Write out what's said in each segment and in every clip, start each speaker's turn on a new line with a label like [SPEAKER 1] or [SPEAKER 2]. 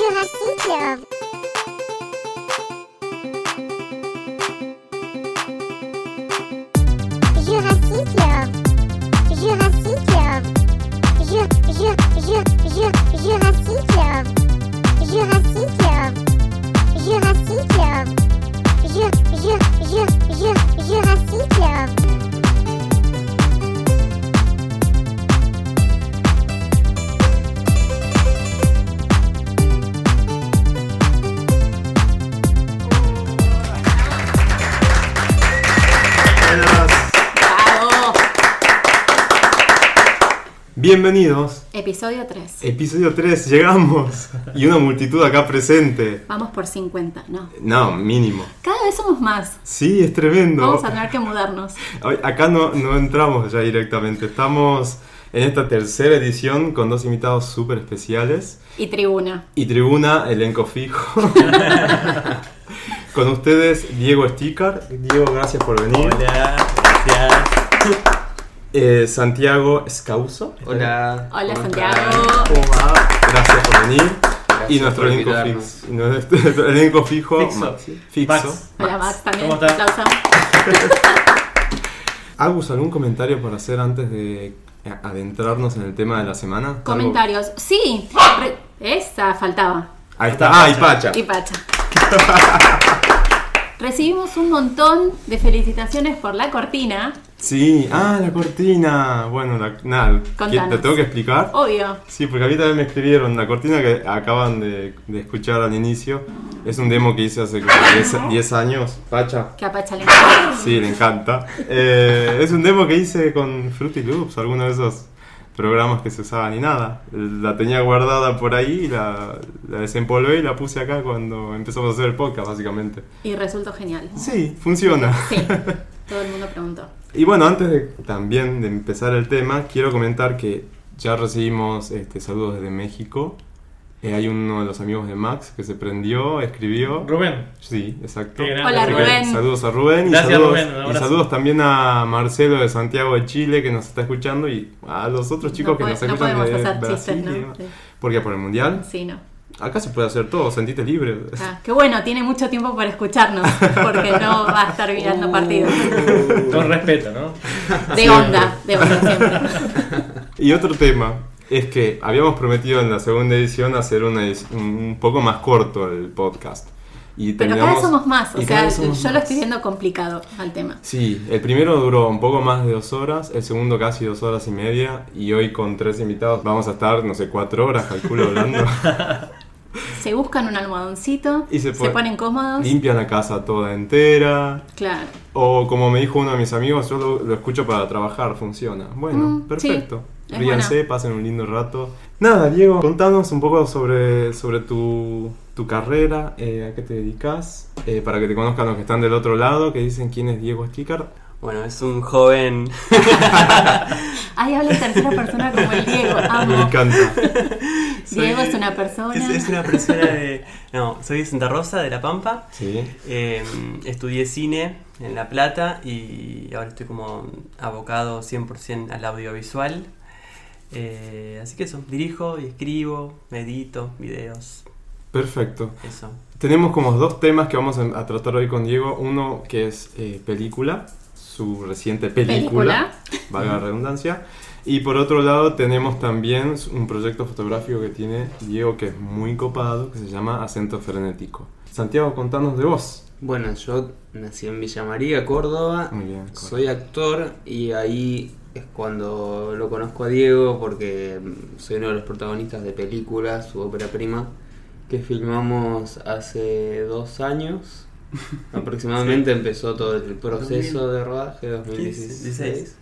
[SPEAKER 1] ejercicio. Ejercicio. Ejercicio. Ejer- ejer- ejer- ejer- ejercicio. Ejercicio. Ejercicio. Ejer- ejer- ejer- ejer- ejercicio.
[SPEAKER 2] ¡Bravo!
[SPEAKER 3] Bienvenidos,
[SPEAKER 2] Episodio
[SPEAKER 3] Eh.
[SPEAKER 2] 3.
[SPEAKER 3] episodio 3, llegamos. Y una multitud acá presente.
[SPEAKER 2] Vamos por 50, no.
[SPEAKER 3] No, mínimo.
[SPEAKER 2] Cada vez somos más.
[SPEAKER 3] Sí, es tremendo.
[SPEAKER 2] Vamos a tener que mudarnos.
[SPEAKER 3] Ay, Acá no, no entramos ya directamente. Estamos en esta tercera edición con dos invitados súper especiales.
[SPEAKER 2] Y tribuna.
[SPEAKER 3] Y tribuna, elenco fijo. con ustedes, Diego Sticar. Diego, gracias por venir.
[SPEAKER 4] Hola, gracias.
[SPEAKER 3] Eh, Santiago Escauso.
[SPEAKER 5] Hola.
[SPEAKER 2] Hola,
[SPEAKER 5] ¿cómo
[SPEAKER 2] Santiago.
[SPEAKER 5] están? ¿Cómo va?
[SPEAKER 3] Gracias por venir. y
[SPEAKER 5] Gracias
[SPEAKER 3] nuestro
[SPEAKER 5] por
[SPEAKER 3] elenco
[SPEAKER 5] invitarnos.
[SPEAKER 3] fix- este, nuestro elenco fijo.
[SPEAKER 4] Fixo.
[SPEAKER 3] Ma-
[SPEAKER 4] Max.
[SPEAKER 2] Hola, Max también.
[SPEAKER 4] ¿Cómo estás?
[SPEAKER 2] Aplauso.
[SPEAKER 3] Agus, ¿algún comentario por hacer antes de adentrarnos en el tema de la semana? ¿Algo?
[SPEAKER 2] Comentarios. Sí. re- Esa faltaba.
[SPEAKER 3] Ahí está. Ah, y Pacha.
[SPEAKER 2] Y Pacha. Recibimos un montón de felicitaciones por la cortina.
[SPEAKER 3] Sí. Ah, la cortina. Bueno, la- nada.
[SPEAKER 2] Contanos.
[SPEAKER 3] ¿Te tengo que explicar?
[SPEAKER 2] Obvio.
[SPEAKER 3] Sí, porque a mí también me escribieron la cortina que acaban de, de escuchar al inicio. Es un demo que hice hace como 10 10 años. Pacha.
[SPEAKER 2] Que a Pacha le encanta.
[SPEAKER 3] Sí, le encanta. Eh, es un demo que hice con Fruity Loops, alguno de esos programas que se usaban y nada. La tenía guardada por ahí, la, la desempolvé y la puse acá cuando empezamos a hacer el podcast, básicamente.
[SPEAKER 2] Y resultó genial.
[SPEAKER 3] Sí, funciona.
[SPEAKER 2] Sí. Todo el mundo preguntó.
[SPEAKER 3] Y bueno, antes de, también de empezar el tema, quiero comentar que ya recibimos este, saludos desde México. Eh, hay uno de los amigos de Max que se prendió, escribió.
[SPEAKER 4] Rubén.
[SPEAKER 3] Sí, exacto.
[SPEAKER 4] Qué grande.
[SPEAKER 2] Hola,
[SPEAKER 3] Así que
[SPEAKER 2] Rubén.
[SPEAKER 3] Saludos a Rubén.
[SPEAKER 4] Gracias,
[SPEAKER 3] y saludos,
[SPEAKER 4] Rubén, un
[SPEAKER 3] y
[SPEAKER 4] abrazo.
[SPEAKER 3] saludos también a Marcelo de Santiago de Chile que nos está escuchando y a los otros chicos
[SPEAKER 2] no,
[SPEAKER 3] que
[SPEAKER 2] po-
[SPEAKER 3] nos
[SPEAKER 2] no
[SPEAKER 3] escuchan
[SPEAKER 2] podemos
[SPEAKER 3] de
[SPEAKER 2] hacer
[SPEAKER 3] Brasil.
[SPEAKER 2] chistes,
[SPEAKER 3] y
[SPEAKER 2] ¿no?
[SPEAKER 3] demás. ¿Por qué? ¿Por el mundial?
[SPEAKER 2] Sí, no.
[SPEAKER 3] Acá se puede hacer todo, sentiste libre.
[SPEAKER 2] Ah, qué bueno, tiene mucho tiempo para escucharnos, porque no va a estar
[SPEAKER 3] Uh,
[SPEAKER 2] mirando partidos.
[SPEAKER 4] Con respeto, ¿no?
[SPEAKER 2] De onda, de onda siempre.
[SPEAKER 3] Y otro tema es que habíamos prometido en la segunda edición hacer una edi- un, un poco más corto el podcast. Y
[SPEAKER 2] Pero cada
[SPEAKER 3] terminamos-
[SPEAKER 2] vez somos más, o
[SPEAKER 3] y cada
[SPEAKER 2] sea,
[SPEAKER 3] vez somos
[SPEAKER 2] yo lo
[SPEAKER 3] más.
[SPEAKER 2] estoy viendo complicado al tema.
[SPEAKER 3] Sí, el primero duró un poco más de dos horas, el segundo casi dos horas y media, y hoy con tres invitados vamos a estar, no sé, cuatro horas, calculo, hablando.
[SPEAKER 2] Se buscan un almohadoncito,
[SPEAKER 3] Y
[SPEAKER 2] se,
[SPEAKER 3] se pone-
[SPEAKER 2] ponen cómodos.
[SPEAKER 3] Limpian la casa toda entera.
[SPEAKER 2] Claro.
[SPEAKER 3] O como me dijo uno de mis amigos, yo lo, lo escucho para trabajar, funciona. Bueno,
[SPEAKER 2] Mm,
[SPEAKER 3] perfecto.
[SPEAKER 2] sí, es
[SPEAKER 3] Ríanse,
[SPEAKER 2] buena.
[SPEAKER 3] pasen un lindo rato. Nada, Diego, contanos un poco sobre, sobre tu, tu carrera, eh, a qué te dedicas, eh, para que te conozcan los que están del otro lado, que dicen quién es Diego Sticker.
[SPEAKER 5] Bueno, es un joven.
[SPEAKER 2] Ahí habla en tercera persona como el Diego,
[SPEAKER 3] Me
[SPEAKER 2] amo.
[SPEAKER 3] encanta.
[SPEAKER 2] Diego
[SPEAKER 5] Soy-
[SPEAKER 2] es una persona.
[SPEAKER 5] Es, es una persona de. No, soy de Santa Rosa, de La Pampa.
[SPEAKER 3] Sí.
[SPEAKER 5] Eh, estudié cine en La Plata y ahora estoy como abocado 100% al audiovisual. Eh, así que eso, dirijo y escribo, edito videos,
[SPEAKER 3] Perfecto.
[SPEAKER 5] eso.
[SPEAKER 3] Tenemos como dos temas que vamos a, a tratar hoy con Diego. Uno que es eh, película, su reciente película,
[SPEAKER 2] Película.
[SPEAKER 3] valga la redundancia. Y por otro lado tenemos también un proyecto fotográfico que tiene Diego que es muy copado, que se llama Acento Frenético. Santiago, contanos de vos.
[SPEAKER 6] Bueno, yo nací en Villa María, Córdoba.
[SPEAKER 3] Muy bien, Córdoba.
[SPEAKER 6] Soy actor y ahí es cuando lo conozco a Diego porque mm, soy uno de los protagonistas de películas, su ópera prima, que filmamos hace dos años. Aproximadamente empezó todo el proceso de rodaje 2016.
[SPEAKER 5] 16.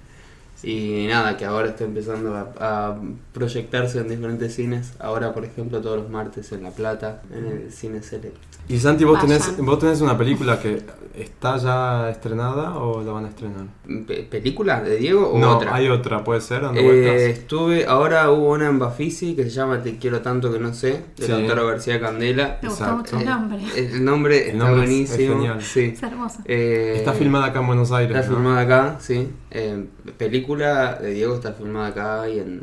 [SPEAKER 6] Y nada, que ahora está empezando a, a proyectarse en diferentes cines. Ahora, por ejemplo, todos los martes en La Plata, en el cine Select.
[SPEAKER 3] Y Santi, vos tenés,
[SPEAKER 2] Vayan.
[SPEAKER 3] vos tenés una película que está ya estrenada o la van a estrenar?
[SPEAKER 6] Pe- ¿Película de Diego o
[SPEAKER 3] no,
[SPEAKER 6] otra?
[SPEAKER 3] hay otra, puede ser, dando
[SPEAKER 6] Eh,
[SPEAKER 3] vueltas.
[SPEAKER 6] estuve, ahora hubo una en Bafisi que se llama Te quiero tanto que no sé, de la
[SPEAKER 3] Sí.
[SPEAKER 6] autora García Candela.
[SPEAKER 2] Me
[SPEAKER 3] Exacto.
[SPEAKER 2] gustó mucho
[SPEAKER 6] Eh,
[SPEAKER 2] el nombre.
[SPEAKER 6] el nombre
[SPEAKER 3] El
[SPEAKER 6] está
[SPEAKER 3] nombre es- es
[SPEAKER 6] buenísimo.
[SPEAKER 3] genial.
[SPEAKER 6] sí.
[SPEAKER 2] Es hermoso.
[SPEAKER 6] Eh,
[SPEAKER 3] Está filmada acá en Buenos Aires.
[SPEAKER 6] Está
[SPEAKER 3] ¿no?
[SPEAKER 6] filmada acá, sí. Eh, película de Diego está filmada acá y en,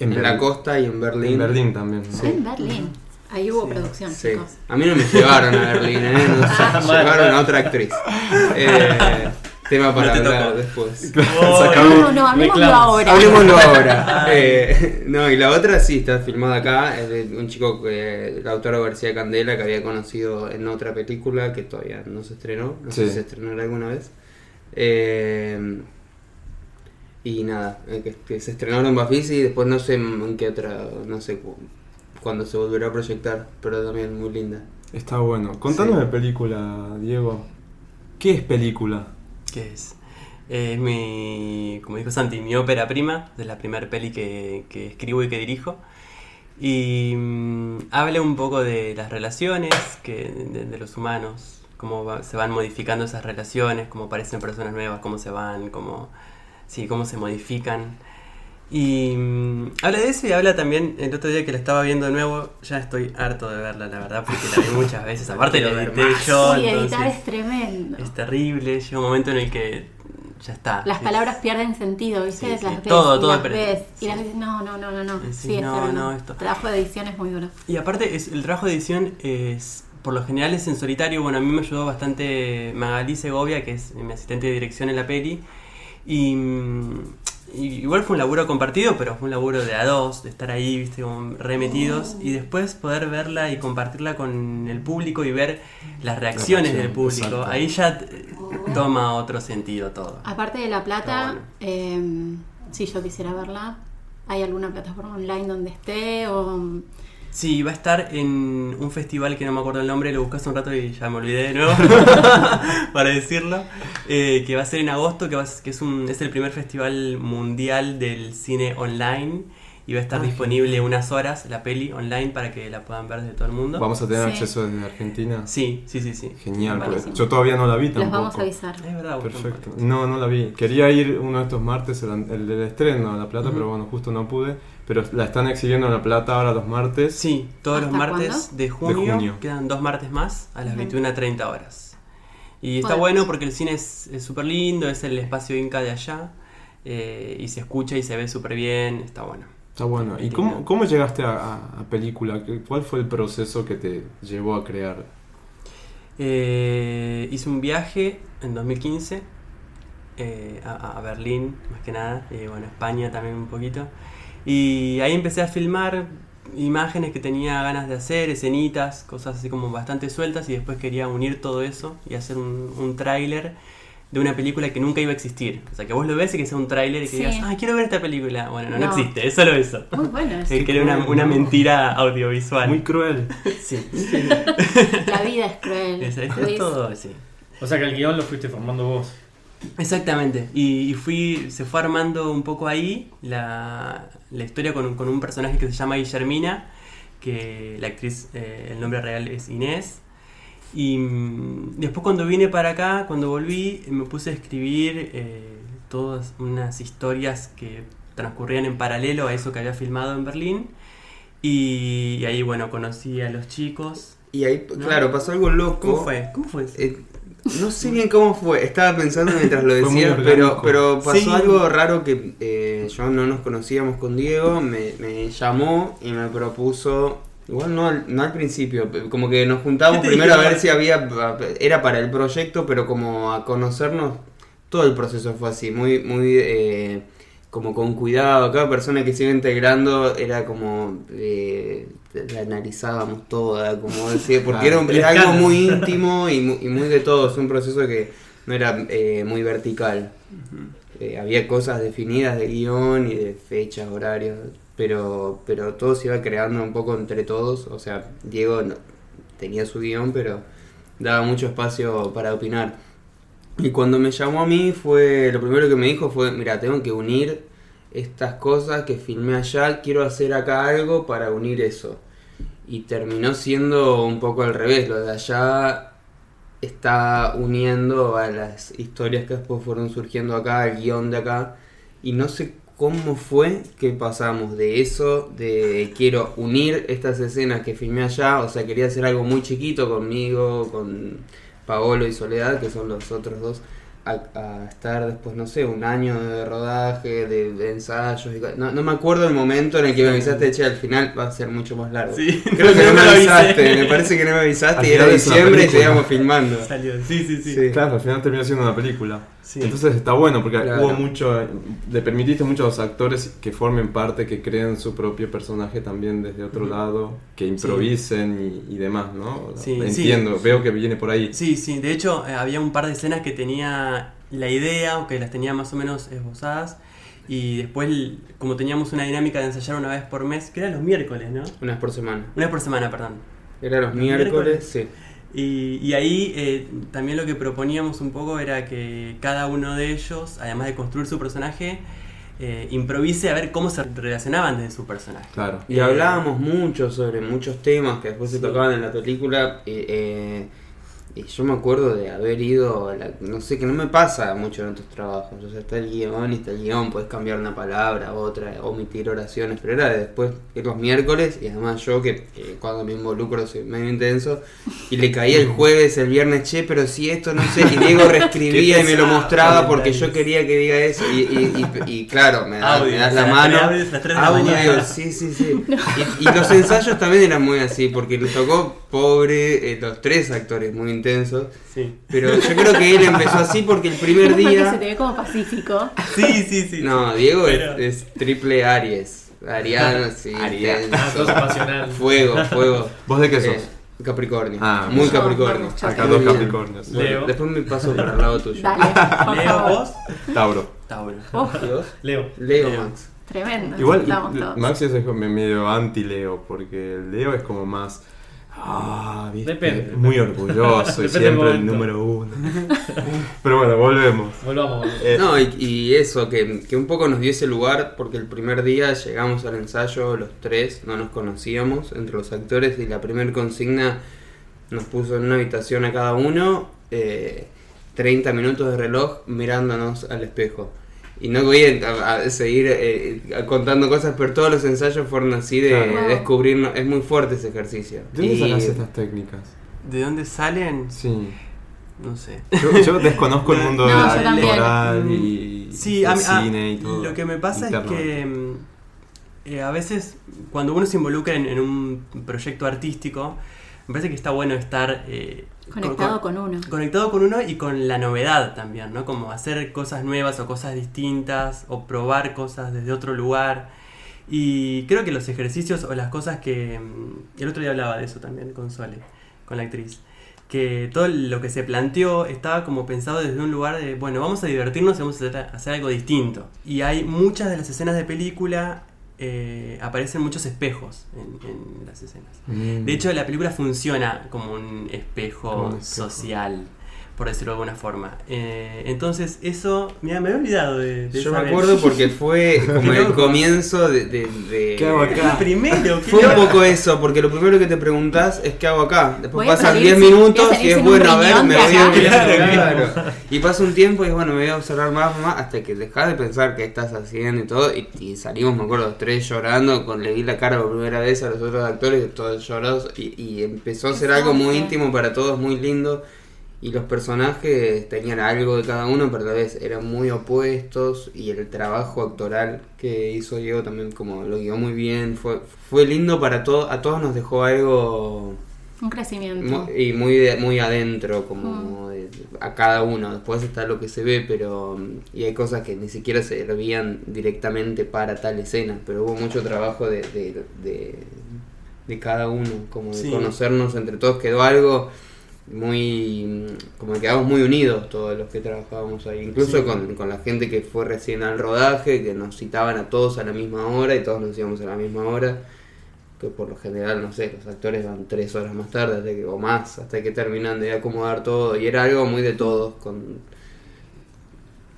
[SPEAKER 3] En
[SPEAKER 6] en la
[SPEAKER 3] Berlín.
[SPEAKER 6] costa y en Berlín.
[SPEAKER 3] En Berlín también. ¿no?
[SPEAKER 6] Sí.
[SPEAKER 2] En Berlín. Ahí hubo
[SPEAKER 5] Sí,
[SPEAKER 2] producción,
[SPEAKER 6] Sí.
[SPEAKER 2] chicos.
[SPEAKER 6] A mí no me llevaron a Berlín, ¿eh? Nos
[SPEAKER 2] Ah,
[SPEAKER 4] mal,
[SPEAKER 6] llevaron
[SPEAKER 4] mal.
[SPEAKER 6] a otra actriz. Eh, tema
[SPEAKER 5] No
[SPEAKER 6] para
[SPEAKER 5] te
[SPEAKER 6] hablar
[SPEAKER 5] tocó.
[SPEAKER 6] después.
[SPEAKER 2] No,
[SPEAKER 3] Sacamos-
[SPEAKER 2] no, no, hablemoslo
[SPEAKER 4] Reclamos.
[SPEAKER 2] ahora.
[SPEAKER 6] Hablemoslo ahora. Eh, no, y la otra sí está filmada acá, es de un chico, que el autor García Candela, que había conocido en otra película que todavía no se estrenó, no sé
[SPEAKER 3] Sí.
[SPEAKER 6] si se estrenará alguna vez. Eh, y nada, eh, que, que se estrenaron en Bafis y después no sé en qué otra, no sé cu- cuándo se volverá a proyectar, pero también muy linda.
[SPEAKER 3] Está bueno. Contanos
[SPEAKER 6] Sí.
[SPEAKER 3] de película, Diego. ¿Qué es película?
[SPEAKER 5] que es, es mi, como dijo Santi, mi ópera prima, de la primera peli que, que escribo y que dirijo. Y mm, habla un poco de las relaciones que, de, de los humanos, cómo va- se van modificando esas relaciones, cómo aparecen personas nuevas, cómo se van, cómo, sí, cómo se modifican. Y mm, habla de eso y habla también, el otro día que la estaba viendo de nuevo, ya estoy harto de verla, la verdad, porque la vi muchas veces, aparte la
[SPEAKER 6] Quiero ver
[SPEAKER 5] edité
[SPEAKER 6] más.
[SPEAKER 5] yo.
[SPEAKER 2] Sí, editar
[SPEAKER 5] entonces-
[SPEAKER 2] es tremendo.
[SPEAKER 5] es terrible, llega un momento en el que ya está.
[SPEAKER 2] Las
[SPEAKER 5] Es-
[SPEAKER 2] palabras pierden sentido, ¿viste?
[SPEAKER 5] Sí,
[SPEAKER 2] las
[SPEAKER 5] sí.
[SPEAKER 2] ves,
[SPEAKER 5] Todo,
[SPEAKER 2] y
[SPEAKER 5] todo
[SPEAKER 2] las
[SPEAKER 5] perde-
[SPEAKER 2] ves,
[SPEAKER 5] sí.
[SPEAKER 2] y las ves, no, no, no, no, no.
[SPEAKER 5] Decís,
[SPEAKER 2] Sí, es
[SPEAKER 5] no,
[SPEAKER 2] terrible.
[SPEAKER 5] no, esto-
[SPEAKER 2] Trabajo de edición es muy duro.
[SPEAKER 5] Y aparte, es, el trabajo de edición es, por lo general es en solitario. Bueno, a mí me ayudó bastante Magalí Segovia, que es mi asistente de dirección en la peli. Y, mm, y igual fue un laburo compartido, pero fue un laburo de a dos, de estar ahí, viste, como
[SPEAKER 2] Oh.
[SPEAKER 5] remetidos. Y después poder verla y compartirla con el público y ver las reacciones
[SPEAKER 3] reacción,
[SPEAKER 5] del público.
[SPEAKER 3] exacto.
[SPEAKER 5] Ahí ya eh,
[SPEAKER 2] Oh.
[SPEAKER 5] toma otro sentido todo.
[SPEAKER 2] Aparte de La Plata,
[SPEAKER 5] Está bueno.
[SPEAKER 2] eh, si yo quisiera verla, ¿hay alguna plataforma online donde esté? O...
[SPEAKER 5] Sí, va a estar en un festival que no me acuerdo el nombre, lo busqué hace un rato y ya me olvidé de nuevo para decirlo, eh, que va a ser en agosto, que, va a s- que es, un, es el primer festival mundial del cine online y va a estar disponible unas horas la peli online para que la puedan ver desde todo el mundo.
[SPEAKER 3] ¿Vamos a tener
[SPEAKER 2] Sí.
[SPEAKER 3] acceso desde Argentina?
[SPEAKER 5] Sí, sí, sí, sí.
[SPEAKER 3] Genial, porque
[SPEAKER 2] Buenísimo.
[SPEAKER 3] yo todavía no la vi tampoco.
[SPEAKER 2] Los vamos a avisar.
[SPEAKER 5] Es verdad, vos
[SPEAKER 3] Perfecto.
[SPEAKER 5] tampoco.
[SPEAKER 3] No, no la vi. Quería ir uno de estos martes, el, el del estreno a La Plata,
[SPEAKER 5] Ujú.
[SPEAKER 3] pero bueno, justo no pude. Pero la están exhibiendo en La Plata ahora los martes.
[SPEAKER 5] Sí, todos los
[SPEAKER 2] ¿Hasta
[SPEAKER 5] martes
[SPEAKER 2] cuándo?
[SPEAKER 5] de, junio,
[SPEAKER 3] junio.
[SPEAKER 5] Quedan dos martes más a las
[SPEAKER 2] Ujú.
[SPEAKER 5] 21.30 horas. Y está
[SPEAKER 2] Podemos.
[SPEAKER 5] bueno porque el cine es es súper lindo, es el espacio Inca de allá. eh, y se escucha y se ve súper bien, está bueno.
[SPEAKER 3] Está bueno. ¿Y
[SPEAKER 5] Entiendo.
[SPEAKER 3] cómo, cómo llegaste a, a- a película? ¿Qué- ¿Cuál fue el proceso que te llevó a crear?
[SPEAKER 5] Eh, hice un viaje en 2015 eh, a, a Berlín, más que nada, y bueno, España también un poquito. Y ahí empecé a filmar imágenes que tenía ganas de hacer, escenitas, cosas así como bastante sueltas, y después quería unir todo eso y hacer un, un tráiler de una película que nunca iba a existir. O sea, que vos lo ves y que sea un tráiler y que
[SPEAKER 2] Sí.
[SPEAKER 5] digas, ah, quiero ver esta película. Bueno, no, no
[SPEAKER 2] No.
[SPEAKER 5] existe, es solo eso.
[SPEAKER 2] Muy bueno, eso.
[SPEAKER 5] Eh, que era una, una mentira audiovisual.
[SPEAKER 3] Muy cruel.
[SPEAKER 5] sí.
[SPEAKER 2] la vida es cruel.
[SPEAKER 5] Es, es
[SPEAKER 2] Luis.
[SPEAKER 5] todo, sí.
[SPEAKER 4] O sea que el guión lo fuiste formando vos.
[SPEAKER 5] Exactamente, y, y fui, se fue armando un poco ahí la, la historia con, un- con un personaje que se llama Guillermina, que la actriz, eh, el nombre real es Inés. Y mm, después cuando vine para acá, cuando volví, me puse a escribir eh, todas unas historias que transcurrían en paralelo a eso que había filmado en Berlín. Y, y ahí, bueno, conocí a los chicos.
[SPEAKER 6] Y ahí, claro, pasó algo loco.
[SPEAKER 5] ¿Cómo fue? ¿Cómo fue? eso?
[SPEAKER 6] Eh, no sé bien cómo fue, estaba pensando mientras lo
[SPEAKER 3] Fue muy
[SPEAKER 6] decías,
[SPEAKER 3] orgánico.
[SPEAKER 6] pero, pero pasó
[SPEAKER 5] Sí.
[SPEAKER 6] algo raro que eh, yo no nos conocíamos con Diego, me, me llamó y me propuso, igual no al, no al principio, pe- como que nos juntábamos
[SPEAKER 5] ¿Qué te
[SPEAKER 6] primero a
[SPEAKER 5] dijo?
[SPEAKER 6] ver si había, era para el proyecto, pero como a conocernos, todo el proceso fue así, muy, muy... eh, como con cuidado, cada persona que se iba integrando era como eh, la analizábamos toda, como decía, porque era, un-
[SPEAKER 5] Ah, El
[SPEAKER 6] era algo
[SPEAKER 5] escándalo.
[SPEAKER 6] muy íntimo y muy, y muy de todo, es un proceso que no era eh, muy vertical. Eh, había cosas definidas de guión y de fechas, horarios, pero, pero todo se iba creando un poco entre todos, o sea, Diego no- tenía su guión, pero daba mucho espacio para opinar. Y cuando me llamó a mí fue, lo primero que me dijo fue, mira, tengo que unir estas cosas que filmé allá, quiero hacer acá algo para unir eso. Y terminó siendo un poco al revés, lo de allá está uniendo a las historias que después fueron surgiendo acá, al guión de acá, y no sé cómo fue que pasamos de eso, de quiero unir estas escenas que filmé allá, o sea, quería hacer algo muy chiquito conmigo, con Paolo y Soledad, que son los otros dos a, a estar después, no sé, un año de rodaje, de, de ensayos. y co- no, no me acuerdo el momento en el que me avisaste, che, al final va a ser mucho más largo.
[SPEAKER 5] Sí,
[SPEAKER 6] Creo que no me
[SPEAKER 5] lo avisé.
[SPEAKER 6] avisaste, me parece que no me
[SPEAKER 3] Al
[SPEAKER 6] avisaste y era
[SPEAKER 3] final hizo una
[SPEAKER 6] diciembre y
[SPEAKER 3] película.
[SPEAKER 6] seguíamos filmando.
[SPEAKER 5] Salió. Sí, sí, sí.
[SPEAKER 6] Sí.
[SPEAKER 3] Claro, al final terminó siendo una película.
[SPEAKER 5] Sí.
[SPEAKER 3] Entonces está bueno porque
[SPEAKER 6] Claro.
[SPEAKER 3] hubo mucho, eh, le permitiste mucho a los actores que formen parte, que creen su propio personaje también desde otro lado, que improvisen y, y demás, ¿no?
[SPEAKER 5] Sí,
[SPEAKER 3] Entiendo, veo que viene por ahí.
[SPEAKER 5] Sí, sí, de hecho eh, había un par de escenas que tenía la idea o que las tenía más o menos esbozadas y después, l- como teníamos una dinámica de ensayar una vez por mes, que era los miércoles, ¿no?
[SPEAKER 6] Una vez por semana.
[SPEAKER 5] Una vez por semana, perdón.
[SPEAKER 6] Era los miércoles, sí.
[SPEAKER 5] Y, y ahí eh, también lo que proponíamos un poco era que cada uno de ellos, además de construir su personaje, eh, improvise a ver cómo se relacionaban desde su personaje.
[SPEAKER 3] Claro.
[SPEAKER 6] Y hablábamos mucho sobre muchos temas que después se
[SPEAKER 5] Sí.
[SPEAKER 6] tocaban en la película. eh, eh, y yo me acuerdo de haber ido, a la- no sé, que no me pasa mucho en otros trabajos. O sea, está el guión y está el guión, puedes cambiar una palabra, otra, omitir oraciones, pero era de después ir los miércoles y además yo que, que cuando me involucro soy medio intenso y le caía el jueves, el viernes, che, pero si esto no sé, y Diego reescribía y me lo
[SPEAKER 5] pesado,
[SPEAKER 6] mostraba porque yo
[SPEAKER 5] comentarios.
[SPEAKER 6] quería que diga eso y, y- y- y claro, me, da- me
[SPEAKER 5] Audio,
[SPEAKER 6] das
[SPEAKER 5] o
[SPEAKER 6] la
[SPEAKER 5] sea,
[SPEAKER 6] mano.
[SPEAKER 5] te abres las tres de la
[SPEAKER 6] Audio,
[SPEAKER 5] mañana.
[SPEAKER 6] Sí, sí, sí. Y, y los ensayos también eran muy así, porque le tocó pobre eh, los tres actores muy intensos.
[SPEAKER 5] Sí,
[SPEAKER 6] Pero yo creo que él empezó así porque el primer
[SPEAKER 2] Porque se te
[SPEAKER 6] día.
[SPEAKER 2] ve como pacífico.
[SPEAKER 5] sí, sí. sí.
[SPEAKER 6] No, Diego es-
[SPEAKER 5] Pero-
[SPEAKER 6] es, triple Aries. Ariano, sí.
[SPEAKER 3] Ariano.
[SPEAKER 4] Ah,
[SPEAKER 6] intenso.
[SPEAKER 4] sos pasional.
[SPEAKER 6] Fuego, fuego.
[SPEAKER 3] ¿Vos de qué sos?
[SPEAKER 6] Eh, Capricornio.
[SPEAKER 3] Ah,
[SPEAKER 6] muy
[SPEAKER 3] yo,
[SPEAKER 6] Capricornio.
[SPEAKER 2] vamos, yo
[SPEAKER 3] Acá
[SPEAKER 2] Muy
[SPEAKER 3] dos
[SPEAKER 6] bien.
[SPEAKER 3] Capricornios.
[SPEAKER 4] Leo.
[SPEAKER 6] Después me paso para el lado tuyo.
[SPEAKER 2] Dale, por
[SPEAKER 5] Leo,
[SPEAKER 2] favor.
[SPEAKER 5] vos,
[SPEAKER 3] Tauro.
[SPEAKER 5] Tauro.
[SPEAKER 2] Uf,
[SPEAKER 6] ¿Y vos?
[SPEAKER 4] Leo.
[SPEAKER 6] Leo
[SPEAKER 5] Leo.
[SPEAKER 6] Max.
[SPEAKER 2] tremendo.
[SPEAKER 3] Igual
[SPEAKER 2] estamos todos.
[SPEAKER 3] Maxi es medio anti-Leo, porque el Leo es como más... Ah, ¿viste?
[SPEAKER 4] Depende.
[SPEAKER 3] Muy orgulloso y
[SPEAKER 4] Depende del
[SPEAKER 3] siempre el
[SPEAKER 4] momento.
[SPEAKER 3] número uno. Pero bueno, volvemos.
[SPEAKER 4] Volvamos. boludo.
[SPEAKER 3] Eh,
[SPEAKER 6] No, y, y eso, que, que un poco nos dio ese lugar, porque el primer día llegamos al ensayo los tres, no nos conocíamos entre los actores, y la primer consigna nos puso en una habitación a cada uno, eh, 30 minutos de reloj mirándonos al espejo. Y no voy a, a- a seguir eh, contando cosas, pero todos los ensayos fueron así de
[SPEAKER 3] Claro.
[SPEAKER 2] Wow.
[SPEAKER 6] descubrirnos. Es muy fuerte ese ejercicio.
[SPEAKER 3] ¿De dónde
[SPEAKER 6] Y-
[SPEAKER 3] sacás estas técnicas?
[SPEAKER 5] ¿De dónde salen?
[SPEAKER 3] Sí.
[SPEAKER 5] No sé.
[SPEAKER 3] Yo, yo desconozco el mundo
[SPEAKER 2] No, yo también.
[SPEAKER 3] actoral y
[SPEAKER 5] Sí,
[SPEAKER 3] el
[SPEAKER 5] a mí- a-
[SPEAKER 3] cine y todo.
[SPEAKER 5] Lo que me pasa
[SPEAKER 3] Interno.
[SPEAKER 5] es que mm, eh, a veces cuando uno se involucra en, en un proyecto artístico, me parece que está bueno estar eh,
[SPEAKER 2] Conectado
[SPEAKER 5] con-
[SPEAKER 2] con uno.
[SPEAKER 5] con- conectado con uno y con la novedad también, ¿no? Como hacer cosas nuevas o cosas distintas o probar cosas desde otro lugar. Y creo que los ejercicios o las cosas que... mm, El otro día hablaba de eso también con Sole, con la actriz. Que todo lo que se planteó estaba como pensado desde un lugar de, bueno, vamos a divertirnos y vamos a hacer, hacer algo distinto. Y hay muchas de las escenas de película, eh, aparecen muchos espejos en, en las escenas.
[SPEAKER 3] Mm.
[SPEAKER 5] De hecho, la película funciona como un espejo,
[SPEAKER 3] Como un espejo.
[SPEAKER 5] social, por decirlo de alguna forma. Eh, entonces, eso, mira, me había olvidado de... de
[SPEAKER 6] Yo me
[SPEAKER 5] esa vez.
[SPEAKER 6] acuerdo porque fue como
[SPEAKER 5] Qué
[SPEAKER 6] el
[SPEAKER 5] loco.
[SPEAKER 6] comienzo de... de- de-
[SPEAKER 3] ¿Qué hago acá?
[SPEAKER 5] Ah, Primero, ¿qué
[SPEAKER 6] Fue un
[SPEAKER 5] loco.
[SPEAKER 6] poco eso, porque lo primero que te preguntás es qué hago acá. Después
[SPEAKER 2] Voy a
[SPEAKER 6] pasan
[SPEAKER 2] salir
[SPEAKER 6] 10
[SPEAKER 2] sin-
[SPEAKER 6] minutos
[SPEAKER 2] voy a salir
[SPEAKER 6] y es
[SPEAKER 2] sin un
[SPEAKER 6] bueno, a ver,
[SPEAKER 2] riñón
[SPEAKER 6] me
[SPEAKER 2] de
[SPEAKER 6] voy a
[SPEAKER 2] acá.
[SPEAKER 6] claro,
[SPEAKER 4] Claro.
[SPEAKER 6] claro. Y pasa un tiempo y es bueno, me voy a observar más, más, hasta que dejas de pensar qué estás haciendo y todo. Y, y salimos, me acuerdo, los tres llorando, con le vi la cara por primera vez a los otros actores, todos llorados. Y, y empezó a ser algo muy
[SPEAKER 2] Exacto.
[SPEAKER 6] íntimo para todos, muy lindo. Y los personajes tenían algo de cada uno, pero a la vez eran muy opuestos. Y el trabajo actoral que hizo Diego también como lo guió muy bien. Fue, fue lindo para todos, a todos nos dejó algo
[SPEAKER 2] Un crecimiento.
[SPEAKER 6] mu- y muy, de- muy adentro, como de- a cada uno. Después está lo que se ve, pero y hay cosas que ni siquiera servían directamente para tal escena, pero hubo mucho trabajo de, de, de, de cada uno, como de
[SPEAKER 5] Sí.
[SPEAKER 6] conocernos entre todos. Quedó algo muy mm, como que quedamos muy unidos todos los que trabajábamos ahí incluso
[SPEAKER 5] Sí.
[SPEAKER 6] con, con la gente que fue recién al rodaje que nos citaban a todos a la misma hora y todos nos íbamos a la misma hora que por lo general, no sé, los actores van tres horas más tarde hasta que, o más, hasta que terminan de acomodar todo, y era algo muy de todos con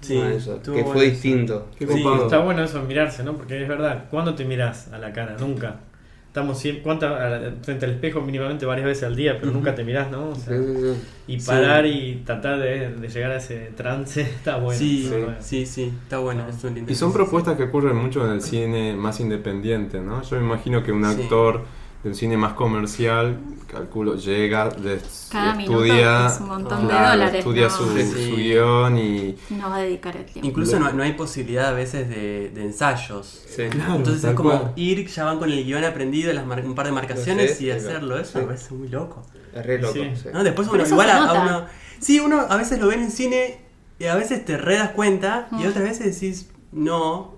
[SPEAKER 5] Sí,
[SPEAKER 6] con eso, que
[SPEAKER 5] estuvo
[SPEAKER 6] fue
[SPEAKER 5] bueno eso.
[SPEAKER 6] distinto.
[SPEAKER 3] Qué
[SPEAKER 5] Sí,
[SPEAKER 3] copado.
[SPEAKER 4] Está bueno eso, mirarse, ¿no? Porque es verdad, ¿cuándo te mirás a la cara? Nunca. Estamos siempre, ¿cuántas, a la- frente al espejo mínimamente varias veces al día, pero nunca te mirás, ¿no? O sea,
[SPEAKER 6] Sí, sí, sí.
[SPEAKER 4] y
[SPEAKER 5] Sí.
[SPEAKER 4] parar y tratar de, de llegar a ese trance está bueno.
[SPEAKER 5] Sí,
[SPEAKER 4] está bueno.
[SPEAKER 5] sí, sí, está bueno. es un lindo
[SPEAKER 3] Y son
[SPEAKER 5] ejercicio.
[SPEAKER 3] propuestas que ocurren mucho en el cine más independiente, ¿no? Yo me imagino que un
[SPEAKER 5] Sí.
[SPEAKER 3] actor de un cine más comercial, calculo, llega, des-
[SPEAKER 2] Cada minuto
[SPEAKER 3] estudia,
[SPEAKER 2] es un montón
[SPEAKER 5] de
[SPEAKER 2] dólares,
[SPEAKER 3] estudia
[SPEAKER 2] ¿no?
[SPEAKER 3] su,
[SPEAKER 5] Sí,
[SPEAKER 3] su
[SPEAKER 5] sí.
[SPEAKER 3] guión y
[SPEAKER 2] No va a dedicar el tiempo.
[SPEAKER 5] Incluso no, no hay posibilidad a veces de, de ensayos.
[SPEAKER 6] Sí.
[SPEAKER 5] Entonces
[SPEAKER 3] tal
[SPEAKER 5] es como
[SPEAKER 3] cual.
[SPEAKER 5] ir, ya van con el guión aprendido, las mar- un par de marcaciones
[SPEAKER 6] Sí,
[SPEAKER 5] y
[SPEAKER 6] sí,
[SPEAKER 5] hacerlo. Eso
[SPEAKER 6] sí.
[SPEAKER 5] me parece muy loco.
[SPEAKER 6] Es re loco.
[SPEAKER 4] Sí.
[SPEAKER 3] Ah,
[SPEAKER 6] sí.
[SPEAKER 5] ¿no? Después
[SPEAKER 2] Pero
[SPEAKER 5] uno
[SPEAKER 2] eso
[SPEAKER 5] igual
[SPEAKER 2] se
[SPEAKER 5] a, a
[SPEAKER 2] nota.
[SPEAKER 5] uno. Sí, uno a veces lo ve en el cine y a veces te re das cuenta y
[SPEAKER 2] Mm.
[SPEAKER 5] otras veces decís no.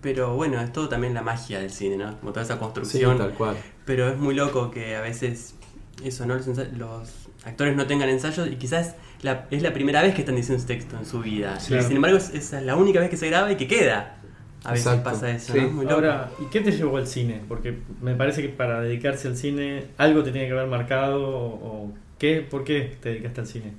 [SPEAKER 5] Pero bueno, es todo también la magia del cine, ¿no? Como toda esa
[SPEAKER 3] sí,
[SPEAKER 5] construcción.
[SPEAKER 3] tal cual.
[SPEAKER 5] pero es muy loco que a veces eso, ¿no? Los, ensa- los actores no tengan ensayos y quizás la- es la primera vez que están diciendo un texto en su vida.
[SPEAKER 4] Sí.
[SPEAKER 5] Y sin embargo, es- esa es la única vez que se graba y que queda. A veces
[SPEAKER 3] Exacto.
[SPEAKER 5] pasa eso,
[SPEAKER 6] Sí.
[SPEAKER 5] ¿no? Es muy loco.
[SPEAKER 4] Ahora, ¿y qué te llevó al cine? Porque me parece que para dedicarse al cine algo te tiene que haber marcado o, o qué, ¿por qué te dedicaste al cine?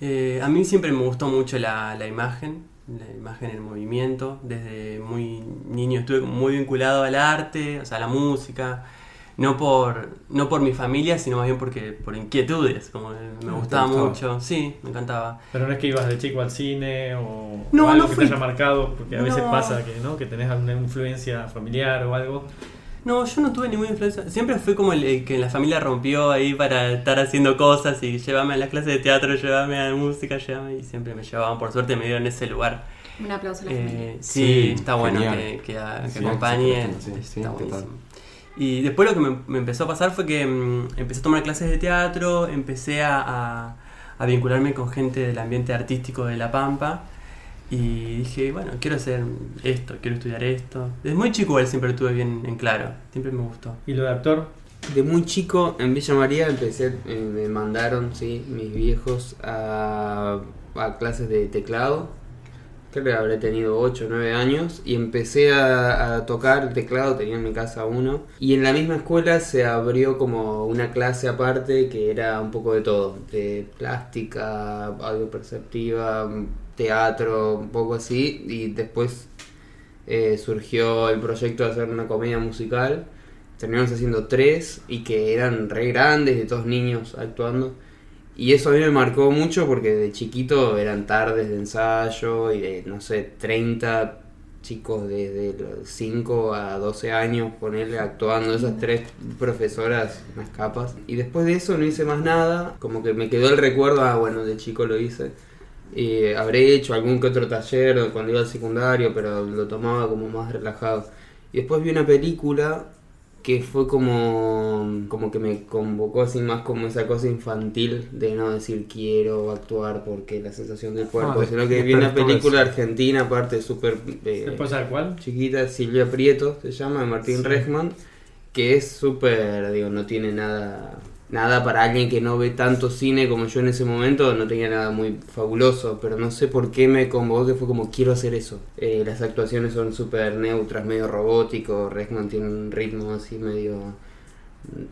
[SPEAKER 5] Eh, a mí siempre me gustó mucho la, la imagen, la imagen en movimiento. Desde muy niño estuve como muy vinculado al arte, o sea, a la música. No por, no por mi familia, sino más bien porque por inquietudes. Como me
[SPEAKER 3] gustaba.
[SPEAKER 5] gustaba mucho. Sí, me encantaba.
[SPEAKER 4] Pero no es que ibas de chico al cine o,
[SPEAKER 5] No,
[SPEAKER 4] o algo
[SPEAKER 5] no
[SPEAKER 4] que
[SPEAKER 5] fui.
[SPEAKER 4] te haya marcado, porque a veces
[SPEAKER 5] No.
[SPEAKER 4] pasa que, ¿no? que tenés alguna influencia familiar o algo.
[SPEAKER 5] No, yo no tuve ninguna influencia. Siempre fui como el, el que en la familia rompió ahí para estar haciendo cosas y llévame a las clases de teatro, llévame a la música, llévame. Y siempre me llevaban, por suerte me dieron ese lugar.
[SPEAKER 2] Un aplauso a la familia.
[SPEAKER 5] Eh, sí,
[SPEAKER 3] Sí,
[SPEAKER 5] está bueno
[SPEAKER 3] genial.
[SPEAKER 5] que, que, a- que
[SPEAKER 3] Sí, que
[SPEAKER 5] acompañe.
[SPEAKER 3] se protegen, sí, sí,
[SPEAKER 5] está
[SPEAKER 3] total.
[SPEAKER 5] buenísimo. Y después lo que me, me empezó a pasar fue que mm, empecé a tomar clases de teatro, empecé a, a- a vincularme con gente del ambiente artístico de La Pampa. Y dije, bueno, quiero hacer esto, quiero estudiar esto. Desde muy chico igual siempre lo tuve bien en claro, siempre me gustó.
[SPEAKER 4] ¿Y lo de actor?
[SPEAKER 6] De muy chico en Villa María empecé, eh, me mandaron, sí, mis viejos a, a clases de teclado. Creo que habré tenido 8 o 9 años y empecé a, a tocar el teclado, tenía en mi casa uno. Y en la misma escuela se abrió como una clase aparte que era un poco de todo, de plástica, audio perceptiva, teatro, un poco así. Y después eh, surgió el proyecto de hacer una comedia musical. Terminamos haciendo tres y que eran re grandes, de todos niños actuando. Y eso a mí me marcó mucho porque de chiquito eran tardes de ensayo y de, no sé, 30 chicos desde los 5 a 12 años, ponerle actuando esas tres profesoras, unas capas. Y después de eso no hice más nada, como que me quedó el recuerdo, ah, bueno, de chico lo hice. Eh, habré hecho algún que otro taller cuando iba al secundario, pero lo tomaba como más relajado. Y después vi una película que fue como, como que me convocó así más como esa cosa infantil de no decir quiero actuar porque la sensación del cuerpo,
[SPEAKER 3] Ah,
[SPEAKER 6] sino que vi una
[SPEAKER 3] despertó
[SPEAKER 6] película
[SPEAKER 3] eso.
[SPEAKER 6] argentina aparte súper eh,
[SPEAKER 4] ¿Después a cuál?
[SPEAKER 6] chiquita, Silvia Prieto se llama, de Martín
[SPEAKER 4] Sí.
[SPEAKER 6] Resman, que es súper, digo, no tiene nada, nada para alguien que no ve tanto cine como yo en ese momento, no tenía nada muy fabuloso, pero no sé por qué me convocó, que fue como quiero hacer eso. Eh, las actuaciones son súper neutras, medio robótico, Resman tiene un ritmo así medio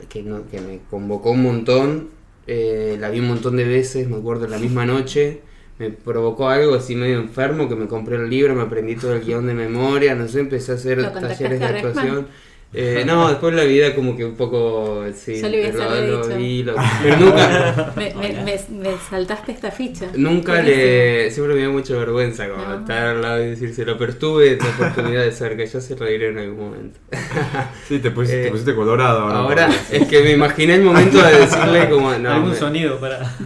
[SPEAKER 6] que, no- que me convocó un montón, eh, la vi un montón de veces, me acuerdo la misma noche, me provocó algo así medio enfermo, que me compré el libro, me aprendí todo el guión de memoria, no sé, empecé a hacer
[SPEAKER 2] ¿Lo contactaste
[SPEAKER 6] talleres de
[SPEAKER 2] a Resman?
[SPEAKER 6] actuación. Eh, no, después la vida como que un poco, sí,
[SPEAKER 2] Yo le hubiese
[SPEAKER 6] lo, lo
[SPEAKER 2] dicho.
[SPEAKER 6] vi, lo- pero nunca,
[SPEAKER 2] Me, me- me- me saltaste esta ficha.
[SPEAKER 6] nunca le, siempre me dio mucha vergüenza como
[SPEAKER 2] No.
[SPEAKER 6] estar al lado y decírselo, pero tuve la oportunidad de ser que yo se reiré en algún momento.
[SPEAKER 3] Sí, te pusiste,
[SPEAKER 6] Eh,
[SPEAKER 3] te pusiste colorado ahora.
[SPEAKER 6] Ahora es que me imaginé el momento de decirle como, no,
[SPEAKER 4] ¿Algún
[SPEAKER 6] me-
[SPEAKER 4] sonido para...?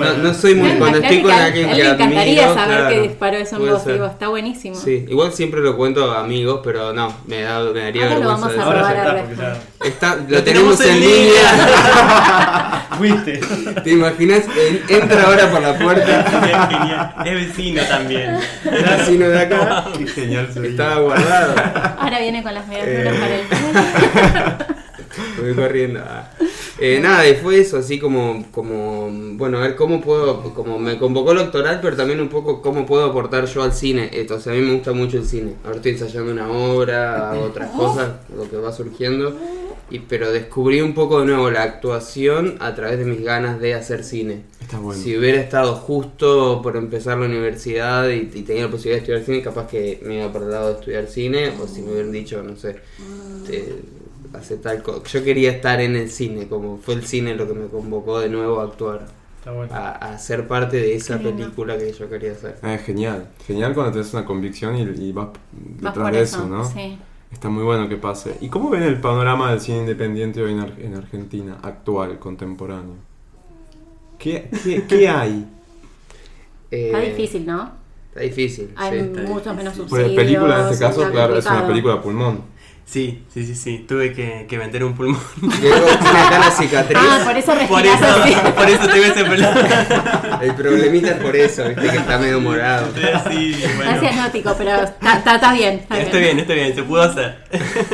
[SPEAKER 6] No, no soy muy.
[SPEAKER 2] Claro,
[SPEAKER 6] cuando
[SPEAKER 2] imagínate
[SPEAKER 6] estoy con
[SPEAKER 2] que a-
[SPEAKER 6] alguien
[SPEAKER 2] a él
[SPEAKER 6] que
[SPEAKER 2] le encantaría
[SPEAKER 6] admiro,
[SPEAKER 2] saber
[SPEAKER 6] claro,
[SPEAKER 2] que disparó eso en
[SPEAKER 6] puede
[SPEAKER 2] vos,
[SPEAKER 6] ser.
[SPEAKER 2] digo, está buenísimo.
[SPEAKER 6] Sí, igual siempre lo cuento a amigos, pero no, me, da, me daría
[SPEAKER 2] Ahora lo
[SPEAKER 6] vergüenza.
[SPEAKER 2] vamos a
[SPEAKER 6] decir.
[SPEAKER 4] Ahora
[SPEAKER 2] probar
[SPEAKER 4] ya
[SPEAKER 2] a
[SPEAKER 4] está,
[SPEAKER 2] ver.
[SPEAKER 4] porque ya
[SPEAKER 6] Está, lo tenemos en línea.
[SPEAKER 5] línea.
[SPEAKER 4] fuiste.
[SPEAKER 6] ¿Te imaginas? Él Entra ahora por la puerta.
[SPEAKER 5] Genial. es vecino también.
[SPEAKER 6] El vecino de acá
[SPEAKER 3] Qué genial sería.
[SPEAKER 6] estaba guardado.
[SPEAKER 2] Ahora viene con las medias
[SPEAKER 6] Eh.
[SPEAKER 2] duras para el final.
[SPEAKER 6] Me voy corriendo. Ah. Eh, nada, y fue eso, así como, como, bueno, a ver cómo puedo, como me convocó el doctoral, pero también un poco cómo puedo aportar yo al cine. Entonces a mí me gusta mucho el cine. Ahora estoy ensayando una obra, hago otras cosas, lo que va surgiendo. Y, pero descubrí un poco de nuevo la actuación a través de mis ganas de hacer cine.
[SPEAKER 3] Está bueno.
[SPEAKER 6] Si hubiera estado justo por empezar la universidad y, y tenía la posibilidad de estudiar cine, capaz que me hubiera acordado de estudiar cine, o si me hubieran dicho, no sé, te- hace tal cosa. Yo quería estar en el cine, como fue el cine lo que me convocó de nuevo a actuar,
[SPEAKER 4] Está bueno.
[SPEAKER 6] a, a ser parte de esa
[SPEAKER 2] Qué lindo.
[SPEAKER 6] película que yo quería hacer.
[SPEAKER 3] Ah, es genial. Genial cuando tenés una convicción y, y vas detrás
[SPEAKER 2] Vas por
[SPEAKER 3] de
[SPEAKER 2] eso,
[SPEAKER 6] Eh,
[SPEAKER 3] eso, ¿no?
[SPEAKER 2] sí.
[SPEAKER 3] Es Está muy bueno que pase. ¿Y cómo ven el panorama del cine independiente hoy en, Ar- en Argentina, actual, contemporáneo? ¿Qué, qué, qué hay?
[SPEAKER 6] Eh,
[SPEAKER 2] Está difícil, ¿no?
[SPEAKER 6] Está difícil.
[SPEAKER 2] Hay
[SPEAKER 6] sí.
[SPEAKER 2] muchos menos subsidios.
[SPEAKER 3] Porque película en este caso,
[SPEAKER 2] está
[SPEAKER 3] claro, es una
[SPEAKER 2] complicado.
[SPEAKER 3] película pulmón.
[SPEAKER 5] Sí, sí, sí, sí. Tuve que, que vender un pulmón.
[SPEAKER 6] Diego tiene acá la cicatriz.
[SPEAKER 2] Ah, por eso
[SPEAKER 5] Por
[SPEAKER 2] respirás así.
[SPEAKER 5] eso, por eso tengo ese problema.
[SPEAKER 6] El problemita es por eso, viste que está medio morado.
[SPEAKER 5] Estoy así, bueno.
[SPEAKER 2] Gracias, Nótico, pero está, está- está bien. Está
[SPEAKER 5] Está Este
[SPEAKER 6] ¿eh?
[SPEAKER 5] bien, está bien, se pudo hacer.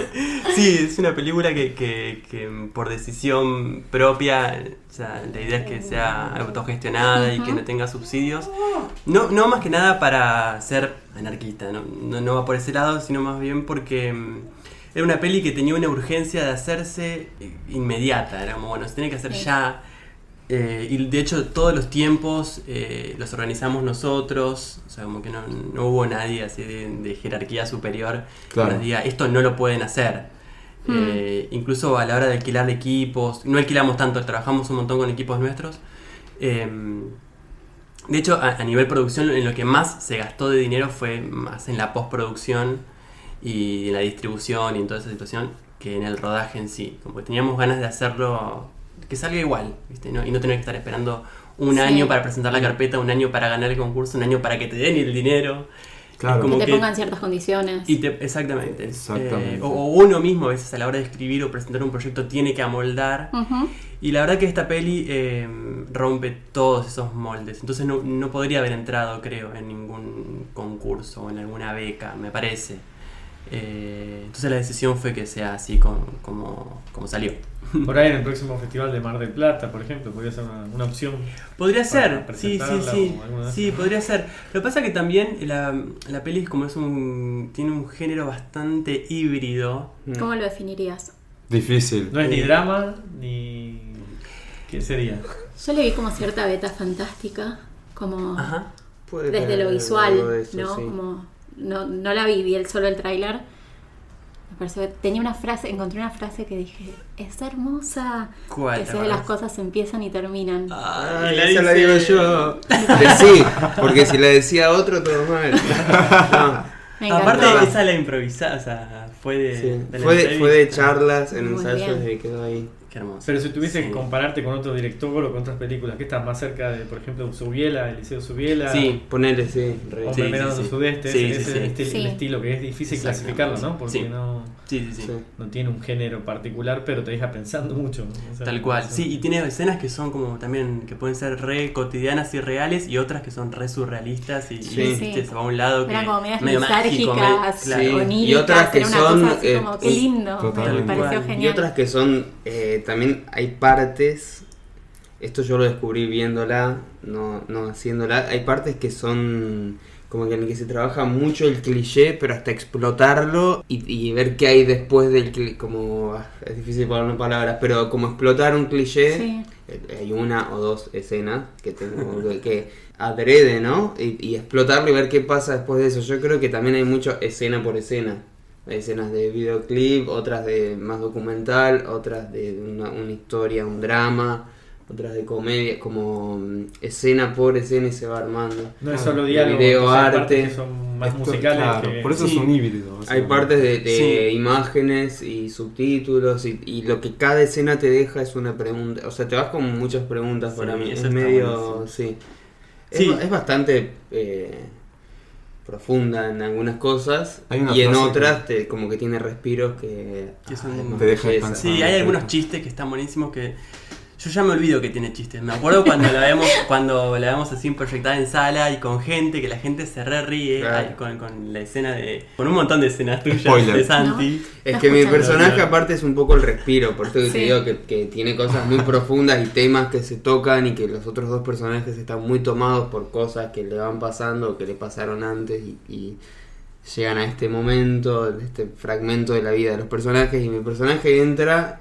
[SPEAKER 5] sí, es una película que, que- que por decisión propia, o sea, la idea es que sea autogestionada y que no tenga subsidios. No, no más que nada para ser anarquista, no, no, no va por ese lado, sino más bien porque mm, era una peli que tenía una urgencia de hacerse eh, inmediata, era como, bueno, se tiene que hacer
[SPEAKER 2] Sí.
[SPEAKER 5] ya. Eh, y de hecho todos los tiempos eh, los organizamos nosotros, o sea, como que no, no hubo nadie así de, de jerarquía superior
[SPEAKER 3] Claro.
[SPEAKER 5] que nos diga, esto no lo pueden hacer. Eh, incluso a la hora de alquilar equipos, no alquilamos tanto, trabajamos un montón con equipos nuestros. Em, de hecho, a, a nivel producción, en lo que más se gastó de dinero fue más en la postproducción y en la distribución y en toda esa situación que en el rodaje en sí. Como que teníamos ganas de hacerlo que salga igual, ¿viste? ¿No? Y no tener que estar esperando un
[SPEAKER 2] Sí.
[SPEAKER 5] año para presentar la carpeta, un año para ganar el concurso, un año para que te den el dinero.
[SPEAKER 3] Claro.
[SPEAKER 5] como
[SPEAKER 2] que te
[SPEAKER 5] que-
[SPEAKER 2] pongan ciertas condiciones.
[SPEAKER 5] Y te- exactamente.
[SPEAKER 3] Exactamente.
[SPEAKER 5] Eh, o, o uno mismo a veces a la hora de escribir o presentar un proyecto tiene que amoldar.
[SPEAKER 2] Ujú.
[SPEAKER 6] Mm.
[SPEAKER 5] Y la verdad que esta peli eh, rompe todos esos moldes. Entonces no, no podría haber entrado, creo, en ningún concurso o en alguna beca, me parece. Eh, entonces la decisión fue que sea así con- como, como salió.
[SPEAKER 4] Por ahí en el próximo festival de Mar del Plata, por ejemplo, podría ser una, una opción.
[SPEAKER 5] Podría ser,
[SPEAKER 4] Para
[SPEAKER 5] sí, sí,
[SPEAKER 4] presentarla
[SPEAKER 5] sí.
[SPEAKER 4] o alguna de
[SPEAKER 5] Sí, podría ser. Lo que pasa que también la, la peli es como es un, tiene un género bastante híbrido.
[SPEAKER 2] ¿Cómo lo definirías?
[SPEAKER 3] Difícil.
[SPEAKER 4] No es
[SPEAKER 6] Eh.
[SPEAKER 4] ni drama ni. ¿Qué sería?
[SPEAKER 2] Yo le vi como cierta beta fantástica, como
[SPEAKER 5] Ajá.
[SPEAKER 6] Puede
[SPEAKER 2] desde
[SPEAKER 6] tener
[SPEAKER 2] lo
[SPEAKER 6] Eh, algo de
[SPEAKER 2] visual,
[SPEAKER 6] eso,
[SPEAKER 2] ¿no?
[SPEAKER 6] sí.
[SPEAKER 2] Como no, no la vi, vi el solo el tráiler. Me pareció tenía una frase, encontré una frase que dije, es hermosa.
[SPEAKER 5] ¿Cuál,
[SPEAKER 2] Que
[SPEAKER 5] te
[SPEAKER 2] sé de las
[SPEAKER 5] acordás?
[SPEAKER 2] cosas empiezan y terminan.
[SPEAKER 5] Ah,
[SPEAKER 6] Ay,
[SPEAKER 5] y la
[SPEAKER 6] esa la digo
[SPEAKER 5] dice-
[SPEAKER 6] yo. Decí, porque si la decía otro, todo mal. No,
[SPEAKER 2] Me
[SPEAKER 5] Aparte,
[SPEAKER 2] encantó.
[SPEAKER 5] esa la improvisada, o sea, fue de,
[SPEAKER 6] sí.
[SPEAKER 5] Eh, de la
[SPEAKER 6] fue, de, fue de
[SPEAKER 5] entrevista.
[SPEAKER 6] charlas en
[SPEAKER 2] Muy
[SPEAKER 6] ensayos
[SPEAKER 2] bien.
[SPEAKER 6] y quedó ahí.
[SPEAKER 5] Qué hermoso.
[SPEAKER 4] Pero si tuviese
[SPEAKER 5] Sí.
[SPEAKER 4] que compararte con otro director o con otras películas, que estás más cerca de, por ejemplo, Subiela, Eliseo Subiela?
[SPEAKER 5] Sí.
[SPEAKER 6] Ponele, sí.
[SPEAKER 4] Hombre
[SPEAKER 6] re-
[SPEAKER 5] Sí, sí,
[SPEAKER 4] Menos del
[SPEAKER 5] sí.
[SPEAKER 4] Sudeste,
[SPEAKER 5] Sí,
[SPEAKER 4] ese,
[SPEAKER 5] sí,
[SPEAKER 4] ese
[SPEAKER 5] sí.
[SPEAKER 4] estil-
[SPEAKER 2] Sí.
[SPEAKER 4] el estilo que es difícil
[SPEAKER 5] Exactamente.
[SPEAKER 4] clasificarlo, ¿no? Porque
[SPEAKER 5] Sí.
[SPEAKER 4] no,
[SPEAKER 5] Sí, sí, sí,
[SPEAKER 6] sí.
[SPEAKER 4] no tiene un género particular, pero te deja pensando mucho. ¿no? O sea,
[SPEAKER 5] Tal cual.
[SPEAKER 4] eso-
[SPEAKER 5] Sí, y tiene escenas que son como también, que pueden ser re cotidianas y reales, y otras que son re surrealistas y,
[SPEAKER 6] Sí.
[SPEAKER 5] y, viste, se va a un lado que
[SPEAKER 2] Eran como medias
[SPEAKER 5] medio mágico, medio-
[SPEAKER 2] lisérgicas,
[SPEAKER 5] claro.
[SPEAKER 6] Sí.
[SPEAKER 2] oníricas,
[SPEAKER 6] Y otras que
[SPEAKER 2] era una
[SPEAKER 6] son,
[SPEAKER 2] cosa así
[SPEAKER 6] eh,
[SPEAKER 2] como, qué
[SPEAKER 6] sí,
[SPEAKER 2] lindo, me
[SPEAKER 3] totalmente.
[SPEAKER 2] pareció
[SPEAKER 5] Y
[SPEAKER 2] genial.
[SPEAKER 6] Y otras que son, eh, también hay partes, esto yo lo descubrí viéndola, no, no haciéndola, hay partes que son como que en que se trabaja mucho el cliché, pero hasta explotarlo y, y ver qué hay después del cliché, como ah, es difícil poner en palabras, pero como explotar un cliché,
[SPEAKER 2] Sí.
[SPEAKER 6] eh, hay una o dos escenas que tengo que, que adrede, ¿no? Y, y explotarlo y ver qué pasa después de eso. Yo creo que también hay mucho escena por escena. Hay escenas de videoclip, otras de más documental, otras de una, una historia, un drama, otras de comedia, como mm, escena por escena y se va armando.
[SPEAKER 4] No es
[SPEAKER 3] Ah,
[SPEAKER 4] solo diálogo,
[SPEAKER 6] video,
[SPEAKER 4] entonces hay
[SPEAKER 6] arte.
[SPEAKER 4] partes que son más eh,
[SPEAKER 3] Esto-
[SPEAKER 4] musicales.
[SPEAKER 3] claro,
[SPEAKER 4] que-
[SPEAKER 3] por eso
[SPEAKER 5] Sí.
[SPEAKER 3] es un híbrido. o sea.
[SPEAKER 6] Hay partes de, de
[SPEAKER 5] Sí.
[SPEAKER 6] imágenes y subtítulos y, y lo que cada escena te deja es una pregunta. O sea, te vas con muchas preguntas
[SPEAKER 5] Sí,
[SPEAKER 6] para mí.
[SPEAKER 5] eso
[SPEAKER 6] es
[SPEAKER 5] está
[SPEAKER 6] medio...
[SPEAKER 5] buenísimo.
[SPEAKER 6] Sí. Es,
[SPEAKER 5] Sí.
[SPEAKER 6] ba- es bastante eh, profunda en algunas cosas
[SPEAKER 3] Hay una
[SPEAKER 6] y en
[SPEAKER 3] frase que-
[SPEAKER 6] otras te- como que tiene respiros que...
[SPEAKER 5] Que son-
[SPEAKER 6] es más
[SPEAKER 3] Te deja
[SPEAKER 6] belleza.
[SPEAKER 3] descansar.
[SPEAKER 5] Sí,
[SPEAKER 3] Ah,
[SPEAKER 5] hay algunos
[SPEAKER 3] perfecto.
[SPEAKER 5] chistes que están buenísimos que yo ya me olvido que tiene chistes. Me acuerdo cuando la vemos cuando la vemos así proyectada en sala y con gente que la gente se re ríe
[SPEAKER 6] Claro.
[SPEAKER 5] ay, con, con la escena de con un montón de escenas tuyas
[SPEAKER 3] Spoiler.
[SPEAKER 5] de Santi.
[SPEAKER 6] Es
[SPEAKER 2] Está
[SPEAKER 6] que mi
[SPEAKER 2] escuchando.
[SPEAKER 6] personaje aparte es un poco el respiro, por eso que te
[SPEAKER 2] Sí.
[SPEAKER 6] digo que, que tiene cosas muy profundas y temas que se tocan y que los otros dos personajes están muy tomados por cosas que le van pasando o que le pasaron antes y, y llegan a este momento, este fragmento de la vida de los personajes y mi personaje entra,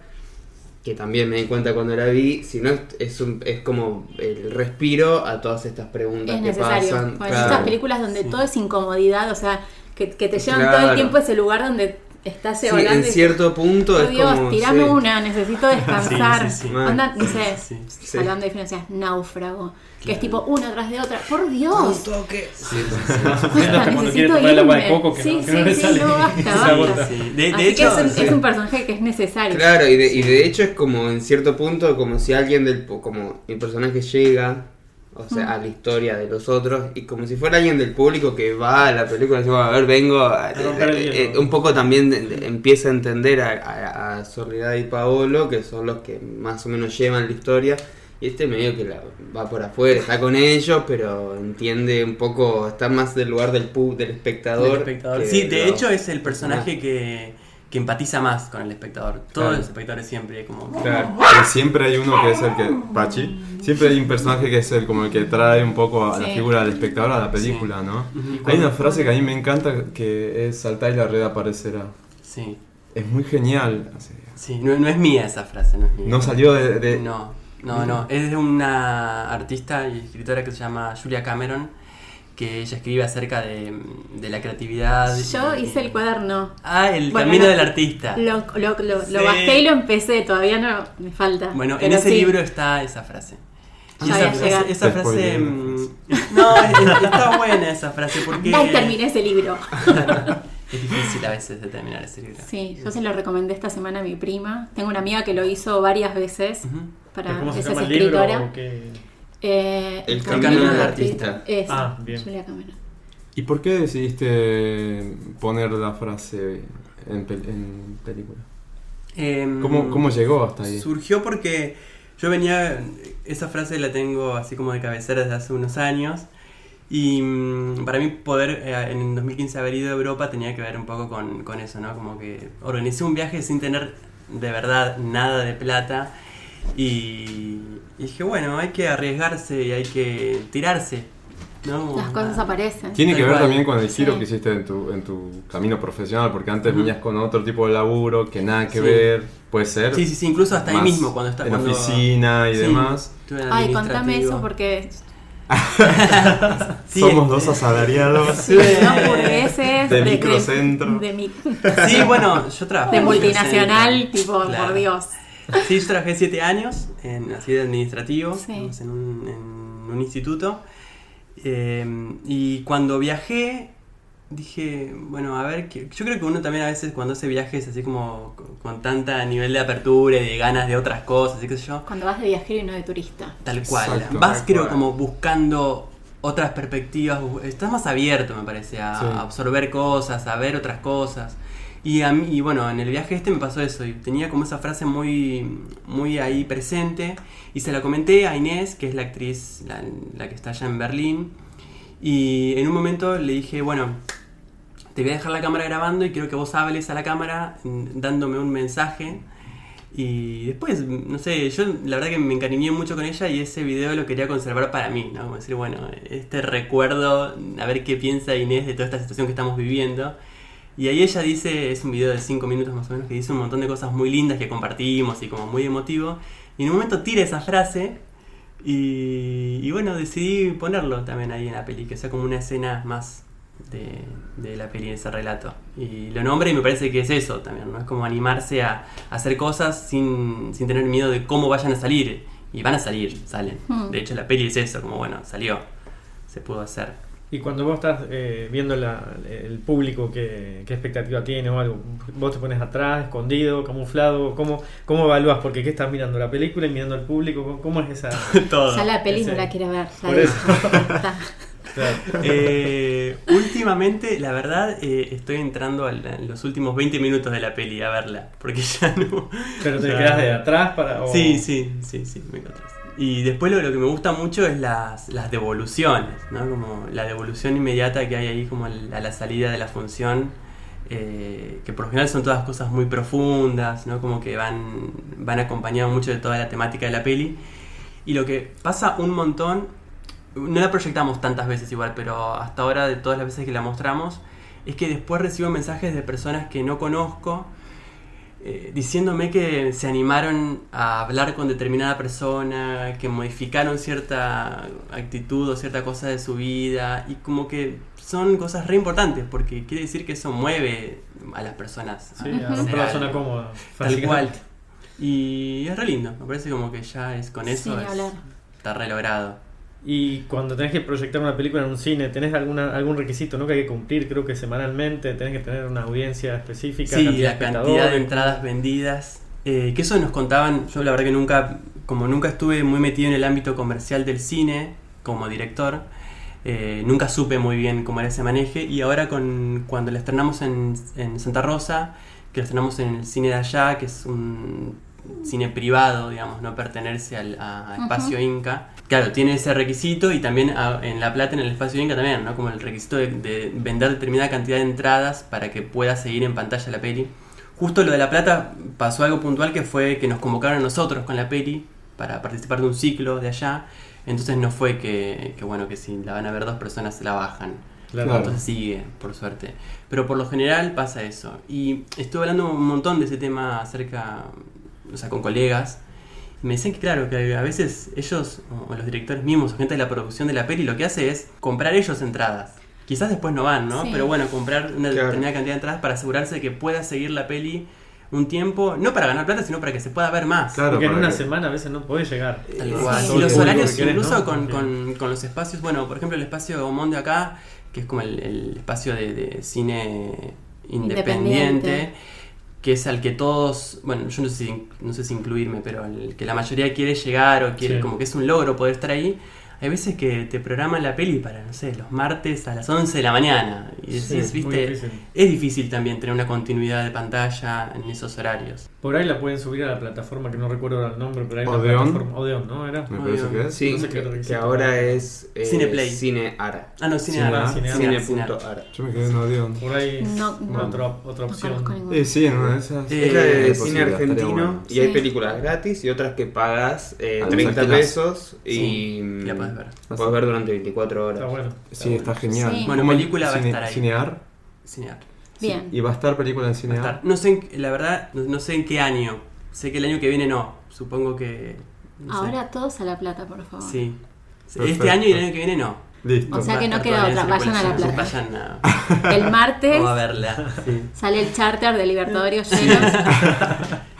[SPEAKER 6] que también me di cuenta cuando la vi, si no es, es un- es como el respiro a todas estas preguntas
[SPEAKER 2] Es
[SPEAKER 6] que
[SPEAKER 2] necesario.
[SPEAKER 6] pasan.
[SPEAKER 2] Bueno,
[SPEAKER 6] Claro.
[SPEAKER 2] Estas películas donde todo es incomodidad, o sea, que, que te llevan todo
[SPEAKER 6] Claro.
[SPEAKER 2] el tiempo a ese lugar donde estás
[SPEAKER 6] Sí,
[SPEAKER 2] volando
[SPEAKER 6] en
[SPEAKER 2] y-
[SPEAKER 6] cierto punto
[SPEAKER 2] Oh,
[SPEAKER 6] es
[SPEAKER 2] Dios,
[SPEAKER 6] como.
[SPEAKER 2] tirame
[SPEAKER 6] sí.
[SPEAKER 2] una, necesito descansar.
[SPEAKER 5] Sí, sí, sí.
[SPEAKER 2] Onda, no sé,
[SPEAKER 5] Sí,
[SPEAKER 6] sí.
[SPEAKER 2] salvando diferencias, náufrago. Que es tipo una tras de otra. ¡Por Dios!
[SPEAKER 6] Sí, sí, sí.
[SPEAKER 2] Basta,
[SPEAKER 4] Cuando quiere
[SPEAKER 2] necesito
[SPEAKER 4] tomar el agua de
[SPEAKER 2] irme.
[SPEAKER 4] coco que
[SPEAKER 2] sí,
[SPEAKER 4] no- que
[SPEAKER 2] sí,
[SPEAKER 4] no le
[SPEAKER 2] sí,
[SPEAKER 4] sale.
[SPEAKER 2] no,
[SPEAKER 4] Se
[SPEAKER 2] basta,
[SPEAKER 4] agota.
[SPEAKER 2] basta.
[SPEAKER 5] Sí. De, de
[SPEAKER 2] Así
[SPEAKER 5] hecho,
[SPEAKER 2] que es un,
[SPEAKER 5] sí.
[SPEAKER 2] es un personaje que es necesario.
[SPEAKER 6] Claro, y de, y de hecho es como en cierto punto, como si alguien del. pu- como el personaje llega, o sea, a la historia de los otros, y como si fuera alguien del público que va a la película y dice, "Bueno, a ver, vengo. a-
[SPEAKER 4] romper el
[SPEAKER 6] eh,
[SPEAKER 4] hielo".
[SPEAKER 6] eh, un poco también de- de- empieza a entender a, a, a Soledad y Paolo, que son los que más o menos llevan la historia. Y este medio que la, va por afuera, está con ellos, pero entiende un poco, está más del lugar del pub, del espectador.
[SPEAKER 5] Del espectador.
[SPEAKER 6] que
[SPEAKER 5] Sí, de
[SPEAKER 6] lo-
[SPEAKER 5] hecho es el personaje que, que empatiza más con el espectador. Todos
[SPEAKER 6] Claro.
[SPEAKER 5] los espectadores siempre como...
[SPEAKER 6] Claro.
[SPEAKER 3] Pero siempre hay uno que es el que. Pachi. Siempre hay un personaje que es el como el que trae un poco a la
[SPEAKER 2] Sí.
[SPEAKER 3] figura del espectador a la película, ¿no? Hay una frase que a mí me encanta que es saltar y la red aparecerá.
[SPEAKER 5] Sí,
[SPEAKER 3] Es muy genial. así.
[SPEAKER 5] sí. No, no es mía esa frase, no es mía.
[SPEAKER 3] No eh, salió de. de-
[SPEAKER 5] No, no, no. Es de una artista y escritora que se llama Julia Cameron, que ella escribe acerca de, de la creatividad.
[SPEAKER 2] Yo hice el cuaderno.
[SPEAKER 5] Ah, el
[SPEAKER 2] Bueno,
[SPEAKER 5] camino
[SPEAKER 2] no.
[SPEAKER 5] del artista.
[SPEAKER 2] Lo, lo, lo,
[SPEAKER 5] Sí.
[SPEAKER 2] lo bajé y lo empecé, todavía no me falta.
[SPEAKER 5] Bueno, en
[SPEAKER 2] Pero
[SPEAKER 5] ese
[SPEAKER 2] sí. Ah,
[SPEAKER 5] libro está esa frase. Y
[SPEAKER 2] Ya voy
[SPEAKER 5] esa
[SPEAKER 2] a llegar.
[SPEAKER 5] frase, esa
[SPEAKER 3] Te spoileé
[SPEAKER 5] frase,
[SPEAKER 3] la
[SPEAKER 5] mm, No, es- está buena esa frase porque.
[SPEAKER 2] Ay, terminé ese libro.
[SPEAKER 5] Es difícil a veces de terminar ese libro.
[SPEAKER 2] Sí, yo se lo recomendé esta semana a mi prima. Tengo una amiga que lo hizo varias veces
[SPEAKER 5] Ujú.
[SPEAKER 2] para
[SPEAKER 4] ¿Cómo se
[SPEAKER 2] esa es
[SPEAKER 4] llama el libro?
[SPEAKER 2] escritora.
[SPEAKER 4] o qué?
[SPEAKER 2] Eh,
[SPEAKER 6] El
[SPEAKER 5] camino del
[SPEAKER 6] artista.
[SPEAKER 2] Esa,
[SPEAKER 4] Ah, bien.
[SPEAKER 2] Julia Cameron.
[SPEAKER 3] ¿Y por qué decidiste poner la frase en, pel- en película?
[SPEAKER 5] Em,
[SPEAKER 3] ¿Cómo, ¿Cómo llegó hasta ahí?
[SPEAKER 5] Surgió porque yo venía, esa frase la tengo así como de cabecera desde hace unos años y mm, para mí poder eh, en 2015 haber ido a Europa tenía que ver un poco con, con eso, ¿no? Como que organicé un viaje sin tener de verdad nada de plata y, y dije, bueno, hay que arriesgarse y hay que tirarse, ¿no?
[SPEAKER 2] Las cosas
[SPEAKER 5] Ah,
[SPEAKER 2] aparecen.
[SPEAKER 3] Tiene que
[SPEAKER 5] Tal
[SPEAKER 3] ver
[SPEAKER 5] cual.
[SPEAKER 3] también con el giro
[SPEAKER 2] Sí.
[SPEAKER 3] que hiciste en tu, en tu camino profesional, porque antes
[SPEAKER 5] Ujú.
[SPEAKER 3] venías con otro tipo de laburo que nada que
[SPEAKER 5] Sí.
[SPEAKER 3] ver, puede ser.
[SPEAKER 5] Sí, sí, sí, incluso hasta ahí
[SPEAKER 3] Más
[SPEAKER 5] mismo cuando está
[SPEAKER 3] en
[SPEAKER 5] cuando-
[SPEAKER 3] oficina y
[SPEAKER 5] Sí,
[SPEAKER 3] demás.
[SPEAKER 5] estuve en
[SPEAKER 2] Ay, contame
[SPEAKER 5] administrativo.
[SPEAKER 2] eso porque
[SPEAKER 5] Sí,
[SPEAKER 3] Somos
[SPEAKER 5] eh,
[SPEAKER 3] dos asalariados
[SPEAKER 5] Sí.
[SPEAKER 2] de hamburgueses,
[SPEAKER 3] De microcentro.
[SPEAKER 2] De, mi-
[SPEAKER 5] Sí, bueno, yo trabajé.
[SPEAKER 2] de
[SPEAKER 5] en
[SPEAKER 2] multinacional,
[SPEAKER 5] Centro.
[SPEAKER 2] tipo,
[SPEAKER 5] Claro.
[SPEAKER 2] por Dios.
[SPEAKER 5] Sí, yo trabajé siete años en, así de administrativo,
[SPEAKER 2] Sí.
[SPEAKER 5] digamos, en, un, en un instituto. Eh, y cuando viajé, dije, bueno, a ver, que- yo creo que uno también a veces cuando hace viajes así como con, con tanta nivel de apertura y de ganas de otras cosas, y qué sé yo,
[SPEAKER 2] Cuando vas de viajero y no de turista.
[SPEAKER 5] Tal cual.
[SPEAKER 3] Exacto,
[SPEAKER 5] Vas,
[SPEAKER 3] tal
[SPEAKER 5] creo,
[SPEAKER 3] cual.
[SPEAKER 5] como buscando otras perspectivas. bu- Estás más abierto, me parece, a
[SPEAKER 3] Sí.
[SPEAKER 5] a absorber cosas, a ver otras cosas. Y, a mí, y bueno, en el viaje este me pasó eso. Y tenía como esa frase muy, muy ahí presente. Y se la comenté a Inés, que es la actriz, la, la que está allá en Berlín. Y en un momento le dije, bueno, te voy a dejar la cámara grabando y quiero que vos hables a la cámara mm, dándome un mensaje. Y después, no sé, yo la verdad que me encariñé mucho con ella y ese video lo quería conservar para mí, ¿no? Como decir, bueno, este recuerdo, a ver qué piensa Inés de toda esta situación que estamos viviendo. Y ahí ella dice, es un video de 5 minutos más o menos, que dice un montón de cosas muy lindas que compartimos y como muy emotivo. Y en un momento tira esa frase y, y bueno, decidí ponerlo también ahí en la peli, que sea como una escena más de, de la peli, de ese relato. Y lo nombre y me parece que es eso también, ¿no? Es como animarse a, a hacer cosas sin, sin tener miedo de cómo vayan a salir. Y van a salir, salen.
[SPEAKER 2] Mm.
[SPEAKER 5] De hecho, la peli es eso, como bueno, salió, se pudo hacer.
[SPEAKER 4] Y cuando vos estás eh, viendo la- el público, ¿qué, qué expectativa tiene o algo? ¿Vos te pones atrás, escondido, camuflado? ¿Cómo, cómo evaluás? Porque ¿qué estás mirando? ¿La película y mirando al público? ¿Cómo, cómo es esa...?
[SPEAKER 5] Todo.
[SPEAKER 2] Ya la peli
[SPEAKER 4] ese-
[SPEAKER 2] no la quiero ver. ya
[SPEAKER 4] Por
[SPEAKER 2] la-
[SPEAKER 4] eso.
[SPEAKER 2] Está.
[SPEAKER 4] Claro.
[SPEAKER 5] Eh, últimamente, la verdad, eh, estoy entrando a la- en los últimos 20 minutos de la peli a verla, porque ya no...
[SPEAKER 4] ¿Pero te
[SPEAKER 5] ya-
[SPEAKER 4] quedás de atrás para...? o-
[SPEAKER 5] Sí, sí, sí, sí, me encontrás. Y después lo, lo que me gusta mucho es las, las devoluciones, ¿no? Como la devolución inmediata que hay ahí como al- a la salida de la función, eh, que por lo general son todas cosas muy profundas, ¿no? Como que van, van acompañadas mucho de toda la temática de la peli. Y lo que pasa un montón, no la proyectamos tantas veces igual, pero hasta ahora de todas las veces que la mostramos, es que después recibo mensajes de personas que no conozco eh, diciéndome que se animaron a hablar con determinada persona, que modificaron cierta actitud o cierta cosa de su vida, y como que son cosas re importantes, porque quiere decir que eso mueve a las personas.
[SPEAKER 4] Sí,
[SPEAKER 5] a
[SPEAKER 4] a
[SPEAKER 5] hacer
[SPEAKER 4] romper la
[SPEAKER 5] algo.
[SPEAKER 4] zona cómoda.
[SPEAKER 5] Tal cual. Y es re lindo, me parece como que ya es con
[SPEAKER 2] Sin
[SPEAKER 5] eso es-
[SPEAKER 2] hablar.
[SPEAKER 5] está re logrado.
[SPEAKER 4] Y cuando tenés que proyectar una película en un cine, tenés alguna, algún requisito ¿no? que hay que cumplir, creo que semanalmente, tenés que tener una audiencia específica,
[SPEAKER 5] Sí,
[SPEAKER 4] cantidad de
[SPEAKER 5] la cantidad de
[SPEAKER 4] espectadores.
[SPEAKER 5] entradas vendidas. eh, que eso nos contaban, yo la verdad que nunca, como nunca estuve muy metido en el ámbito comercial del cine como director, eh, nunca supe muy bien cómo era ese maneje y ahora con, cuando la estrenamos en, en Santa Rosa, que la estrenamos en el cine de allá, que es un cine privado, digamos, no pertenece al, a, a Espacio Inca, claro, tiene ese requisito y también a- en La Plata, en el Espacio Inca también, ¿no? Como el requisito de, de vender determinada cantidad de entradas para que pueda seguir en pantalla la peli. Justo lo de La Plata pasó algo puntual que fue que nos convocaron a nosotros con la peli para participar de un ciclo de allá. Entonces no fue que, que, bueno, que si la van a ver dos personas se la bajan.
[SPEAKER 4] Claro.
[SPEAKER 3] Claro.
[SPEAKER 5] Entonces sigue, por suerte. Pero por lo general pasa eso. Y estuve hablando un montón de ese tema acerca, o sea, con colegas. Y me decían que claro, que a veces ellos, o los directores mismos, o gente de la producción de la peli, lo que hace es comprar ellos entradas. Quizás después no van, ¿no?
[SPEAKER 2] Sí.
[SPEAKER 5] Pero bueno, comprar una
[SPEAKER 6] Claro.
[SPEAKER 5] determinada cantidad de entradas para asegurarse de que pueda seguir la peli un tiempo, no para ganar plata, sino para que se pueda ver más.
[SPEAKER 3] Claro,
[SPEAKER 4] Porque en
[SPEAKER 3] para
[SPEAKER 4] una
[SPEAKER 3] que-
[SPEAKER 4] semana a veces no podés llegar.
[SPEAKER 5] Tal
[SPEAKER 4] Eh,
[SPEAKER 5] cual.
[SPEAKER 4] todo
[SPEAKER 5] Y
[SPEAKER 4] el
[SPEAKER 5] los
[SPEAKER 4] público
[SPEAKER 5] horarios,
[SPEAKER 4] que querés,
[SPEAKER 5] incluso
[SPEAKER 4] ¿no?
[SPEAKER 5] con,
[SPEAKER 4] Porque-
[SPEAKER 5] con- con los espacios, bueno, por ejemplo, el espacio Gaumont de acá, que es como el, el espacio de, de cine independiente,
[SPEAKER 2] Independiente.
[SPEAKER 5] que es al que todos, bueno, yo no sé, si- no sé si incluirme, pero el que la mayoría quiere llegar o quiere,
[SPEAKER 4] Sí.
[SPEAKER 5] como que es un logro poder estar ahí. Hay veces que te programan la peli para, no sé, los martes a las 11 de la mañana. Y
[SPEAKER 4] Sí,
[SPEAKER 5] decís,
[SPEAKER 4] muy
[SPEAKER 5] viste,
[SPEAKER 4] difícil.
[SPEAKER 5] es difícil también tener una continuidad de pantalla en esos horarios.
[SPEAKER 4] Por ahí la pueden subir a la plataforma que no recuerdo ahora el nombre, pero hay una
[SPEAKER 3] Odeon.
[SPEAKER 4] plataforma. Odeon, ¿no? Era.
[SPEAKER 3] Me parece que es.
[SPEAKER 6] Sí,
[SPEAKER 4] No sé qué
[SPEAKER 6] que, que
[SPEAKER 4] requisito.
[SPEAKER 6] ahora es eh,
[SPEAKER 5] Cineplay.
[SPEAKER 6] Cineara.
[SPEAKER 5] Ah, no, cine,
[SPEAKER 3] Cine-
[SPEAKER 5] Ara,
[SPEAKER 3] ah,
[SPEAKER 5] cine Ara,
[SPEAKER 6] Cine
[SPEAKER 5] cine Ara.
[SPEAKER 6] punto ara.
[SPEAKER 3] Yo me quedé en Odeon.
[SPEAKER 4] Por ahí
[SPEAKER 2] No, no.
[SPEAKER 4] otra, otra
[SPEAKER 2] No
[SPEAKER 4] opción.
[SPEAKER 2] conozco ninguno.
[SPEAKER 3] Eh, sí, en una de esas.
[SPEAKER 5] Eh,
[SPEAKER 6] Es la de
[SPEAKER 3] es
[SPEAKER 6] cine
[SPEAKER 3] posible, estaría
[SPEAKER 6] argentino
[SPEAKER 3] bueno.
[SPEAKER 6] y hay
[SPEAKER 2] Sí.
[SPEAKER 6] películas gratis y otras que pagas eh,
[SPEAKER 3] Ah, los
[SPEAKER 6] 30
[SPEAKER 3] alquilás.
[SPEAKER 6] pesos y
[SPEAKER 5] Sí,
[SPEAKER 6] mm,
[SPEAKER 5] la podés ver.
[SPEAKER 6] la podés ver durante 24 horas.
[SPEAKER 4] Está bueno.
[SPEAKER 3] Sí, está genial.
[SPEAKER 2] Sí.
[SPEAKER 5] Bueno,
[SPEAKER 3] ¿Cómo
[SPEAKER 5] película va a estar ahí.
[SPEAKER 3] Cinear.
[SPEAKER 5] Cine Ara.
[SPEAKER 2] Bien.
[SPEAKER 3] Y va a estar película en
[SPEAKER 5] Va a
[SPEAKER 3] Cinear.
[SPEAKER 5] estar. No sé, en qué- la verdad, no, no sé en qué año. Sé que el año que viene no. Supongo que. no sé.
[SPEAKER 2] Ahora todos a La Plata, por favor.
[SPEAKER 5] Sí. Este
[SPEAKER 3] Perfecto.
[SPEAKER 5] año y el año que viene no.
[SPEAKER 3] Listo.
[SPEAKER 2] O sea
[SPEAKER 5] Va
[SPEAKER 2] que
[SPEAKER 5] a
[SPEAKER 2] no
[SPEAKER 5] estar
[SPEAKER 2] queda
[SPEAKER 5] todavía en
[SPEAKER 2] otra, vayan a La
[SPEAKER 5] circulación.
[SPEAKER 2] Plata.
[SPEAKER 5] Vayan a,
[SPEAKER 2] El martes
[SPEAKER 5] vamos a verla. sí.
[SPEAKER 2] sale el charter de Libertadores lleno.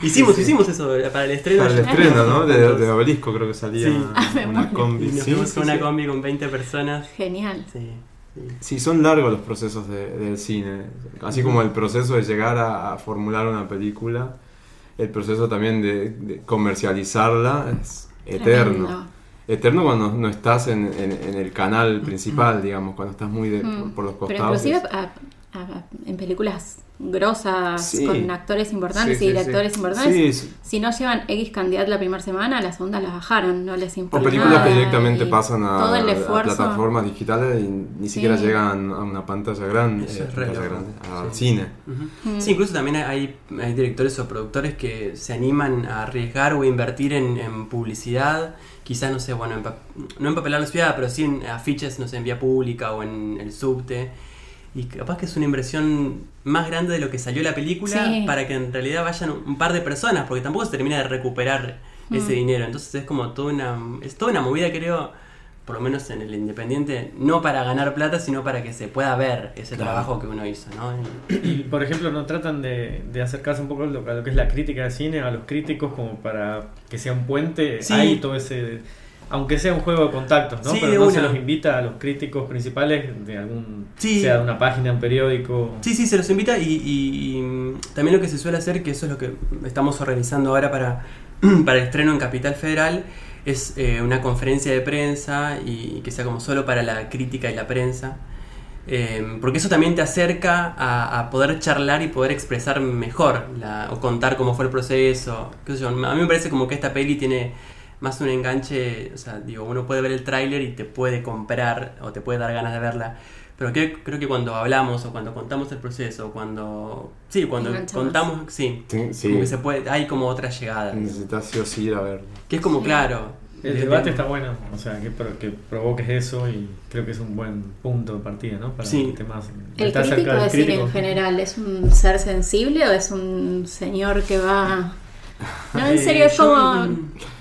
[SPEAKER 5] Hicimos, hicimos eso eh, para el estreno.
[SPEAKER 3] Para el
[SPEAKER 5] ya.
[SPEAKER 3] estreno, ¿no? De, de
[SPEAKER 5] Juntos.
[SPEAKER 3] Obelisco creo que salía
[SPEAKER 5] Sí.
[SPEAKER 2] Ah, me
[SPEAKER 3] una
[SPEAKER 2] muero.
[SPEAKER 5] Y
[SPEAKER 3] combi.
[SPEAKER 5] nos
[SPEAKER 3] Sí,
[SPEAKER 5] fuimos
[SPEAKER 3] sí,
[SPEAKER 5] con una
[SPEAKER 3] sí.
[SPEAKER 5] combi con 20 personas.
[SPEAKER 2] Genial.
[SPEAKER 5] Sí. sí.
[SPEAKER 3] Sí, son largos los procesos de- del cine. Así como el proceso de llegar a, a formular una película, el proceso también de, de comercializarla es eterno.
[SPEAKER 2] Tremendo. Mm-hmm.
[SPEAKER 3] Eterno cuando no estás en, en- en el canal principal, digamos, cuando estás muy de- Eh, por, por los
[SPEAKER 2] Mm. Pero
[SPEAKER 3] costados.
[SPEAKER 2] inclusive a- a- en películas grosas,
[SPEAKER 3] Sí.
[SPEAKER 2] con actores importantes
[SPEAKER 6] Sí,
[SPEAKER 2] y
[SPEAKER 6] sí,
[SPEAKER 2] directores
[SPEAKER 6] sí.
[SPEAKER 2] importantes,
[SPEAKER 3] Sí, sí.
[SPEAKER 2] si no llevan X cantidad la primera semana, la segunda las bajaron, no les
[SPEAKER 3] O
[SPEAKER 2] importa.
[SPEAKER 3] películas
[SPEAKER 2] nada,
[SPEAKER 3] que directamente
[SPEAKER 2] y
[SPEAKER 3] pasan a,
[SPEAKER 2] todo el
[SPEAKER 3] a
[SPEAKER 2] esfuerzo.
[SPEAKER 3] plataformas digitales y ni siquiera
[SPEAKER 2] Sí.
[SPEAKER 3] llegan a una pantalla grande,
[SPEAKER 5] Eso
[SPEAKER 3] eh,
[SPEAKER 5] es re
[SPEAKER 3] pantalla
[SPEAKER 5] loco.
[SPEAKER 3] grande, al
[SPEAKER 5] Sí.
[SPEAKER 3] cine.
[SPEAKER 5] Ujú. Sí, incluso también hay, hay directores o productores que se animan a arriesgar o invertir en, en publicidad. Quizás, no sé, bueno, en pa- no en papelar la ciudad, pero sí en afiches, no sé, en vía pública o en el subte. Y capaz que es una inversión más grande de lo que salió la película
[SPEAKER 2] Sí.
[SPEAKER 5] para que en realidad vayan un par de personas, porque tampoco se termina de recuperar ese dinero. Entonces es como toda una, es toda una movida, creo, por lo menos en el Independiente, no para ganar plata, sino para que se pueda ver ese
[SPEAKER 3] Claro.
[SPEAKER 5] trabajo que uno hizo, ¿no?
[SPEAKER 4] Y por ejemplo, no tratan de, de acercarse un poco a lo, a lo que es la crítica de cine, a los críticos, como para que sea un puente.
[SPEAKER 5] Sí.
[SPEAKER 4] Hay todo ese. Aunque sea un juego de contactos, ¿no?
[SPEAKER 5] Sí, de
[SPEAKER 4] Pero no se
[SPEAKER 5] una.
[SPEAKER 4] los invita a los críticos principales de algún.
[SPEAKER 5] Sí.
[SPEAKER 4] sea de una página, un periódico.
[SPEAKER 5] Sí, sí, se los invita y, y- y, mm, también lo que se suele hacer, que eso es lo que estamos organizando ahora para, para el estreno en Capital Federal, es eh, una conferencia de prensa y que sea como solo para la crítica y la prensa. Eh, porque eso también te acerca a, a poder charlar y poder expresar mejor la- o contar cómo fue el proceso. qué sé yo. A mí me parece como que esta peli tiene más un enganche, o sea, digo, uno puede ver el tráiler y te puede comprar o te puede dar ganas de verla. Pero que- creo que cuando hablamos o cuando contamos el proceso, cuando... Sí, cuando
[SPEAKER 2] Engancha más.
[SPEAKER 5] contamos, sí.
[SPEAKER 3] Sí,
[SPEAKER 5] Como que
[SPEAKER 3] sí.
[SPEAKER 5] se puede, hay como otra llegada.
[SPEAKER 3] Necesitas sí o sí ir a verlo.
[SPEAKER 5] Que es como, claro,
[SPEAKER 4] El debate está bueno, o sea, que, pro- que provoques eso y creo que es un buen punto de partida, ¿no? Para
[SPEAKER 5] Sí.
[SPEAKER 4] que te más-
[SPEAKER 2] ¿El
[SPEAKER 4] estar
[SPEAKER 2] crítico
[SPEAKER 4] cerca del
[SPEAKER 2] de cine
[SPEAKER 4] crítico.
[SPEAKER 2] en general es un ser sensible o es un señor que va.? No, en
[SPEAKER 5] Eh,
[SPEAKER 2] serio, es
[SPEAKER 5] yo-
[SPEAKER 2] como.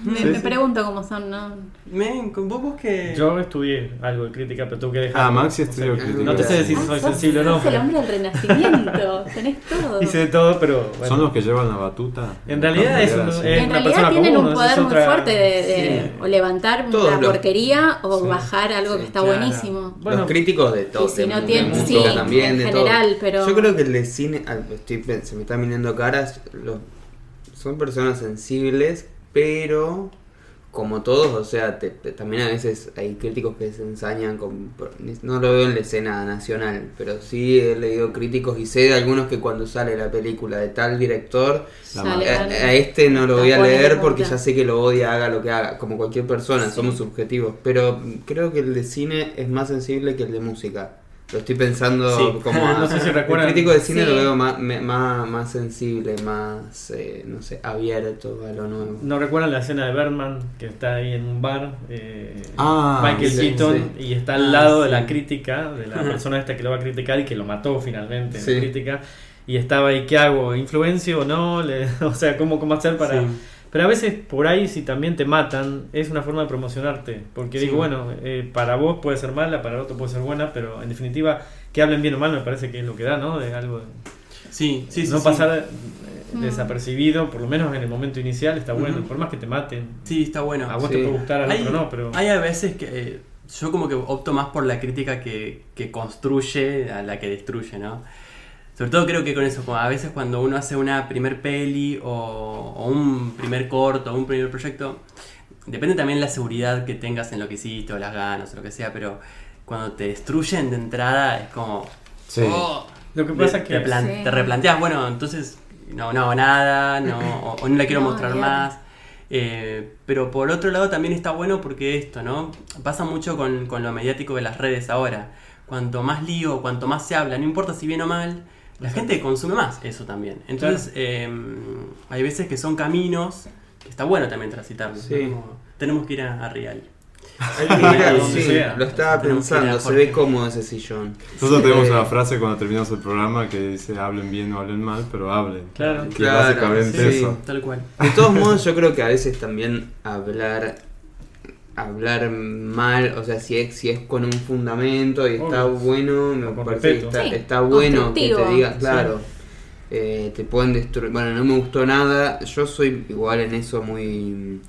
[SPEAKER 2] Me,
[SPEAKER 5] Sí,
[SPEAKER 2] me
[SPEAKER 5] sí.
[SPEAKER 2] pregunto cómo son, ¿no?
[SPEAKER 5] Men, con vos vos que.
[SPEAKER 4] Yo estudié algo de crítica, pero tuve que dejar.
[SPEAKER 3] Ah, Maxi
[SPEAKER 4] O sea,
[SPEAKER 3] estudió crítica.
[SPEAKER 4] No te sé decir si soy
[SPEAKER 2] Ah, sos-
[SPEAKER 4] sensible o no.
[SPEAKER 2] sos el hombre del renacimiento, tenés
[SPEAKER 5] Ah.
[SPEAKER 2] todo.
[SPEAKER 4] Hice de todo, pero. bueno.
[SPEAKER 3] Son los que llevan la batuta.
[SPEAKER 4] En realidad es
[SPEAKER 2] Y
[SPEAKER 4] un-
[SPEAKER 2] en
[SPEAKER 4] eh, una
[SPEAKER 2] realidad
[SPEAKER 4] persona
[SPEAKER 2] tienen
[SPEAKER 4] común,
[SPEAKER 2] un
[SPEAKER 4] esa es
[SPEAKER 2] poder muy
[SPEAKER 4] otra-
[SPEAKER 2] fuerte de, de
[SPEAKER 5] Sí.
[SPEAKER 2] o levantar
[SPEAKER 6] Todos
[SPEAKER 2] una
[SPEAKER 6] los-
[SPEAKER 2] porquería o
[SPEAKER 6] Sí.
[SPEAKER 2] bajar algo
[SPEAKER 6] Sí,
[SPEAKER 2] que está
[SPEAKER 5] claro.
[SPEAKER 2] buenísimo.
[SPEAKER 4] Bueno.
[SPEAKER 6] los críticos de todo.
[SPEAKER 2] Y si
[SPEAKER 6] de-
[SPEAKER 2] no
[SPEAKER 6] de
[SPEAKER 2] tienen-
[SPEAKER 6] música
[SPEAKER 2] sí,
[SPEAKER 6] también,
[SPEAKER 2] en
[SPEAKER 6] de
[SPEAKER 2] general,
[SPEAKER 6] todo.
[SPEAKER 2] pero-
[SPEAKER 6] Yo creo que el de cine, al- estoy pen- se me están viniendo caras, los- son personas sensibles, pero como todos, o sea, te- te- también a veces hay críticos que se ensañan con... No lo veo en la escena nacional, pero sí he leído críticos y sé de algunos que cuando sale la película de tal director,
[SPEAKER 3] La
[SPEAKER 2] Sale
[SPEAKER 6] a,
[SPEAKER 2] algo.
[SPEAKER 6] a este no lo
[SPEAKER 2] La
[SPEAKER 6] voy a
[SPEAKER 2] pone de
[SPEAKER 6] leer porque
[SPEAKER 2] punta.
[SPEAKER 6] ya sé que lo odia, haga lo que haga, como cualquier persona, somos subjetivos. Pero creo que el de cine es más sensible que el de música. Lo estoy pensando
[SPEAKER 5] Sí.
[SPEAKER 6] como a-
[SPEAKER 4] No sé si
[SPEAKER 6] el
[SPEAKER 4] recuerdan.
[SPEAKER 6] crítico de cine
[SPEAKER 2] Sí.
[SPEAKER 6] lo veo más, me- más, más sensible, más, eh, no sé, abierto a lo nuevo.
[SPEAKER 4] ¿No recuerdan la escena de Berman que está ahí en un bar? eh,
[SPEAKER 3] Ah,
[SPEAKER 4] Michael
[SPEAKER 6] sí,
[SPEAKER 4] Keaton
[SPEAKER 6] sí.
[SPEAKER 4] y está
[SPEAKER 5] Ah,
[SPEAKER 4] al lado de
[SPEAKER 5] sí.
[SPEAKER 4] la crítica, de la persona esta que lo va a criticar y que lo mató finalmente en
[SPEAKER 6] Sí.
[SPEAKER 4] la crítica. Y estaba ahí, ¿qué hago? ¿Influencio o no? Le- o sea, ¿cómo, ¿cómo hacer para...?
[SPEAKER 5] Sí.
[SPEAKER 4] Pero a veces por ahí si también te matan, es una forma de promocionarte. Porque
[SPEAKER 5] Sí.
[SPEAKER 4] digo, bueno, eh, para vos puede ser mala, para el otro puede ser buena, pero en definitiva, que hablen bien o mal me parece que es lo que da, ¿no? De algo... de-
[SPEAKER 5] Sí, sí, sí.
[SPEAKER 4] no
[SPEAKER 5] sí.
[SPEAKER 4] pasar eh,
[SPEAKER 2] Mm.
[SPEAKER 4] desapercibido, por lo menos en el momento inicial, está bueno.
[SPEAKER 5] Ujú.
[SPEAKER 4] Por más que te maten,
[SPEAKER 5] Sí, está bueno.
[SPEAKER 4] a vos
[SPEAKER 6] Sí.
[SPEAKER 4] te puede gustar, al
[SPEAKER 5] hay,
[SPEAKER 4] otro no, pero.
[SPEAKER 5] hay a veces que eh, yo como que opto más por la crítica que, que construye a la que destruye, ¿no? Sobre todo creo que con eso, como a veces cuando uno hace una primer peli o, o un primer corto o un primer proyecto, depende también la seguridad que tengas en lo que hiciste o las ganas o lo que sea, pero cuando te destruyen de entrada es como...
[SPEAKER 3] Sí.
[SPEAKER 5] "Oh",
[SPEAKER 4] Lo que pasa
[SPEAKER 5] te-
[SPEAKER 4] es que-
[SPEAKER 5] Te, plan-
[SPEAKER 2] Sí.
[SPEAKER 5] te replanteas, bueno, entonces no, no hago nada, no, o, o no la quiero
[SPEAKER 2] No,
[SPEAKER 5] mostrar
[SPEAKER 2] claro.
[SPEAKER 5] más. Eh, pero por otro lado también está bueno porque esto, ¿no? Pasa mucho con, con lo mediático de las redes ahora. Cuanto más lío, cuanto más se habla, no importa si bien o mal, la gente consume más eso también. Entonces, eh, hay veces que son caminos que está bueno también transitarlos.
[SPEAKER 6] Sí.
[SPEAKER 5] ¿no? Como, tenemos que ir a, a Real.
[SPEAKER 6] Hay que ir a-
[SPEAKER 4] Donde
[SPEAKER 6] sí,
[SPEAKER 4] sea.
[SPEAKER 6] lo estaba
[SPEAKER 5] Tenemos que ir a
[SPEAKER 6] pensando, se
[SPEAKER 5] Jorge.
[SPEAKER 6] ve cómodo ese sillón.
[SPEAKER 3] Nosotros tenemos
[SPEAKER 6] Eh,
[SPEAKER 3] una frase cuando terminamos el programa que dice hablen bien o hablen mal, pero hablen.
[SPEAKER 4] Claro.
[SPEAKER 3] Que
[SPEAKER 6] Claro,
[SPEAKER 3] básicamente
[SPEAKER 6] sí.
[SPEAKER 3] eso.
[SPEAKER 5] Tal cual.
[SPEAKER 6] De todos modos, yo creo que a veces también hablar hablar mal, o sea, si es, si es con un fundamento y está
[SPEAKER 4] Obvio.
[SPEAKER 6] bueno, me
[SPEAKER 4] O con
[SPEAKER 6] parece que
[SPEAKER 4] respeto.
[SPEAKER 6] está,
[SPEAKER 2] Sí,
[SPEAKER 6] está bueno que te
[SPEAKER 2] constructivo.
[SPEAKER 6] digas,
[SPEAKER 4] Sí.
[SPEAKER 6] claro. eh, te pueden destruir. Bueno, no me gustó nada. Yo soy igual en eso muy.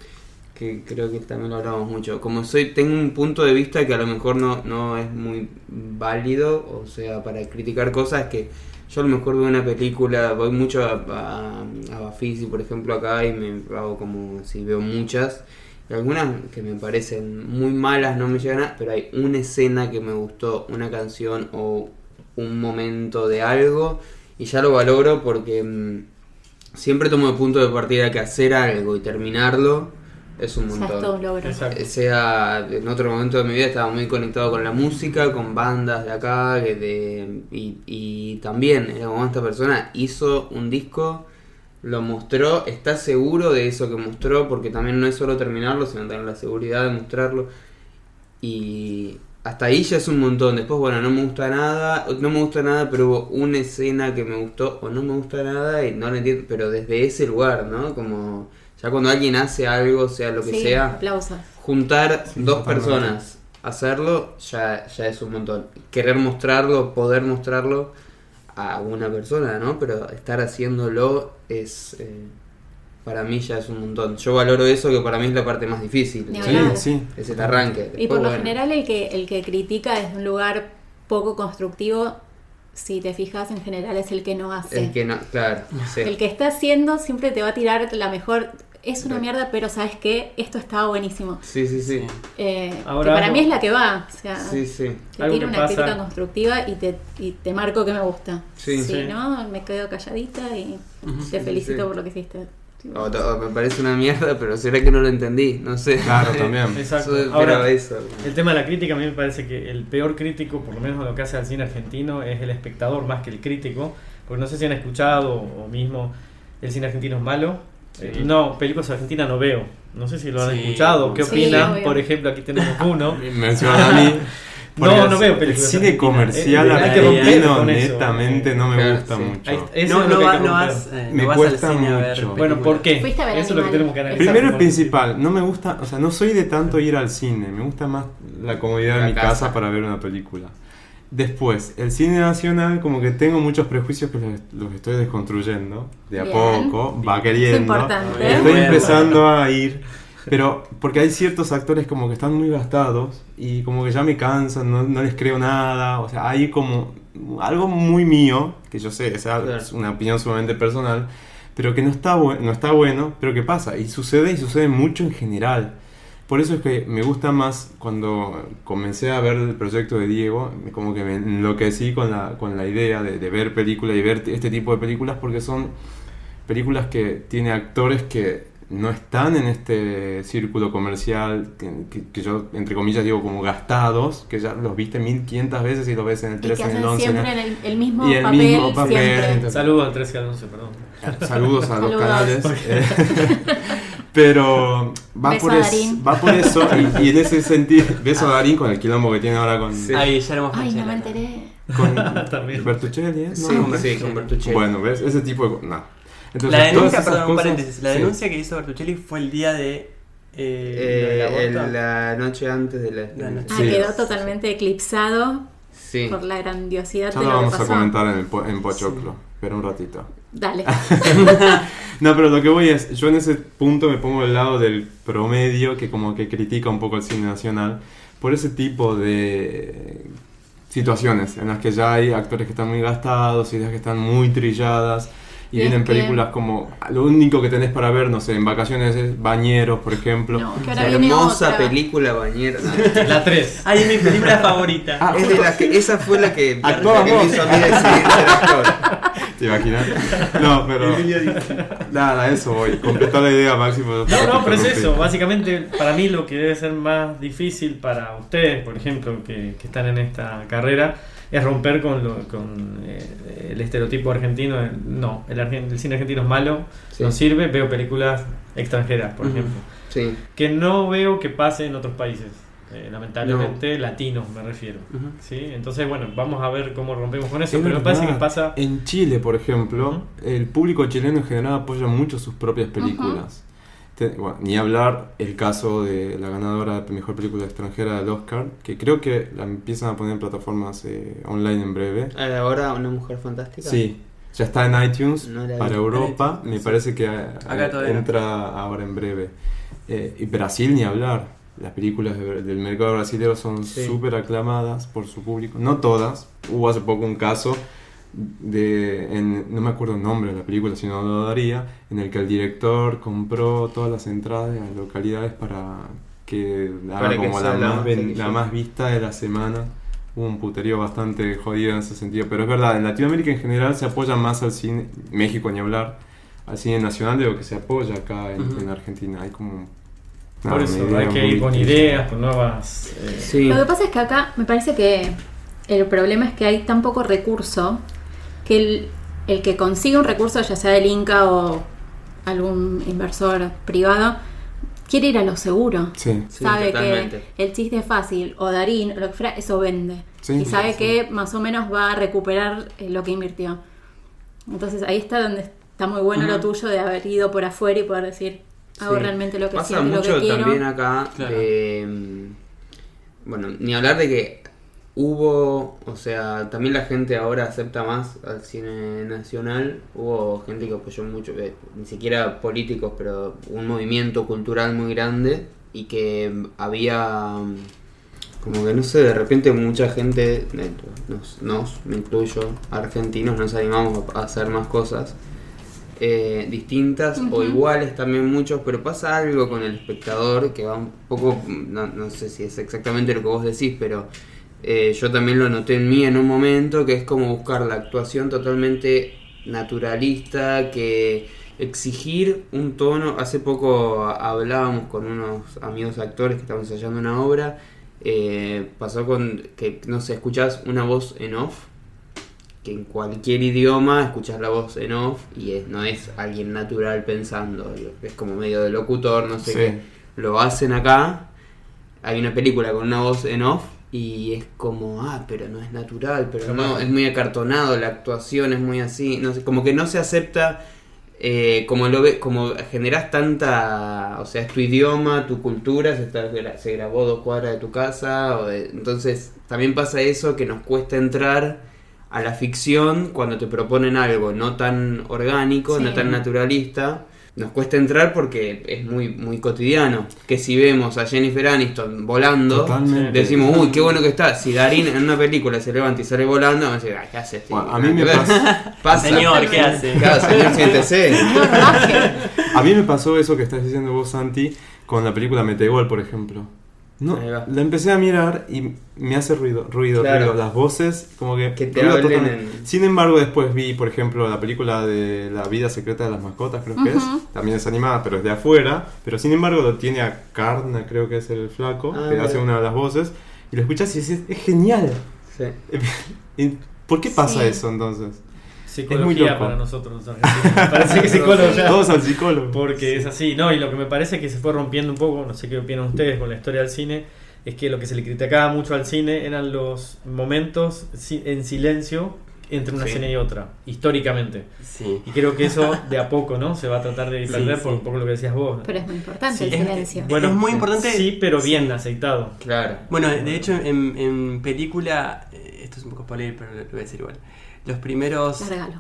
[SPEAKER 6] que creo que también lo hablamos mucho. Como soy, tengo un punto de vista que a lo mejor no, no es muy válido, o sea, para criticar cosas que yo a lo mejor veo una película, voy mucho a, a, a Bafisi, por ejemplo, acá y me hago como si veo muchas. Y algunas que me parecen muy malas, no me llegan a... Pero hay una escena que me gustó, una canción o un momento de algo. Y ya lo valoro porque mm, siempre tomo de punto de partida que hacer algo y terminarlo es un
[SPEAKER 2] O sea,
[SPEAKER 6] montón.
[SPEAKER 2] es todo un logro.
[SPEAKER 4] Exacto.
[SPEAKER 6] Eh, sea en otro momento de mi vida estaba muy conectado con la música, con bandas de acá, que de, y, y también era como esta persona hizo un disco, lo mostró, está seguro de eso que mostró, porque también no es solo terminarlo, sino tener la seguridad de mostrarlo. Y hasta ahí ya es un montón. Después, bueno, no me gusta nada, no me gusta nada, pero hubo una escena que me gustó o no me gusta nada y no la entiendo, pero desde ese lugar, ¿no? Como ya cuando alguien hace algo, sea lo que
[SPEAKER 2] Sí,
[SPEAKER 6] sea
[SPEAKER 2] aplausos.
[SPEAKER 6] juntar
[SPEAKER 3] Sí,
[SPEAKER 6] dos
[SPEAKER 3] totalmente.
[SPEAKER 6] personas, hacerlo, ya, ya es un montón. Querer mostrarlo, poder mostrarlo a una persona, ¿no? Pero estar haciéndolo es... eh, para mí ya es un montón. Yo valoro eso que para mí es la parte más difícil.
[SPEAKER 2] Ni
[SPEAKER 3] Sí,
[SPEAKER 2] hablar.
[SPEAKER 3] sí.
[SPEAKER 6] Es el arranque.
[SPEAKER 2] Y
[SPEAKER 6] Después,
[SPEAKER 2] por lo
[SPEAKER 6] bueno.
[SPEAKER 2] general el que, el que critica desde un lugar poco constructivo, si te fijas en general es el que no hace.
[SPEAKER 6] El que no, claro. sí.
[SPEAKER 2] El que está haciendo siempre te va a tirar la mejor, es una
[SPEAKER 6] Right.
[SPEAKER 2] mierda, pero sabes que esto está buenísimo.
[SPEAKER 6] Sí, sí, sí.
[SPEAKER 2] Eh, que
[SPEAKER 4] Ahora
[SPEAKER 2] para
[SPEAKER 4] algo-
[SPEAKER 2] mí es la que va. O sea,
[SPEAKER 6] Sí, sí.
[SPEAKER 2] te
[SPEAKER 4] Algo
[SPEAKER 2] tiro
[SPEAKER 4] que
[SPEAKER 2] una
[SPEAKER 4] pasa-
[SPEAKER 2] crítica constructiva y te, y te marco que me gusta.
[SPEAKER 6] Sí,
[SPEAKER 2] si
[SPEAKER 4] sí.
[SPEAKER 2] no, me quedo calladita y
[SPEAKER 5] Ujú.
[SPEAKER 2] te felicito
[SPEAKER 6] sí.
[SPEAKER 2] por lo que hiciste.
[SPEAKER 6] O- o me parece una mierda, pero será que no lo entendí, no sé.
[SPEAKER 3] Claro, también.
[SPEAKER 4] Exacto.
[SPEAKER 6] Eso- pero
[SPEAKER 4] Ahora,
[SPEAKER 6] eso.
[SPEAKER 4] el tema de la crítica, a mí me parece que el peor crítico, por lo menos lo que hace al cine argentino, es el espectador más que el crítico. Porque no sé si han escuchado o mismo el cine argentino es malo. Eh, no, películas argentinas no veo. No sé si lo han
[SPEAKER 5] Sí.
[SPEAKER 4] escuchado. ¿Qué
[SPEAKER 5] Sí,
[SPEAKER 4] opinan?
[SPEAKER 2] obvio.
[SPEAKER 4] Por ejemplo, aquí tenemos uno.
[SPEAKER 3] Mencionan a mí. porque
[SPEAKER 4] No, no veo
[SPEAKER 3] El
[SPEAKER 4] películas
[SPEAKER 3] cine
[SPEAKER 4] argentinas.
[SPEAKER 3] comercial
[SPEAKER 4] Eh,
[SPEAKER 5] hay que romper
[SPEAKER 3] argentino,
[SPEAKER 4] con eso.
[SPEAKER 3] netamente, no me
[SPEAKER 6] Claro,
[SPEAKER 3] gusta
[SPEAKER 6] sí.
[SPEAKER 3] mucho.
[SPEAKER 4] Ahí- eso
[SPEAKER 5] No,
[SPEAKER 4] es lo
[SPEAKER 5] no,
[SPEAKER 4] que hay
[SPEAKER 5] va-
[SPEAKER 4] que
[SPEAKER 5] no
[SPEAKER 4] romper.
[SPEAKER 5] vas, eh,
[SPEAKER 3] Me
[SPEAKER 5] no vas al
[SPEAKER 3] cuesta
[SPEAKER 5] cine a ver.
[SPEAKER 3] mucho.
[SPEAKER 4] Bueno,
[SPEAKER 5] películas.
[SPEAKER 4] ¿por qué?
[SPEAKER 2] Fuiste a ver
[SPEAKER 4] Eso es lo que
[SPEAKER 2] Animal.
[SPEAKER 4] tenemos que analizar.
[SPEAKER 3] Primero y
[SPEAKER 4] Porque-
[SPEAKER 3] principal, no me gusta, o sea, no soy de tanto ir al cine, me gusta más la comodidad de
[SPEAKER 6] La
[SPEAKER 3] mi casa.
[SPEAKER 6] casa.
[SPEAKER 3] para ver una película. Después, el cine nacional, como que tengo muchos prejuicios que los, los estoy desconstruyendo, de a
[SPEAKER 2] Bien.
[SPEAKER 3] poco, va
[SPEAKER 2] Es
[SPEAKER 3] queriendo.
[SPEAKER 2] importante.
[SPEAKER 3] Estoy
[SPEAKER 5] Bueno.
[SPEAKER 3] empezando a ir, pero porque hay ciertos actores como que están muy gastados y como que ya me cansan, no, no les creo nada, o sea, hay como algo muy mío, que yo sé, o sea,
[SPEAKER 6] Claro.
[SPEAKER 3] es una opinión sumamente personal, pero que no está, bu- no está bueno, pero que pasa, y sucede y sucede mucho en general. Por eso es que me gusta más cuando comencé a ver el proyecto de Diego, me- como que me enloquecí con la, con la idea de, de ver películas y ver t- este tipo de películas porque son películas que tiene actores que no están en este círculo comercial, que, que- que yo entre comillas digo como gastados, que ya los viste 1500 veces y los ves en el
[SPEAKER 2] Y que
[SPEAKER 3] 13, en el
[SPEAKER 2] hacen
[SPEAKER 3] 11. en
[SPEAKER 2] siempre
[SPEAKER 3] el-
[SPEAKER 2] el, el mismo
[SPEAKER 3] Y el
[SPEAKER 2] papel.
[SPEAKER 3] mismo papel.
[SPEAKER 2] Siempre.
[SPEAKER 4] Saludos al 13 al 11, perdón.
[SPEAKER 3] Saludos a los
[SPEAKER 2] Saludos.
[SPEAKER 3] canales. Eh, Pero va
[SPEAKER 2] Beso
[SPEAKER 3] por,
[SPEAKER 2] a
[SPEAKER 3] es-
[SPEAKER 2] Darín.
[SPEAKER 3] va por eso y, y en ese sentido, beso a Darín con el quilombo que tiene ahora con,
[SPEAKER 5] A Guillermo
[SPEAKER 2] Ay, no
[SPEAKER 5] Franchella.
[SPEAKER 2] me enteré.
[SPEAKER 3] con
[SPEAKER 4] También.
[SPEAKER 3] Bertuccelli, ¿eh? ¿No?
[SPEAKER 6] Sí,
[SPEAKER 3] Con
[SPEAKER 6] sí, con Bertuccelli.
[SPEAKER 3] Bueno, ¿ves? Ese tipo de... co- No. Entonces,
[SPEAKER 5] La
[SPEAKER 3] todas
[SPEAKER 5] denuncia,
[SPEAKER 3] esas
[SPEAKER 5] perdón, un
[SPEAKER 3] cosas-
[SPEAKER 5] paréntesis. La
[SPEAKER 3] sí.
[SPEAKER 5] denuncia que hizo Bertuccelli fue el día de.
[SPEAKER 6] Eh,
[SPEAKER 5] Eh,
[SPEAKER 6] en
[SPEAKER 5] lo del aborto.
[SPEAKER 6] la noche antes de la
[SPEAKER 5] La noche.
[SPEAKER 2] Ah,
[SPEAKER 3] Sí.
[SPEAKER 2] quedó totalmente eclipsado
[SPEAKER 6] Sí.
[SPEAKER 2] por la grandiosidad
[SPEAKER 3] Ya lo
[SPEAKER 2] de lo que
[SPEAKER 3] vamos a
[SPEAKER 2] pasó.
[SPEAKER 3] comentar en, el po- en Pochoclo, pero un ratito.
[SPEAKER 2] Dale.
[SPEAKER 3] No, pero lo que voy es, yo en ese punto me pongo del lado del promedio que como que critica un poco el cine nacional por ese tipo de situaciones en las que ya hay actores que están muy gastados, ideas que están muy trilladas y
[SPEAKER 2] Y es
[SPEAKER 3] vienen
[SPEAKER 2] que-
[SPEAKER 3] películas como lo único que tenés para ver, no sé, en vacaciones es Bañeros, por ejemplo.
[SPEAKER 2] No, que ahora viene
[SPEAKER 6] Hermosa
[SPEAKER 2] otra.
[SPEAKER 6] película bañera.
[SPEAKER 4] La 3.
[SPEAKER 5] Ay, es mi película favorita.
[SPEAKER 3] Ah,
[SPEAKER 6] Es de la que- esa fue la que, la
[SPEAKER 3] Actuabas
[SPEAKER 6] que
[SPEAKER 3] vos.
[SPEAKER 6] me hizo a mí decidir ser actor.
[SPEAKER 3] ¿Te imaginas? No, pero nada, a eso voy, completar la idea máximo.
[SPEAKER 4] No, no, pero es eso. Básicamente, para mí lo que debe ser más difícil para ustedes, por ejemplo, que, que están en esta carrera, es romper con, lo- con eh, el estereotipo argentino. de, no, el, argen- el cine argentino es malo,
[SPEAKER 6] Sí.
[SPEAKER 4] no sirve, veo películas extranjeras, por
[SPEAKER 5] Ujú.
[SPEAKER 4] ejemplo.
[SPEAKER 6] Sí.
[SPEAKER 4] Que no veo que pase en otros países, eh, lamentablemente latinos me refiero.
[SPEAKER 5] Ujú.
[SPEAKER 4] ¿Sí? Entonces, bueno, vamos a ver cómo rompemos con eso,
[SPEAKER 3] Es
[SPEAKER 4] pero me parece que
[SPEAKER 3] verdad.
[SPEAKER 4] pasa...
[SPEAKER 3] En Chile, por ejemplo,
[SPEAKER 4] Ujú.
[SPEAKER 3] el público chileno en general apoya mucho sus propias películas. Te- bueno, ni hablar el caso de la ganadora de mejor película extranjera del Oscar, que creo que la empiezan a poner en plataformas eh, online en breve.
[SPEAKER 6] Ahora una mujer fantástica.
[SPEAKER 3] Sí, ya está en iTunes
[SPEAKER 6] No la vi. Ah,
[SPEAKER 3] para Europa.
[SPEAKER 5] iTunes,
[SPEAKER 3] Me
[SPEAKER 5] sí.
[SPEAKER 3] parece que eh,
[SPEAKER 5] todavía no.
[SPEAKER 3] entra ahora en breve. Eh, y Brasil, ni hablar. Las películas de- del mercado brasileño son
[SPEAKER 6] Sí.
[SPEAKER 3] súper aclamadas por su público. No todas. Hubo hace poco un caso de. en- no me acuerdo el nombre de la película, si no lo daría. En el que el director compró todas las entradas de las localidades para que haga
[SPEAKER 6] Para que
[SPEAKER 3] como
[SPEAKER 6] sea
[SPEAKER 3] la,
[SPEAKER 6] la
[SPEAKER 3] más
[SPEAKER 6] más
[SPEAKER 3] ven-
[SPEAKER 6] taquillera.
[SPEAKER 3] la más vista de la semana. Hubo un puterío bastante jodido en ese sentido, pero es verdad, en Latinoamérica en general se apoya más al cine, México ni hablar, al cine nacional de lo que se apoya acá en,
[SPEAKER 5] Ujú.
[SPEAKER 3] en Argentina. Hay como... nada,
[SPEAKER 4] Por
[SPEAKER 3] una
[SPEAKER 4] eso,
[SPEAKER 3] idea
[SPEAKER 4] hay que
[SPEAKER 3] muy
[SPEAKER 4] ir con
[SPEAKER 3] triste.
[SPEAKER 4] ideas, con nuevas... eh,
[SPEAKER 6] Sí.
[SPEAKER 2] Lo que pasa es que acá me parece que el problema es que hay tan poco recurso que el, el que consigue un recurso, ya sea del Inca o algún inversor privado, quiere ir a lo seguro.
[SPEAKER 3] Sí,
[SPEAKER 6] Sí,
[SPEAKER 2] sabe
[SPEAKER 6] totalmente.
[SPEAKER 2] que el chiste es fácil, o Darín, o lo que fuera, eso vende.
[SPEAKER 3] Sí,
[SPEAKER 2] y sabe
[SPEAKER 3] sí.
[SPEAKER 2] que más o menos va a recuperar eh, lo que invirtió. Entonces ahí está donde está muy bueno lo tuyo de haber ido por afuera y poder decir, hago
[SPEAKER 6] Sí.
[SPEAKER 2] realmente lo que
[SPEAKER 6] Pasa
[SPEAKER 2] siento, lo
[SPEAKER 6] mucho
[SPEAKER 2] que quiero.
[SPEAKER 6] también acá
[SPEAKER 5] Claro.
[SPEAKER 6] de, mm, Bueno, ni hablar de que hubo... O sea, también la gente ahora acepta más al cine nacional. Hubo gente que apoyó mucho, eh, ni siquiera políticos, pero un movimiento cultural muy grande y que mm, había... mm, Como que no sé, de repente mucha gente, eh, nos, nos, me incluyo, argentinos, nos animamos a hacer más cosas eh, distintas
[SPEAKER 2] Ujú.
[SPEAKER 6] o iguales también muchos, pero pasa algo con el espectador que va un poco, no, no sé si es exactamente lo que vos decís, pero eh, yo también lo noté en mí en un momento, que es como buscar la actuación totalmente naturalista, que exigir un tono, hace poco hablábamos con unos amigos actores que estaban ensayando una obra, eh, pasó con que, no sé, escuchás una voz en off que en cualquier idioma escuchas la voz en off y es, no es alguien natural pensando, es como medio de locutor, no sé
[SPEAKER 3] Sí.
[SPEAKER 6] qué. Lo hacen acá, hay una película con una voz en off y es como, ah, pero no es natural, pero no, es muy acartonado, la actuación es muy así, no sé, como que no se acepta, eh, como lo ves, como generás tanta, o sea, es tu idioma, tu cultura, se, está- gra- se grabó dos cuadras de tu casa, o de- entonces también pasa eso que nos cuesta entrar a la ficción cuando te proponen algo no tan orgánico, no
[SPEAKER 2] Sí.
[SPEAKER 6] tan naturalista. Nos cuesta entrar porque es muy, muy cotidiano. Que si vemos a Jennifer Aniston volando,
[SPEAKER 3] Totalmente.
[SPEAKER 6] decimos, uy, qué bueno que está. Si Darín en una película se levanta y sale volando, vamos a decir, ah, ¿qué hace este?
[SPEAKER 3] Bueno, a mí me
[SPEAKER 6] Nada que ver".
[SPEAKER 3] pasa-
[SPEAKER 6] Pasa.
[SPEAKER 5] Señor, ¿qué hace?
[SPEAKER 6] Claro, señor, siéntese.
[SPEAKER 2] Señor, baje.
[SPEAKER 3] A mí me pasó eso que estás diciendo vos, Santi, con la película Metegol, por ejemplo. No,
[SPEAKER 6] Ahí va.
[SPEAKER 3] la empecé a mirar y me hace ruido, ruido,
[SPEAKER 6] Claro.
[SPEAKER 3] ruido. Las voces, como que.
[SPEAKER 6] Que te
[SPEAKER 3] ruido
[SPEAKER 6] hablen
[SPEAKER 3] totalmente.
[SPEAKER 6] en-
[SPEAKER 3] Sin embargo, después vi, por ejemplo, la película de La vida secreta de las mascotas, creo que es.
[SPEAKER 2] Ujú.
[SPEAKER 3] También es animada, pero es de afuera. Pero sin embargo, lo tiene a Carna, creo que es el flaco,
[SPEAKER 6] Ah,
[SPEAKER 3] que
[SPEAKER 6] mira.
[SPEAKER 3] hace una de las voces. Y lo escuchas y dices, es genial.
[SPEAKER 6] Sí.
[SPEAKER 3] ¿Y ¿Por qué pasa
[SPEAKER 2] Sí.
[SPEAKER 3] eso entonces?
[SPEAKER 4] Psicología
[SPEAKER 3] muy loco.
[SPEAKER 4] para nosotros los argentinos. Parece que psicólogo ya.
[SPEAKER 3] Todos al psicólogo.
[SPEAKER 4] Porque es así, ¿no? Y lo que me parece que se fue rompiendo un poco, no sé qué opinan ustedes con la historia del cine, es que lo que se le criticaba mucho al cine eran los momentos si- en silencio entre una
[SPEAKER 6] Sí.
[SPEAKER 4] escena y otra, históricamente.
[SPEAKER 5] Sí.
[SPEAKER 4] Y creo que eso de a poco, ¿no? Se va a tratar de
[SPEAKER 5] Sí,
[SPEAKER 4] perder por
[SPEAKER 5] sí.
[SPEAKER 4] un poco lo que decías vos.
[SPEAKER 2] Pero es muy importante
[SPEAKER 5] Sí,
[SPEAKER 2] el
[SPEAKER 5] es-
[SPEAKER 2] silencio.
[SPEAKER 5] bueno, es muy importante-
[SPEAKER 4] Sí, pero bien aceitado.
[SPEAKER 6] Claro.
[SPEAKER 5] Bueno, de hecho, en, en película, eh, esto es un poco spoiler, pero lo lo voy a decir igual. Los primeros
[SPEAKER 2] Largalo.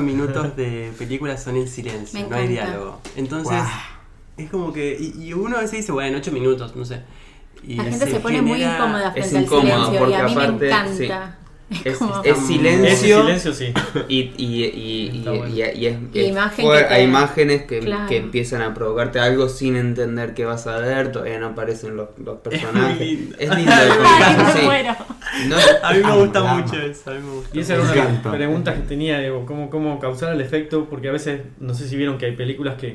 [SPEAKER 5] minutos de película son en silencio,
[SPEAKER 2] Me
[SPEAKER 5] no hay
[SPEAKER 2] encanta.
[SPEAKER 5] diálogo. Entonces,
[SPEAKER 3] Guau.
[SPEAKER 5] es como que. Y, y uno a veces dice, bueno, ocho minutos, no sé. Y
[SPEAKER 2] la gente se, pone muy
[SPEAKER 5] genera-
[SPEAKER 2] incómoda
[SPEAKER 6] es
[SPEAKER 2] frente al
[SPEAKER 6] incómodo,
[SPEAKER 2] silencio y
[SPEAKER 6] porque
[SPEAKER 2] a mí
[SPEAKER 6] aparte,
[SPEAKER 2] me encanta.
[SPEAKER 6] Es,
[SPEAKER 2] como-
[SPEAKER 6] es silencio.
[SPEAKER 4] Ese silencio sí.
[SPEAKER 6] Y, y, y, y,
[SPEAKER 4] Está bueno.
[SPEAKER 6] y- y es-
[SPEAKER 2] Y
[SPEAKER 6] es
[SPEAKER 2] imagen
[SPEAKER 6] fuer-
[SPEAKER 2] que te-
[SPEAKER 6] hay imágenes que,
[SPEAKER 2] Claro.
[SPEAKER 6] que empiezan a provocarte algo sin entender qué vas a ver, todavía no aparecen los, los personajes.
[SPEAKER 5] muy lindo.
[SPEAKER 6] Es lindo el
[SPEAKER 2] Ay,
[SPEAKER 6] comienzo,
[SPEAKER 2] me
[SPEAKER 6] sí.
[SPEAKER 2] muero.
[SPEAKER 6] No,
[SPEAKER 5] A mí me gusta
[SPEAKER 3] Ah, Drama.
[SPEAKER 5] mucho eso, a mí me gusta.
[SPEAKER 4] Y esa era
[SPEAKER 3] Me
[SPEAKER 4] una de las
[SPEAKER 3] encanta.
[SPEAKER 4] preguntas que tenía, Evo, cómo, cómo causar el efecto, porque a veces, no sé si vieron que hay películas que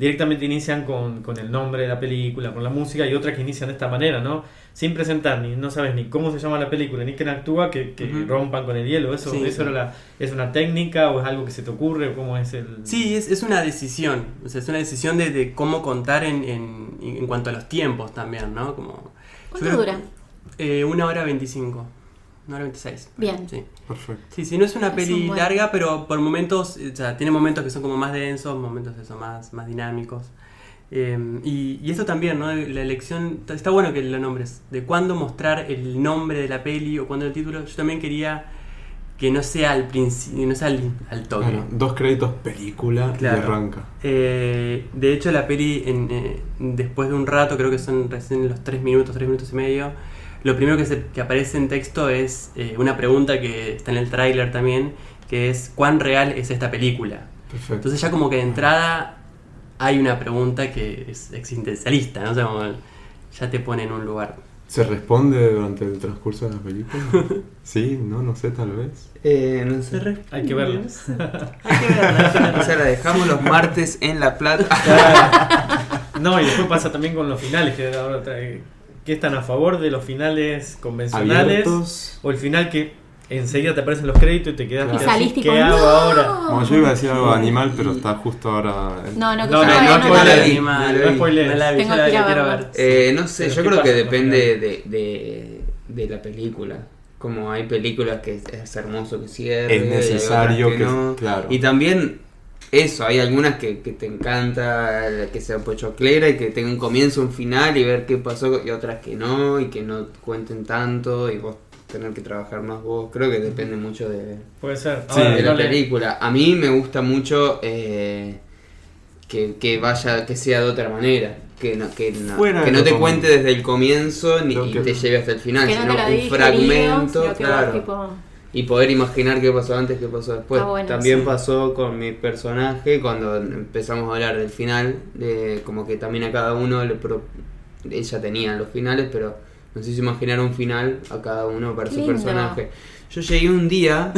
[SPEAKER 4] directamente inician con, con el nombre de la película, con la música, y otras que inician de esta manera, ¿no? Sin presentar, ni no sabes ni cómo se llama la película, ni quién actúa, que, que
[SPEAKER 5] Ujú.
[SPEAKER 4] rompan con el hielo. ¿Eso,
[SPEAKER 5] Sí,
[SPEAKER 4] eso
[SPEAKER 5] sí.
[SPEAKER 4] era la- es una técnica o es algo que se te ocurre? o ¿Cómo es el...?
[SPEAKER 5] Sí, es, es una decisión. O sea, es una decisión de, de cómo contar en, en, en cuanto a los tiempos también, ¿no? Como,
[SPEAKER 2] ¿Cuánto
[SPEAKER 5] Yo creo-
[SPEAKER 2] dura?
[SPEAKER 5] Eh, una hora veinticinco. Una hora veintiséis.
[SPEAKER 2] Bien.
[SPEAKER 5] Sí.
[SPEAKER 3] Perfecto.
[SPEAKER 5] Sí, sí, no es una
[SPEAKER 2] Es
[SPEAKER 5] peli
[SPEAKER 2] un buen-
[SPEAKER 5] larga, pero por momentos, eh, o sea, tiene momentos que son como más densos, momentos eso, más, más dinámicos. Eh, y, y esto también, ¿no? La elección, está- está bueno que lo nombres, de cuándo mostrar el nombre de la peli o cuándo el título. Yo también quería que no sea al principio, no sea al, al toque.
[SPEAKER 3] Claro, dos créditos película
[SPEAKER 5] Claro.
[SPEAKER 3] y arranca.
[SPEAKER 5] Eh, de hecho, la peli, en, eh, después de un rato, creo que son recién los 3 minutos, 3 minutos y medio, lo primero que, se- que aparece en texto es eh, una pregunta que está en el tráiler también, que es ¿cuán real es esta película?
[SPEAKER 3] Perfecto.
[SPEAKER 5] Entonces ya como que de entrada hay una pregunta que es existencialista, ¿no? O sea, como ya te pone en un lugar.
[SPEAKER 3] ¿Se responde durante el transcurso de la película? sí, no, no sé, tal vez.
[SPEAKER 6] eh, no sé.
[SPEAKER 4] Hay que verla.
[SPEAKER 5] Hay que verla, hay que
[SPEAKER 6] O
[SPEAKER 5] verla.
[SPEAKER 6] sea, la dejamos los martes en La Plata.
[SPEAKER 4] No, y después pasa también con los finales, que ahora trae- que están a favor de los finales convencionales.
[SPEAKER 3] Abiertos.
[SPEAKER 4] O el final que enseguida te aparecen los créditos y te quedas
[SPEAKER 2] Y
[SPEAKER 3] Claro.
[SPEAKER 4] "Pero sí,
[SPEAKER 2] saliste
[SPEAKER 4] ¿qué
[SPEAKER 2] con
[SPEAKER 4] hago
[SPEAKER 2] ¡No!
[SPEAKER 4] ahora?
[SPEAKER 3] Bueno, yo iba a decir algo
[SPEAKER 6] Y-
[SPEAKER 3] animal, pero
[SPEAKER 6] y-
[SPEAKER 3] está justo ahora.
[SPEAKER 2] No, no, que yo
[SPEAKER 4] No, no,
[SPEAKER 2] todavía
[SPEAKER 4] no,
[SPEAKER 2] no
[SPEAKER 4] no,
[SPEAKER 2] la
[SPEAKER 4] no,
[SPEAKER 2] vi.
[SPEAKER 6] no,
[SPEAKER 5] Mal,
[SPEAKER 6] no la vi.
[SPEAKER 5] spoileres.
[SPEAKER 4] No
[SPEAKER 5] la vi,
[SPEAKER 2] Tengo
[SPEAKER 5] yo la
[SPEAKER 2] que ir a
[SPEAKER 5] quiero
[SPEAKER 2] verla.
[SPEAKER 6] Eh, no sé,
[SPEAKER 4] Pero
[SPEAKER 6] yo
[SPEAKER 4] ¿qué
[SPEAKER 6] creo que
[SPEAKER 4] pasa?
[SPEAKER 6] depende de, de, de la película. Como hay películas que es, es hermoso que cierre,
[SPEAKER 3] Es
[SPEAKER 6] y hay otras
[SPEAKER 3] necesario que-
[SPEAKER 6] no.
[SPEAKER 3] claro.
[SPEAKER 6] Y también eso, hay algunas que, que te encanta, la que sea pochoclera y que tenga un comienzo, un final y ver qué pasó, y otras que no, y que no cuenten tanto, y vos tener que trabajar más vos. Creo que depende mucho de,
[SPEAKER 4] Puede ser.
[SPEAKER 3] Sí,
[SPEAKER 4] Ahora,
[SPEAKER 6] de
[SPEAKER 4] no
[SPEAKER 6] la
[SPEAKER 4] le-
[SPEAKER 6] película. A mí me gusta mucho eh, que, que vaya, que sea de otra manera. Que no, que no,
[SPEAKER 3] Fuera
[SPEAKER 6] que
[SPEAKER 3] de
[SPEAKER 6] no
[SPEAKER 3] lo
[SPEAKER 6] te
[SPEAKER 3] común.
[SPEAKER 6] cuente desde el comienzo ni
[SPEAKER 3] Lo
[SPEAKER 6] y
[SPEAKER 3] que-
[SPEAKER 6] te lleve hasta el final,
[SPEAKER 2] Que no
[SPEAKER 6] Ah, sino
[SPEAKER 2] te lo
[SPEAKER 6] un
[SPEAKER 2] dije,
[SPEAKER 6] fragmento, claro.
[SPEAKER 2] Tipo,
[SPEAKER 6] Y poder imaginar qué pasó antes, qué pasó después.
[SPEAKER 2] Ah, bueno,
[SPEAKER 6] también
[SPEAKER 2] sí.
[SPEAKER 6] pasó con mi personaje cuando empezamos a hablar del final, de como que también a cada uno le pro- ella tenía los finales, pero nos hizo imaginar un final a cada uno para
[SPEAKER 2] Qué
[SPEAKER 6] su
[SPEAKER 2] lindo.
[SPEAKER 6] personaje. Yo llegué un día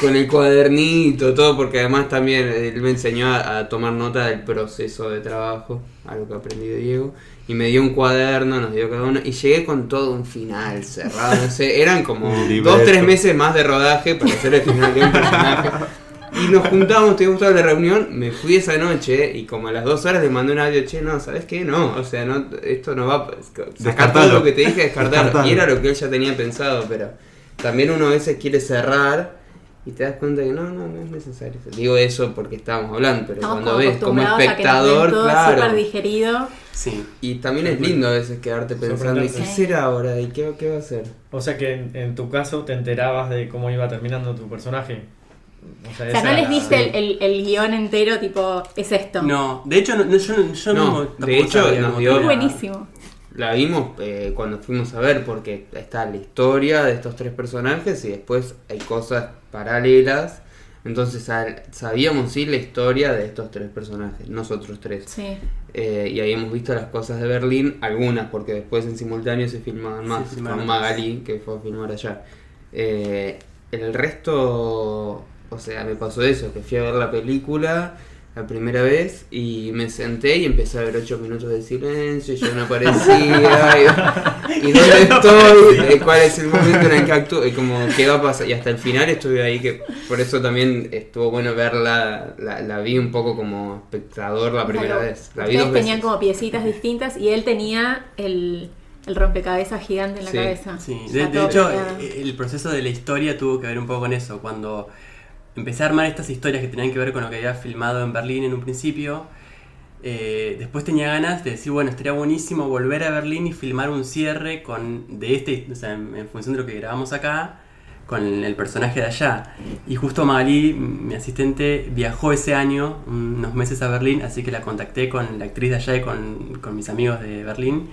[SPEAKER 6] con el cuadernito, todo, porque además también él me enseñó a, a tomar nota del proceso de trabajo, algo que aprendí de Diego, y me dio un cuaderno, nos dio cada uno, y llegué con todo un final cerrado, no sé, eran como
[SPEAKER 3] Un libreto.
[SPEAKER 6] dos, tres meses más de rodaje para hacer el final de un personaje. Y nos juntamos, te gustaba la reunión, me fui esa noche y como a las dos horas le mandé un audio, che, no, ¿sabes qué? No, o sea, no, esto no va, sacar todo
[SPEAKER 3] Descartalo.
[SPEAKER 6] lo que te dije, descartar.
[SPEAKER 3] Descartalo.
[SPEAKER 6] Y era lo que él ya tenía pensado, pero también uno a veces quiere cerrar y te das cuenta que no, no, no es necesario. Digo eso porque estábamos hablando, pero
[SPEAKER 2] Estamos
[SPEAKER 6] cuando
[SPEAKER 2] como
[SPEAKER 6] ves como
[SPEAKER 2] acostumbrados a que nos den
[SPEAKER 6] espectador,
[SPEAKER 2] todo súper
[SPEAKER 6] claro.
[SPEAKER 2] digerido.
[SPEAKER 5] Sí.
[SPEAKER 6] Y también es lindo a veces quedarte pensando, ¿y qué
[SPEAKER 2] Sorprendente.
[SPEAKER 6] será ahora? ¿Y qué, qué va a hacer?
[SPEAKER 4] O sea que en, en tu caso te enterabas de cómo iba terminando tu personaje. O sea,
[SPEAKER 2] O sea,
[SPEAKER 4] esa
[SPEAKER 2] no les
[SPEAKER 4] era-
[SPEAKER 2] diste el, el- el guión entero, tipo, es esto.
[SPEAKER 5] No, de hecho, no, no, yo, no- yo
[SPEAKER 6] No,
[SPEAKER 5] mismo
[SPEAKER 6] de
[SPEAKER 5] tampoco
[SPEAKER 6] hecho,
[SPEAKER 5] sabía
[SPEAKER 6] nos
[SPEAKER 5] cómo
[SPEAKER 6] dio-
[SPEAKER 2] Es
[SPEAKER 5] terminaba.
[SPEAKER 2] buenísimo.
[SPEAKER 6] La vimos eh, cuando fuimos a ver porque está la historia de estos tres personajes y después hay cosas paralelas. Entonces al- sabíamos sí la historia de estos tres personajes, nosotros tres.
[SPEAKER 2] Sí.
[SPEAKER 6] Eh, y habíamos visto las cosas de Berlín, algunas, porque después en simultáneo se filmaban
[SPEAKER 5] Se
[SPEAKER 6] más
[SPEAKER 5] filmaron
[SPEAKER 6] con
[SPEAKER 5] más.
[SPEAKER 6] Magali, que fue a filmar allá. Eh, el resto, o sea, me pasó eso, que fui a ver la película la primera vez y me senté y empecé a ver ocho minutos de silencio, y yo no aparecía, y, y dónde estoy, Eh, cuál es el momento en el que actúo, y como qué va a pasar, y hasta el final estuve ahí, que por eso también estuvo bueno verla, la, la vi un poco como espectador la primera
[SPEAKER 2] O sea, lo-
[SPEAKER 6] vez, la vi dos
[SPEAKER 2] ustedes tenían
[SPEAKER 6] veces.
[SPEAKER 2] como piecitas distintas y él tenía el, el rompecabezas gigante en la
[SPEAKER 6] Sí,
[SPEAKER 2] cabeza.
[SPEAKER 5] Sí,
[SPEAKER 2] Ah, Ya
[SPEAKER 5] de, de
[SPEAKER 2] todo
[SPEAKER 5] hecho,
[SPEAKER 2] preparado.
[SPEAKER 5] eh, el proceso de la historia tuvo que ver un poco con eso. Cuando empecé a armar estas historias que tenían que ver con lo que había filmado en Berlín en un principio, eh, después tenía ganas de decir, bueno, estaría buenísimo volver a Berlín y filmar un cierre con de este, o sea, en, en función de lo que grabamos acá, con el personaje de allá. Y justo Magali, mi asistente, viajó ese año, unos meses a Berlín, así que la contacté con la actriz de allá y con, con mis amigos de Berlín.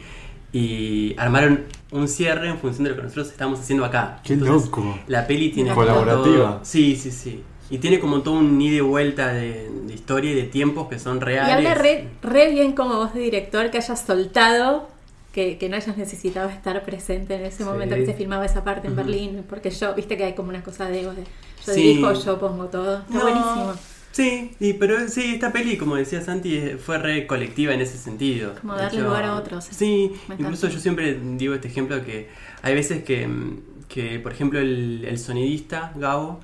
[SPEAKER 5] Y armaron un cierre en función de lo que nosotros estábamos haciendo acá.
[SPEAKER 3] Qué
[SPEAKER 5] Entonces,
[SPEAKER 3] loco.
[SPEAKER 5] La peli tiene
[SPEAKER 3] Colaborativa.
[SPEAKER 5] como todo- Sí, sí, sí. Y tiene como todo un ida y vuelta de, de historia y de tiempos que son
[SPEAKER 2] Y
[SPEAKER 5] reales.
[SPEAKER 2] habla re, re bien como voz de director que hayas soltado, que, que no hayas necesitado estar presente en ese
[SPEAKER 4] Sí.
[SPEAKER 2] momento que se filmaba esa parte en
[SPEAKER 5] Ujú.
[SPEAKER 2] Berlín, porque yo, viste que hay como una cosa de ego de yo
[SPEAKER 5] Sí.
[SPEAKER 2] dirijo, yo pongo todo. Está
[SPEAKER 5] No.
[SPEAKER 2] buenísimo.
[SPEAKER 5] Sí, y- pero sí, esta peli, como decía Santi, eh, fue re colectiva en ese sentido.
[SPEAKER 2] Como
[SPEAKER 5] De
[SPEAKER 2] darle lugar a otros.
[SPEAKER 5] Sí,
[SPEAKER 2] Me encanta.
[SPEAKER 5] incluso yo siempre digo este ejemplo que hay veces que, mm, que, por ejemplo, el, el sonidista, Gabo,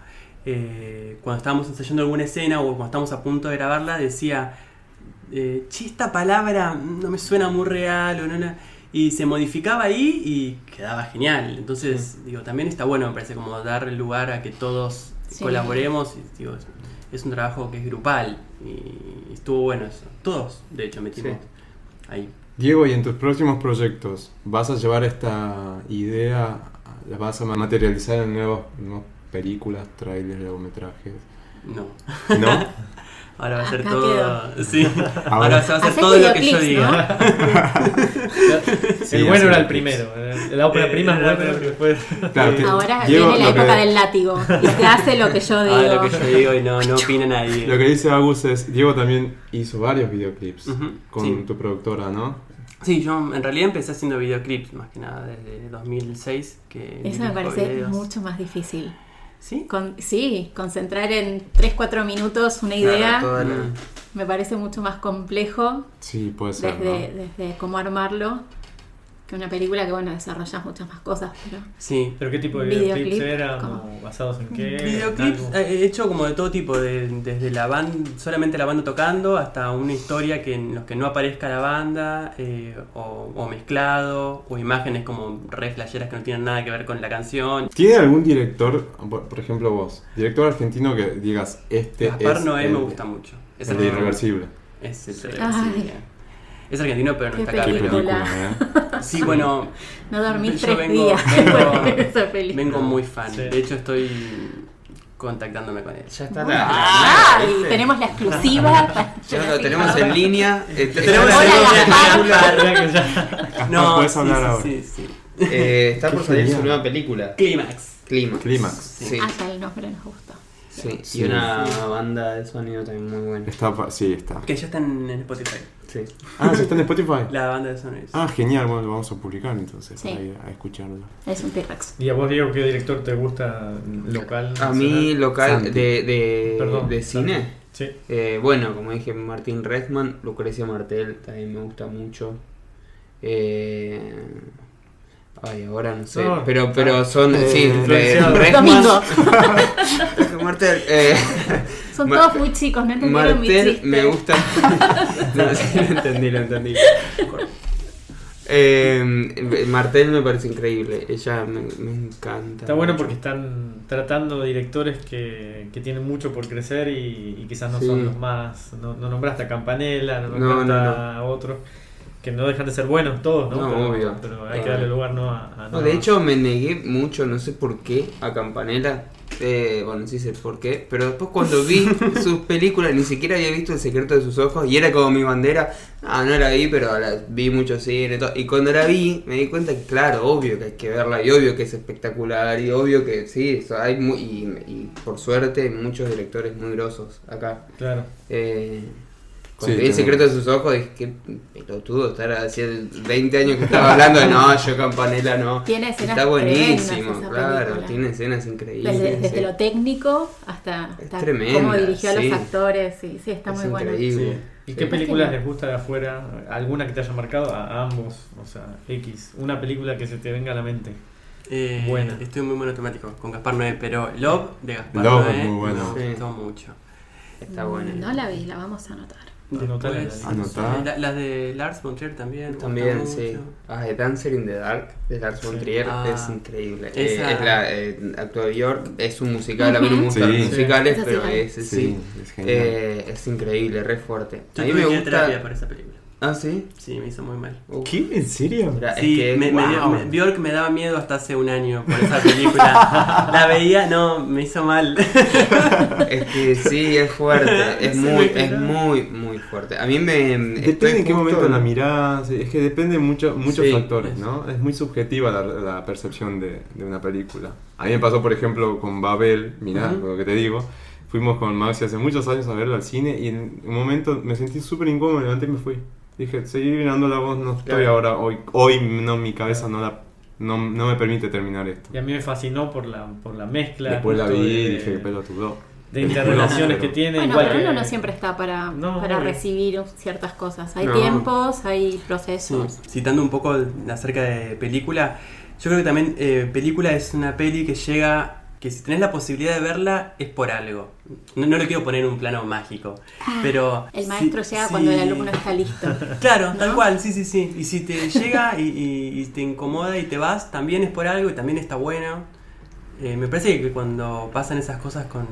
[SPEAKER 5] eh, cuando estábamos ensayando alguna escena o cuando estábamos a punto de grabarla, decía, eh, che, esta palabra no me suena muy real o no... la-". Y se modificaba ahí y quedaba genial. Entonces, digo, también está bueno, me parece, como dar lugar a que todos
[SPEAKER 2] Sí.
[SPEAKER 5] colaboremos. Y, digo, es- es un trabajo que es grupal y estuvo bueno eso. Todos, de hecho, metimos ahí.
[SPEAKER 3] Diego, y en tus próximos proyectos, ¿vas a llevar esta idea, la vas a materializar en nuevas nuevas películas, trailers, largometrajes?
[SPEAKER 5] No.
[SPEAKER 3] ¿No?
[SPEAKER 5] Ahora va a ser
[SPEAKER 2] Acá
[SPEAKER 5] todo. Sí. Ahora
[SPEAKER 3] Ahora.
[SPEAKER 5] se va a hacer
[SPEAKER 2] Hacés
[SPEAKER 5] todo lo que yo
[SPEAKER 2] Ah, videoclips, ¿no?
[SPEAKER 5] diga.
[SPEAKER 3] Sí,
[SPEAKER 4] el bueno
[SPEAKER 3] así
[SPEAKER 4] era
[SPEAKER 3] es.
[SPEAKER 4] el primero. el- La ópera
[SPEAKER 5] Eh,
[SPEAKER 4] prima es
[SPEAKER 5] era
[SPEAKER 4] buena,
[SPEAKER 5] la
[SPEAKER 4] pero
[SPEAKER 5] primera.
[SPEAKER 4] después.
[SPEAKER 3] Claro, te-
[SPEAKER 2] Ahora
[SPEAKER 3] Diego,
[SPEAKER 2] viene la
[SPEAKER 3] lo que-
[SPEAKER 2] época del látigo y se hace lo que yo digo.
[SPEAKER 5] Ahora Ah, lo que yo digo y no, no opina nadie.
[SPEAKER 3] Lo que dice Agus es, Diego también hizo varios videoclips
[SPEAKER 5] Ujú,
[SPEAKER 3] con
[SPEAKER 5] sí.
[SPEAKER 3] tu productora, ¿no?
[SPEAKER 5] Sí, yo en realidad empecé haciendo videoclips más que nada desde 2006. Que
[SPEAKER 2] Eso me
[SPEAKER 5] dirijo
[SPEAKER 2] parece
[SPEAKER 5] videos.
[SPEAKER 2] mucho más difícil.
[SPEAKER 5] ¿Sí?
[SPEAKER 2] Con- sí, concentrar en 3-4 minutos una
[SPEAKER 6] Claro,
[SPEAKER 2] idea
[SPEAKER 6] toda la-
[SPEAKER 5] Mm.
[SPEAKER 2] me parece mucho más complejo
[SPEAKER 3] Sí, puede ser.
[SPEAKER 2] desde,
[SPEAKER 3] ¿no?
[SPEAKER 2] desde cómo armarlo que una película que, bueno, desarrollas muchas más cosas, pero
[SPEAKER 5] Sí.
[SPEAKER 4] ¿Pero qué tipo de
[SPEAKER 2] Videoclip,
[SPEAKER 4] videoclips eran?
[SPEAKER 2] ¿cómo?
[SPEAKER 4] ¿O ¿Basados en qué?
[SPEAKER 5] Videoclips
[SPEAKER 4] ¿En algo?
[SPEAKER 5] eh, he hecho como de todo tipo, de- desde la banda, solamente la banda tocando, hasta una historia que en los que no aparezca la banda, eh, o, o mezclado, o imágenes como re flasheras que no tienen nada que ver con la canción.
[SPEAKER 3] ¿Tiene algún director, por, por ejemplo vos, director argentino que digas, este
[SPEAKER 5] Gaspar
[SPEAKER 3] es
[SPEAKER 5] Noé
[SPEAKER 3] el-
[SPEAKER 5] me gusta mucho. Es
[SPEAKER 3] el de
[SPEAKER 5] argentino.
[SPEAKER 3] Irreversible.
[SPEAKER 5] Es, el de
[SPEAKER 2] Ay.
[SPEAKER 5] Irreversible. Es argentino, pero no
[SPEAKER 2] Qué
[SPEAKER 5] está
[SPEAKER 3] Qué
[SPEAKER 5] acá.
[SPEAKER 2] película.
[SPEAKER 5] pero-
[SPEAKER 3] película, ¿eh?
[SPEAKER 5] Sí, bueno,
[SPEAKER 2] no dormís
[SPEAKER 5] Yo
[SPEAKER 2] tres
[SPEAKER 5] vengo-
[SPEAKER 2] días
[SPEAKER 5] vengo-
[SPEAKER 2] por ver esa película.
[SPEAKER 5] vengo muy fan.
[SPEAKER 4] Sí.
[SPEAKER 5] De hecho, estoy contactándome con él.
[SPEAKER 6] Ya está la- la-
[SPEAKER 2] ¡Ay!
[SPEAKER 6] la-
[SPEAKER 2] Ah,
[SPEAKER 6] este.
[SPEAKER 2] Tenemos la exclusiva. para-
[SPEAKER 6] Ya lo tenemos en línea. eh,
[SPEAKER 5] Tenemos
[SPEAKER 2] Hola, Gaspar.
[SPEAKER 5] el-
[SPEAKER 4] Ah, Mirá que ya-
[SPEAKER 3] Gaspar, puedes
[SPEAKER 5] sí,
[SPEAKER 3] hablar ahora.
[SPEAKER 5] sí, sí, sí.
[SPEAKER 6] Eh, está
[SPEAKER 3] Qué
[SPEAKER 6] por salir su
[SPEAKER 3] genial.
[SPEAKER 6] nueva película,
[SPEAKER 5] Clímax.
[SPEAKER 6] Clima.
[SPEAKER 3] Clímax.
[SPEAKER 2] Ah,
[SPEAKER 6] Sí.
[SPEAKER 2] Hasta el nombre nos gustó.
[SPEAKER 6] Sí,
[SPEAKER 3] Sí.
[SPEAKER 6] y una banda de sonido también muy buena.
[SPEAKER 3] Está, pa- sí, está.
[SPEAKER 5] Que ya están en Spotify.
[SPEAKER 6] Sí.
[SPEAKER 3] Ah, ¿se está en Spotify?
[SPEAKER 5] La banda de Sony.
[SPEAKER 3] Ah, genial, bueno, lo vamos a publicar entonces,
[SPEAKER 2] Sí.
[SPEAKER 3] para ir a escucharlo.
[SPEAKER 2] Es un T-Rex.
[SPEAKER 4] ¿Y a vos, Diego, qué director te gusta local?
[SPEAKER 6] A mí
[SPEAKER 4] nacional?
[SPEAKER 6] local
[SPEAKER 3] Santi.
[SPEAKER 6] de, de,
[SPEAKER 4] Perdón,
[SPEAKER 6] de
[SPEAKER 4] Santi.
[SPEAKER 6] cine.
[SPEAKER 4] Sí.
[SPEAKER 6] Eh, bueno, como dije, Martín Redman, Lucrecia Martel también me gusta mucho. Eh, ay, ahora no sé.
[SPEAKER 4] No,
[SPEAKER 6] pero, pero
[SPEAKER 4] ah,
[SPEAKER 6] son.
[SPEAKER 3] eh,
[SPEAKER 6] sí, de
[SPEAKER 4] influenciado.
[SPEAKER 6] Redman.
[SPEAKER 2] Domingo.
[SPEAKER 6] Martel. eh,
[SPEAKER 2] Son
[SPEAKER 6] Mar-
[SPEAKER 2] todos muy chicos, no entendieron mi
[SPEAKER 6] Martel
[SPEAKER 2] chiste.
[SPEAKER 6] me gusta. no, sí, lo entendí, lo entendí. Eh, Martel me parece increíble. Ella me, me encanta.
[SPEAKER 4] Está bueno
[SPEAKER 6] mucho.
[SPEAKER 4] porque están tratando directores que, que tienen mucho por crecer y, y quizás no
[SPEAKER 6] Sí.
[SPEAKER 4] son los más. No, no nombraste a Campanella, no
[SPEAKER 6] No,
[SPEAKER 4] nombraste
[SPEAKER 6] no,
[SPEAKER 4] a otros, que no dejan de ser buenos todos, ¿no?
[SPEAKER 6] No,
[SPEAKER 4] pero,
[SPEAKER 6] obvio.
[SPEAKER 4] pero hay que
[SPEAKER 6] Obvio.
[SPEAKER 4] darle lugar ¿no? a. a
[SPEAKER 6] No,
[SPEAKER 4] Ah, no-
[SPEAKER 6] de hecho me negué mucho, no sé por qué, a Campanella. Eh, bueno, sí sé por qué, pero después cuando vi sus películas, ni siquiera había visto El secreto de sus ojos y era como mi bandera. Ah, no la vi, pero la vi mucho cine y todo. Y cuando la vi, me di cuenta que, claro, obvio que hay que verla y obvio que es espectacular y obvio que sí, eso hay mu- y, y por suerte hay muchos directores muy grosos acá.
[SPEAKER 4] Claro.
[SPEAKER 6] Eh, cuando
[SPEAKER 3] Sí,
[SPEAKER 6] vi el
[SPEAKER 3] tenemos.
[SPEAKER 6] secreto de sus ojos, dije, qué pelotudo, estar hacía 20 años que estaba hablando de no, yo campanela no.
[SPEAKER 2] Tiene escenas
[SPEAKER 6] Está buenísimo,
[SPEAKER 2] tremendas esa
[SPEAKER 6] claro,
[SPEAKER 2] película.
[SPEAKER 6] tiene escenas
[SPEAKER 2] Desde,
[SPEAKER 6] increíbles.
[SPEAKER 2] desde
[SPEAKER 6] sí.
[SPEAKER 2] lo técnico hasta,
[SPEAKER 6] Es
[SPEAKER 2] hasta
[SPEAKER 6] tremenda,
[SPEAKER 2] cómo dirigió a
[SPEAKER 6] sí.
[SPEAKER 2] los actores. Sí, sí, está
[SPEAKER 6] Es
[SPEAKER 2] muy bueno.
[SPEAKER 6] increíble.
[SPEAKER 4] Sí. ¿Y
[SPEAKER 6] Sí.
[SPEAKER 4] qué películas les gusta de afuera? ¿Alguna que te haya marcado? A ambos, o sea, X. Una película que se te venga a la mente.
[SPEAKER 5] Eh,
[SPEAKER 4] Buena.
[SPEAKER 5] Estoy muy monotemático con Gaspar Noé, pero Love de Gaspar
[SPEAKER 3] Love
[SPEAKER 5] Noé
[SPEAKER 3] es muy bueno.
[SPEAKER 5] me
[SPEAKER 6] Sí.
[SPEAKER 5] gustó mucho.
[SPEAKER 6] Está
[SPEAKER 2] Mm,
[SPEAKER 6] bueno.
[SPEAKER 2] No la vi, la vamos a anotar.
[SPEAKER 4] Anotala en la
[SPEAKER 5] Después,
[SPEAKER 4] lista.
[SPEAKER 3] Anotá.
[SPEAKER 5] la- las de Lars von Trier también. me
[SPEAKER 6] También,
[SPEAKER 5] gustó
[SPEAKER 6] sí.
[SPEAKER 5] mucho.
[SPEAKER 6] Ah, The Dancer in the Dark de Lars von
[SPEAKER 4] Sí.
[SPEAKER 6] Trier
[SPEAKER 5] Ah.
[SPEAKER 6] es increíble. Eh,
[SPEAKER 5] Esa-
[SPEAKER 6] es la eh, actúa Bjork, es un musical, a mí no me
[SPEAKER 2] Ujú.
[SPEAKER 6] gustan
[SPEAKER 3] Sí.
[SPEAKER 6] los musicales,
[SPEAKER 2] Sí.
[SPEAKER 6] pero
[SPEAKER 2] Esa sí la vi.
[SPEAKER 6] ese sí.
[SPEAKER 3] es
[SPEAKER 6] Eh, es increíble, re fuerte.
[SPEAKER 5] Yo
[SPEAKER 6] a mí
[SPEAKER 5] tuve
[SPEAKER 6] me
[SPEAKER 5] que ir a terapia
[SPEAKER 6] gusta.
[SPEAKER 5] para esa película.
[SPEAKER 6] Ah, sí.
[SPEAKER 5] Sí, me hizo muy mal.
[SPEAKER 6] Uh,
[SPEAKER 3] ¿Qué? ¿En serio?
[SPEAKER 6] mira, es
[SPEAKER 5] Sí,
[SPEAKER 6] que-
[SPEAKER 5] me, me dio-
[SPEAKER 6] wow.
[SPEAKER 5] me- Bjork me daba miedo hasta hace un año por esa película. la veía, no, me hizo mal.
[SPEAKER 6] Es que sí, es fuerte, es
[SPEAKER 4] Sí,
[SPEAKER 6] muy,
[SPEAKER 4] me
[SPEAKER 6] es
[SPEAKER 4] quedaba.
[SPEAKER 6] muy, muy fuerte. A mí me... em, estoy
[SPEAKER 3] Depende en qué
[SPEAKER 6] justo-
[SPEAKER 3] momento la mirás, es que depende mucho, muchos
[SPEAKER 6] Sí.
[SPEAKER 3] factores, ¿no? Es muy subjetiva la, la percepción de, de una película. A mí me pasó, por ejemplo, con Babel, mirá
[SPEAKER 5] Ujú.
[SPEAKER 3] lo que te digo. Fuimos con Maxi hace muchos años a verlo al cine y en un momento me sentí súper incómodo, me levanté y me fui. Dije, seguir mirando la voz, no estoy
[SPEAKER 6] Claro.
[SPEAKER 3] ahora, hoy, hoy no, mi cabeza no, la, no, no me permite terminar esto.
[SPEAKER 4] Y a mí me fascinó por la, por la mezcla.
[SPEAKER 3] Después la
[SPEAKER 4] justo
[SPEAKER 3] vi
[SPEAKER 4] de-
[SPEAKER 3] y dije, qué pelotudo.
[SPEAKER 4] de interrelaciones que
[SPEAKER 3] Pero-
[SPEAKER 4] tiene.
[SPEAKER 2] Bueno,
[SPEAKER 4] igual
[SPEAKER 2] pero
[SPEAKER 4] que-
[SPEAKER 2] uno no siempre está para,
[SPEAKER 4] No,
[SPEAKER 2] para
[SPEAKER 4] obvio.
[SPEAKER 2] recibir ciertas cosas. Hay
[SPEAKER 6] No.
[SPEAKER 2] tiempos, hay
[SPEAKER 5] Sí,
[SPEAKER 2] procesos.
[SPEAKER 5] citando un poco acerca de película, yo creo que también eh, película es una peli que llega, que si tenés la posibilidad de verla es por algo. No, no le quiero poner un plano mágico, pero...
[SPEAKER 2] Ah, El
[SPEAKER 5] si-
[SPEAKER 2] maestro llega
[SPEAKER 5] si-
[SPEAKER 2] cuando el alumno está listo.
[SPEAKER 5] Claro,
[SPEAKER 2] ¿no?
[SPEAKER 5] tal cual, sí, sí, sí. Y si te llega y, y- y te incomoda y te vas, también es por algo y también está bueno. Eh, me parece que cuando pasan esas cosas con,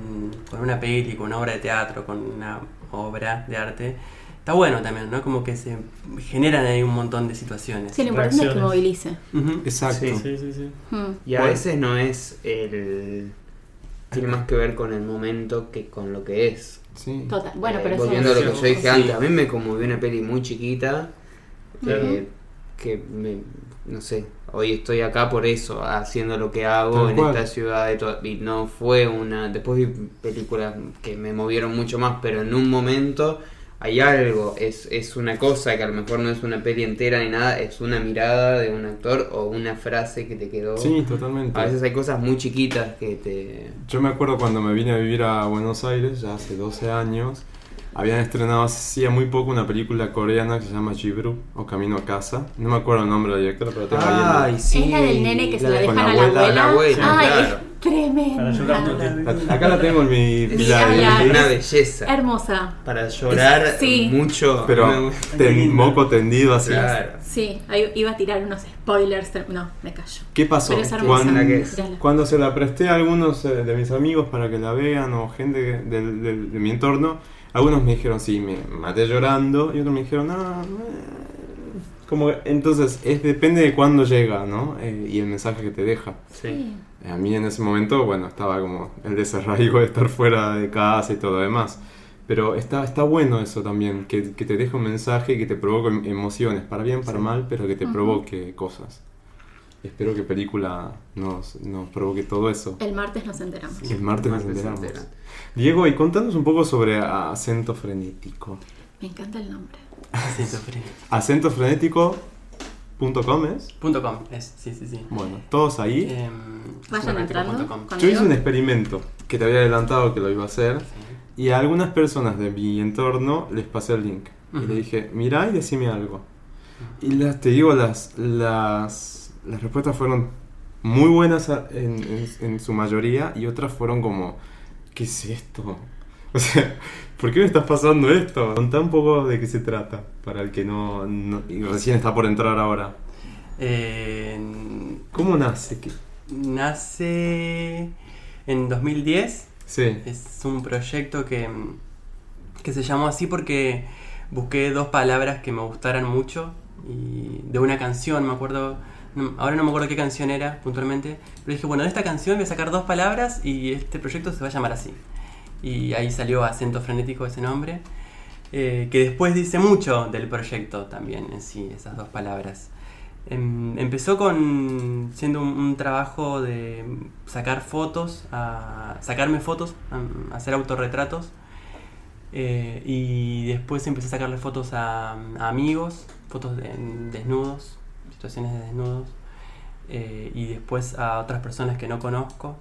[SPEAKER 5] con una peli, con una obra de teatro, con una obra de arte, está bueno también, ¿no? Como que se generan ahí un montón de situaciones.
[SPEAKER 2] Sí, lo importante es que
[SPEAKER 4] Reacciones.
[SPEAKER 2] movilice.
[SPEAKER 5] Ujú.
[SPEAKER 3] Exacto.
[SPEAKER 6] Sí.
[SPEAKER 4] Sí, sí, sí.
[SPEAKER 2] Mm.
[SPEAKER 6] Y a
[SPEAKER 3] Bueno.
[SPEAKER 6] veces no es el... Tiene más que ver con el momento que con lo que es.
[SPEAKER 3] Sí.
[SPEAKER 2] Total. Bueno,
[SPEAKER 6] Eh,
[SPEAKER 2] pero eso
[SPEAKER 6] Volviendo a
[SPEAKER 2] es-
[SPEAKER 6] lo que yo dije
[SPEAKER 5] Sí.
[SPEAKER 6] antes, a mí me conmovió una peli muy chiquita.
[SPEAKER 4] Claro.
[SPEAKER 6] eh, que me... No sé, hoy estoy acá por eso, haciendo lo que hago
[SPEAKER 3] Tal
[SPEAKER 6] en
[SPEAKER 3] cual.
[SPEAKER 6] esta ciudad y, todo, y no fue una... Después vi películas que me movieron mucho más, pero en un momento hay algo, es, es una cosa que a lo mejor no es una peli entera ni nada, es una mirada de un actor o una frase que te quedó.
[SPEAKER 3] Sí, totalmente.
[SPEAKER 6] A veces hay cosas muy chiquitas que te...
[SPEAKER 3] Yo me acuerdo cuando me vine a vivir a Buenos Aires, ya hace 12 años, habían estrenado hacía muy poco una película coreana que se llama Jibru o Camino a Casa. No me acuerdo el nombre del director, pero tengo ahí.
[SPEAKER 2] Es la del nene que se la
[SPEAKER 6] de-
[SPEAKER 2] dejan
[SPEAKER 3] con la
[SPEAKER 2] a la abuela.
[SPEAKER 3] abuela,
[SPEAKER 6] la abuela,
[SPEAKER 2] Ay,
[SPEAKER 6] claro.
[SPEAKER 2] es tremenda.
[SPEAKER 4] Para llorar un
[SPEAKER 5] Ah,
[SPEAKER 4] ratito.
[SPEAKER 3] en la- La- Acá la tengo en mi
[SPEAKER 6] Es
[SPEAKER 3] pila de
[SPEAKER 2] ya,
[SPEAKER 6] una
[SPEAKER 3] DVDs,
[SPEAKER 6] belleza.
[SPEAKER 2] Hermosa.
[SPEAKER 6] Para llorar
[SPEAKER 2] Sí.
[SPEAKER 6] mucho.
[SPEAKER 3] pero
[SPEAKER 5] Qué
[SPEAKER 3] ten,
[SPEAKER 5] lindo.
[SPEAKER 3] moco tendido así.
[SPEAKER 6] Claro.
[SPEAKER 2] Sí, ahí iba a tirar unos spoilers. pero- No, me callo.
[SPEAKER 3] ¿Qué pasó?
[SPEAKER 2] Pero es hermosa.
[SPEAKER 3] Cuando,
[SPEAKER 6] buena que es.
[SPEAKER 2] Mírala.
[SPEAKER 3] cuando se la presté a algunos eh, de mis amigos para que la vean o gente que- del- del- de, mi entorno, algunos me dijeron sí, me maté llorando y otros me dijeron ah, eh". como que- entonces es depende de cuándo llega, ¿no? Eh, y el mensaje que te deja.
[SPEAKER 6] Sí.
[SPEAKER 3] Eh, A mí en ese momento, bueno, estaba como el desarraigo de estar fuera de casa y todo lo demás. Pero está, está bueno eso también, que, que te deje un mensaje que te provoque em- emociones, para bien, para mal, pero que te
[SPEAKER 2] Ujú.
[SPEAKER 3] provoque cosas. Espero que película nos, nos provoque todo eso.
[SPEAKER 2] El martes nos enteramos.
[SPEAKER 3] El martes nos
[SPEAKER 6] Martes se
[SPEAKER 3] enteramos.
[SPEAKER 6] enteran.
[SPEAKER 3] Diego, y contanos un poco sobre acento frenético.
[SPEAKER 2] Me encanta el nombre.
[SPEAKER 3] Acentofrenético.com es.
[SPEAKER 5] Punto com, es, sí, sí, sí.
[SPEAKER 3] Bueno, todos ahí.
[SPEAKER 5] Em,
[SPEAKER 2] Vayan entrando.
[SPEAKER 5] com.
[SPEAKER 2] con
[SPEAKER 3] Yo hice
[SPEAKER 2] Diego.
[SPEAKER 3] un experimento que te había adelantado que lo iba a hacer. Y a algunas personas de mi entorno les pasé el link. Y
[SPEAKER 5] Ujú.
[SPEAKER 3] le dije, mirá y decime algo. Y las, te digo, las, las, las respuestas fueron muy buenas a- en, en- en su mayoría y otras fueron como, ¿qué es esto? O sea, ¿por qué me estás pasando esto? Contá un poco de qué se trata, para el que no, no- y recién está por entrar ahora.
[SPEAKER 5] Eh,
[SPEAKER 3] ¿Cómo nace? ¿Qué-
[SPEAKER 5] nace en 2010.
[SPEAKER 3] Sí,
[SPEAKER 5] Es un proyecto que, que se llamó así porque busqué dos palabras que me gustaran mucho y de una canción, me acuerdo, no- ahora no me acuerdo qué canción era puntualmente, pero dije, bueno, de esta canción voy a sacar dos palabras y este proyecto se va a llamar así. Y ahí salió acento frenético ese nombre, eh, que después dice mucho del proyecto también en sí, esas dos palabras. Em, empezó con siendo un, un trabajo de sacar fotos, a, sacarme fotos, am, hacer autorretratos. eh, y después empecé a sacarle fotos a, a amigos, fotos de desnudos, situaciones de desnudos. eh, y después a otras personas que no conozco.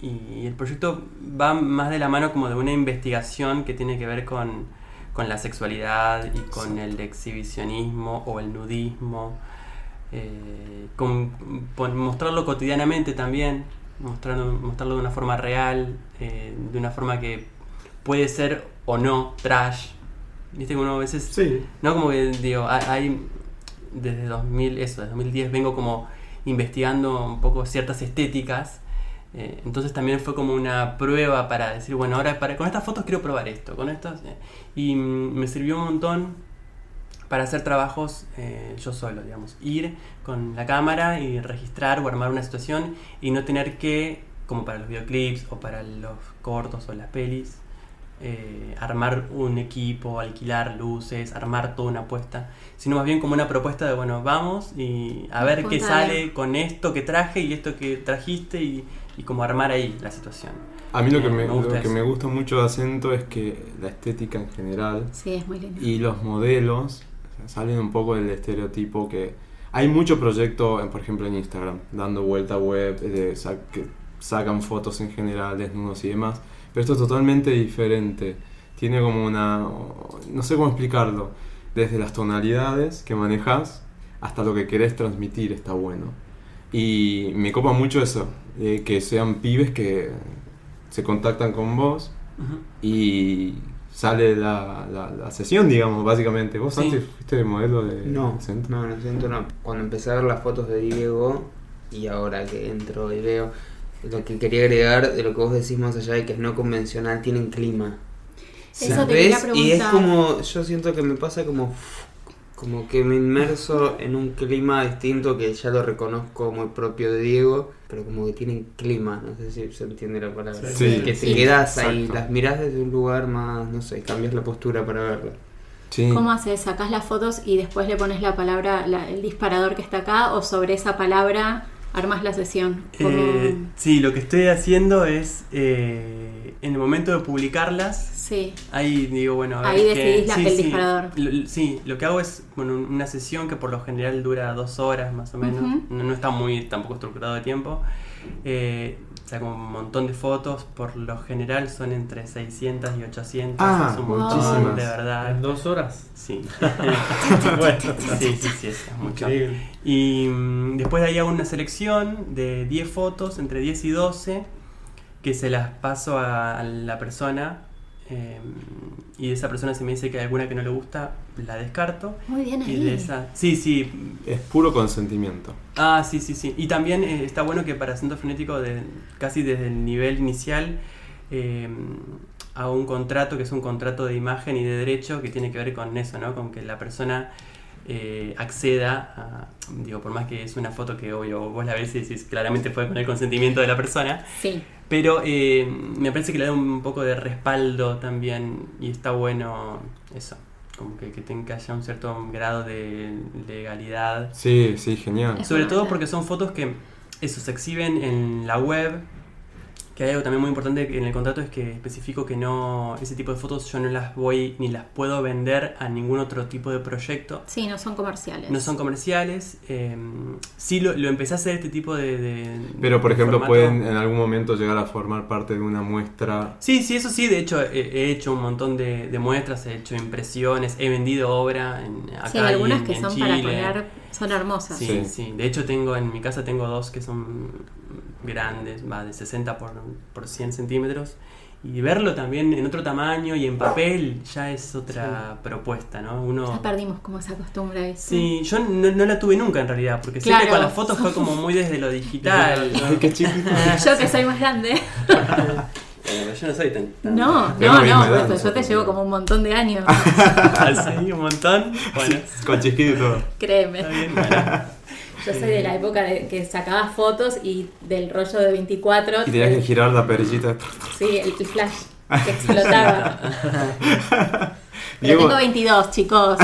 [SPEAKER 5] Y el proyecto va más de la mano como de una investigación que tiene que ver con, con la sexualidad y con el exhibicionismo o el nudismo. eh, con, pon- mostrarlo cotidianamente también, mostrarlo, mostrarlo de una forma real, eh, de una forma que puede ser o no trash. Viste que uno a veces
[SPEAKER 3] sí.
[SPEAKER 5] no, como que digo, hay- hay desde 2000, eso, desde 2010 vengo como investigando un poco ciertas estéticas. eh, entonces también fue como una prueba para decir, bueno, ahora para, con estas fotos quiero probar esto, con estas. eh, y mm, me sirvió un montón para hacer trabajos eh, yo solo, digamos. Ir con la cámara y registrar o armar una situación y no tener que, como para los videoclips o para los cortos o las pelis, eh, armar un equipo, alquilar luces, armar toda una apuesta, sino más bien como una propuesta de, bueno, vamos y a ver qué
[SPEAKER 2] Contale.
[SPEAKER 5] sale con esto que traje y esto que trajiste y, y como armar ahí la situación.
[SPEAKER 3] A mí lo que
[SPEAKER 5] Eh,
[SPEAKER 3] me,
[SPEAKER 5] me
[SPEAKER 3] lo
[SPEAKER 5] gusta
[SPEAKER 3] que
[SPEAKER 5] eso.
[SPEAKER 3] me gusta mucho de acento es que la estética en general
[SPEAKER 2] Sí, es muy lindo.
[SPEAKER 3] y los modelos o sea, salen un poco del estereotipo que hay mucho proyecto en- por ejemplo en Instagram dando vuelta a web eh, de sa- que sacan fotos en general desnudos y demás pero esto es totalmente diferente tiene como una no sé cómo explicarlo desde las tonalidades que manejas hasta lo que querés transmitir está bueno y me copa mucho eso eh, que sean pibes que se contactan con vos
[SPEAKER 5] Ujú.
[SPEAKER 3] y sale la, la, la sesión, digamos, básicamente. ¿Vos
[SPEAKER 5] Sí.
[SPEAKER 3] antes fuiste modelo de
[SPEAKER 6] No,
[SPEAKER 3] Centro?
[SPEAKER 6] no, no siento no. Cuando empecé a ver las fotos de Diego y ahora que entro y veo, lo que quería agregar de lo que vos decís más allá de que es no convencional, tienen clima.
[SPEAKER 2] Eso
[SPEAKER 6] Las
[SPEAKER 2] te quería
[SPEAKER 6] y es
[SPEAKER 2] preguntar.
[SPEAKER 6] como, yo siento que me pasa como, como que me inmerso en un clima distinto que ya lo reconozco muy propio de Diego, pero como que tienen clima, no sé si se entiende la palabra.
[SPEAKER 3] Sí,
[SPEAKER 6] que te
[SPEAKER 2] sí.
[SPEAKER 6] quedás ahí,
[SPEAKER 3] Exacto.
[SPEAKER 6] las mirás desde un lugar más, no sé, cambias la postura para verla.
[SPEAKER 3] Sí.
[SPEAKER 2] ¿Cómo haces? ¿Sacás las fotos y después le pones la palabra, la- el disparador que está acá o sobre esa palabra armas la sesión? ¿Cómo-
[SPEAKER 5] Eh, sí, lo que estoy haciendo es, eh, en el momento de publicarlas,
[SPEAKER 2] Sí,
[SPEAKER 5] Ahí digo, bueno, a ver
[SPEAKER 2] Ahí
[SPEAKER 5] qué-
[SPEAKER 2] decidís la-
[SPEAKER 5] sí,
[SPEAKER 2] el
[SPEAKER 5] sí.
[SPEAKER 2] disparador.
[SPEAKER 5] Lo- lo- sí, lo que hago es bueno, un- una sesión que por lo general dura dos horas más o menos.
[SPEAKER 2] Ujú.
[SPEAKER 5] no, no está muy tampoco estructurado de tiempo. Eh, saco un montón de fotos. Por lo general son entre 600 y 800.
[SPEAKER 3] Ah,
[SPEAKER 5] es un montón,
[SPEAKER 3] muchísimas.
[SPEAKER 5] de
[SPEAKER 4] Ah, En
[SPEAKER 5] verdad.
[SPEAKER 4] dos horas.
[SPEAKER 5] Sí.
[SPEAKER 4] bueno,
[SPEAKER 5] sí, sí, sí, es mucho.
[SPEAKER 4] increíble.
[SPEAKER 5] Y mm, después de ahí hago una selección de 10 fotos, entre 10 y 12, que se las paso a, a la persona. eh, y esa persona si me dice que hay alguna que no le gusta, la descarto.
[SPEAKER 2] muy bien
[SPEAKER 5] Y de
[SPEAKER 2] ahí.
[SPEAKER 5] esa... Sí, sí.
[SPEAKER 3] Es puro consentimiento.
[SPEAKER 5] Ah, sí, sí, sí. Y también eh, está bueno que para acento frenético, de, casi desde el nivel inicial, eh, hago un contrato que es un contrato de imagen y de derecho que tiene que ver con eso, ¿no? Con que la persona eh, acceda a- digo, por más que es una foto que obvio vos la ves y decís claramente fue con el consentimiento de la persona,
[SPEAKER 2] Sí,
[SPEAKER 5] pero eh, me parece que le da un poco de respaldo también y está bueno eso. como que, que tenga ya un cierto grado de legalidad.
[SPEAKER 3] Sí, sí, genial.
[SPEAKER 2] Es
[SPEAKER 5] Sobre
[SPEAKER 2] una
[SPEAKER 5] todo
[SPEAKER 2] masa.
[SPEAKER 5] porque son fotos que eso se exhiben en la web. Que hay algo también muy importante en el contrato es que especifico que no ese tipo de fotos yo no las voy ni las puedo vender a ningún otro tipo de proyecto.
[SPEAKER 2] Sí, no son comerciales.
[SPEAKER 5] No son comerciales. eh, sí lo, lo empecé a hacer este tipo de... de-
[SPEAKER 3] Pero, por
[SPEAKER 5] de
[SPEAKER 3] ejemplo,
[SPEAKER 5] formato.
[SPEAKER 3] pueden en algún momento llegar a formar parte de una muestra.
[SPEAKER 5] Sí, sí, eso sí. De hecho, he, he hecho un montón de, de muestras, he hecho impresiones, he vendido obra en, acá
[SPEAKER 2] Sí,
[SPEAKER 5] y
[SPEAKER 2] algunas
[SPEAKER 5] en-
[SPEAKER 2] que
[SPEAKER 5] en
[SPEAKER 2] son
[SPEAKER 5] Chile.
[SPEAKER 2] para poner, son hermosas.
[SPEAKER 5] Sí,
[SPEAKER 3] Sí.
[SPEAKER 5] sí, De hecho, tengo en mi casa tengo dos que son grandes, va de 60 por, por 100 centímetros. Y verlo también en otro tamaño y en papel ya es otra propuesta, ¿no? Uno.
[SPEAKER 2] Ya perdimos como esa costumbre. ¿viste?
[SPEAKER 5] Sí, yo no, no la tuve nunca en realidad, porque
[SPEAKER 2] Claro.
[SPEAKER 5] siempre con las fotos fue como muy desde lo digital.
[SPEAKER 3] Ay, qué chiquito.
[SPEAKER 2] Yo que soy más grande.
[SPEAKER 5] Bueno, yo no soy tan. tan-
[SPEAKER 2] No,
[SPEAKER 3] Tengo misma
[SPEAKER 2] no, no,
[SPEAKER 3] edad
[SPEAKER 2] por eso yo
[SPEAKER 3] nosotros,
[SPEAKER 2] te llevo
[SPEAKER 3] ¿no?
[SPEAKER 2] como un montón de años.
[SPEAKER 5] Así, un montón. Bueno,
[SPEAKER 3] Con chiquito y todo.
[SPEAKER 2] Créeme.
[SPEAKER 5] está bien, bueno.
[SPEAKER 2] Yo soy de la época de que sacabas fotos y del rollo de 24.
[SPEAKER 3] Y tenías que
[SPEAKER 2] el-
[SPEAKER 3] girar la perillita.
[SPEAKER 2] Sí, el, el flash que explotaba.
[SPEAKER 6] Ah.
[SPEAKER 2] Pero
[SPEAKER 3] Diego,
[SPEAKER 2] tengo 22, chicos.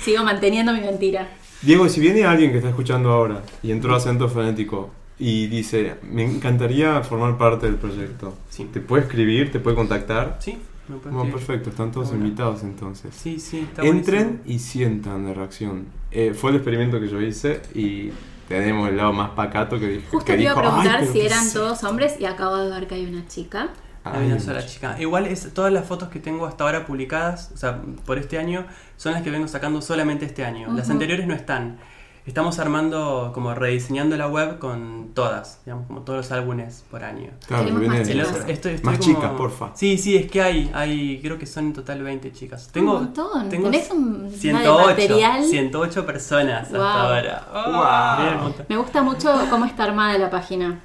[SPEAKER 2] Sigo manteniendo mi mentira.
[SPEAKER 3] Diego, si viene alguien que está escuchando ahora y entró a acento fonético y dice, me encantaría formar parte del proyecto,
[SPEAKER 5] Sí.
[SPEAKER 3] ¿te puede escribir? ¿Te puede contactar?
[SPEAKER 5] Sí, me parece
[SPEAKER 3] Bueno,
[SPEAKER 5] que-
[SPEAKER 3] perfecto, están todos
[SPEAKER 5] Bueno.
[SPEAKER 3] invitados entonces.
[SPEAKER 5] Sí, sí, está
[SPEAKER 3] Entren
[SPEAKER 5] buenísimo.
[SPEAKER 3] y sientan de reacción. Eh, fue el experimento que yo hice y tenemos el lado más pacato que dijo.
[SPEAKER 2] Justo
[SPEAKER 3] que
[SPEAKER 2] te iba a
[SPEAKER 3] dijo, "Ay,
[SPEAKER 2] preguntar
[SPEAKER 3] pero
[SPEAKER 2] si
[SPEAKER 3] qué
[SPEAKER 2] eran
[SPEAKER 3] sé".
[SPEAKER 2] todos hombres y acabo de ver que hay una chica.
[SPEAKER 5] Hay
[SPEAKER 3] Ay,
[SPEAKER 5] una sola chica. Igual es todas las fotos que tengo hasta ahora publicadas, o sea, por este año, son las que vengo sacando solamente este año. Las
[SPEAKER 2] Ujú.
[SPEAKER 5] anteriores no están. Estamos armando, como rediseñando la web con todas, digamos, como todos los álbumes por año.
[SPEAKER 3] Claro,
[SPEAKER 2] Queremos
[SPEAKER 3] viene
[SPEAKER 2] más
[SPEAKER 3] de-
[SPEAKER 5] El
[SPEAKER 2] chicas.
[SPEAKER 5] otro- estoy- estoy
[SPEAKER 3] Más
[SPEAKER 5] como-
[SPEAKER 3] chicas, porfa.
[SPEAKER 5] Sí, sí, es que hay, hay, creo que son en total 20 chicas. Tengo,
[SPEAKER 2] un montón.
[SPEAKER 5] tengo
[SPEAKER 2] Tenés un una de
[SPEAKER 5] 108,
[SPEAKER 2] material.
[SPEAKER 5] 108 personas
[SPEAKER 2] Wow.
[SPEAKER 5] hasta ahora.
[SPEAKER 3] Wow.
[SPEAKER 4] Ah.
[SPEAKER 5] Bien, un montón.
[SPEAKER 2] Me gusta mucho cómo está armada la página.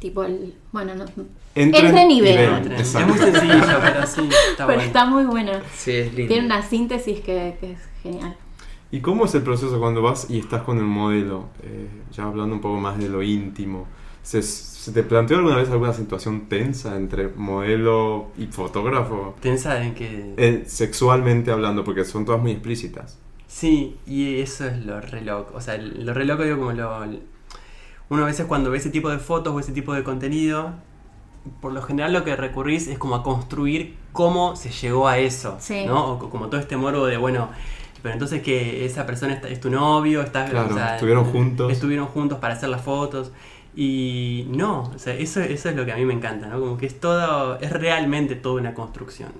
[SPEAKER 2] Tipo el. Bueno, no.
[SPEAKER 3] Entren
[SPEAKER 2] Entren y
[SPEAKER 3] y
[SPEAKER 2] vean.
[SPEAKER 3] vean.
[SPEAKER 5] Entren.
[SPEAKER 3] Exacto.
[SPEAKER 5] Es muy sencillo, pero sí,
[SPEAKER 2] pero
[SPEAKER 5] está bueno.
[SPEAKER 2] está muy buena.
[SPEAKER 6] Sí, es lindo.
[SPEAKER 2] Tiene una síntesis que, que es genial.
[SPEAKER 3] ¿Y cómo es el proceso cuando vas y estás con el modelo? Eh, ya hablando un poco más de lo íntimo. ¿Se, se te planteó alguna vez alguna situación tensa entre modelo y fotógrafo?
[SPEAKER 5] Tensa en que...
[SPEAKER 3] Eh, sexualmente hablando, porque son todas muy explícitas.
[SPEAKER 5] Sí, y eso es lo re loco. O sea, lo re loco digo como lo... Uno a veces cuando ve ese tipo de fotos o ese tipo de contenido, por lo general lo que recurrís es como a construir cómo se llegó a eso,
[SPEAKER 2] Sí.
[SPEAKER 5] ¿no? O co- como todo este morbo de, bueno, pero entonces que esa persona está- es tu novio, estás... eh,
[SPEAKER 3] Claro, estuvieron juntos.
[SPEAKER 5] Estuvieron juntos para hacer las fotos. Y no, o sea, eso, eso es lo que a mí me encanta, ¿no? Como que es todo, es realmente toda una construcción.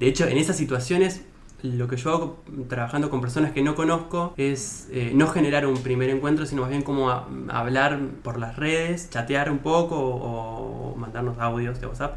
[SPEAKER 5] De hecho, en esas situaciones, lo que yo hago trabajando con personas que no conozco es eh, no generar un primer encuentro, sino más bien como a- hablar por las redes, chatear un poco o, o mandarnos audios de WhatsApp.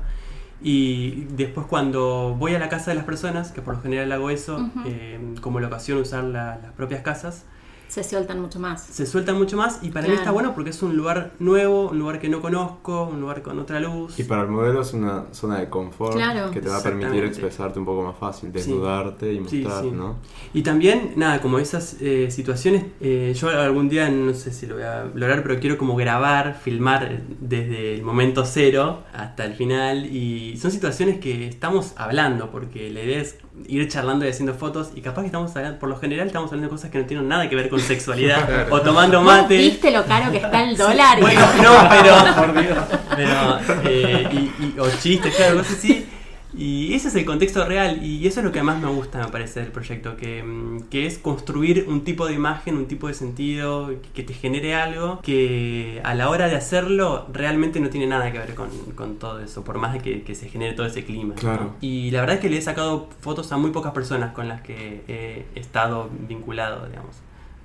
[SPEAKER 5] Y después cuando voy a la casa de las personas, que por lo general hago eso,
[SPEAKER 2] Ujú.
[SPEAKER 5] eh, como la ocasión usar la- las propias casas,
[SPEAKER 2] Se sueltan mucho más.
[SPEAKER 5] se sueltan mucho más y para mí
[SPEAKER 2] Claro.
[SPEAKER 5] está bueno porque es un lugar nuevo, un lugar que no conozco, un lugar con otra luz.
[SPEAKER 3] Y para el modelo es una zona de confort
[SPEAKER 2] Claro.
[SPEAKER 3] que te va a permitir
[SPEAKER 5] Exactamente.
[SPEAKER 3] expresarte un poco más fácil, desnudarte y
[SPEAKER 5] Sí,
[SPEAKER 3] mostrar,
[SPEAKER 5] sí.
[SPEAKER 3] ¿no?
[SPEAKER 5] Y también, nada, como esas eh, situaciones, eh, yo algún día, no sé si lo voy a lograr, pero quiero como grabar, filmar desde el momento cero hasta el final. Y son situaciones que estamos hablando, porque la idea es ir charlando y haciendo fotos. Y capaz que estamos hablando, por lo general estamos hablando de cosas que no tienen nada que ver con sexualidad, o tomando
[SPEAKER 2] ¿Vos
[SPEAKER 5] mate.
[SPEAKER 2] ¿Viste lo caro que está el dólar?
[SPEAKER 5] Bueno, no, pero. Pero, eh, y, y- o chistes, claro, cosas así. Y ese es el contexto real, y eso es lo que más me gusta, me parece, del proyecto, que, mm, que es construir un tipo de imagen, un tipo de sentido, que, que te genere algo, que a la hora de hacerlo realmente no tiene nada que ver con, con todo eso, por más de que, que se genere todo ese clima. ¿no?
[SPEAKER 3] Claro.
[SPEAKER 5] Y la verdad es que le he sacado fotos a muy pocas personas con las que he estado vinculado, digamos,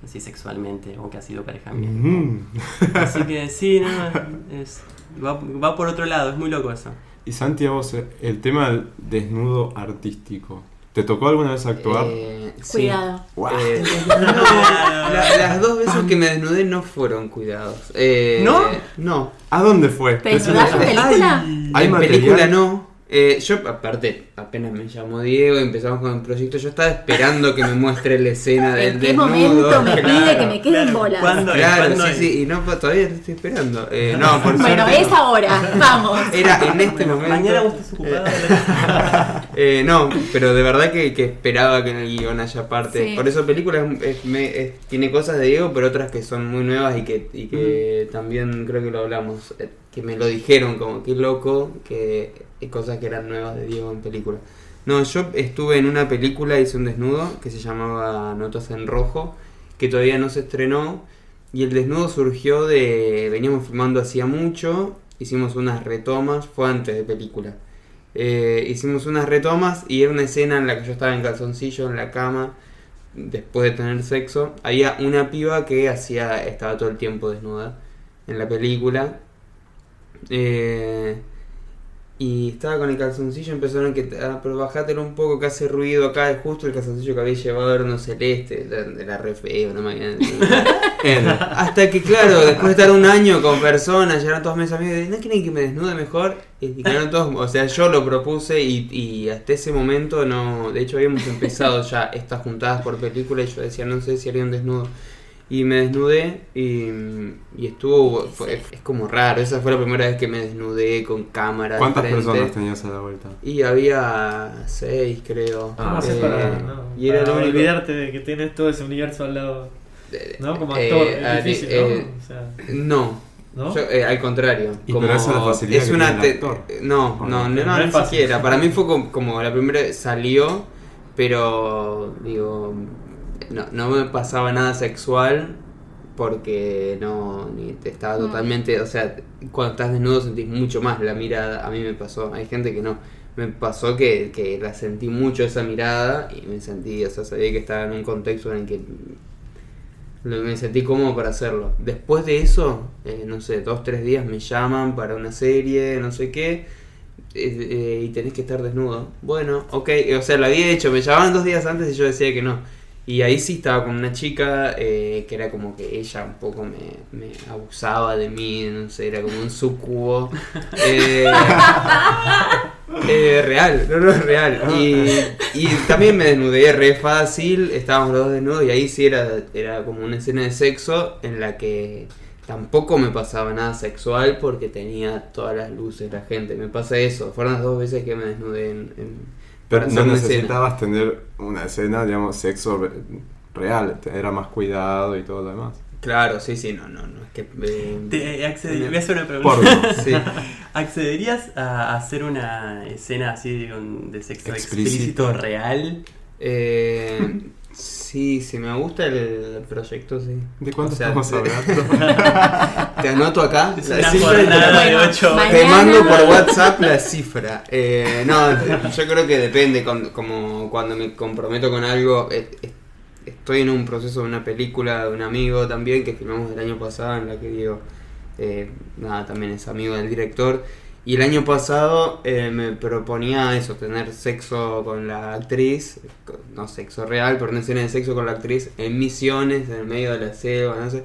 [SPEAKER 5] así sexualmente, o que ha sido pareja mía.
[SPEAKER 3] Mm.
[SPEAKER 5] Así que sí, no, es- va, va por otro lado, es muy loco eso.
[SPEAKER 3] Y Santiago, eh, el tema del desnudo artístico. ¿Te tocó alguna vez actuar?
[SPEAKER 6] Eh, sí.
[SPEAKER 2] Cuidado.
[SPEAKER 6] Eh, no, la- las dos veces que me desnudé no fueron cuidados. Eh,
[SPEAKER 5] ¿No?
[SPEAKER 6] No.
[SPEAKER 3] ¿A dónde fue?
[SPEAKER 2] ¿Te
[SPEAKER 3] Decime.
[SPEAKER 2] desnudaste en película?
[SPEAKER 5] Ay.
[SPEAKER 3] ¿Hay
[SPEAKER 6] en
[SPEAKER 3] material?
[SPEAKER 6] película no. Eh, yo, aparte, apenas me llamó Diego y empezamos con el proyecto, yo estaba esperando que me muestre la escena del
[SPEAKER 2] ¿En qué
[SPEAKER 6] desnudo.
[SPEAKER 2] momento me pide
[SPEAKER 6] claro.
[SPEAKER 2] que me quede en
[SPEAKER 5] claro,
[SPEAKER 2] bolas?
[SPEAKER 5] ¿cuándo?
[SPEAKER 6] Claro,
[SPEAKER 5] ¿Cuándo
[SPEAKER 6] sí,
[SPEAKER 5] es?
[SPEAKER 6] sí, y no, todavía lo estoy esperando. Eh, no, por
[SPEAKER 2] Bueno,
[SPEAKER 6] suerte
[SPEAKER 2] es
[SPEAKER 6] no.
[SPEAKER 2] ahora, vamos.
[SPEAKER 6] Era en este momento.
[SPEAKER 5] Mañana vos estás ocupado.
[SPEAKER 6] Eh, no, pero de verdad que, que esperaba que en el guión haya parte.
[SPEAKER 2] Sí.
[SPEAKER 6] Por eso película es- es- me- es- tiene cosas de Diego, pero otras que son muy nuevas y que, y que también creo que lo hablamos. eh, Que me lo dijeron como que loco, que hay cosas que eran nuevas de Diego en película. No, yo estuve en una película, hice un desnudo, que se llamaba Notas en Rojo, que todavía no se estrenó. Y el desnudo surgió de... Veníamos filmando hacía mucho, hicimos unas retomas, fue antes de película. Eh, hicimos unas retomas y era una escena en la que yo estaba en calzoncillo, en la cama, después de tener sexo. Había una piba que hacía, estaba todo el tiempo desnuda en la película. Eh, y estaba con el calzoncillo, empezaron que, ah, pero bajátelo un poco, que hace ruido acá, es justo el calzoncillo que había llevado era uno celeste, era, era re feo, no me Hasta que, claro, después de estar un año con personas, llegaron todos mis amigos, y dije, ¿no quieren que me desnude mejor? Y quedaron todos, o sea, yo lo propuse y, y hasta ese momento no, de hecho habíamos empezado ya estas juntadas por película y yo decía, no sé si haría un desnudo. Y me desnudé y, y estuvo, fue- es como raro, esa fue la primera vez que me desnudé con cámara. de
[SPEAKER 3] ¿Cuántas
[SPEAKER 6] frente.
[SPEAKER 3] personas tenías a la vuelta?
[SPEAKER 6] Y había seis, creo.
[SPEAKER 4] ¿Cómo
[SPEAKER 5] Ah,
[SPEAKER 4] haces
[SPEAKER 5] eh,
[SPEAKER 4] para, no?
[SPEAKER 6] y era
[SPEAKER 4] para
[SPEAKER 6] lo único-
[SPEAKER 4] olvidarte de que tienes todo ese universo al lado? ¿No? Como
[SPEAKER 6] Eh,
[SPEAKER 4] actor,
[SPEAKER 6] Ari,
[SPEAKER 4] es difícil,
[SPEAKER 6] eh,
[SPEAKER 4] ¿no? O sea,
[SPEAKER 6] No.
[SPEAKER 4] ¿no?
[SPEAKER 6] Yo, eh, al contrario.
[SPEAKER 3] Y pero esa es la facilidad
[SPEAKER 6] es
[SPEAKER 3] que
[SPEAKER 6] una
[SPEAKER 3] tiene el
[SPEAKER 6] te-
[SPEAKER 3] actor.
[SPEAKER 6] No,
[SPEAKER 3] Con
[SPEAKER 6] no,
[SPEAKER 3] el
[SPEAKER 6] no,
[SPEAKER 4] actor.
[SPEAKER 6] no,
[SPEAKER 4] No
[SPEAKER 6] ni
[SPEAKER 4] es fácil.
[SPEAKER 6] siquiera. Para mí fue como, como la primera vez salió, pero digo, no, no me pasaba nada sexual porque no ni te estaba totalmente, o sea, cuando estás desnudo sentís mucho más la mirada. A mí me pasó, hay gente que no. Me pasó que, que la sentí mucho esa mirada y me sentí, o sea, sabía que estaba en un contexto en el que lo- me sentí cómodo para hacerlo. Después de eso, eh, no sé, dos, tres días me llaman para una serie, no sé qué, eh, eh, y tenés que estar desnudo. Bueno, ok, o sea, lo había hecho, me llamaban dos días antes y yo decía que no. Y ahí sí estaba con una chica eh, que era como que ella un poco me, me abusaba de mí, no sé, era como un sucubo. Eh, eh, real, no, no, real. Y, y también me desnudé re fácil, estábamos los dos desnudos y ahí sí era, era como una escena de sexo en la que tampoco me pasaba nada sexual porque tenía todas las luces, la gente. Me pasa eso, fueron las dos veces que me desnudé en... en- para
[SPEAKER 3] Pero
[SPEAKER 6] hacer
[SPEAKER 3] no
[SPEAKER 6] una
[SPEAKER 3] necesitabas tener una escena, digamos, sexo re- real. Era más cuidado y todo lo demás.
[SPEAKER 6] escena. Claro, sí, sí, no, no, no, es que... eh,
[SPEAKER 5] Te accedí-
[SPEAKER 6] una-
[SPEAKER 5] voy a hacer una pregunta.
[SPEAKER 3] Porno.
[SPEAKER 6] Sí.
[SPEAKER 5] ¿Accederías a hacer una escena así de, un- de sexo
[SPEAKER 3] Explícito.
[SPEAKER 5] explícito, real?
[SPEAKER 6] Eh, sí, si me gusta el proyecto, sí.
[SPEAKER 3] ¿De cuánto
[SPEAKER 6] O sea,
[SPEAKER 3] estamos
[SPEAKER 6] te-
[SPEAKER 3] hablando?
[SPEAKER 6] Te anoto acá.
[SPEAKER 5] Es
[SPEAKER 6] la
[SPEAKER 5] una
[SPEAKER 6] cifra y te la-
[SPEAKER 5] jornada de
[SPEAKER 2] Bueno,
[SPEAKER 5] ocho horas.
[SPEAKER 2] mañana-
[SPEAKER 6] Te mando por WhatsApp la cifra. Eh, no, yo creo que depende. con- como cuando me comprometo con algo, eh, eh, estoy en un proceso de una película de un amigo también que filmamos el año pasado, en la que digo, eh, nada, también es amigo del director. Y el año pasado eh, me proponía eso, tener sexo con la actriz, con- no sexo real, pero una escena de sexo con la actriz en misiones, en el medio de la selva, no sé.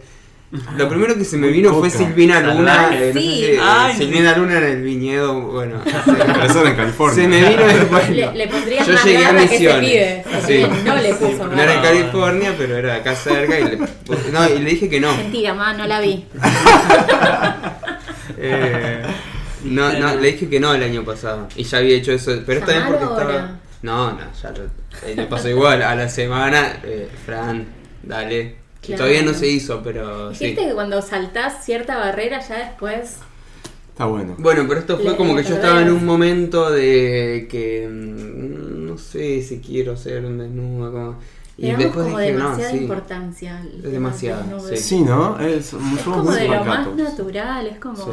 [SPEAKER 6] Lo primero que se me vino fue
[SPEAKER 3] Coca.
[SPEAKER 6] Silvina Luna,
[SPEAKER 5] Salvaje.
[SPEAKER 6] eh, no sé
[SPEAKER 2] Sí.
[SPEAKER 6] si- eh,
[SPEAKER 5] Ay.
[SPEAKER 6] Silvina Luna en el viñedo, bueno.
[SPEAKER 3] Pero eso era en California.
[SPEAKER 6] Se me vino el
[SPEAKER 2] Le,
[SPEAKER 6] bueno.
[SPEAKER 2] le pondrías
[SPEAKER 6] Yo
[SPEAKER 2] más
[SPEAKER 6] llegué a
[SPEAKER 2] garra que ese
[SPEAKER 6] Misiones.
[SPEAKER 2] pibe.
[SPEAKER 6] Sí.
[SPEAKER 2] No le puso
[SPEAKER 6] No era en
[SPEAKER 2] garra.
[SPEAKER 6] California, pero era acá cerca y le, no, y le dije que no.
[SPEAKER 2] Mentira, ma, no la vi.
[SPEAKER 6] Ah, Eh, no, no, le dije que no el año pasado. Y ya había hecho eso, pero esta vez porque
[SPEAKER 2] Llamalo ahora.
[SPEAKER 6] estaba... No, no, ya lo- eh, le pasó igual. A la semana, eh, Fran, dale. Y
[SPEAKER 2] Claro.
[SPEAKER 6] Todavía no se hizo, pero sí.
[SPEAKER 2] Dijiste que cuando saltás cierta barrera ya después.
[SPEAKER 3] Está bueno.
[SPEAKER 6] Bueno, pero esto fue
[SPEAKER 2] Le-
[SPEAKER 6] como
[SPEAKER 2] le
[SPEAKER 6] que yo estaba en
[SPEAKER 2] perdés.
[SPEAKER 6] un momento de que mm, no sé si quiero ser un desnudo. como-
[SPEAKER 2] Le
[SPEAKER 6] Y
[SPEAKER 2] damos
[SPEAKER 6] después
[SPEAKER 2] como
[SPEAKER 6] dije, no,
[SPEAKER 2] demasiada
[SPEAKER 6] sí.
[SPEAKER 2] importancia. al tema
[SPEAKER 6] demasiada,
[SPEAKER 2] del nudo.
[SPEAKER 6] sí.
[SPEAKER 2] Es
[SPEAKER 3] Sí, ¿no? Es, somos
[SPEAKER 2] como
[SPEAKER 3] muy
[SPEAKER 2] de lo más
[SPEAKER 3] pacatos.
[SPEAKER 2] natural, es como.
[SPEAKER 6] Sí.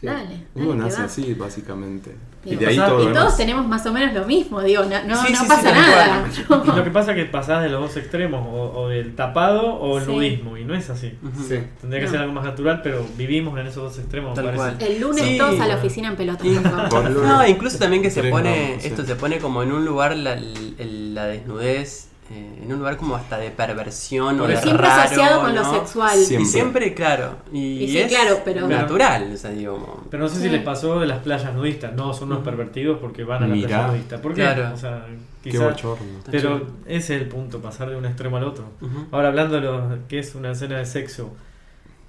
[SPEAKER 6] sí.
[SPEAKER 2] Dale,
[SPEAKER 3] Uno
[SPEAKER 2] dale, que
[SPEAKER 3] nace
[SPEAKER 2] va.
[SPEAKER 3] así, básicamente. Y
[SPEAKER 2] Digo,
[SPEAKER 3] de ahí
[SPEAKER 4] o sea,
[SPEAKER 3] todo
[SPEAKER 2] Y
[SPEAKER 3] lo
[SPEAKER 2] todos
[SPEAKER 3] demás.
[SPEAKER 2] tenemos más o menos lo mismo, digo, no, no,
[SPEAKER 5] Sí,
[SPEAKER 2] no
[SPEAKER 5] sí, sí,
[SPEAKER 2] pasa
[SPEAKER 5] tal
[SPEAKER 2] nada.
[SPEAKER 4] Lo que pasa es que pasás de los dos extremos, o, o del tapado o el
[SPEAKER 2] Sí.
[SPEAKER 4] nudismo, y no es así.
[SPEAKER 6] Sí.
[SPEAKER 4] Tendría que
[SPEAKER 2] No.
[SPEAKER 4] ser algo más natural, pero vivimos en esos dos extremos,
[SPEAKER 5] Tal
[SPEAKER 4] me parece.
[SPEAKER 5] cual.
[SPEAKER 2] El lunes
[SPEAKER 5] Sí.
[SPEAKER 2] todos a la oficina en pelota. por favor.
[SPEAKER 3] Por lo-
[SPEAKER 5] No, incluso también que se
[SPEAKER 3] Tres
[SPEAKER 5] pone,
[SPEAKER 3] vamos, sí.
[SPEAKER 5] esto se pone como en un lugar la, el- la desnudez eh, en un lugar como hasta de perversión o
[SPEAKER 2] Porque
[SPEAKER 5] de
[SPEAKER 2] siempre
[SPEAKER 5] raro,
[SPEAKER 2] asociado con
[SPEAKER 5] ¿no?
[SPEAKER 2] lo sexual.
[SPEAKER 3] Siempre.
[SPEAKER 5] Y siempre, claro. Y,
[SPEAKER 2] Y sí,
[SPEAKER 5] es
[SPEAKER 2] claro, pero-
[SPEAKER 5] natural, o sea, digo, como-
[SPEAKER 4] Pero no sé si les pasó de las playas nudistas. No, son unos pervertidos porque van a la
[SPEAKER 3] Mirá.
[SPEAKER 4] playa nudista. ¿Por qué?
[SPEAKER 5] Claro.
[SPEAKER 4] O sea,
[SPEAKER 3] Qué
[SPEAKER 4] quizás.
[SPEAKER 3] bochorno.
[SPEAKER 4] Pero ese es el punto, pasar de un extremo al otro.
[SPEAKER 5] Ujú.
[SPEAKER 4] Ahora, hablando de lo que es una escena de sexo,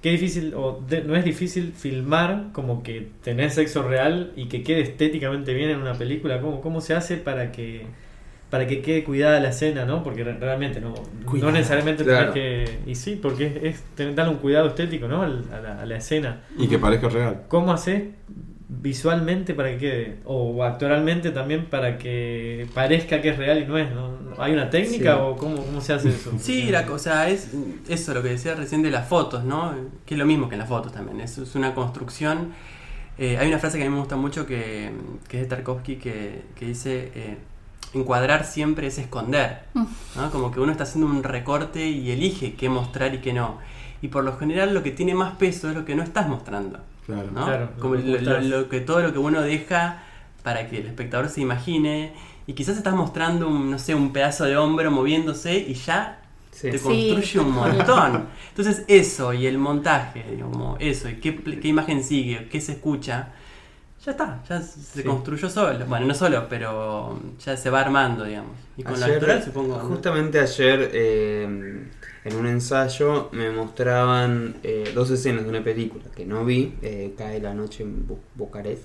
[SPEAKER 4] qué difícil, o de- no es difícil filmar como que tenés sexo real y que quede estéticamente bien en una película. ¿Cómo, cómo se hace para que para que quede cuidada la escena, ¿no? Porque re- realmente no, no
[SPEAKER 5] Cuidada,
[SPEAKER 4] necesariamente
[SPEAKER 6] claro.
[SPEAKER 4] tenés que... Y sí, porque es, es tener- darle un cuidado estético, ¿no? Al- A la, a la escena.
[SPEAKER 3] Y que parezca real.
[SPEAKER 4] ¿Cómo haces visualmente para que quede? O actoralmente también para que parezca que es real y no es, ¿no? ¿Hay una técnica
[SPEAKER 6] Sí.
[SPEAKER 4] o cómo, cómo se hace eso?
[SPEAKER 5] Sí, la, o sea, es eso lo que decía recién de las fotos, ¿no? Que es lo mismo que en las fotos también, es, es una construcción. Eh, hay una frase que a mí me gusta mucho que, que es de Tarkovsky que, que dice, eh, encuadrar siempre es esconder, ¿no? Como que uno está haciendo un recorte y elige qué mostrar y qué no. Y por lo general lo que tiene más peso es lo que no estás mostrando.
[SPEAKER 3] Claro.
[SPEAKER 5] ¿no?
[SPEAKER 4] Claro,
[SPEAKER 5] Como
[SPEAKER 4] lo que
[SPEAKER 5] lo,
[SPEAKER 4] mostrás.
[SPEAKER 5] lo- lo que todo lo que uno deja para que el espectador se imagine y quizás estás mostrando un, no sé, un pedazo de hombro moviéndose y ya
[SPEAKER 6] Sí.
[SPEAKER 5] te
[SPEAKER 2] Sí,
[SPEAKER 5] construye
[SPEAKER 2] está
[SPEAKER 5] un
[SPEAKER 2] bueno.
[SPEAKER 5] montón. Entonces eso y el montaje, digo, como eso y qué, pl- qué imagen sigue, qué se escucha, ya está, ya se se
[SPEAKER 6] Sí.
[SPEAKER 5] construyó solo. Bueno, no solo, pero ya se va armando, digamos. Y con
[SPEAKER 6] Ayer,
[SPEAKER 5] la actoral supongo. ¿no?
[SPEAKER 6] Justamente ayer, eh, en un ensayo, me mostraban eh, dos escenas de una película que no vi, eh, Cae la noche en Bu- Bucarest,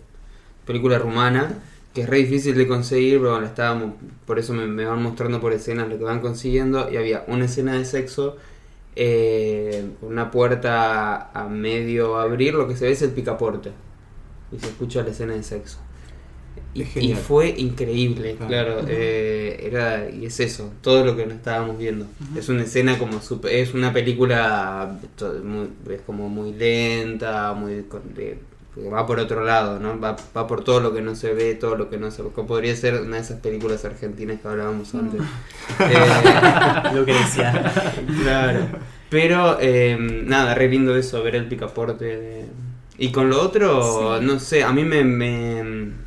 [SPEAKER 6] película rumana, que es re difícil de conseguir, pero la estábamos, por eso me, me van mostrando por escenas lo que van consiguiendo, y había una escena de sexo, eh, con una puerta a medio abrir, lo que se ve es el picaporte, y se escucha la escena de sexo. Y,
[SPEAKER 3] Es
[SPEAKER 6] y
[SPEAKER 3] genial.
[SPEAKER 6] fue increíble,
[SPEAKER 3] Claro.
[SPEAKER 6] claro. eh, era, y es eso, todo lo que nos estábamos viendo. Es una escena como sup- es una película to- muy- es como muy lenta, muy con- de- que va por otro lado, ¿no? Va, va por todo lo que no se ve, todo lo que no se ve. como Podría ser una de esas películas argentinas que hablábamos antes. Eh,
[SPEAKER 5] Lucrecia.
[SPEAKER 6] Claro. Pero eh, nada, re lindo eso, ver el picaporte. de- Y con lo otro, no sé, a mí me, me.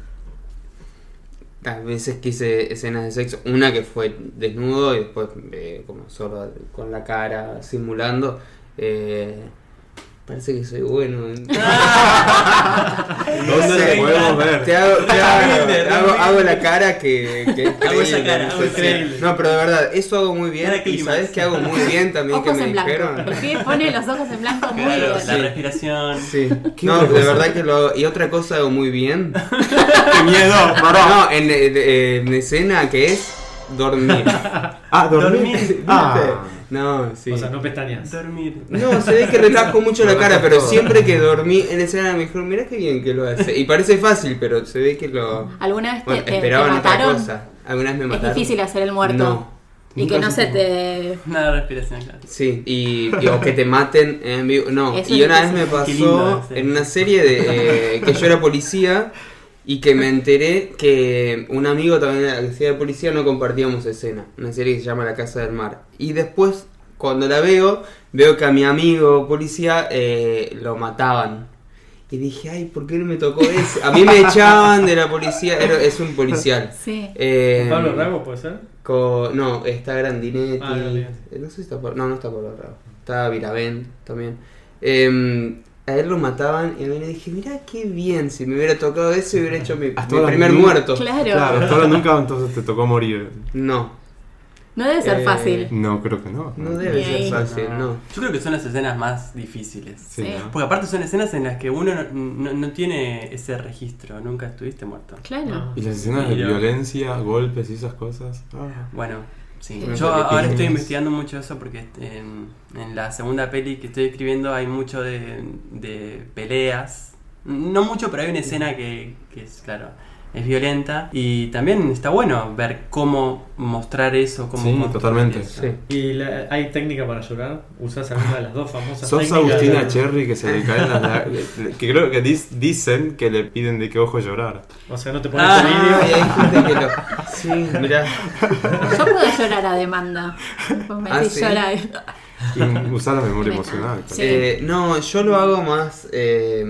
[SPEAKER 6] Las veces que hice escenas de sexo, una que fue desnudo y después eh, como solo con la cara simulando. eh, Parece que soy bueno. ¿eh?
[SPEAKER 5] Ah.
[SPEAKER 3] ¿Dónde
[SPEAKER 6] Sí,
[SPEAKER 3] lo podemos ver?
[SPEAKER 6] Te hago, te hago-
[SPEAKER 5] También,
[SPEAKER 6] hago-
[SPEAKER 5] también.
[SPEAKER 6] hago la cara que, que es
[SPEAKER 5] Hago esa
[SPEAKER 6] creíble,
[SPEAKER 5] cara,
[SPEAKER 6] no
[SPEAKER 5] hago
[SPEAKER 6] sé
[SPEAKER 5] esa
[SPEAKER 6] si-
[SPEAKER 5] cara.
[SPEAKER 6] No, pero de verdad, eso hago muy bien.
[SPEAKER 5] Cara
[SPEAKER 6] Y
[SPEAKER 5] clímax.
[SPEAKER 6] sabes que hago muy bien también que
[SPEAKER 2] Ojos
[SPEAKER 6] me
[SPEAKER 2] en blanco.
[SPEAKER 6] dijeron.
[SPEAKER 2] El pibe pone los ojos en blanco muy
[SPEAKER 5] Claro,
[SPEAKER 2] bien.
[SPEAKER 5] la
[SPEAKER 6] Sí.
[SPEAKER 5] respiración.
[SPEAKER 6] Sí. No, de verdad que lo hago. Y otra cosa hago muy bien.
[SPEAKER 3] ¡Qué miedo! pará.
[SPEAKER 6] No, en, eh, de- eh, en escena que es dormir.
[SPEAKER 3] Ah, dormí.
[SPEAKER 5] Dormí.
[SPEAKER 3] Ah.
[SPEAKER 6] No, sí.
[SPEAKER 4] O sea, no pestañas.
[SPEAKER 5] Dormir.
[SPEAKER 6] No, se ve que relajo mucho la cara, pero
[SPEAKER 3] Todo.
[SPEAKER 6] siempre que dormí en escena me dijeron, mirá qué bien que lo hace. Y parece fácil, pero se ve que lo...
[SPEAKER 2] ¿Alguna vez te,
[SPEAKER 6] Bueno,
[SPEAKER 2] te- te
[SPEAKER 6] esperaban otra
[SPEAKER 2] mataron?
[SPEAKER 6] cosa. Algunas me
[SPEAKER 2] Es
[SPEAKER 6] mataron.
[SPEAKER 2] difícil hacer el muerto.
[SPEAKER 6] No.
[SPEAKER 2] Y que
[SPEAKER 6] Nunca
[SPEAKER 2] no
[SPEAKER 6] se
[SPEAKER 2] se te...
[SPEAKER 5] Nada de respiración, claro.
[SPEAKER 6] Sí, y, y- o que te maten en vivo. No,
[SPEAKER 2] Eso
[SPEAKER 6] y
[SPEAKER 2] es
[SPEAKER 6] una vez me
[SPEAKER 5] difícil. Qué lindo
[SPEAKER 6] pasó
[SPEAKER 5] ese.
[SPEAKER 6] en una serie de eh, que yo era policía y que me enteré que un amigo también era- que hacía de policía no compartíamos escena. Una serie que se llama La Casa del Mar. Y después, cuando la veo, veo que a mi amigo policía eh, lo mataban. Y dije, ay, ¿por qué no me tocó eso? A mí me echaban de la policía, era- es un policial.
[SPEAKER 2] Sí.
[SPEAKER 6] Eh,
[SPEAKER 4] Pablo Rago puede ser.
[SPEAKER 6] Co- no, está Grandinetti.
[SPEAKER 4] Ah, Grandinetti.
[SPEAKER 6] Eh, no sé si está por. No, no está por los lados. Está Viravent también. Em, a él lo mataban y a mí le dije, mirá qué bien, si me hubiera tocado eso hubiera hecho mi,
[SPEAKER 3] Hasta
[SPEAKER 6] mi
[SPEAKER 3] ahora
[SPEAKER 6] primer
[SPEAKER 3] ni-
[SPEAKER 6] muerto.
[SPEAKER 2] Claro.
[SPEAKER 3] Claro, hasta ahora nunca entonces te tocó morir.
[SPEAKER 6] No,
[SPEAKER 2] No debe ser
[SPEAKER 6] Eh,
[SPEAKER 2] fácil.
[SPEAKER 3] No, creo que no.
[SPEAKER 6] no debe
[SPEAKER 2] Ni ahí.
[SPEAKER 6] ser fácil, no.
[SPEAKER 5] Yo creo que son las escenas más difíciles.
[SPEAKER 3] Sí,
[SPEAKER 2] Sí.
[SPEAKER 3] ¿no?
[SPEAKER 5] Porque aparte son escenas en las que uno no, no- no tiene ese registro, nunca estuviste muerto.
[SPEAKER 4] Ah.
[SPEAKER 2] Claro.
[SPEAKER 3] Y las escenas de
[SPEAKER 5] Mira.
[SPEAKER 3] violencia, golpes y esas cosas. Ah.
[SPEAKER 5] Bueno, sí.
[SPEAKER 6] Bueno,
[SPEAKER 5] Yo
[SPEAKER 6] pero
[SPEAKER 5] ahora
[SPEAKER 6] que-
[SPEAKER 5] estoy investigando mucho eso porque este, en, en la segunda peli que estoy escribiendo hay mucho de, de peleas. No mucho, pero hay una escena que, que es, claro, es violenta. Y también está bueno ver cómo mostrar eso, cómo
[SPEAKER 3] Sí,
[SPEAKER 5] construir
[SPEAKER 3] totalmente.
[SPEAKER 5] eso.
[SPEAKER 6] Sí.
[SPEAKER 4] ¿Y la- hay técnica para llorar? ¿Usás alguna de las dos famosas
[SPEAKER 3] Sos
[SPEAKER 4] técnicas?
[SPEAKER 3] Agustina Cherry que se le caen las la- Que creo que dis- dicen que le piden de qué ojo llorar.
[SPEAKER 4] O sea, no te pones
[SPEAKER 5] Ah,
[SPEAKER 4] el
[SPEAKER 6] Ah, y
[SPEAKER 4] vídeo.
[SPEAKER 6] hay gente que lo. Sí, mirá.
[SPEAKER 2] Yo puedo llorar a demanda. Vos me
[SPEAKER 6] Ah,
[SPEAKER 2] decís
[SPEAKER 6] ¿sí?
[SPEAKER 2] llora.
[SPEAKER 3] Usar la memoria
[SPEAKER 2] Me-
[SPEAKER 3] emocional.
[SPEAKER 2] sí.
[SPEAKER 3] claro.
[SPEAKER 6] Eh, no, yo lo hago más. eh,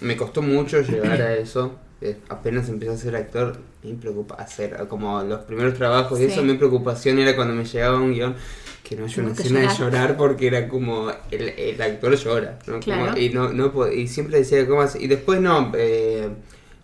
[SPEAKER 6] me costó mucho llegar a eso. eh, apenas empecé a ser actor, me preocupa hacer como los primeros trabajos y
[SPEAKER 2] Sí.
[SPEAKER 6] eso, mi preocupación era cuando me llegaba un guión que no haya una
[SPEAKER 2] Tengo que
[SPEAKER 6] escena de
[SPEAKER 2] llorar.
[SPEAKER 6] llorar porque era como el, el actor llora, ¿no? Como-
[SPEAKER 2] Claro.
[SPEAKER 6] y no, no po- y siempre decía como así, y después no, eh,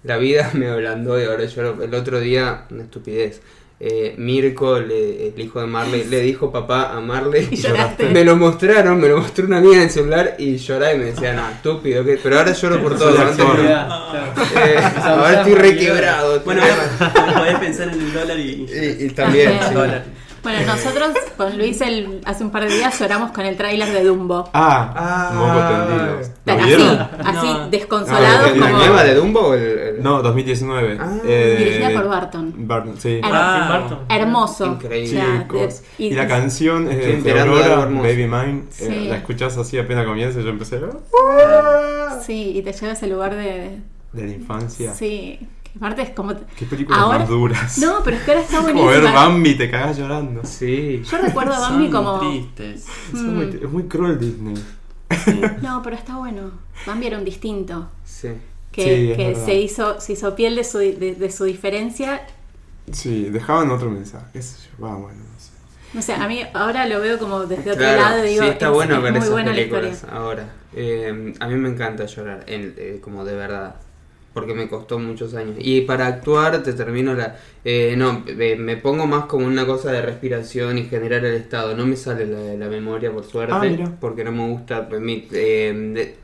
[SPEAKER 6] la vida me ablandó y ahora lloro. El otro día, una estupidez. eh, Mirko, le- el hijo de Marley, le dijo papá a Marley
[SPEAKER 2] Y lloraste.
[SPEAKER 6] Me lo mostraron, me lo mostró una amiga en el celular y lloraba y me decía, no, estúpido, que pero ahora lloro por todo.
[SPEAKER 3] Soy
[SPEAKER 6] antes
[SPEAKER 3] actor.
[SPEAKER 6] no. Eh, ahora estoy requebrado.
[SPEAKER 5] Bueno, ahora podés pensar en el dólar y.
[SPEAKER 6] y, y también, sí.
[SPEAKER 5] Dólar.
[SPEAKER 3] Eh.
[SPEAKER 2] Bueno, nosotros con Luis el, hace un par de días lloramos con el tráiler de Dumbo.
[SPEAKER 3] Ah,
[SPEAKER 6] Ah.
[SPEAKER 3] moco tendido.
[SPEAKER 2] Pero
[SPEAKER 3] ¿Lo
[SPEAKER 2] así,
[SPEAKER 3] vieron?
[SPEAKER 2] así,
[SPEAKER 5] No.
[SPEAKER 6] Ah,
[SPEAKER 2] desconsolados
[SPEAKER 6] ¿La
[SPEAKER 3] Solado
[SPEAKER 6] la
[SPEAKER 2] como
[SPEAKER 6] nueva de Dumbo o el, el-
[SPEAKER 3] No, 2019.
[SPEAKER 6] Ah.
[SPEAKER 3] Eh,
[SPEAKER 2] dirigida por Barton.
[SPEAKER 3] Barton, sí.
[SPEAKER 2] Ah, Hermoso.
[SPEAKER 6] Increíble.
[SPEAKER 2] O sea,
[SPEAKER 3] Chicos.
[SPEAKER 2] de-
[SPEAKER 3] y, la canción es
[SPEAKER 6] Estoy
[SPEAKER 3] de, de
[SPEAKER 6] enterando de
[SPEAKER 3] Aurora,
[SPEAKER 6] algo hermoso.
[SPEAKER 3] Baby Mine. eh,
[SPEAKER 2] Sí.
[SPEAKER 3] la escuchás así apenas comienza y yo empecé. "Ah".
[SPEAKER 2] Sí, y te lleva a ese lugar de...
[SPEAKER 3] De la infancia.
[SPEAKER 2] Sí. Que aparte es como...
[SPEAKER 3] Qué películas
[SPEAKER 2] Ahora-
[SPEAKER 3] más duras.
[SPEAKER 2] No, pero es que ahora está
[SPEAKER 3] como ver
[SPEAKER 2] buenísima.
[SPEAKER 3] Bambi, te cagas llorando.
[SPEAKER 6] Sí.
[SPEAKER 2] Yo recuerdo a Bambi
[SPEAKER 5] Son
[SPEAKER 2] como...
[SPEAKER 5] tristes.
[SPEAKER 3] Es, muy,
[SPEAKER 2] Mm.
[SPEAKER 3] es muy cruel Disney.
[SPEAKER 5] Sí.
[SPEAKER 2] No, pero está bueno. Bambi era un distinto.
[SPEAKER 6] Sí.
[SPEAKER 2] Que,
[SPEAKER 3] Sí, es
[SPEAKER 2] que
[SPEAKER 3] verdad.
[SPEAKER 2] se, hizo, se hizo piel de su, de, de su diferencia.
[SPEAKER 3] Sí, dejaban otro mensaje. qué sé yo, va, bueno, no sé.
[SPEAKER 2] O sea, a mí ahora lo veo como desde otro
[SPEAKER 6] Claro,
[SPEAKER 2] lado. Digo,
[SPEAKER 6] sí, está
[SPEAKER 2] es-
[SPEAKER 6] bueno
[SPEAKER 2] es
[SPEAKER 6] ver
[SPEAKER 2] muy
[SPEAKER 6] esas
[SPEAKER 2] buena la
[SPEAKER 6] películas
[SPEAKER 2] historia.
[SPEAKER 6] ahora. Eh, a mí me encanta llorar, en- eh, como de verdad. Porque me costó muchos años. Y para actuar te termino la... eh, no, me, me pongo más como una cosa de respiración y generar el estado. No me sale la, la memoria, por suerte.
[SPEAKER 3] Ah, mira.
[SPEAKER 6] porque no me gusta... mi- eh, de-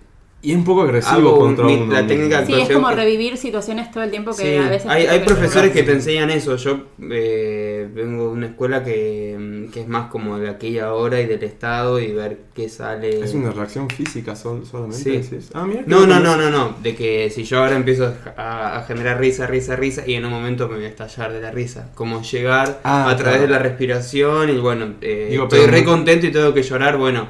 [SPEAKER 3] Y es un poco agresivo
[SPEAKER 6] Hago un-
[SPEAKER 3] contra
[SPEAKER 6] mi-
[SPEAKER 3] uno
[SPEAKER 6] la
[SPEAKER 3] mismo.
[SPEAKER 6] técnica
[SPEAKER 2] Sí, es como
[SPEAKER 6] Actuación que-
[SPEAKER 2] revivir situaciones todo el tiempo que
[SPEAKER 6] Sí,
[SPEAKER 2] a veces.
[SPEAKER 6] hay, hay
[SPEAKER 2] que-
[SPEAKER 6] profesores que te enseñan eso. Yo eh, vengo de una escuela que, mm, que es más como de aquí y ahora y del estado y ver qué sale.
[SPEAKER 3] Es una reacción física sol- solamente.
[SPEAKER 6] Sí.
[SPEAKER 3] decís. Ah, mira,
[SPEAKER 6] No,
[SPEAKER 3] creo
[SPEAKER 6] no,
[SPEAKER 3] que
[SPEAKER 6] no,
[SPEAKER 3] es-
[SPEAKER 6] no, no. De que si yo ahora empiezo a, a generar risa, risa, risa y en un momento me voy a estallar de la risa. Como llegar
[SPEAKER 3] Ah,
[SPEAKER 6] a través
[SPEAKER 3] claro.
[SPEAKER 6] de la respiración y bueno, eh,
[SPEAKER 3] Digo,
[SPEAKER 6] estoy
[SPEAKER 3] pero
[SPEAKER 6] re
[SPEAKER 3] no-
[SPEAKER 6] contento y tengo que llorar. Bueno,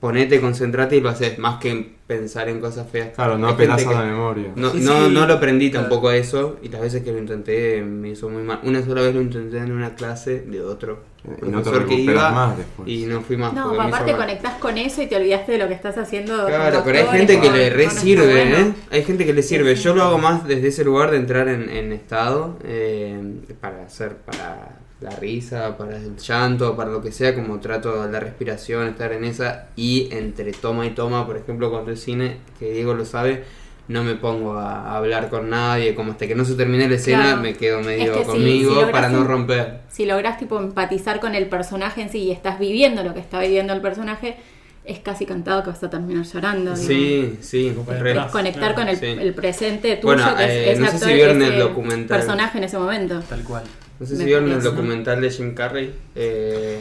[SPEAKER 6] ponete, concentrate y lo haces. Más que pensar en cosas feas.
[SPEAKER 3] Claro, no
[SPEAKER 6] Hay gente
[SPEAKER 3] apenas a
[SPEAKER 6] que-
[SPEAKER 3] la memoria.
[SPEAKER 6] No,
[SPEAKER 5] Sí,
[SPEAKER 6] no,
[SPEAKER 5] sí.
[SPEAKER 6] no lo aprendí
[SPEAKER 5] Claro.
[SPEAKER 6] tampoco a eso y las veces que lo intenté me hizo muy mal. Una sola vez lo intenté en una clase de otro
[SPEAKER 3] Y no te
[SPEAKER 6] profesor que
[SPEAKER 3] recuperas
[SPEAKER 6] iba
[SPEAKER 3] más después.
[SPEAKER 6] y no fui más.
[SPEAKER 2] No,
[SPEAKER 6] porque me hizo
[SPEAKER 2] aparte
[SPEAKER 6] mal.
[SPEAKER 2] conectás con eso y te olvidaste de lo que estás haciendo.
[SPEAKER 6] Claro,
[SPEAKER 2] con
[SPEAKER 6] pero hay
[SPEAKER 2] actores,
[SPEAKER 6] gente que
[SPEAKER 2] con-
[SPEAKER 6] le
[SPEAKER 2] con
[SPEAKER 6] re
[SPEAKER 2] esto,
[SPEAKER 6] sirve,
[SPEAKER 2] bueno.
[SPEAKER 6] ¿eh? Hay gente que le sirve.
[SPEAKER 2] sí.
[SPEAKER 6] Yo lo hago más desde ese lugar de entrar en, en estado eh, para hacer, para la risa, para el llanto, para lo que sea, como trato la respiración, estar en esa y entre toma y toma, por ejemplo, cuando el cine, que Diego lo sabe, no me pongo a hablar con nadie, como hasta que no se termine la escena
[SPEAKER 2] Claro.
[SPEAKER 6] me quedo medio
[SPEAKER 2] Es que si-
[SPEAKER 6] conmigo
[SPEAKER 2] si logras
[SPEAKER 6] para no
[SPEAKER 2] un-
[SPEAKER 6] romper.
[SPEAKER 2] Si lográs tipo empatizar con el personaje en sí y estás viviendo lo que está viviendo el personaje, es casi cantado que vas a terminar llorando. digamos.
[SPEAKER 6] Sí, sí,
[SPEAKER 4] Como para
[SPEAKER 6] re.
[SPEAKER 4] atrás.
[SPEAKER 2] Conectar con el,
[SPEAKER 6] Sí.
[SPEAKER 2] el presente tuyo,
[SPEAKER 6] Bueno,
[SPEAKER 2] que es,
[SPEAKER 6] eh,
[SPEAKER 2] es
[SPEAKER 6] no sé si
[SPEAKER 2] actor,
[SPEAKER 6] vieron
[SPEAKER 2] ese
[SPEAKER 6] el documental.
[SPEAKER 2] personaje en ese momento.
[SPEAKER 5] Tal cual.
[SPEAKER 6] No sé
[SPEAKER 2] Me
[SPEAKER 6] si vieron el
[SPEAKER 2] parece.
[SPEAKER 6] documental de Jim Carrey eh,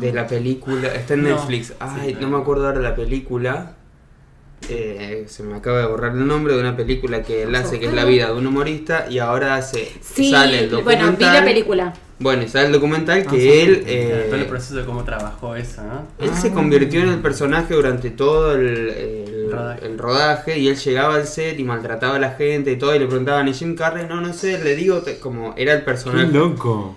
[SPEAKER 6] de la película. Está en
[SPEAKER 5] No.
[SPEAKER 6] Netflix. Ay,
[SPEAKER 5] Sí,
[SPEAKER 6] no
[SPEAKER 5] no.
[SPEAKER 6] me acuerdo ahora la película. Eh, se me acaba de borrar el nombre de una película que él hace, que es La vida de un humorista, y ahora hace,
[SPEAKER 2] Sí,
[SPEAKER 6] sale el documental.
[SPEAKER 2] bueno, vi la película.
[SPEAKER 6] Bueno, y sale el documental que
[SPEAKER 5] Ah, sí.
[SPEAKER 6] él.
[SPEAKER 5] Claro,
[SPEAKER 6] eh,
[SPEAKER 5] Todo el proceso de cómo trabajó eso, ¿no?
[SPEAKER 6] él se convirtió en el personaje durante todo el, el-
[SPEAKER 5] Rodaje.
[SPEAKER 6] el rodaje y él llegaba al set y maltrataba a la gente y todo y le preguntaban, ¿y Jim Carrey? No, no sé, le digo, te- como era el
[SPEAKER 3] Qué
[SPEAKER 6] personaje.
[SPEAKER 3] loco.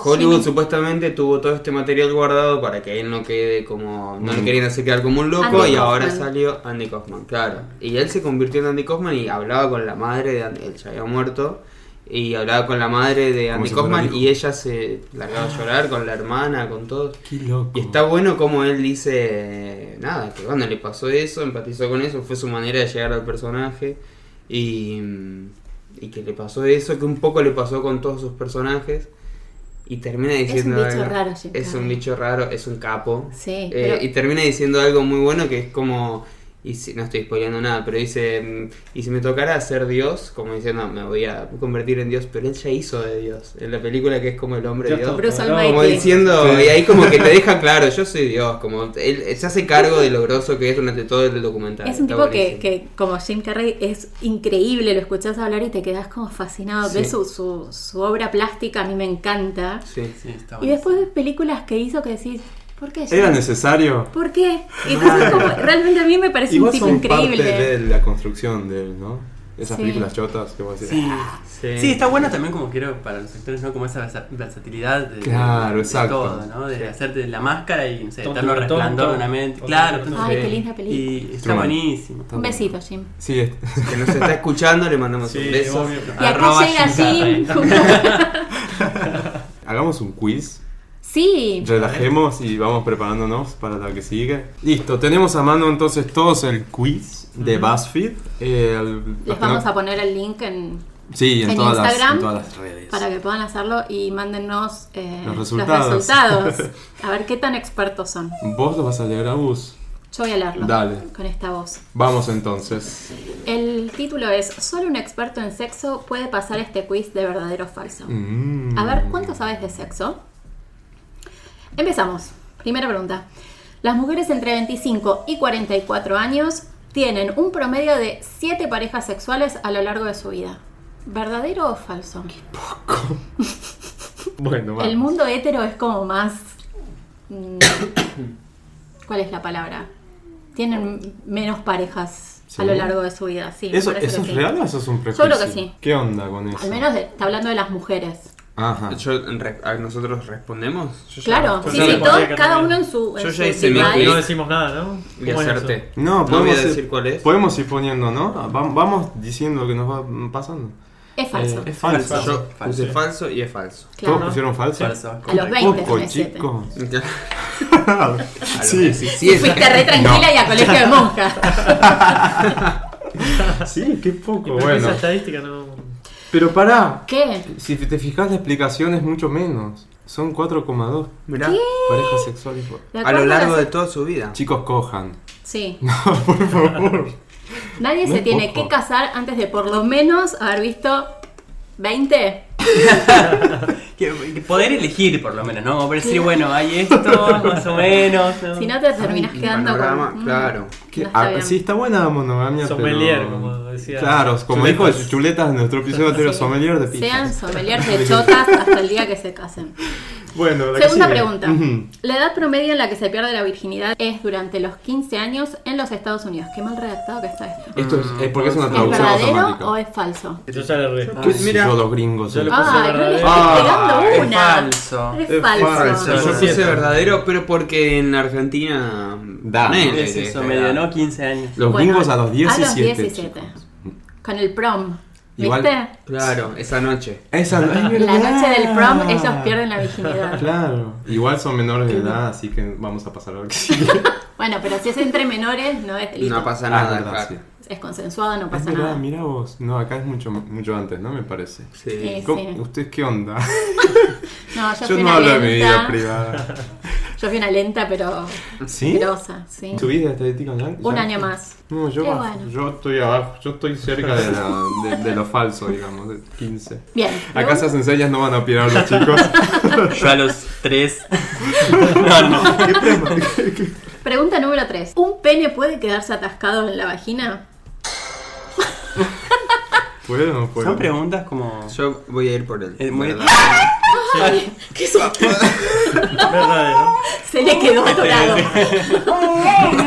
[SPEAKER 6] Hollywood
[SPEAKER 2] Sí.
[SPEAKER 6] supuestamente tuvo todo este material guardado para que él no quede como. No le
[SPEAKER 3] Mm.
[SPEAKER 6] querían hacer quedar como un loco
[SPEAKER 2] Andy
[SPEAKER 6] y ahora
[SPEAKER 2] Kaufman.
[SPEAKER 6] salió Andy Kaufman, claro. Y él se convirtió en Andy Kaufman y hablaba con la madre de Andy, él ya había muerto. Y hablaba con la madre de
[SPEAKER 3] Como
[SPEAKER 6] Andy
[SPEAKER 3] si fuera
[SPEAKER 6] Kaufman
[SPEAKER 3] hijo.
[SPEAKER 6] y ella se largaba a llorar con la hermana, con todos.
[SPEAKER 3] Qué loco.
[SPEAKER 6] Y está bueno como él dice, nada, que cuando le pasó eso, empatizó con eso, fue su manera de llegar al personaje y, y que le pasó eso, que un poco le pasó con todos sus personajes y termina diciendo
[SPEAKER 2] bicho
[SPEAKER 6] algo-
[SPEAKER 2] raro, Jim
[SPEAKER 6] es un
[SPEAKER 2] Carrey.
[SPEAKER 6] bicho raro, es un capo.
[SPEAKER 2] Sí,
[SPEAKER 6] Eh,
[SPEAKER 2] pero-
[SPEAKER 6] y termina diciendo algo muy bueno que es como y si- no estoy spoileando nada, pero dice, mm, y si me tocara ser Dios, como diciendo, me voy a convertir en Dios, pero él ya hizo de Dios, en la película que es como el hombre
[SPEAKER 4] Dios
[SPEAKER 6] Dios.
[SPEAKER 2] Bruce
[SPEAKER 4] Como
[SPEAKER 6] Como
[SPEAKER 2] Almighty.
[SPEAKER 6] diciendo,
[SPEAKER 3] Sí.
[SPEAKER 6] y ahí como que te deja claro, yo soy Dios, como él se hace cargo de lo grosso que es durante todo el documental.
[SPEAKER 2] Es un
[SPEAKER 6] Está
[SPEAKER 2] tipo que,
[SPEAKER 6] buenísimo.
[SPEAKER 2] que, como Jim Carrey, es increíble, lo escuchás hablar y te quedás como fascinado.
[SPEAKER 6] Sí.
[SPEAKER 2] Ves su, su, su obra plástica, a mí me encanta.
[SPEAKER 6] Sí.
[SPEAKER 5] Sí, está
[SPEAKER 2] Y
[SPEAKER 5] bueno.
[SPEAKER 2] después ves películas que hizo que decís, ¿por qué?
[SPEAKER 3] ¿Era
[SPEAKER 2] Jim?
[SPEAKER 3] necesario?
[SPEAKER 2] ¿Por qué? Y entonces como, realmente a mí me parece un
[SPEAKER 3] Igual
[SPEAKER 2] tipo
[SPEAKER 3] son parte
[SPEAKER 2] increíble.
[SPEAKER 3] de la construcción de él, ¿no? Esas
[SPEAKER 2] Sí.
[SPEAKER 3] películas chotas que vos decís.
[SPEAKER 5] Sí.
[SPEAKER 6] Sí.
[SPEAKER 5] Sí, está bueno también como quiero para los actores, ¿no? Como esa versa- versatilidad de,
[SPEAKER 3] Claro,
[SPEAKER 5] de
[SPEAKER 3] exacto.
[SPEAKER 5] todo, ¿no? De
[SPEAKER 6] Sí.
[SPEAKER 5] hacerte la máscara y no sé,
[SPEAKER 4] Tonto,
[SPEAKER 5] eterno
[SPEAKER 4] tonto,
[SPEAKER 5] resplandor de una
[SPEAKER 4] tonto.
[SPEAKER 5] mente.
[SPEAKER 4] Tonto,
[SPEAKER 5] Claro,
[SPEAKER 4] tonto.
[SPEAKER 5] entonces-
[SPEAKER 2] Ay, qué linda película.
[SPEAKER 5] Y está
[SPEAKER 3] Truman.
[SPEAKER 5] buenísimo.
[SPEAKER 2] Un besito, Jim.
[SPEAKER 3] Sí, es-
[SPEAKER 6] Que nos está escuchando, le mandamos
[SPEAKER 4] Sí,
[SPEAKER 6] un beso.
[SPEAKER 4] obvio.
[SPEAKER 2] Y acá
[SPEAKER 5] Arroba
[SPEAKER 2] llega
[SPEAKER 5] Jim
[SPEAKER 2] Jim.
[SPEAKER 3] hagamos un quiz,
[SPEAKER 2] sí.
[SPEAKER 3] relajemos y vamos preparándonos para la que sigue. Listo, tenemos a mano entonces todos el quiz de BuzzFeed. Eh, al- los
[SPEAKER 2] Les
[SPEAKER 3] que
[SPEAKER 2] vamos
[SPEAKER 3] no-
[SPEAKER 2] a poner el link en,
[SPEAKER 3] Sí, en,
[SPEAKER 2] en
[SPEAKER 3] todas las, en
[SPEAKER 2] Instagram
[SPEAKER 3] todas las redes.
[SPEAKER 2] para que puedan hacerlo y mándennos eh,
[SPEAKER 3] Los resultados.
[SPEAKER 2] resultados. A ver qué tan expertos son.
[SPEAKER 3] Vos los vas a leer a bus.
[SPEAKER 2] Yo voy a leerlo
[SPEAKER 3] Dale.
[SPEAKER 2] con esta voz.
[SPEAKER 3] Vamos entonces.
[SPEAKER 2] El título es Solo un experto en sexo puede pasar este quiz de verdadero o falso.
[SPEAKER 3] Mm.
[SPEAKER 2] A ver, ¿cuánto sabes de sexo? Empezamos. Primera pregunta. Las mujeres entre 25 y 44 años tienen un promedio de 7 parejas sexuales a lo largo de su vida. ¿Verdadero o falso?
[SPEAKER 3] Bueno, vamos.
[SPEAKER 2] El mundo hétero es como más... mm, ¿Cuál es la palabra? Tienen menos parejas a lo
[SPEAKER 3] Sí.
[SPEAKER 2] largo de su vida, sí.
[SPEAKER 3] ¿Eso,
[SPEAKER 2] parece
[SPEAKER 3] ¿eso
[SPEAKER 2] que
[SPEAKER 3] es
[SPEAKER 2] sí.
[SPEAKER 3] real o eso es un
[SPEAKER 2] creo
[SPEAKER 3] prejuicio?
[SPEAKER 2] que sí.
[SPEAKER 3] ¿Qué onda con eso?
[SPEAKER 2] Al menos de- está hablando de las mujeres.
[SPEAKER 3] Ajá.
[SPEAKER 6] Yo, en re- ¿a ¿Nosotros respondemos? Yo ya-
[SPEAKER 2] Claro,
[SPEAKER 4] pues
[SPEAKER 2] sí,
[SPEAKER 4] yo
[SPEAKER 2] sí,
[SPEAKER 4] le
[SPEAKER 2] todos,
[SPEAKER 4] pondría que
[SPEAKER 2] cada
[SPEAKER 4] también.
[SPEAKER 2] uno en su. en
[SPEAKER 6] Yo
[SPEAKER 2] su
[SPEAKER 6] ya hice mi
[SPEAKER 2] device.
[SPEAKER 4] Y
[SPEAKER 6] quiz.
[SPEAKER 4] no decimos nada, ¿no?
[SPEAKER 6] Y
[SPEAKER 4] ¿Cómo es eso?
[SPEAKER 6] acerté.
[SPEAKER 3] No, podemos
[SPEAKER 6] voy a
[SPEAKER 3] ir-
[SPEAKER 6] decir cuál es.
[SPEAKER 3] Podemos ir poniendo, ¿no? Va- Vamos diciendo lo que nos va pasando.
[SPEAKER 2] Es falso.
[SPEAKER 3] Eh,
[SPEAKER 5] Es falso.
[SPEAKER 6] Yo
[SPEAKER 5] Falso.
[SPEAKER 6] puse falso y es falso.
[SPEAKER 3] ¿Todos
[SPEAKER 2] claro.
[SPEAKER 3] pusieron falso?
[SPEAKER 5] Falso.
[SPEAKER 2] A los 20
[SPEAKER 3] Poco,
[SPEAKER 2] tenés siete.
[SPEAKER 3] chicos. sí,
[SPEAKER 6] sí, sí,
[SPEAKER 3] sí,
[SPEAKER 6] sí. es-
[SPEAKER 2] Fuiste re tranquila y a colegio de monjas.
[SPEAKER 3] sí, qué poco.
[SPEAKER 4] Pero
[SPEAKER 3] Bueno,
[SPEAKER 4] Esa estadística no.
[SPEAKER 3] pero pará.
[SPEAKER 2] ¿Qué?
[SPEAKER 3] Si te fijas, la explicación es mucho menos. Son 4,2
[SPEAKER 6] Mirá,
[SPEAKER 3] parejas sexuales. por-
[SPEAKER 2] De
[SPEAKER 6] a
[SPEAKER 2] acuerdo
[SPEAKER 6] lo largo
[SPEAKER 2] a
[SPEAKER 6] de
[SPEAKER 2] las-
[SPEAKER 6] toda su vida.
[SPEAKER 3] Chicos, cojan.
[SPEAKER 2] Sí.
[SPEAKER 3] Por favor.
[SPEAKER 2] Nadie
[SPEAKER 3] No
[SPEAKER 2] se
[SPEAKER 3] es
[SPEAKER 2] tiene
[SPEAKER 3] poco.
[SPEAKER 2] que casar antes de por lo menos haber visto 20.
[SPEAKER 5] Que- que poder elegir por lo menos, ¿no? Como para decir, bueno, hay esto, más o menos. ¿no?
[SPEAKER 2] Si no te terminas
[SPEAKER 6] Ay,
[SPEAKER 2] quedando
[SPEAKER 6] panorama,
[SPEAKER 2] con. mm,
[SPEAKER 6] claro.
[SPEAKER 3] Que-
[SPEAKER 2] no está
[SPEAKER 3] ah,
[SPEAKER 2] bien.
[SPEAKER 3] sí, está buena la monogamia,
[SPEAKER 4] Sommelier,
[SPEAKER 3] pero...
[SPEAKER 4] como decía.
[SPEAKER 3] Claro, como
[SPEAKER 4] Chuletas.
[SPEAKER 3] dijo el Chuletas en nuestro episodio anterior,
[SPEAKER 2] Sí.
[SPEAKER 3] sommelier de pizza.
[SPEAKER 2] Sean sommeliers de chotas hasta el día que se casen.
[SPEAKER 3] Bueno, la que
[SPEAKER 2] Segunda
[SPEAKER 3] sigue.
[SPEAKER 2] pregunta.
[SPEAKER 3] Ujú.
[SPEAKER 2] La edad promedio en la que se pierde la virginidad es durante los 15 años en los Estados Unidos. Qué mal redactado que está esto.
[SPEAKER 3] Esto es, es porque es una
[SPEAKER 2] ¿Es
[SPEAKER 3] traducción
[SPEAKER 2] verdadero
[SPEAKER 3] automática.
[SPEAKER 2] o es falso?
[SPEAKER 4] Yo ya le re.
[SPEAKER 3] ¿Qué
[SPEAKER 5] Ah,
[SPEAKER 3] sé
[SPEAKER 6] mira.
[SPEAKER 3] yo, los gringos?
[SPEAKER 4] Yo
[SPEAKER 3] eh?
[SPEAKER 4] le puse
[SPEAKER 2] Ay, no le
[SPEAKER 4] verdadero.
[SPEAKER 2] estoy
[SPEAKER 6] Ah,
[SPEAKER 2] pegando
[SPEAKER 5] es
[SPEAKER 2] una.
[SPEAKER 5] falso.
[SPEAKER 2] Es
[SPEAKER 3] Es
[SPEAKER 2] falso.
[SPEAKER 3] falso.
[SPEAKER 6] Yo
[SPEAKER 4] Sí,
[SPEAKER 6] puse
[SPEAKER 4] sí.
[SPEAKER 6] verdadero, pero porque en Argentina.
[SPEAKER 3] Da.
[SPEAKER 6] ponele
[SPEAKER 5] Es
[SPEAKER 6] que
[SPEAKER 5] eso,
[SPEAKER 6] es
[SPEAKER 5] medio,
[SPEAKER 6] verdad.
[SPEAKER 5] ¿no? 15 años.
[SPEAKER 3] Los
[SPEAKER 2] Bueno,
[SPEAKER 3] gringos a los 17.
[SPEAKER 2] a los 17.
[SPEAKER 3] chicos.
[SPEAKER 2] Con el prom. ¿Viste?
[SPEAKER 3] Igual-
[SPEAKER 6] Claro, esa noche.
[SPEAKER 3] Esa es
[SPEAKER 2] La
[SPEAKER 3] verdad.
[SPEAKER 2] noche del prom ellos pierden la virginidad.
[SPEAKER 3] Claro. Igual son menores de edad, así que vamos a pasar a lo que sigue.
[SPEAKER 2] Bueno, pero si es entre menores no es delito.
[SPEAKER 6] No
[SPEAKER 3] Ah,
[SPEAKER 6] pasa
[SPEAKER 3] es
[SPEAKER 6] nada.
[SPEAKER 3] verdad,
[SPEAKER 6] claro.
[SPEAKER 3] sí.
[SPEAKER 2] Es consensuado, no
[SPEAKER 3] Es
[SPEAKER 2] pasa
[SPEAKER 3] verdad,
[SPEAKER 2] nada.
[SPEAKER 3] mira vos. No, acá es mucho, mucho antes, ¿no? Me parece.
[SPEAKER 6] Sí.
[SPEAKER 2] Sí.
[SPEAKER 3] ¿Cómo- ¿Ustedes qué onda?
[SPEAKER 2] No, yo,
[SPEAKER 3] Yo
[SPEAKER 2] fui
[SPEAKER 3] no
[SPEAKER 2] una
[SPEAKER 3] hablo de mi vida
[SPEAKER 2] lenta.
[SPEAKER 3] privada.
[SPEAKER 2] Yo fui una lenta pero
[SPEAKER 3] ¿Sí?
[SPEAKER 2] grosa, sí.
[SPEAKER 3] ¿Subís de estadística ya?
[SPEAKER 2] Un
[SPEAKER 3] ya?
[SPEAKER 2] año más.
[SPEAKER 3] No, yo,
[SPEAKER 2] Qué
[SPEAKER 3] bajo.
[SPEAKER 2] bueno.
[SPEAKER 3] yo estoy abajo. Yo estoy cerca de, la- de- de lo falso, digamos, de 15.
[SPEAKER 2] Bien.
[SPEAKER 3] Acá
[SPEAKER 2] pregunta-
[SPEAKER 3] esas enseñas no van a opinar los chicos.
[SPEAKER 5] Yo a los 3. no, no.
[SPEAKER 3] ¿Qué tema? ¿Qué- qué-
[SPEAKER 2] Pregunta número 3. ¿Un pene puede quedarse atascado en la vagina?
[SPEAKER 3] ¿Puede o no puede?
[SPEAKER 5] Son preguntas como.
[SPEAKER 6] Yo voy a ir por él.
[SPEAKER 5] Es Eh, muy-
[SPEAKER 6] ¿verdad?
[SPEAKER 2] Ay, qué susto.
[SPEAKER 4] Verdadero.
[SPEAKER 2] Se le quedó atorado.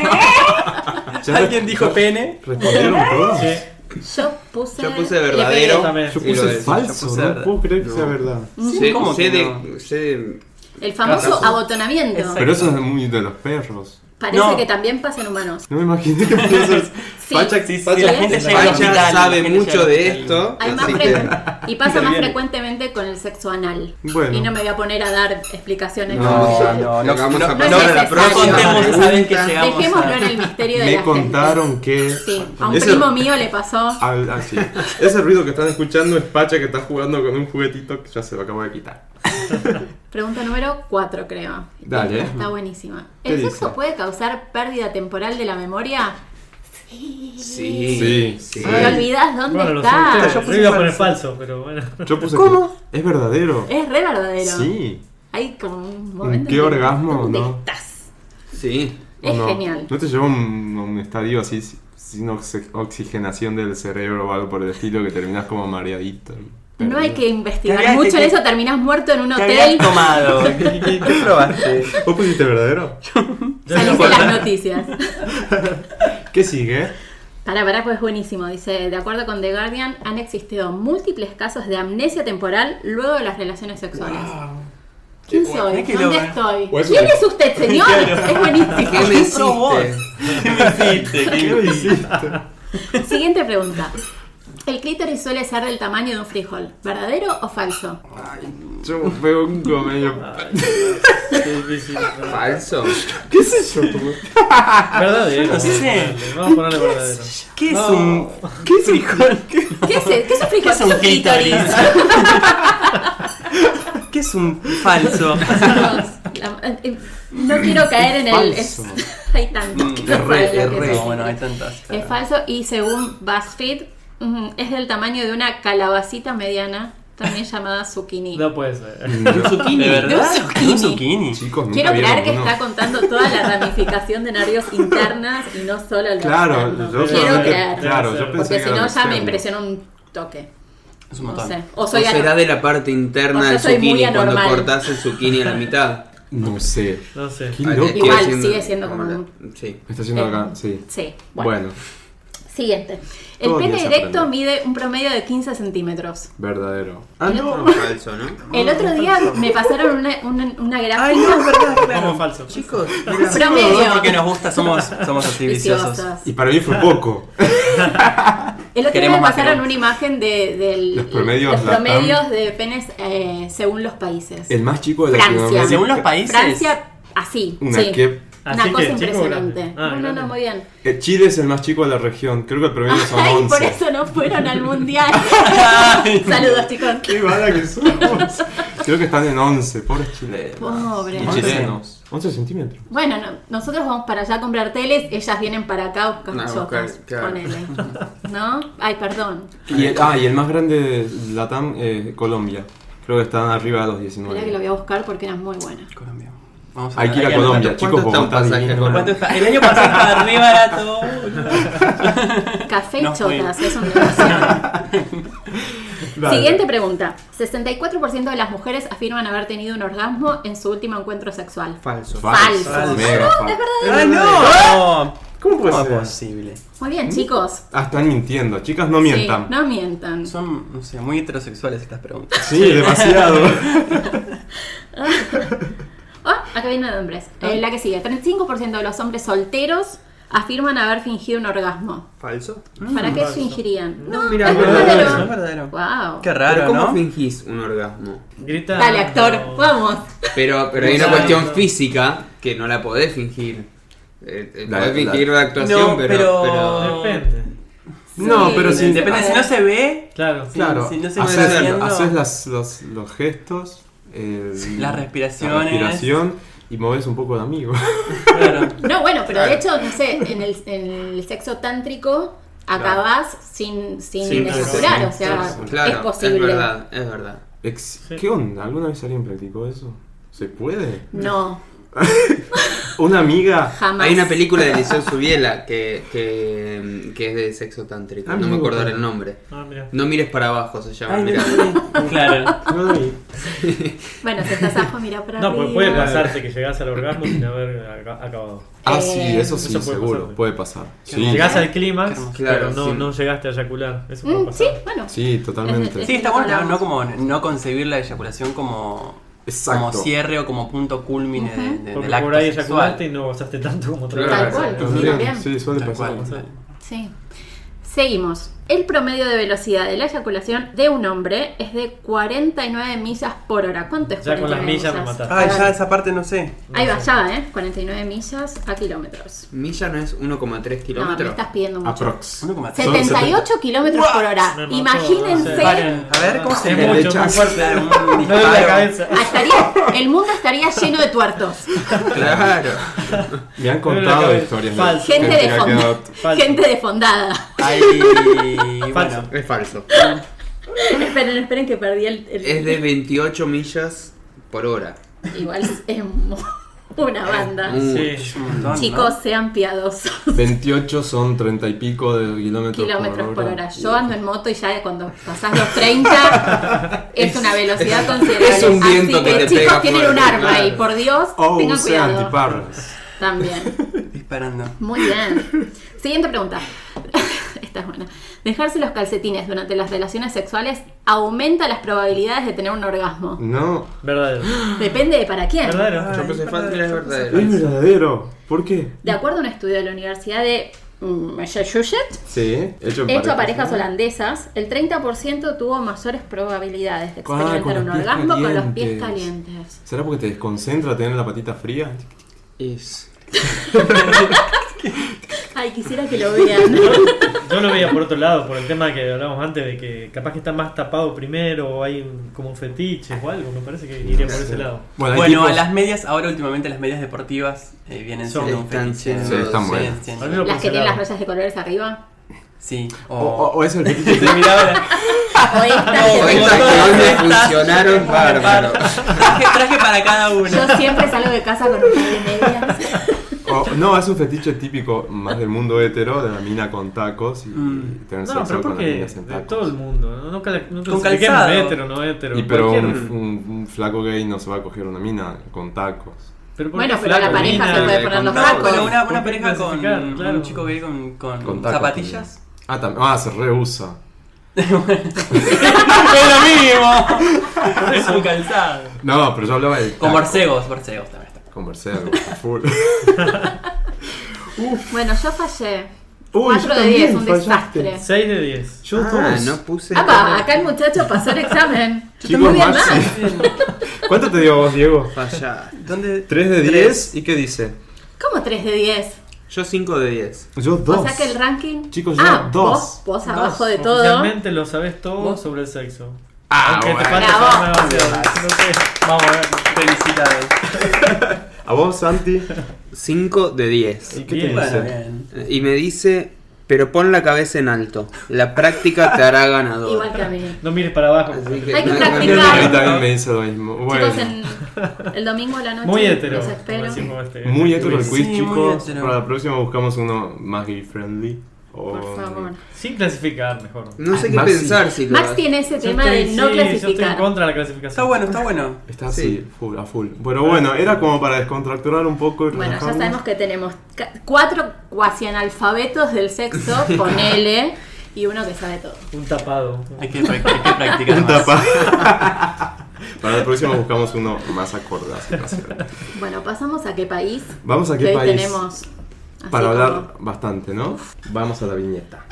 [SPEAKER 3] Ya
[SPEAKER 5] Alguien dijo pene.
[SPEAKER 3] ¿Respondieron todos?
[SPEAKER 4] Sí.
[SPEAKER 2] Yo puse.
[SPEAKER 6] Yo puse
[SPEAKER 2] le pegué.
[SPEAKER 6] verdadero.
[SPEAKER 4] Exactamente.
[SPEAKER 3] Yo
[SPEAKER 6] Y lo
[SPEAKER 3] puse
[SPEAKER 6] de-
[SPEAKER 3] falso,
[SPEAKER 5] yo puse
[SPEAKER 3] no
[SPEAKER 5] verdad.
[SPEAKER 3] puedo creer que
[SPEAKER 6] No.
[SPEAKER 3] sea verdad.
[SPEAKER 6] Sé,
[SPEAKER 5] ¿Cómo
[SPEAKER 6] sé
[SPEAKER 5] que
[SPEAKER 6] de,
[SPEAKER 5] no?
[SPEAKER 6] sé de-
[SPEAKER 2] El famoso
[SPEAKER 6] Carajo.
[SPEAKER 2] abotonamiento.
[SPEAKER 5] Exacto.
[SPEAKER 3] Pero eso es muy de los perros.
[SPEAKER 2] Parece
[SPEAKER 5] No.
[SPEAKER 2] que también pasa en humanos.
[SPEAKER 3] No me imaginé que podía ser.
[SPEAKER 2] Sí.
[SPEAKER 3] Facha-
[SPEAKER 5] Sí, sí,
[SPEAKER 2] Facha-
[SPEAKER 5] la gente llega al
[SPEAKER 6] Facha
[SPEAKER 5] hospital,
[SPEAKER 6] sabe
[SPEAKER 5] la gente
[SPEAKER 6] mucho
[SPEAKER 5] llega al
[SPEAKER 6] de
[SPEAKER 5] hospital.
[SPEAKER 6] esto.
[SPEAKER 2] Hay más
[SPEAKER 6] Así
[SPEAKER 2] frecu- y pasa más
[SPEAKER 4] Interviene.
[SPEAKER 2] frecuentemente con el sexo anal.
[SPEAKER 3] Bueno.
[SPEAKER 2] Y no me voy a poner a dar explicaciones.
[SPEAKER 3] No,
[SPEAKER 2] como-
[SPEAKER 6] ya
[SPEAKER 5] no, no,
[SPEAKER 6] llegamos a
[SPEAKER 5] no,
[SPEAKER 6] pasar
[SPEAKER 2] no,
[SPEAKER 6] a la
[SPEAKER 2] no
[SPEAKER 6] próxima.
[SPEAKER 2] contemos
[SPEAKER 5] esa vez que
[SPEAKER 6] pregunta.
[SPEAKER 5] llegamos.
[SPEAKER 2] Dejémoslo en el misterio de la
[SPEAKER 3] Me
[SPEAKER 2] gente.
[SPEAKER 3] contaron que.
[SPEAKER 2] Sí, a un
[SPEAKER 3] Ese-
[SPEAKER 2] primo mío le pasó.
[SPEAKER 3] Al- ah, sí. Ese ruido que están escuchando es Pacha que está jugando con un juguetito que ya se lo acabo de quitar.
[SPEAKER 2] Pregunta número 4, creo.
[SPEAKER 3] Dale.
[SPEAKER 2] Esta Está buenísima.
[SPEAKER 3] ¿Qué
[SPEAKER 2] ¿El
[SPEAKER 3] dice?
[SPEAKER 2] sexo puede causar pérdida temporal de la memoria?
[SPEAKER 6] Sí,
[SPEAKER 3] Sí.
[SPEAKER 6] sí.
[SPEAKER 2] ¿Te olvidas dónde
[SPEAKER 4] Bueno, lo
[SPEAKER 2] está?
[SPEAKER 4] sé. Yo iba a poner falso, pero bueno.
[SPEAKER 3] Yo puse. ¿Cómo? Es verdadero.
[SPEAKER 2] Es re verdadero.
[SPEAKER 3] Sí.
[SPEAKER 2] Hay como un momento.
[SPEAKER 3] ¿Qué
[SPEAKER 2] en que-
[SPEAKER 3] orgasmo,
[SPEAKER 2] ¿Dónde
[SPEAKER 3] no?
[SPEAKER 2] estás?
[SPEAKER 6] Sí.
[SPEAKER 2] Es
[SPEAKER 3] ¿O no?
[SPEAKER 2] genial.
[SPEAKER 3] ¿No te llevó a un, a un estadio así si- sin oxi- oxigenación del cerebro o algo por el estilo que terminás como mareadito?
[SPEAKER 2] No hay que
[SPEAKER 5] Te
[SPEAKER 2] investigar
[SPEAKER 5] habías-
[SPEAKER 2] mucho
[SPEAKER 5] te-
[SPEAKER 2] en eso, terminás muerto en un
[SPEAKER 5] ¿Qué habías
[SPEAKER 2] hotel.
[SPEAKER 5] tomado?
[SPEAKER 6] ¿Qué probaste?
[SPEAKER 3] ¿Vos pusiste verdadero?
[SPEAKER 4] Yo
[SPEAKER 2] Salís
[SPEAKER 4] no
[SPEAKER 2] de
[SPEAKER 4] puedo-
[SPEAKER 2] las noticias.
[SPEAKER 3] ¿Qué sigue?
[SPEAKER 2] Pará, pará, pues es buenísimo. Dice, de acuerdo con The Guardian, han existido múltiples casos de amnesia temporal luego de las relaciones sexuales. ¿Quién
[SPEAKER 5] Qué
[SPEAKER 2] soy?
[SPEAKER 5] bueno, qué
[SPEAKER 2] ¿Dónde
[SPEAKER 5] loco, eh.
[SPEAKER 2] estoy?
[SPEAKER 7] O es
[SPEAKER 2] ¿Quién
[SPEAKER 7] un-
[SPEAKER 2] es usted, señor? es buenísimo.
[SPEAKER 6] ¿Qué me
[SPEAKER 5] sos vos?
[SPEAKER 6] hiciste?
[SPEAKER 5] ¿Qué me hiciste? ¿Qué
[SPEAKER 3] ¿Qué
[SPEAKER 5] me
[SPEAKER 3] lo
[SPEAKER 5] hiciste?
[SPEAKER 3] hiciste?
[SPEAKER 2] Siguiente pregunta. El clítoris suele ser del tamaño de un frijol. ¿Verdadero o falso?
[SPEAKER 3] Yo veo un comedio.
[SPEAKER 4] Qué difícil.
[SPEAKER 6] Falso.
[SPEAKER 7] ¿Qué sé yo? como-
[SPEAKER 4] Verdadero.
[SPEAKER 5] No sé.
[SPEAKER 4] Vamos a ponerle verdadero.
[SPEAKER 5] ¿Qué es
[SPEAKER 4] No.
[SPEAKER 5] un. ¿Qué es un ¿Qué,
[SPEAKER 2] ¿Qué es, ¿Qué es un frijol?
[SPEAKER 5] es un clítoris? ¿Qué es un falso?
[SPEAKER 2] La- eh, No quiero caer en el...
[SPEAKER 3] Falso.
[SPEAKER 2] es- hay tantos. que no
[SPEAKER 6] es
[SPEAKER 2] saben lo
[SPEAKER 6] re, es
[SPEAKER 2] que
[SPEAKER 6] re.
[SPEAKER 5] No,
[SPEAKER 2] significa.
[SPEAKER 5] bueno, hay tantas.
[SPEAKER 2] Es falso y según BuzzFeed mm, es del tamaño de una calabacita mediana, también llamada zucchini.
[SPEAKER 4] No puede ser.
[SPEAKER 5] ¿Un zucchini? ¿De verdad?
[SPEAKER 2] Un zucchini.
[SPEAKER 5] ¿Un zucchini?
[SPEAKER 3] Chicos, nunca
[SPEAKER 2] Quiero creer
[SPEAKER 3] vieron
[SPEAKER 2] que
[SPEAKER 3] uno.
[SPEAKER 2] está contando toda la ramificación de nervios internas y no solo los
[SPEAKER 3] Claro,
[SPEAKER 2] externos.
[SPEAKER 3] yo
[SPEAKER 2] Quiero
[SPEAKER 3] solamente-
[SPEAKER 2] creer.
[SPEAKER 3] Claro, yo pensé
[SPEAKER 2] Porque
[SPEAKER 3] que
[SPEAKER 2] si
[SPEAKER 3] era
[SPEAKER 2] no ya me
[SPEAKER 3] externo.
[SPEAKER 2] impresiona un toque.
[SPEAKER 5] Es un
[SPEAKER 2] No
[SPEAKER 5] montón.
[SPEAKER 2] sé. O
[SPEAKER 6] ¿O
[SPEAKER 2] soy
[SPEAKER 6] será
[SPEAKER 2] anormal.
[SPEAKER 6] de la parte
[SPEAKER 2] O
[SPEAKER 6] interna
[SPEAKER 2] yo
[SPEAKER 6] del
[SPEAKER 2] soy muy
[SPEAKER 6] zucchini cuando
[SPEAKER 2] anormal.
[SPEAKER 6] cortás el zucchini a la mitad?
[SPEAKER 7] No sé.
[SPEAKER 4] No sé.
[SPEAKER 3] Qué
[SPEAKER 6] Ah,
[SPEAKER 3] loco.
[SPEAKER 6] estoy
[SPEAKER 2] Igual,
[SPEAKER 6] haciendo-
[SPEAKER 2] sigue siendo como un-
[SPEAKER 6] Sí.
[SPEAKER 3] Me está haciendo acá, sí.
[SPEAKER 2] Sí, Eh. bueno.
[SPEAKER 3] Bueno,
[SPEAKER 2] Siguiente. El
[SPEAKER 3] Todos
[SPEAKER 2] pene
[SPEAKER 3] días se
[SPEAKER 2] erecto
[SPEAKER 3] aprende.
[SPEAKER 2] mide un promedio de 15 centímetros.
[SPEAKER 3] verdadero.
[SPEAKER 6] Ah, no. Falso, ¿no?
[SPEAKER 3] Ah,
[SPEAKER 2] El otro día me pasaron una, una, una gráfica.
[SPEAKER 5] Ay, no, es verdad,
[SPEAKER 4] Vamos
[SPEAKER 5] claro.
[SPEAKER 4] falso.
[SPEAKER 6] Chicos,
[SPEAKER 5] Nosotros
[SPEAKER 2] promedio.
[SPEAKER 5] porque nos gusta, somos, somos así viciosos.
[SPEAKER 2] Viciosas.
[SPEAKER 3] Y para mí fue poco.
[SPEAKER 2] El otro día
[SPEAKER 5] Queremos
[SPEAKER 2] me
[SPEAKER 5] más
[SPEAKER 2] pasaron
[SPEAKER 5] que-
[SPEAKER 2] una imagen de, del-
[SPEAKER 3] Los promedios
[SPEAKER 2] los
[SPEAKER 3] Latam.
[SPEAKER 2] promedios de penes eh, según los países.
[SPEAKER 3] El más chico de
[SPEAKER 2] Francia.
[SPEAKER 3] Latinoamérica.
[SPEAKER 5] Según los países.
[SPEAKER 2] Francia, así.
[SPEAKER 3] Una
[SPEAKER 2] sí.
[SPEAKER 3] que-
[SPEAKER 2] Una
[SPEAKER 4] Así
[SPEAKER 2] cosa
[SPEAKER 4] que, chico,
[SPEAKER 2] impresionante.
[SPEAKER 4] grande. Ah,
[SPEAKER 2] no, no,
[SPEAKER 4] grande.
[SPEAKER 2] no, muy bien.
[SPEAKER 3] Eh, Chile es el más chico de la región. Creo que el promedio son
[SPEAKER 2] Ay,
[SPEAKER 3] 11.
[SPEAKER 2] por eso no fueron al mundial. Saludos, chicos.
[SPEAKER 3] Qué mala que somos. Creo que están en 11, pobres chilenos.
[SPEAKER 2] Pobre.
[SPEAKER 5] Y
[SPEAKER 3] Once.
[SPEAKER 5] chilenos.
[SPEAKER 3] 11 centímetros.
[SPEAKER 2] Bueno, no, nosotros vamos para allá a comprar teles, ellas vienen para acá a buscar
[SPEAKER 6] Ah,
[SPEAKER 2] nosotras.
[SPEAKER 6] buscar, claro.
[SPEAKER 2] Ponele. ¿No? Ay, perdón.
[SPEAKER 3] Y el, ah, y el más grande de Latam, eh, Colombia. Creo que están arriba de los
[SPEAKER 2] Mira que lo
[SPEAKER 3] 19.
[SPEAKER 2] voy a buscar porque eran muy buenas.
[SPEAKER 5] Colombia. Vamos
[SPEAKER 3] Hay que ir a
[SPEAKER 5] anotar.
[SPEAKER 3] Colombia,
[SPEAKER 6] ¿Cuánto
[SPEAKER 3] chicos,
[SPEAKER 6] está un
[SPEAKER 3] Bogotá
[SPEAKER 6] pasaje
[SPEAKER 3] divino.
[SPEAKER 6] a Colombia?
[SPEAKER 5] ¿Cuánto está? El año pasado estaba re barato.
[SPEAKER 2] Café
[SPEAKER 5] No fue.
[SPEAKER 2] chotas, es un negocio. Siguiente pregunta. 64% de las mujeres afirman haber tenido un orgasmo en su último encuentro sexual.
[SPEAKER 6] Falso.
[SPEAKER 2] Falso.
[SPEAKER 3] Mega falso.
[SPEAKER 5] ¡Ay, no!
[SPEAKER 3] ¿Cómo puede
[SPEAKER 5] ¿Cómo
[SPEAKER 3] ser?
[SPEAKER 5] es posible?
[SPEAKER 2] Muy bien, chicos.
[SPEAKER 3] Ah, están mintiendo. Chicas, no
[SPEAKER 2] Sí,
[SPEAKER 3] mientan.
[SPEAKER 2] no mientan.
[SPEAKER 5] Son, no sé, muy heterosexuales estas preguntas.
[SPEAKER 3] Sí, demasiado.
[SPEAKER 2] Ah, acá viene de hombres. Eh, la que sigue. 35% de los hombres solteros afirman haber fingido un orgasmo.
[SPEAKER 6] ¿Falso?
[SPEAKER 2] ¿Para qué fingirían? No,
[SPEAKER 6] mira,
[SPEAKER 2] es
[SPEAKER 6] no,
[SPEAKER 2] verdadero.
[SPEAKER 5] Es verdadero.
[SPEAKER 2] Wow.
[SPEAKER 5] Qué
[SPEAKER 6] Pero
[SPEAKER 5] raro,
[SPEAKER 6] ¿cómo
[SPEAKER 5] ¿no?
[SPEAKER 6] fingís un orgasmo?
[SPEAKER 4] Grita.
[SPEAKER 2] Dale, actor. Vamos.
[SPEAKER 6] Pero, pero hay una
[SPEAKER 5] Exacto.
[SPEAKER 6] cuestión física que no la podés fingir. Eh, eh,
[SPEAKER 3] La-
[SPEAKER 6] podés
[SPEAKER 3] la-
[SPEAKER 6] fingir la actuación,
[SPEAKER 5] No,
[SPEAKER 6] pero,
[SPEAKER 5] pero-
[SPEAKER 6] pero-
[SPEAKER 4] Depende.
[SPEAKER 3] No, pero sí.
[SPEAKER 5] Depende, si no se ve,
[SPEAKER 4] Claro.
[SPEAKER 5] Sí.
[SPEAKER 3] Claro,
[SPEAKER 5] si no se
[SPEAKER 3] haces,
[SPEAKER 5] puede haciendo-
[SPEAKER 3] haces las- los, los gestos, el-
[SPEAKER 5] las respiraciones.
[SPEAKER 3] la respiración y moves un poco de amigo.
[SPEAKER 5] claro.
[SPEAKER 2] No, bueno, pero de hecho, no sé, en el, en el sexo tántrico acabás sin, sin,
[SPEAKER 6] Sin
[SPEAKER 2] eyacular,
[SPEAKER 6] necesidad.
[SPEAKER 2] o sea,
[SPEAKER 3] Sí, sí.
[SPEAKER 6] Claro,
[SPEAKER 2] es
[SPEAKER 6] es,
[SPEAKER 2] posible.
[SPEAKER 6] verdad, es verdad.
[SPEAKER 3] Ex-
[SPEAKER 4] Sí.
[SPEAKER 3] ¿Qué onda? ¿Alguna vez alguien practicó eso? ¿Se puede?
[SPEAKER 2] No,
[SPEAKER 3] Una amiga.
[SPEAKER 2] jamás.
[SPEAKER 6] Hay una película de Liceo Subiela que, que, que es de sexo tántrico,
[SPEAKER 3] Ah,
[SPEAKER 6] no me
[SPEAKER 3] mira.
[SPEAKER 6] acuerdo ahora el nombre.
[SPEAKER 4] Ah, mira.
[SPEAKER 6] No mires para abajo se llama,
[SPEAKER 5] Ay,
[SPEAKER 6] mirá.
[SPEAKER 5] no, claro.
[SPEAKER 3] No la vi.
[SPEAKER 2] Bueno, si estás ajo, mira para
[SPEAKER 4] No,
[SPEAKER 2] arriba.
[SPEAKER 4] pues puede pasarte que llegás al orgasmo sin haber aca- acabado.
[SPEAKER 3] Ah, sí, eso sí,
[SPEAKER 4] Eso puede
[SPEAKER 3] seguro.
[SPEAKER 4] pasar.
[SPEAKER 3] Puede pasar. Sí,
[SPEAKER 4] Llegás al
[SPEAKER 5] Qué
[SPEAKER 4] clímax,
[SPEAKER 5] hermoso.
[SPEAKER 4] pero
[SPEAKER 6] Claro,
[SPEAKER 4] no,
[SPEAKER 6] sí.
[SPEAKER 4] no llegaste a eyacular. Eso puede
[SPEAKER 2] Mm, sí,
[SPEAKER 4] pasar.
[SPEAKER 2] bueno.
[SPEAKER 3] sí, totalmente.
[SPEAKER 5] Sí, está bueno, no como no concebir la eyaculación como, como
[SPEAKER 3] Exacto.
[SPEAKER 5] cierre o como punto culmine de- de-
[SPEAKER 4] Porque
[SPEAKER 5] del acto
[SPEAKER 4] por ahí
[SPEAKER 5] sexual.
[SPEAKER 4] eyaculaste y no gozaste tanto como otra
[SPEAKER 2] Tal
[SPEAKER 4] vez.
[SPEAKER 2] cual, sí,
[SPEAKER 3] También,
[SPEAKER 2] también.
[SPEAKER 3] sí, suele
[SPEAKER 5] Tal
[SPEAKER 3] pasar.
[SPEAKER 5] cual.
[SPEAKER 2] Sí. Seguimos. El promedio de velocidad de la eyaculación de un hombre es de 49 millas por hora. ¿Cuánto es
[SPEAKER 4] Ya con las
[SPEAKER 2] 49
[SPEAKER 4] millas me mataste.
[SPEAKER 5] Ay, ya esa parte no sé.
[SPEAKER 2] Ahí va,
[SPEAKER 4] No sé.
[SPEAKER 2] ya va, ¿eh? 49 millas a kilómetros.
[SPEAKER 6] Milla no es 1,3
[SPEAKER 2] No, me
[SPEAKER 6] kilómetros.
[SPEAKER 2] estás pidiendo mucho.
[SPEAKER 3] Aprox.
[SPEAKER 5] 1,3.
[SPEAKER 2] 78 kilómetros por hora.
[SPEAKER 4] Me mató,
[SPEAKER 2] Imagínense.
[SPEAKER 4] no sé. Paren.
[SPEAKER 5] A ver, ¿cómo se
[SPEAKER 4] Es
[SPEAKER 5] ve?
[SPEAKER 4] mucho,
[SPEAKER 5] Derecha.
[SPEAKER 4] muy fuerte.
[SPEAKER 5] Claro, un
[SPEAKER 4] Me duele la
[SPEAKER 5] disparo.
[SPEAKER 4] cabeza.
[SPEAKER 2] Ah, estaría- el mundo estaría lleno de tuertos.
[SPEAKER 6] claro.
[SPEAKER 3] Me han
[SPEAKER 4] Pero la
[SPEAKER 3] contado
[SPEAKER 4] cabeza.
[SPEAKER 3] historias.
[SPEAKER 4] Falso.
[SPEAKER 2] Gente
[SPEAKER 3] que ha
[SPEAKER 2] defondada.
[SPEAKER 3] quedado-
[SPEAKER 4] Falso.
[SPEAKER 2] Gente defondada.
[SPEAKER 5] Ay,
[SPEAKER 4] Falso.
[SPEAKER 5] bueno.
[SPEAKER 6] Es falso.
[SPEAKER 2] esperen, esperen que perdí el. el-
[SPEAKER 6] Es de 28 millas por hora.
[SPEAKER 2] Igual es, es mu- una banda.
[SPEAKER 6] Mm.
[SPEAKER 4] Sí.
[SPEAKER 5] Es un montón, ¿no?
[SPEAKER 2] Chicos, sean piadosos.
[SPEAKER 3] 28 son 30 y pico de kilómetros,
[SPEAKER 2] Kilómetros por hora. Yo ando en moto y ya cuando pasás los 30 es una velocidad considerable.
[SPEAKER 6] es un viento
[SPEAKER 2] Así
[SPEAKER 6] que
[SPEAKER 2] que,
[SPEAKER 6] te
[SPEAKER 2] chicos
[SPEAKER 6] pega
[SPEAKER 2] tienen
[SPEAKER 6] fuerte,
[SPEAKER 2] un arma
[SPEAKER 6] claro.
[SPEAKER 2] y por Dios,
[SPEAKER 3] Oh,
[SPEAKER 2] tengan
[SPEAKER 3] sean
[SPEAKER 2] cuidado.
[SPEAKER 3] antiparras.
[SPEAKER 2] También.
[SPEAKER 5] Disparando.
[SPEAKER 2] Muy bien. Siguiente pregunta. Esta es buena. ¿Dejarse los calcetines durante las relaciones sexuales aumenta las probabilidades de tener un orgasmo?
[SPEAKER 3] No,
[SPEAKER 4] Verdadero.
[SPEAKER 2] Depende de para quién.
[SPEAKER 4] Verdadero.
[SPEAKER 6] Yo pensé fácil, es verdadero.
[SPEAKER 3] es verdadero. ¿Por qué?
[SPEAKER 2] De acuerdo a un estudio de la Universidad de mm, Massachusetts,
[SPEAKER 3] Sí, hecho,
[SPEAKER 2] hecho a parejas holandesas, el 30% tuvo mayores probabilidades de
[SPEAKER 7] Ah, con
[SPEAKER 2] experimentar
[SPEAKER 7] los
[SPEAKER 2] un
[SPEAKER 7] pies
[SPEAKER 2] orgasmo con los pies
[SPEAKER 7] calientes.
[SPEAKER 2] calientes.
[SPEAKER 3] ¿Será porque te desconcentra tener la patita fría?
[SPEAKER 6] Es.
[SPEAKER 2] Ay, quisiera que lo vean.
[SPEAKER 4] Yo lo veía por otro lado, por el tema que hablábamos antes de que capaz que está más tapado primero o hay un- como un fetiche o algo. Me parece que iría por ese lado.
[SPEAKER 5] Bueno,
[SPEAKER 3] hay tipos-
[SPEAKER 5] a las medias, ahora últimamente las medias deportivas eh, vienen
[SPEAKER 4] Son-
[SPEAKER 5] siendo un
[SPEAKER 6] están
[SPEAKER 5] fetiche.
[SPEAKER 6] siendo-
[SPEAKER 3] Sí, están
[SPEAKER 5] Sí,
[SPEAKER 3] buenas.
[SPEAKER 5] sí,
[SPEAKER 4] A mí lo
[SPEAKER 2] Las que tienen las
[SPEAKER 4] consideraba.
[SPEAKER 2] rayas de colores arriba.
[SPEAKER 5] Sí, o...
[SPEAKER 3] O, o- o es el fetiche.
[SPEAKER 5] Sí, mirá ahora.
[SPEAKER 3] Ah,
[SPEAKER 2] O estas que
[SPEAKER 6] Estas
[SPEAKER 2] tienen-
[SPEAKER 6] que no me
[SPEAKER 5] Estas-
[SPEAKER 6] funcionaron bárbaro.
[SPEAKER 5] traje, traje para cada uno.
[SPEAKER 2] Yo siempre salgo de casa con un par de medias.
[SPEAKER 3] o- Oh, no, es un fetiche típico más del mundo hetero, de la mina con tacos y
[SPEAKER 5] Mm.
[SPEAKER 3] tener
[SPEAKER 4] No,
[SPEAKER 3] sexo
[SPEAKER 4] pero
[SPEAKER 3] con las
[SPEAKER 4] porque
[SPEAKER 3] minas en
[SPEAKER 4] de
[SPEAKER 3] tacos.
[SPEAKER 4] todo el mundo. No, no, cal- no
[SPEAKER 5] Con
[SPEAKER 4] clasifiquemos
[SPEAKER 5] calzado.
[SPEAKER 4] hétero, no hétero.
[SPEAKER 3] Y pero un,
[SPEAKER 4] cualquier-
[SPEAKER 3] un- un flaco gay no se va a coger una mina con tacos.
[SPEAKER 4] Pero ¿por
[SPEAKER 2] Bueno,
[SPEAKER 4] qué
[SPEAKER 2] pero la
[SPEAKER 4] flaco,
[SPEAKER 2] pareja
[SPEAKER 4] mina?
[SPEAKER 2] se puede
[SPEAKER 6] de
[SPEAKER 2] poner los
[SPEAKER 5] No,
[SPEAKER 6] contacto.
[SPEAKER 2] tacos.
[SPEAKER 5] pero una, una
[SPEAKER 4] ¿Por qué
[SPEAKER 5] pareja con
[SPEAKER 4] clasificar? Claro.
[SPEAKER 5] un chico gay con, con,
[SPEAKER 3] Con tacos
[SPEAKER 5] zapatillas.
[SPEAKER 3] también. Ah, tam- ah, se reusa.
[SPEAKER 5] ¡Es lo mismo! es un calzado.
[SPEAKER 3] No, pero yo hablaba de.
[SPEAKER 5] Con borcegos, borcegos también está.
[SPEAKER 3] Con Marcelo, full.
[SPEAKER 2] Bueno, yo fallé.
[SPEAKER 3] Uy,
[SPEAKER 2] 4
[SPEAKER 3] yo
[SPEAKER 2] de 10,
[SPEAKER 3] también
[SPEAKER 2] un
[SPEAKER 3] fallaste.
[SPEAKER 2] desastre.
[SPEAKER 4] 6 de 10.
[SPEAKER 3] Yo
[SPEAKER 6] Ah,
[SPEAKER 3] dos.
[SPEAKER 6] no puse.
[SPEAKER 2] Apa, acá el muchacho pasó el examen. Yo estoy
[SPEAKER 3] Chicos,
[SPEAKER 2] muy bien
[SPEAKER 3] Maxi.
[SPEAKER 2] más.
[SPEAKER 3] ¿Cuánto te dio vos, Diego?
[SPEAKER 6] Falla.
[SPEAKER 5] ¿Dónde?
[SPEAKER 3] 3 de
[SPEAKER 6] Tres.
[SPEAKER 3] 10. ¿Y qué dice?
[SPEAKER 2] ¿Cómo 3 de 10?
[SPEAKER 6] Yo 5 de 10.
[SPEAKER 3] Yo dos.
[SPEAKER 2] O sea que el ranking.
[SPEAKER 3] Chicos, yo
[SPEAKER 2] ah,
[SPEAKER 3] dos.
[SPEAKER 2] Vos, vos abajo de todo.
[SPEAKER 4] Realmente lo sabes todo
[SPEAKER 5] Vos-
[SPEAKER 4] sobre el sexo.
[SPEAKER 3] Ah,
[SPEAKER 4] Aunque te
[SPEAKER 3] bueno.
[SPEAKER 4] falta
[SPEAKER 2] Bravo.
[SPEAKER 4] saber más, no sé.
[SPEAKER 5] Vamos a ver, felicidades.
[SPEAKER 3] A vos, Santi.
[SPEAKER 6] 5 de 10.
[SPEAKER 3] ¿Y qué te
[SPEAKER 4] Bien.
[SPEAKER 3] dice?
[SPEAKER 5] Bueno, bien.
[SPEAKER 6] Y me dice, pero pon la cabeza en alto. La práctica te hará ganador.
[SPEAKER 2] Igual que a mí.
[SPEAKER 4] No mires para abajo.
[SPEAKER 6] Así
[SPEAKER 2] Hay que
[SPEAKER 6] no,
[SPEAKER 2] practicar.
[SPEAKER 3] A
[SPEAKER 6] no,
[SPEAKER 3] mí
[SPEAKER 6] no, no.
[SPEAKER 3] también me dice lo mismo. Bueno,
[SPEAKER 2] Chicos, en- el domingo a la noche.
[SPEAKER 4] Muy hétero.
[SPEAKER 2] Los
[SPEAKER 4] como
[SPEAKER 2] espero.
[SPEAKER 4] decimos, este-
[SPEAKER 3] muy
[SPEAKER 4] este
[SPEAKER 3] hetero el
[SPEAKER 4] quiz.
[SPEAKER 3] quiz,
[SPEAKER 5] Sí, muy
[SPEAKER 3] chicos.
[SPEAKER 5] hetero.
[SPEAKER 3] Para la próxima buscamos uno más gay friendly. O-
[SPEAKER 2] Por favor.
[SPEAKER 4] Sin clasificar, mejor.
[SPEAKER 6] No sé qué
[SPEAKER 3] Maxi.
[SPEAKER 6] pensar si lo
[SPEAKER 2] Max tiene ese
[SPEAKER 4] Yo
[SPEAKER 2] tema
[SPEAKER 4] estoy-
[SPEAKER 2] de no
[SPEAKER 4] sí, Yo estoy en
[SPEAKER 2] clasificar.
[SPEAKER 4] contra de la
[SPEAKER 5] Está
[SPEAKER 4] clasificación.
[SPEAKER 5] bueno, está bueno.
[SPEAKER 3] Está así,
[SPEAKER 6] Sí.
[SPEAKER 3] full, a full. Pero bueno, era como para descontracturar un poco y
[SPEAKER 2] Bueno, ya
[SPEAKER 3] relajarnos.
[SPEAKER 2] sabemos que tenemos ca- cuatro cuasi analfabetos del sexo, ponele, y uno que sabe todo.
[SPEAKER 4] Un tapado.
[SPEAKER 5] Hay que, pra- hay que practicar
[SPEAKER 3] Un
[SPEAKER 5] más.
[SPEAKER 3] tapa. Para la próxima buscamos uno más acorde a la situación.
[SPEAKER 2] Bueno, pasamos a qué país.
[SPEAKER 3] Vamos a
[SPEAKER 2] que
[SPEAKER 3] qué
[SPEAKER 2] hoy
[SPEAKER 3] país.
[SPEAKER 2] tenemos. así
[SPEAKER 3] Para
[SPEAKER 2] como-
[SPEAKER 3] hablar bastante, ¿no? Vamos a la viñeta.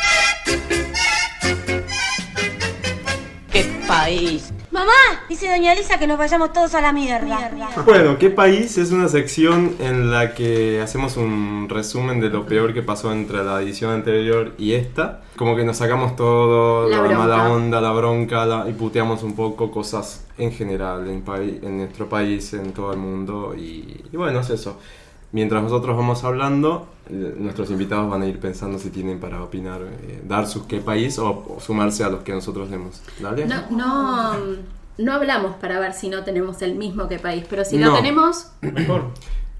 [SPEAKER 8] Mamá, dice doña Elisa que nos vayamos todos a la mierda.
[SPEAKER 3] Bueno, ¿qué país? Es una sección en la que hacemos un resumen de lo peor que pasó entre la edición anterior y esta. Como que nos sacamos todo,
[SPEAKER 2] La
[SPEAKER 3] la,
[SPEAKER 2] bronca.
[SPEAKER 3] mala onda, la bronca, la- y puteamos un poco cosas en general en, pai- en nuestro país, en todo el mundo. Y, y bueno, es eso. Mientras nosotros vamos hablando, eh, nuestros invitados van a ir pensando si tienen para opinar, eh, dar sus qué país o, o sumarse a los que nosotros demos. ¿Dale?
[SPEAKER 2] No, no, mm, no hablamos para ver si no tenemos el mismo que país, pero si lo
[SPEAKER 3] No.
[SPEAKER 2] tenemos,
[SPEAKER 4] Mejor.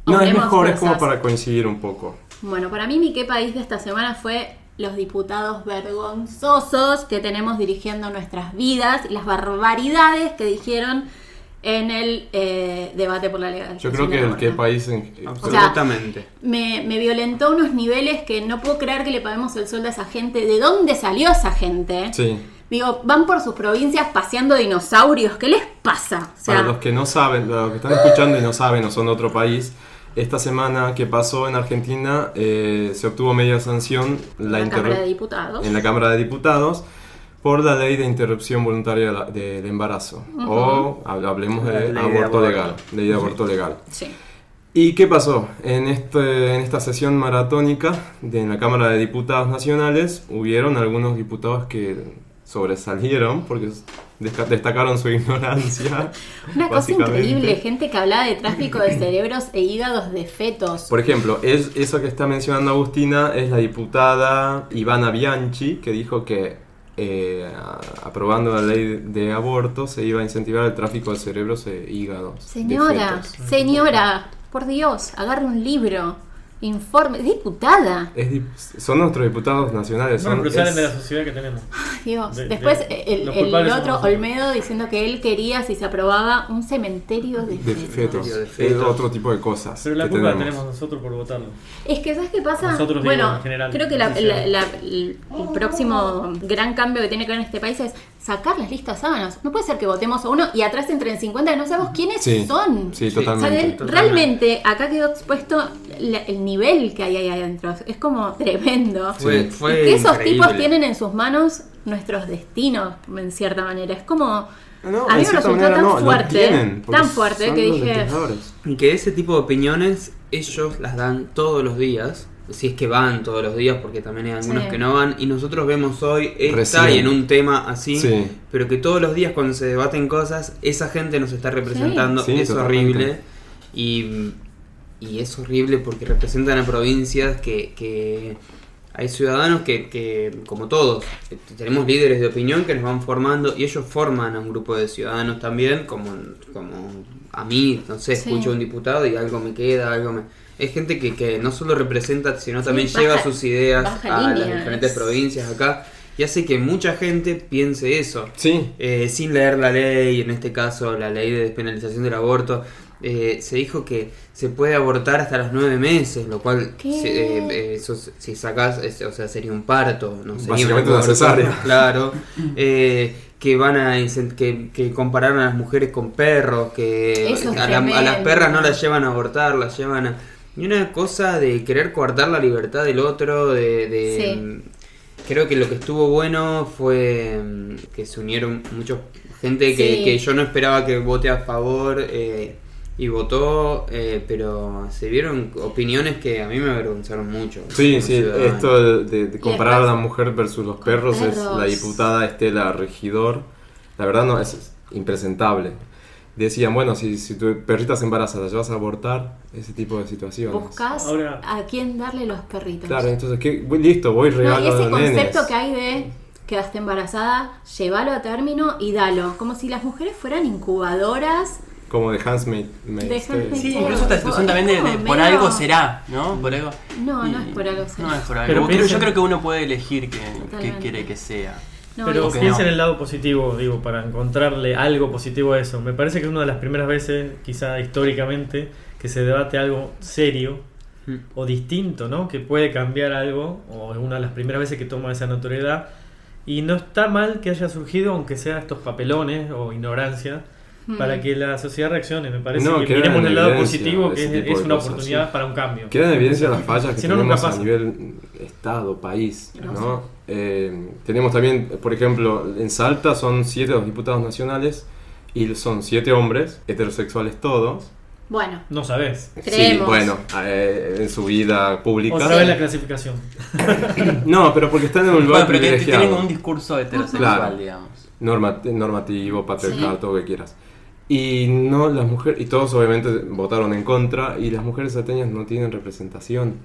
[SPEAKER 3] No, es
[SPEAKER 2] Hablemos
[SPEAKER 3] mejor, es como
[SPEAKER 2] cosas.
[SPEAKER 3] para coincidir un poco.
[SPEAKER 2] bueno, para mí mi qué país de esta semana fue los diputados vergonzosos que tenemos dirigiendo nuestras vidas y las barbaridades que dijeron en el eh, debate por la
[SPEAKER 3] Yo
[SPEAKER 2] legalización.
[SPEAKER 3] creo que
[SPEAKER 2] del
[SPEAKER 3] el qué
[SPEAKER 2] aborto.
[SPEAKER 3] país en,
[SPEAKER 2] Ah,
[SPEAKER 6] Absolutamente.
[SPEAKER 2] me, me violentó a unos niveles que no puedo creer que le paguemos el sueldo a esa gente. ¿De dónde salió esa gente?
[SPEAKER 3] Sí.
[SPEAKER 2] Digo, van por sus provincias paseando dinosaurios. ¿Qué les pasa? O sea,
[SPEAKER 3] Para los que no saben, para los que están escuchando y no saben o son de otro país, esta semana que pasó en Argentina eh, se obtuvo media sanción la
[SPEAKER 2] la
[SPEAKER 3] interru-
[SPEAKER 2] Cámara de Diputados.
[SPEAKER 3] en la Cámara de Diputados por la ley de interrupción voluntaria de la- de- del embarazo. O hab- hablemos
[SPEAKER 6] La
[SPEAKER 3] de
[SPEAKER 6] ley de
[SPEAKER 3] aborto,
[SPEAKER 6] aborto.
[SPEAKER 3] legal. Ley de aborto legal.
[SPEAKER 2] Sí.
[SPEAKER 3] ¿Y qué pasó? En, este, en esta sesión maratónica de en la Cámara de Diputados Nacionales hubieron algunos diputados que sobresalieron porque desca- destacaron su ignorancia.
[SPEAKER 2] Una cosa
[SPEAKER 3] básicamente.
[SPEAKER 2] increíble, gente que hablaba de tráfico de cerebros e hígados de fetos.
[SPEAKER 3] Por ejemplo, es, eso que está mencionando Agustina es la diputada Ivana Bianchi, que dijo que eh, a- aprobando la ley de aborto se iba a incentivar el tráfico de cerebros e hígados. de
[SPEAKER 2] Señora,
[SPEAKER 3] fetos.
[SPEAKER 2] señora, por Dios, agarre un libro. informe, diputada.
[SPEAKER 3] Es dip- son nuestros diputados nacionales. son-
[SPEAKER 4] Bueno, pero salen
[SPEAKER 3] es-
[SPEAKER 4] de la sociedad que tenemos.
[SPEAKER 2] Ay, Dios.
[SPEAKER 4] De- de-
[SPEAKER 2] Después eh, el,
[SPEAKER 4] los
[SPEAKER 2] el
[SPEAKER 4] culpables
[SPEAKER 2] otro,
[SPEAKER 4] somos nosotros.
[SPEAKER 2] Olmedo, diciendo que él quería, si se aprobaba, un cementerio de,
[SPEAKER 3] de
[SPEAKER 2] fetos.
[SPEAKER 3] fetos.
[SPEAKER 6] De
[SPEAKER 3] Es
[SPEAKER 6] fetos.
[SPEAKER 3] otro tipo de cosas.
[SPEAKER 4] Pero la
[SPEAKER 3] que
[SPEAKER 4] culpa la
[SPEAKER 3] tenemos.
[SPEAKER 4] tenemos nosotros por votarlo.
[SPEAKER 2] Es que, ¿sabes qué pasa?
[SPEAKER 4] Nosotros, digo,
[SPEAKER 2] bueno,
[SPEAKER 4] en general,
[SPEAKER 2] creo que la-
[SPEAKER 4] sí, sí.
[SPEAKER 2] la- la- el próximo gran cambio que tiene que ver en este país es sacar las listas sábanas. No puede ser que votemos a uno y atrás entren 50 que no sabemos quiénes
[SPEAKER 3] Sí,
[SPEAKER 2] son.
[SPEAKER 3] Sí,
[SPEAKER 6] Sí.
[SPEAKER 2] O sea,
[SPEAKER 3] totalmente.
[SPEAKER 2] del- realmente acá quedó expuesto la- el nivel que hay ahí adentro. Es como tremendo.
[SPEAKER 6] Fue,
[SPEAKER 3] Sí.
[SPEAKER 6] fue
[SPEAKER 2] y que esos
[SPEAKER 6] increíble.
[SPEAKER 2] tipos tienen en sus manos nuestros destinos, en cierta manera. Es como...
[SPEAKER 3] Ah, No,
[SPEAKER 2] a mí
[SPEAKER 3] de
[SPEAKER 2] me
[SPEAKER 3] cierta
[SPEAKER 2] resultó
[SPEAKER 3] manera
[SPEAKER 2] tan
[SPEAKER 3] no, lo
[SPEAKER 2] fuerte,
[SPEAKER 3] tienen, porque
[SPEAKER 2] tan fuerte
[SPEAKER 3] son
[SPEAKER 2] que
[SPEAKER 3] los
[SPEAKER 2] dije-
[SPEAKER 3] legisladores.
[SPEAKER 6] Y que ese tipo de opiniones ellos las dan todos los días. Si es que van todos los días, porque también hay algunos
[SPEAKER 2] Sí.
[SPEAKER 6] que no van. Y nosotros vemos hoy esta
[SPEAKER 3] Recién.
[SPEAKER 6] y en un tema así.
[SPEAKER 3] Sí.
[SPEAKER 6] Pero que todos los días cuando se debaten cosas, esa gente nos está representando.
[SPEAKER 3] Sí. Sí,
[SPEAKER 6] es
[SPEAKER 3] totalmente.
[SPEAKER 6] horrible. Y, y es horrible porque representan a provincias que... que hay ciudadanos que, que, como todos, eh, tenemos líderes de opinión que nos van formando y ellos forman a un grupo de ciudadanos también, como, como a mí, no sé,
[SPEAKER 2] Sí.
[SPEAKER 6] escucho a un diputado y algo me queda, algo me... Es gente que, que no solo representa, sino también
[SPEAKER 2] baja-
[SPEAKER 6] lleva sus ideas
[SPEAKER 2] baja
[SPEAKER 6] a las
[SPEAKER 2] líneas.
[SPEAKER 6] diferentes provincias acá y hace que mucha gente piense eso.
[SPEAKER 3] Sí,
[SPEAKER 6] Eh, sin leer la ley, en este caso la ley de despenalización del aborto, eh, se dijo que se puede abortar hasta los nueve meses, lo cual
[SPEAKER 2] ¿Qué?
[SPEAKER 6] si, eh, eh, eso s- si sacás, es- o sea, sería un parto, no sería
[SPEAKER 3] Básicamente una
[SPEAKER 6] aborto,
[SPEAKER 3] cesárea.
[SPEAKER 6] Claro. Eh, que van a incen- que, que compararon a las mujeres con perros, que
[SPEAKER 2] Eso es
[SPEAKER 6] a, la- a las
[SPEAKER 2] tremendo.
[SPEAKER 6] perras no las llevan a abortar, las llevan a... Y una cosa de querer coartar la libertad del otro, de... de-
[SPEAKER 2] Sí.
[SPEAKER 6] Creo que lo que estuvo bueno fue mm, que se unieron mucha gente que,
[SPEAKER 2] Sí.
[SPEAKER 6] que yo no esperaba que vote a favor eh, y votó, eh, pero se vieron opiniones que a mí me avergonzaron mucho.
[SPEAKER 3] sí,
[SPEAKER 6] como
[SPEAKER 3] sí.
[SPEAKER 6] ciudadano.
[SPEAKER 3] Esto de, de- de comparar a
[SPEAKER 2] después-
[SPEAKER 3] la mujer versus los perros, es
[SPEAKER 2] perros.
[SPEAKER 3] la diputada Estela Regidor. La verdad no, es, es impresentable. Decían, bueno, si, si tu perrita se embaraza, la llevas a abortar, ese tipo de situaciones.
[SPEAKER 2] Buscas
[SPEAKER 4] Ahora-
[SPEAKER 2] a quién darle los perritos.
[SPEAKER 3] Claro, entonces, ¿qué? Voy- listo, voy
[SPEAKER 2] No, y
[SPEAKER 3] regalo
[SPEAKER 2] ese
[SPEAKER 3] a los nenes.
[SPEAKER 2] concepto que hay de quedaste embarazada, llévalo a término y dalo. Como si las mujeres fueran incubadoras.
[SPEAKER 3] Como de Hans May.
[SPEAKER 2] De Handmaid's
[SPEAKER 5] Sí,
[SPEAKER 2] Sí,
[SPEAKER 5] incluso esta
[SPEAKER 2] es
[SPEAKER 5] situación también
[SPEAKER 2] como
[SPEAKER 5] de, de por
[SPEAKER 2] medio-
[SPEAKER 5] algo será, ¿no? Por algo.
[SPEAKER 2] No, no
[SPEAKER 5] Y-
[SPEAKER 2] es por algo será.
[SPEAKER 5] No es por algo.
[SPEAKER 4] Pero
[SPEAKER 5] Pero,
[SPEAKER 4] piensen-
[SPEAKER 5] yo creo que uno puede elegir qué- qué
[SPEAKER 2] Totalmente.
[SPEAKER 5] quiere que sea.
[SPEAKER 2] No,
[SPEAKER 4] Pero
[SPEAKER 2] y-
[SPEAKER 5] que
[SPEAKER 4] piensa
[SPEAKER 5] no.
[SPEAKER 4] en el lado positivo, digo, para encontrarle algo positivo a eso. Me parece que es una de las primeras veces, quizá históricamente, que se debate algo serio
[SPEAKER 6] Mm.
[SPEAKER 4] o distinto, ¿no? Que puede cambiar algo, o es una de las primeras veces que toma esa notoriedad. Y no está mal que haya surgido, aunque sea estos papelones o ignorancia,
[SPEAKER 2] Mm.
[SPEAKER 4] para que la sociedad reaccione. Me parece
[SPEAKER 3] No,
[SPEAKER 4] que
[SPEAKER 3] queda
[SPEAKER 4] miremos
[SPEAKER 3] en
[SPEAKER 4] el lado
[SPEAKER 3] evidencia
[SPEAKER 4] positivo, que
[SPEAKER 3] ese
[SPEAKER 4] es,
[SPEAKER 3] tipo
[SPEAKER 4] es
[SPEAKER 3] de
[SPEAKER 4] una
[SPEAKER 3] cosas,
[SPEAKER 4] oportunidad
[SPEAKER 3] sí.
[SPEAKER 4] para un cambio.
[SPEAKER 3] Queda en evidencia las fallas que
[SPEAKER 4] Si no, nunca
[SPEAKER 3] tenemos a
[SPEAKER 4] pasa.
[SPEAKER 3] nivel Estado, país. ¿no? Eh, tenemos también, por ejemplo, en Salta son siete los diputados nacionales y son siete hombres, heterosexuales todos.
[SPEAKER 2] Bueno,
[SPEAKER 4] No sabes.
[SPEAKER 2] Creemos.
[SPEAKER 3] Sí, bueno, eh, en su vida pública.
[SPEAKER 4] O sabes la clasificación.
[SPEAKER 3] No, pero porque están en un lugar
[SPEAKER 5] Bueno, pero que- que
[SPEAKER 3] privilegiado.
[SPEAKER 5] tienen un discurso heterosexual,
[SPEAKER 3] Claro.
[SPEAKER 5] digamos.
[SPEAKER 3] Norma- normativo, patriarcal,
[SPEAKER 2] Sí.
[SPEAKER 3] todo lo que quieras. Y no las mujeres, y todos obviamente votaron en contra, y las mujeres salteñas no tienen representación.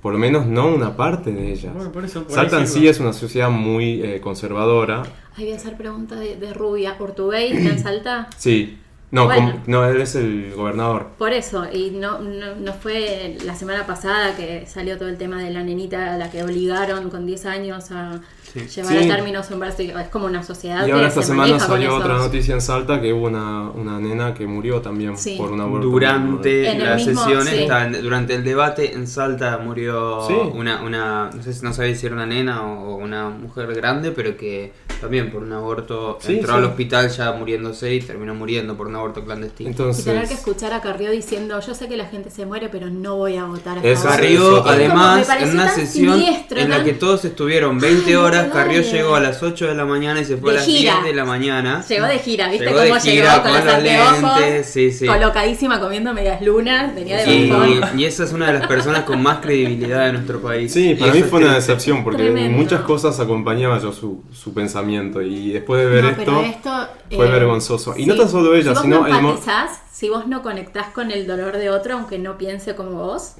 [SPEAKER 3] Por lo menos no una parte de ellas.
[SPEAKER 4] Bueno, por eso, por ahí
[SPEAKER 3] Salta en
[SPEAKER 4] sirve.
[SPEAKER 3] sí es una sociedad muy eh, conservadora.
[SPEAKER 2] ahí voy a hacer pregunta de, de rubia. ¿Ortubey está en Salta?
[SPEAKER 3] Sí. No,
[SPEAKER 2] Bueno.
[SPEAKER 3] com- no, él es el gobernador.
[SPEAKER 2] Por eso, y no, no, no fue la semana pasada que salió todo el tema de la nenita a la que obligaron con 10 años a llevar
[SPEAKER 3] Sí.
[SPEAKER 2] a término su embarazo. Es como una sociedad
[SPEAKER 3] Y ahora
[SPEAKER 2] que
[SPEAKER 3] esta
[SPEAKER 2] se
[SPEAKER 3] semana
[SPEAKER 2] maneja con
[SPEAKER 3] salió
[SPEAKER 2] esos-
[SPEAKER 3] otra noticia en Salta que hubo una, una nena que murió también
[SPEAKER 2] Sí.
[SPEAKER 3] por un aborto.
[SPEAKER 6] Durante
[SPEAKER 2] En el
[SPEAKER 6] las
[SPEAKER 2] mismo-
[SPEAKER 6] sesiones,
[SPEAKER 2] sí.
[SPEAKER 6] estaban- durante el debate en Salta murió
[SPEAKER 3] Sí.
[SPEAKER 6] una, una, no sé si no sabía si era una nena o una mujer grande, pero que también por un aborto
[SPEAKER 3] Sí,
[SPEAKER 6] entró
[SPEAKER 3] sí.
[SPEAKER 6] al hospital ya muriéndose y terminó muriendo por un aborto clandestino.
[SPEAKER 2] Y tener que
[SPEAKER 3] Entonces,
[SPEAKER 2] escuchar a Carrió diciendo, yo sé que la gente se muere, pero no voy a votar a
[SPEAKER 3] Eso
[SPEAKER 2] favor".
[SPEAKER 3] es-
[SPEAKER 6] Carrió,
[SPEAKER 3] Es como,
[SPEAKER 2] me
[SPEAKER 6] además,
[SPEAKER 2] pareció
[SPEAKER 6] en una
[SPEAKER 2] tan
[SPEAKER 6] sesión
[SPEAKER 2] siniestro,
[SPEAKER 6] en la
[SPEAKER 2] tan-
[SPEAKER 6] que todos estuvieron
[SPEAKER 2] Ay,
[SPEAKER 6] 20
[SPEAKER 2] no,
[SPEAKER 6] horas,
[SPEAKER 2] no,
[SPEAKER 6] Carrió
[SPEAKER 2] no.
[SPEAKER 6] llegó a las 8 de la mañana y se fue
[SPEAKER 2] De
[SPEAKER 6] a las
[SPEAKER 2] gira.
[SPEAKER 6] 10 de la mañana.
[SPEAKER 2] Llegó de gira, ¿viste
[SPEAKER 6] Llegó de
[SPEAKER 2] cómo
[SPEAKER 6] gira,
[SPEAKER 2] llegó con,
[SPEAKER 6] con
[SPEAKER 2] los
[SPEAKER 6] los
[SPEAKER 2] anteojos,
[SPEAKER 6] lentes, sí, sí.
[SPEAKER 2] colocadísima comiendo medias lunas, venía de
[SPEAKER 6] Y,
[SPEAKER 2] bajón.
[SPEAKER 6] y esa es una de las personas con más credibilidad de nuestro país.
[SPEAKER 3] sí,
[SPEAKER 6] Y
[SPEAKER 3] para
[SPEAKER 6] eso
[SPEAKER 3] mí
[SPEAKER 6] es
[SPEAKER 3] fue una
[SPEAKER 6] triste.
[SPEAKER 3] decepción porque
[SPEAKER 2] Tremendo.
[SPEAKER 3] muchas cosas acompañaba yo su, su pensamiento. Y después de ver
[SPEAKER 2] No,
[SPEAKER 3] esto,
[SPEAKER 2] pero esto eh,
[SPEAKER 3] fue vergonzoso. Y no tan solo ella,
[SPEAKER 2] si vos
[SPEAKER 3] sino
[SPEAKER 2] no
[SPEAKER 3] el mo-
[SPEAKER 2] empatizás, si vos no conectás con el dolor de otro, aunque no piense como vos,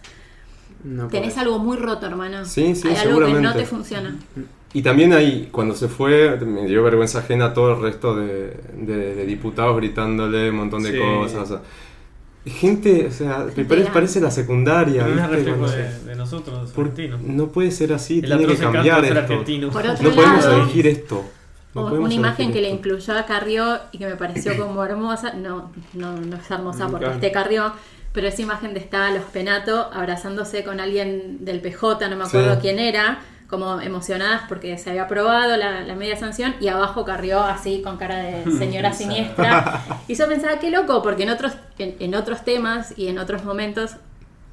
[SPEAKER 6] No
[SPEAKER 2] tenés
[SPEAKER 6] puedo.
[SPEAKER 2] algo muy roto, hermana.
[SPEAKER 3] Sí, sí,
[SPEAKER 2] Hay algo que no
[SPEAKER 3] seguramente.
[SPEAKER 2] te funciona.
[SPEAKER 3] Y también ahí, cuando se fue, me dio vergüenza ajena a todo el resto de, de- de diputados gritándole un montón de
[SPEAKER 4] Sí.
[SPEAKER 3] cosas. Gente, o sea, me
[SPEAKER 2] Gente
[SPEAKER 3] parece,
[SPEAKER 2] grande.
[SPEAKER 3] parece la secundaria.
[SPEAKER 4] No es
[SPEAKER 3] ¿viste?
[SPEAKER 4] reflejo
[SPEAKER 3] Cuando
[SPEAKER 4] de,
[SPEAKER 3] se-
[SPEAKER 4] de nosotros, los
[SPEAKER 3] Por-
[SPEAKER 4] argentinos.
[SPEAKER 3] no puede ser así,
[SPEAKER 4] El
[SPEAKER 3] tiene
[SPEAKER 4] atroz
[SPEAKER 3] que
[SPEAKER 4] encanto
[SPEAKER 3] cambiar
[SPEAKER 4] de ser
[SPEAKER 3] esto.
[SPEAKER 4] argentino.
[SPEAKER 2] Por otro
[SPEAKER 3] No podemos
[SPEAKER 2] lado-
[SPEAKER 3] elegir esto. No
[SPEAKER 2] O
[SPEAKER 3] podemos
[SPEAKER 2] una imagen
[SPEAKER 3] elegir
[SPEAKER 2] que le
[SPEAKER 3] esto.
[SPEAKER 2] incluyó a Carrió y que me pareció como hermosa, no, no, no es hermosa porque
[SPEAKER 6] claro.
[SPEAKER 2] esté Carrió, pero esa imagen de estaba los Penato abrazándose con alguien del PJ, no me acuerdo
[SPEAKER 3] Sí.
[SPEAKER 2] quién era, como emocionadas porque se había aprobado la, la media sanción y abajo Carrió así con cara de
[SPEAKER 3] Hmm,
[SPEAKER 2] señora siniestra. Y yo pensaba, qué loco, porque en otros, en, en otros temas y en otros momentos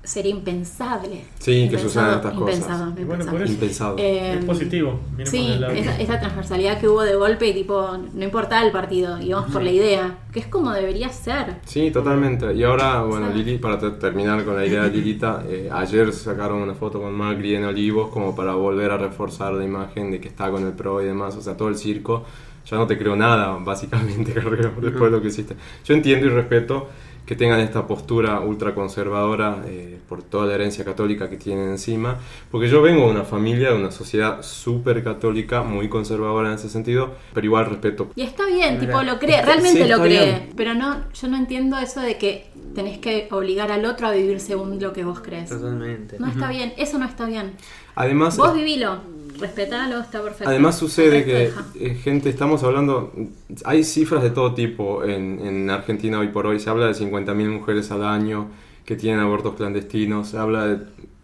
[SPEAKER 2] sería impensable.
[SPEAKER 3] Sí, que sucedan
[SPEAKER 2] Impensado,
[SPEAKER 3] estas cosas.
[SPEAKER 2] impensado,
[SPEAKER 4] Y bueno, por
[SPEAKER 2] impensable.
[SPEAKER 4] eso-
[SPEAKER 3] Impensado.
[SPEAKER 2] Eh,
[SPEAKER 4] Es positivo. miremos
[SPEAKER 2] Sí,
[SPEAKER 4] el lado.
[SPEAKER 2] esa, esa transversalidad que hubo de golpe y tipo, no importaba el partido, íbamos por la idea, que es como debería ser.
[SPEAKER 3] Sí, totalmente. Y ahora, bueno,
[SPEAKER 2] Sí.
[SPEAKER 3] Lili, para te- terminar con la idea de Lilita, eh, ayer sacaron una foto con Macri en Olivos como para volver a reforzar la imagen de que está con el PRO y demás, o sea, todo el circo. Ya no te creo nada, básicamente, Carreo, después de lo que hiciste. Yo entiendo y respeto que tengan esta postura ultraconservadora eh, por toda la herencia católica que tienen encima, porque yo vengo de una familia, de una sociedad súper católica, muy conservadora en ese sentido, pero igual respeto
[SPEAKER 2] Y está bien,
[SPEAKER 4] Mirá.
[SPEAKER 2] tipo, lo cree, realmente
[SPEAKER 3] Sí,
[SPEAKER 2] lo
[SPEAKER 3] está
[SPEAKER 2] cree.
[SPEAKER 3] bien.
[SPEAKER 2] Pero no, yo no entiendo eso de que tenés que obligar al otro a vivir según lo que vos crees.
[SPEAKER 6] Totalmente.
[SPEAKER 2] No está bien, eso no está bien.
[SPEAKER 3] Además,
[SPEAKER 2] Vos vivilo, respetalo, está perfecto.
[SPEAKER 3] Además sucede que,
[SPEAKER 2] Deja.
[SPEAKER 3] eh, gente, estamos hablando, hay cifras de todo tipo en, en Argentina hoy por hoy, se habla de 50.000 mujeres al año que tienen abortos clandestinos, se habla de,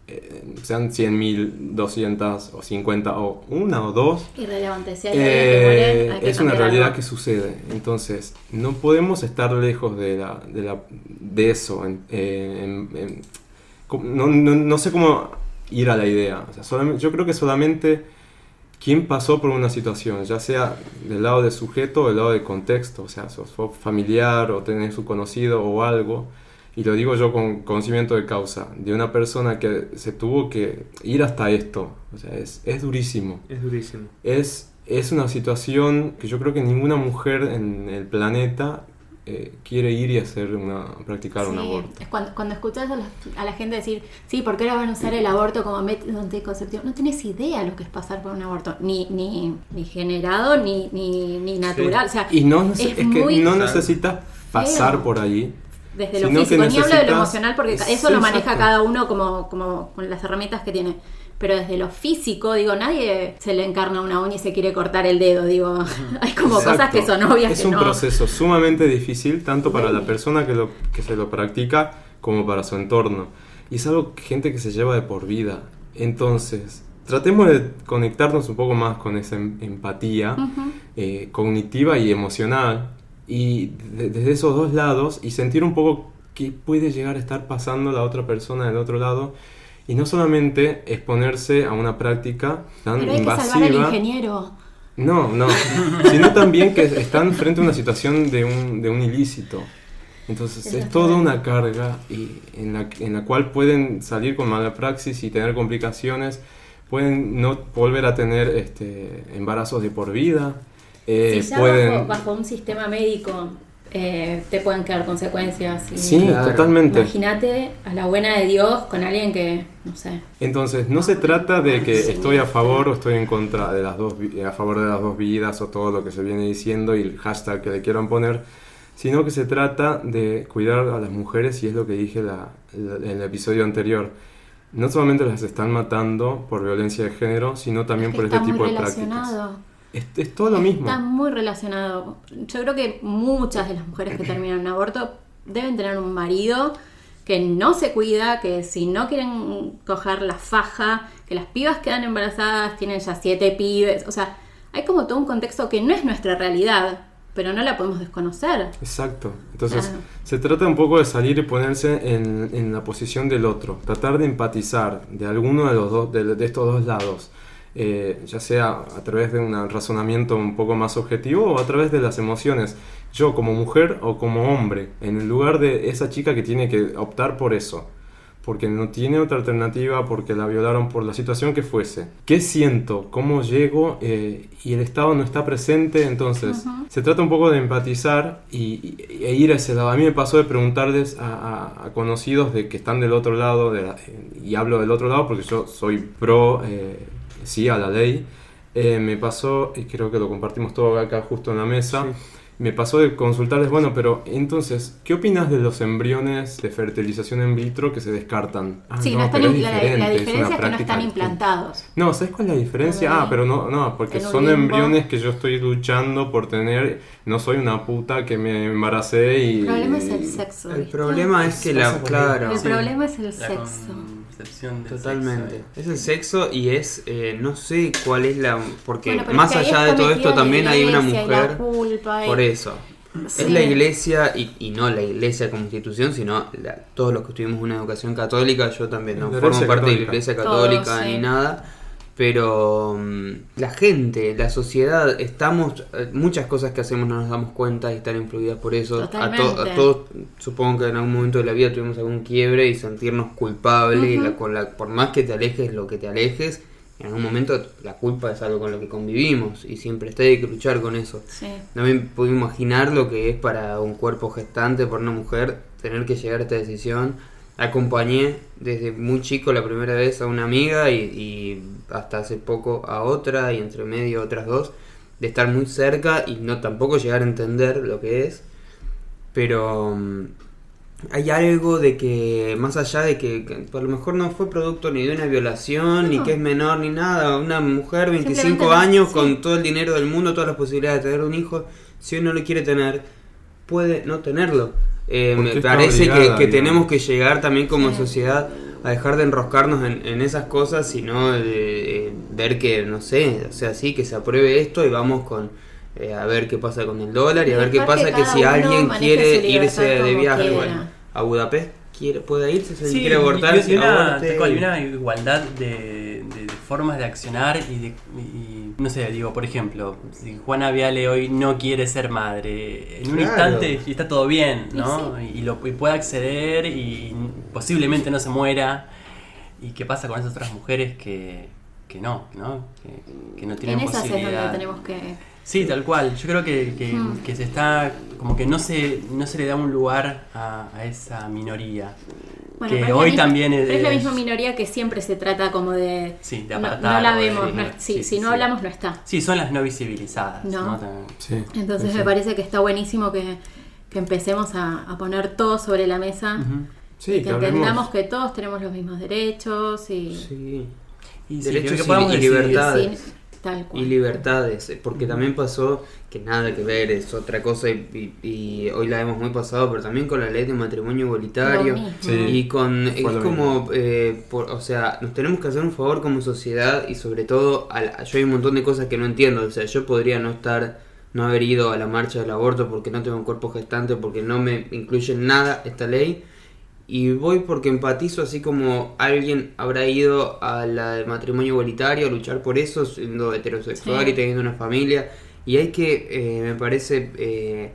[SPEAKER 3] eh, sean 100.000, 200 o 50 o una o dos,
[SPEAKER 2] Irrelevante, si hay alguien que muere,
[SPEAKER 3] eh,
[SPEAKER 2] hay que
[SPEAKER 3] es una
[SPEAKER 2] cambiar
[SPEAKER 3] realidad
[SPEAKER 2] algo.
[SPEAKER 3] que sucede. Entonces, no podemos estar lejos de, la, de, la- de eso. en- eh, en- en- com- no, no- no sé cómo ir a la idea. O sea, solamente- yo creo que solamente quien pasó por una situación, ya sea del lado del sujeto o del lado del contexto, o sea, sos sos familiar o tenés un conocido o algo, y lo digo yo con conocimiento de causa, de una persona que se tuvo que ir hasta esto. O sea, es, es durísimo
[SPEAKER 6] Es durísimo.
[SPEAKER 3] es, es una situación que yo creo que ninguna mujer en el planeta eh, quiere ir y hacer una, practicar un
[SPEAKER 2] Sí,
[SPEAKER 3] aborto.
[SPEAKER 2] es cuando, cuando escuchas a, los- a la gente decir, sí, ¿por qué ahora van a usar el aborto como método anticonceptivo? No tenés idea lo que es pasar por un aborto, ni, ni, ni generado, ni, ni, ni natural. O sea,
[SPEAKER 3] Y no, es,
[SPEAKER 2] es
[SPEAKER 3] que
[SPEAKER 2] muy
[SPEAKER 3] no necesitas pasar por ahí.
[SPEAKER 2] desde lo
[SPEAKER 3] sino que
[SPEAKER 2] físico, ni hablo de
[SPEAKER 3] necesitas-
[SPEAKER 2] lo emocional, porque
[SPEAKER 3] es-
[SPEAKER 2] eso lo maneja
[SPEAKER 3] exacto.
[SPEAKER 2] cada uno como, como con las herramientas que tiene. Pero desde lo físico, digo, nadie se le encarna una uña y se quiere cortar el dedo, digo, hay como cosas
[SPEAKER 3] Exacto.
[SPEAKER 2] que son obvias.
[SPEAKER 3] Es
[SPEAKER 2] que
[SPEAKER 3] un
[SPEAKER 2] no.
[SPEAKER 3] proceso sumamente difícil, tanto para la persona que, lo, que se lo practica como para su entorno. Y es algo que gente que se lleva de por vida. Entonces, tratemos de conectarnos un poco más con esa em- empatía
[SPEAKER 2] Ujú.
[SPEAKER 3] eh, cognitiva y emocional. Y de- desde esos dos lados, y sentir un poco qué puede llegar a estar pasando la otra persona del otro lado. Y no solamente exponerse a una práctica tan
[SPEAKER 2] Pero hay que
[SPEAKER 3] invasiva.
[SPEAKER 2] salvar al ingeniero.
[SPEAKER 3] No, no. Sino también que están frente a una situación de un, de un ilícito. Entonces es toda una carga y en, la, en la cual pueden salir con mala praxis y tener complicaciones, pueden no volver a tener este, embarazos de por vida, eh,
[SPEAKER 2] si ya
[SPEAKER 3] pueden...
[SPEAKER 2] bajo, bajo un sistema médico eh, te pueden quedar consecuencias. y-
[SPEAKER 3] Sí,
[SPEAKER 6] Claro.
[SPEAKER 3] totalmente.
[SPEAKER 2] Imagínate a la buena de Dios con alguien que, no sé.
[SPEAKER 3] Entonces, no se trata de que estoy a favor o estoy en contra de las dos, vi- eh, a favor de las dos vidas o todo lo que se viene diciendo y el hashtag que le quieran poner, sino que se trata de cuidar a las mujeres y es lo que dije la- la- en el episodio anterior. No solamente las están matando por violencia de género, sino también por
[SPEAKER 2] está
[SPEAKER 3] este tipo
[SPEAKER 2] muy
[SPEAKER 3] de prácticas.
[SPEAKER 2] relacionado.
[SPEAKER 3] Es, es todo lo mismo.
[SPEAKER 2] Está muy relacionado. Yo creo que muchas de las mujeres que terminan un aborto deben tener un marido que no se cuida, que si no quieren coger la faja, que las pibas quedan embarazadas, tienen ya siete pibes. O sea, hay como todo un contexto que no es nuestra realidad, pero no la podemos desconocer.
[SPEAKER 3] Exacto. Entonces,
[SPEAKER 2] Claro.
[SPEAKER 3] se trata un poco de salir y ponerse en, en la posición del otro, tratar de empatizar de alguno de, los dos, de, de estos dos lados, eh, ya sea a través de un razonamiento un poco más objetivo o a través de las emociones. Yo como mujer o como hombre, en el lugar de esa chica que tiene que optar por eso, porque no tiene otra alternativa, porque la violaron por la situación que fuese. ¿Qué siento? ¿Cómo llego? Eh, y el Estado no está presente, entonces se trata un poco de empatizar y, y- e ir a ese lado. A mí me pasó de preguntarles a, a- a conocidos de que están del otro lado, de la- eh, y hablo del otro lado porque yo soy pro, eh, sí, a la ley. Eh, me pasó, y creo que lo compartimos todo acá justo en la mesa, me pasó de consultarles, bueno, pero entonces, ¿qué opinas de los embriones de fertilización in vitro que se descartan? Ah,
[SPEAKER 2] sí, no, están
[SPEAKER 3] pero es
[SPEAKER 2] impl- la- la,
[SPEAKER 3] diferente, es una
[SPEAKER 2] diferencia es que no
[SPEAKER 3] práctica
[SPEAKER 2] están
[SPEAKER 3] distinta.
[SPEAKER 2] implantados.
[SPEAKER 3] No, ¿sabes cuál es la diferencia?
[SPEAKER 2] Ahí.
[SPEAKER 3] Ah, pero no, no, porque
[SPEAKER 2] En un
[SPEAKER 3] son
[SPEAKER 2] limbo.
[SPEAKER 3] embriones que yo estoy luchando por tener. No soy una puta que me embaracé y.
[SPEAKER 2] El problema es el sexo.
[SPEAKER 6] El
[SPEAKER 2] ¿viste?
[SPEAKER 6] problema es que la.
[SPEAKER 4] Eso por
[SPEAKER 6] Claro.
[SPEAKER 2] El
[SPEAKER 6] sí,
[SPEAKER 2] problema es el
[SPEAKER 5] La
[SPEAKER 2] sexo.
[SPEAKER 5] concepción del
[SPEAKER 6] Totalmente.
[SPEAKER 2] eh.
[SPEAKER 5] sexo,
[SPEAKER 6] Es el sexo y es. eh, no sé cuál es la. Porque
[SPEAKER 2] Bueno, pero
[SPEAKER 6] más
[SPEAKER 2] es que ahí
[SPEAKER 6] allá de
[SPEAKER 2] está
[SPEAKER 6] todo
[SPEAKER 2] metido
[SPEAKER 6] esto también
[SPEAKER 2] la
[SPEAKER 6] hay una
[SPEAKER 2] iglesia y la
[SPEAKER 6] mujer.
[SPEAKER 2] culpa y-
[SPEAKER 6] Por eso. Es
[SPEAKER 2] Sí.
[SPEAKER 6] la iglesia, y, y no la iglesia como institución, sino la- todos los que tuvimos una educación católica, yo también no
[SPEAKER 3] La
[SPEAKER 6] formo
[SPEAKER 3] iglesia
[SPEAKER 6] parte de la
[SPEAKER 3] católica.
[SPEAKER 6] iglesia
[SPEAKER 2] Todos,
[SPEAKER 6] católica
[SPEAKER 2] sí.
[SPEAKER 6] ni nada, pero mm, la gente, la sociedad, estamos, eh, muchas cosas que hacemos no nos damos cuenta y están influidas por eso. A, to-
[SPEAKER 2] Totalmente.
[SPEAKER 6] a todos, supongo que en algún momento de la vida tuvimos algún quiebre y sentirnos culpables, y la- con la- por más que te alejes lo que te alejes. En algún momento la culpa es algo con lo que convivimos y siempre está y hay que luchar con eso.
[SPEAKER 2] Sí.
[SPEAKER 6] No me puedo imaginar lo que es para un cuerpo gestante, para una mujer, tener que llegar a esta decisión. Acompañé desde muy chico la primera vez a una amiga y, y hasta hace poco a otra y entre medio otras dos, de estar muy cerca y no tampoco llegar a entender lo que es. Pero mm, hay algo de que, más allá de que, que a lo mejor no fue producto ni de una violación, ni
[SPEAKER 2] No.
[SPEAKER 6] que es menor, ni nada, una mujer 25
[SPEAKER 2] Simplemente no-
[SPEAKER 6] años
[SPEAKER 2] sí.
[SPEAKER 6] con todo el dinero del mundo, todas las posibilidades de tener un hijo, si uno lo quiere tener, puede no tenerlo. Eh,
[SPEAKER 3] Porque
[SPEAKER 6] me
[SPEAKER 3] está
[SPEAKER 6] parece que-
[SPEAKER 3] obligada,
[SPEAKER 6] que,
[SPEAKER 3] digamos.
[SPEAKER 6] tenemos que llegar también como sociedad a dejar de enroscarnos en, en esas cosas, sino eh, eh, ver que, no sé, o sea, sí, que se apruebe esto y vamos con... eh, a ver qué pasa con el dólar y a ver qué
[SPEAKER 2] Dejar que
[SPEAKER 6] pasa que
[SPEAKER 2] cada
[SPEAKER 6] si
[SPEAKER 2] uno
[SPEAKER 6] alguien
[SPEAKER 2] maneje su
[SPEAKER 6] quiere irse
[SPEAKER 2] libertad
[SPEAKER 6] de
[SPEAKER 2] como
[SPEAKER 6] viaje
[SPEAKER 2] quiera.
[SPEAKER 6] bueno, a Budapest, quiere, puede irse, si
[SPEAKER 5] sí.
[SPEAKER 6] quiere abortar,
[SPEAKER 5] y- y
[SPEAKER 6] si
[SPEAKER 5] una,
[SPEAKER 6] aborte,
[SPEAKER 5] tal cual,
[SPEAKER 6] y-
[SPEAKER 5] y una igualdad de, de- de formas de accionar y, de, y- no sé, digo, por ejemplo, si Juana Viale hoy no quiere ser madre, en un
[SPEAKER 6] Claro.
[SPEAKER 5] instante y está todo bien,
[SPEAKER 2] Y
[SPEAKER 5] ¿no? Y, y lo, y puede acceder y posiblemente no se muera. ¿Y qué pasa con esas otras mujeres que, que no, ¿no? Que, que no
[SPEAKER 2] En
[SPEAKER 5] tienen
[SPEAKER 2] esas es donde
[SPEAKER 5] posibilidad?
[SPEAKER 2] tenemos que.
[SPEAKER 5] Sí, tal cual. Yo creo que, que-
[SPEAKER 2] Mm.
[SPEAKER 5] que se está, como que no se, no se le da un lugar a, a esa minoría.
[SPEAKER 2] Bueno,
[SPEAKER 5] que
[SPEAKER 2] pero es la
[SPEAKER 5] hoy
[SPEAKER 2] misma-
[SPEAKER 5] también es,
[SPEAKER 2] pero es la misma minoría que siempre se trata como de.
[SPEAKER 5] Sí, de
[SPEAKER 2] no-
[SPEAKER 5] apartar
[SPEAKER 2] No, la
[SPEAKER 5] o de-
[SPEAKER 2] vemos. no- sí,
[SPEAKER 5] sí, sí,
[SPEAKER 2] si no
[SPEAKER 5] sí.
[SPEAKER 2] hablamos, no está.
[SPEAKER 5] Sí, son las no visibilizadas.
[SPEAKER 2] No.
[SPEAKER 5] ¿no? También.
[SPEAKER 3] Sí.
[SPEAKER 2] Entonces
[SPEAKER 3] sí,
[SPEAKER 2] me
[SPEAKER 3] sí.
[SPEAKER 2] parece que está buenísimo que, que empecemos a, a poner todo sobre la mesa.
[SPEAKER 5] Ujú.
[SPEAKER 3] Sí,
[SPEAKER 2] que
[SPEAKER 3] que hablemos.
[SPEAKER 2] entendamos que todos tenemos los mismos derechos y,
[SPEAKER 6] Sí.
[SPEAKER 5] Y
[SPEAKER 6] Derechos
[SPEAKER 5] creo
[SPEAKER 6] y-
[SPEAKER 5] podamos
[SPEAKER 6] y
[SPEAKER 5] decidir.
[SPEAKER 6] libertad.
[SPEAKER 2] y
[SPEAKER 6] libertades.
[SPEAKER 2] sin- tal cual.
[SPEAKER 6] y libertades, eh, porque también pasó que nada que ver, es otra cosa y, y- y hoy la hemos muy pasado, pero también con la ley de matrimonio igualitario
[SPEAKER 2] Lo mismo.
[SPEAKER 3] Sí.
[SPEAKER 6] y con
[SPEAKER 3] Fue
[SPEAKER 6] es
[SPEAKER 3] lo
[SPEAKER 6] como, eh, por- o sea, nos tenemos que hacer un favor como sociedad y sobre todo, a la- yo hay un montón de cosas que no entiendo, o sea, yo podría no estar, no haber ido a la marcha del aborto porque no tengo un cuerpo gestante, porque no me incluye en nada esta ley. Y voy porque empatizo, así como alguien habrá ido a la del matrimonio igualitario a luchar por eso, siendo heterosexual
[SPEAKER 2] Sí.
[SPEAKER 6] y teniendo una familia. Y hay que, eh, me parece, eh,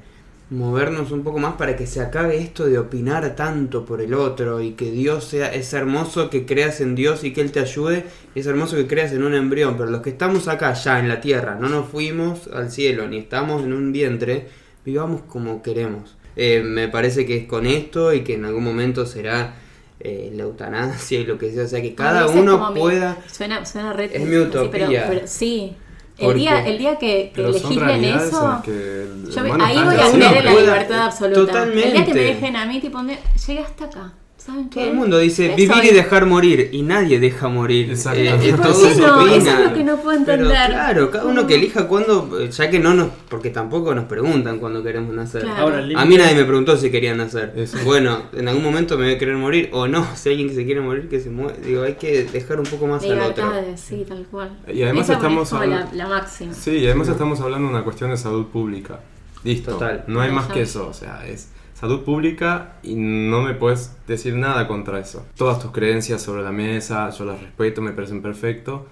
[SPEAKER 6] movernos un poco más para que se acabe esto de opinar tanto por el otro y que Dios sea, es hermoso que creas en Dios y que Él te ayude, es hermoso que creas en un embrión, pero los que estamos acá ya en la tierra, no nos fuimos al cielo ni estamos en un vientre, vivamos como queremos. Eh, me parece que es con esto y que en algún momento será eh, la eutanasia y lo que sea, o sea que cada
[SPEAKER 2] Esa es
[SPEAKER 6] uno
[SPEAKER 2] como mi-
[SPEAKER 6] pueda...
[SPEAKER 2] suena, suena re-
[SPEAKER 6] Es mi
[SPEAKER 2] sí, pero-
[SPEAKER 6] utopía.
[SPEAKER 2] pero sí. El
[SPEAKER 6] Porque-
[SPEAKER 2] día, el día que, que
[SPEAKER 3] Pero son
[SPEAKER 2] legislen
[SPEAKER 3] realidades en
[SPEAKER 2] eso.
[SPEAKER 3] las que el
[SPEAKER 2] Yo
[SPEAKER 3] humano
[SPEAKER 2] ahí
[SPEAKER 3] está
[SPEAKER 2] voy a
[SPEAKER 6] haciendo
[SPEAKER 2] creer en la
[SPEAKER 6] que pueda-
[SPEAKER 2] libertad absoluta. El día que
[SPEAKER 6] Totalmente.
[SPEAKER 2] me dejen a mí, tipo, un día, llegué hasta acá. ¿Saben qué?
[SPEAKER 6] Todo el mundo dice
[SPEAKER 2] Eso
[SPEAKER 6] vivir y
[SPEAKER 2] es.
[SPEAKER 6] dejar morir y nadie deja morir.
[SPEAKER 3] Exacto.
[SPEAKER 6] Eh,
[SPEAKER 3] ¿Por
[SPEAKER 6] todos
[SPEAKER 2] qué no?
[SPEAKER 6] opinan.
[SPEAKER 2] Eso es lo que no puedo
[SPEAKER 6] Pero
[SPEAKER 2] entender. Mm.
[SPEAKER 6] claro, cada uno que elija cuándo, eh, ya que no nos, porque tampoco nos preguntan cuándo queremos nacer.
[SPEAKER 2] Claro.
[SPEAKER 4] Ahora,
[SPEAKER 3] Ah,
[SPEAKER 4] el
[SPEAKER 6] A mí
[SPEAKER 4] límite-
[SPEAKER 6] nadie me preguntó si querían nacer.
[SPEAKER 3] Eso.
[SPEAKER 6] Bueno, en algún momento me voy a querer morir o no. Si alguien que se quiere morir, que se muere. Digo, hay que dejar un poco más al otro.
[SPEAKER 2] Libertades, sí, tal cual.
[SPEAKER 3] Y además
[SPEAKER 2] Esa
[SPEAKER 3] estamos
[SPEAKER 2] es como la,
[SPEAKER 3] hablando-
[SPEAKER 2] la máxima.
[SPEAKER 3] Sí, y además estamos hablando de una cuestión de salud pública. Listo.
[SPEAKER 6] Total.
[SPEAKER 3] No hay más
[SPEAKER 2] Ajá.
[SPEAKER 3] que eso. O sea, es salud pública y no me puedes decir nada contra eso. Todas tus creencias sobre la mesa, yo las respeto, me parecen perfecto.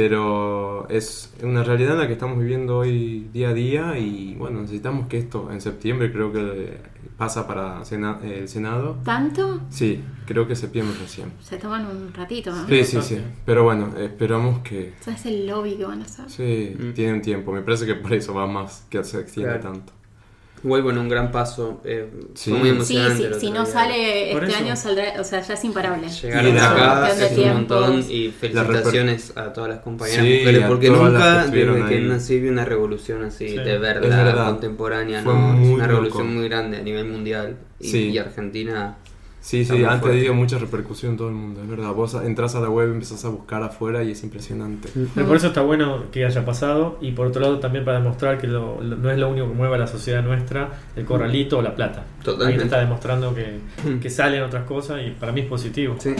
[SPEAKER 3] Pero es una realidad en la que estamos viviendo hoy día a día y bueno, necesitamos que esto en septiembre creo que pasa para Sena- el Senado.
[SPEAKER 2] ¿Tanto?
[SPEAKER 3] Sí, creo que septiembre recién.
[SPEAKER 2] Se toman un ratito, Ah, ¿no?
[SPEAKER 3] Sí, sí, sí. Pero bueno, esperamos que...
[SPEAKER 2] O sea, es el lobby que van a hacer.
[SPEAKER 3] Sí,
[SPEAKER 6] Mm.
[SPEAKER 3] tienen tiempo. Me parece que por eso va más que se extiende
[SPEAKER 6] Claro.
[SPEAKER 3] tanto.
[SPEAKER 6] Igual bueno, un gran paso. eh,
[SPEAKER 3] Sí.
[SPEAKER 6] Fue
[SPEAKER 3] Sí,
[SPEAKER 6] muy
[SPEAKER 2] Sí,
[SPEAKER 6] emocionante.
[SPEAKER 2] sí,
[SPEAKER 6] el otro
[SPEAKER 2] si no
[SPEAKER 6] día.
[SPEAKER 2] sale
[SPEAKER 4] Por
[SPEAKER 2] este
[SPEAKER 4] eso.
[SPEAKER 2] año, saldrá, o sea, ya es imparable.
[SPEAKER 6] Llegar
[SPEAKER 3] Y la
[SPEAKER 6] hasta acá
[SPEAKER 2] cuestión de
[SPEAKER 6] es un
[SPEAKER 2] tiempos.
[SPEAKER 6] montón y
[SPEAKER 9] La reper-
[SPEAKER 6] felicitaciones a todas las compañeras
[SPEAKER 3] Sí,
[SPEAKER 6] mujeres
[SPEAKER 3] a
[SPEAKER 6] porque
[SPEAKER 3] todas las
[SPEAKER 6] nunca
[SPEAKER 3] que
[SPEAKER 6] desde
[SPEAKER 3] estuvieron
[SPEAKER 6] que
[SPEAKER 3] ahí.
[SPEAKER 6] nací vi una revolución así
[SPEAKER 4] Sí.
[SPEAKER 6] de verdad,
[SPEAKER 3] Es verdad.
[SPEAKER 6] contemporánea,
[SPEAKER 9] Fue
[SPEAKER 6] ¿no? Es
[SPEAKER 9] muy
[SPEAKER 6] una revolución
[SPEAKER 9] loco.
[SPEAKER 6] muy grande a nivel mundial y,
[SPEAKER 3] Sí.
[SPEAKER 6] y Argentina
[SPEAKER 3] Sí,
[SPEAKER 6] Está
[SPEAKER 3] sí,
[SPEAKER 6] muy
[SPEAKER 3] han
[SPEAKER 6] fuerte.
[SPEAKER 3] tenido mucha repercusión en todo el mundo, es verdad. Vos entras a la web, empezás a buscar afuera y es impresionante.
[SPEAKER 4] Pero por eso está bueno que haya pasado y por otro lado también para demostrar que lo- lo- no es lo único que mueve a la sociedad nuestra, el corralito o la plata.
[SPEAKER 6] Totalmente.
[SPEAKER 4] Ahí te está demostrando que,
[SPEAKER 3] Hmm.
[SPEAKER 4] que salen otras cosas y para mí es positivo.
[SPEAKER 6] Sí.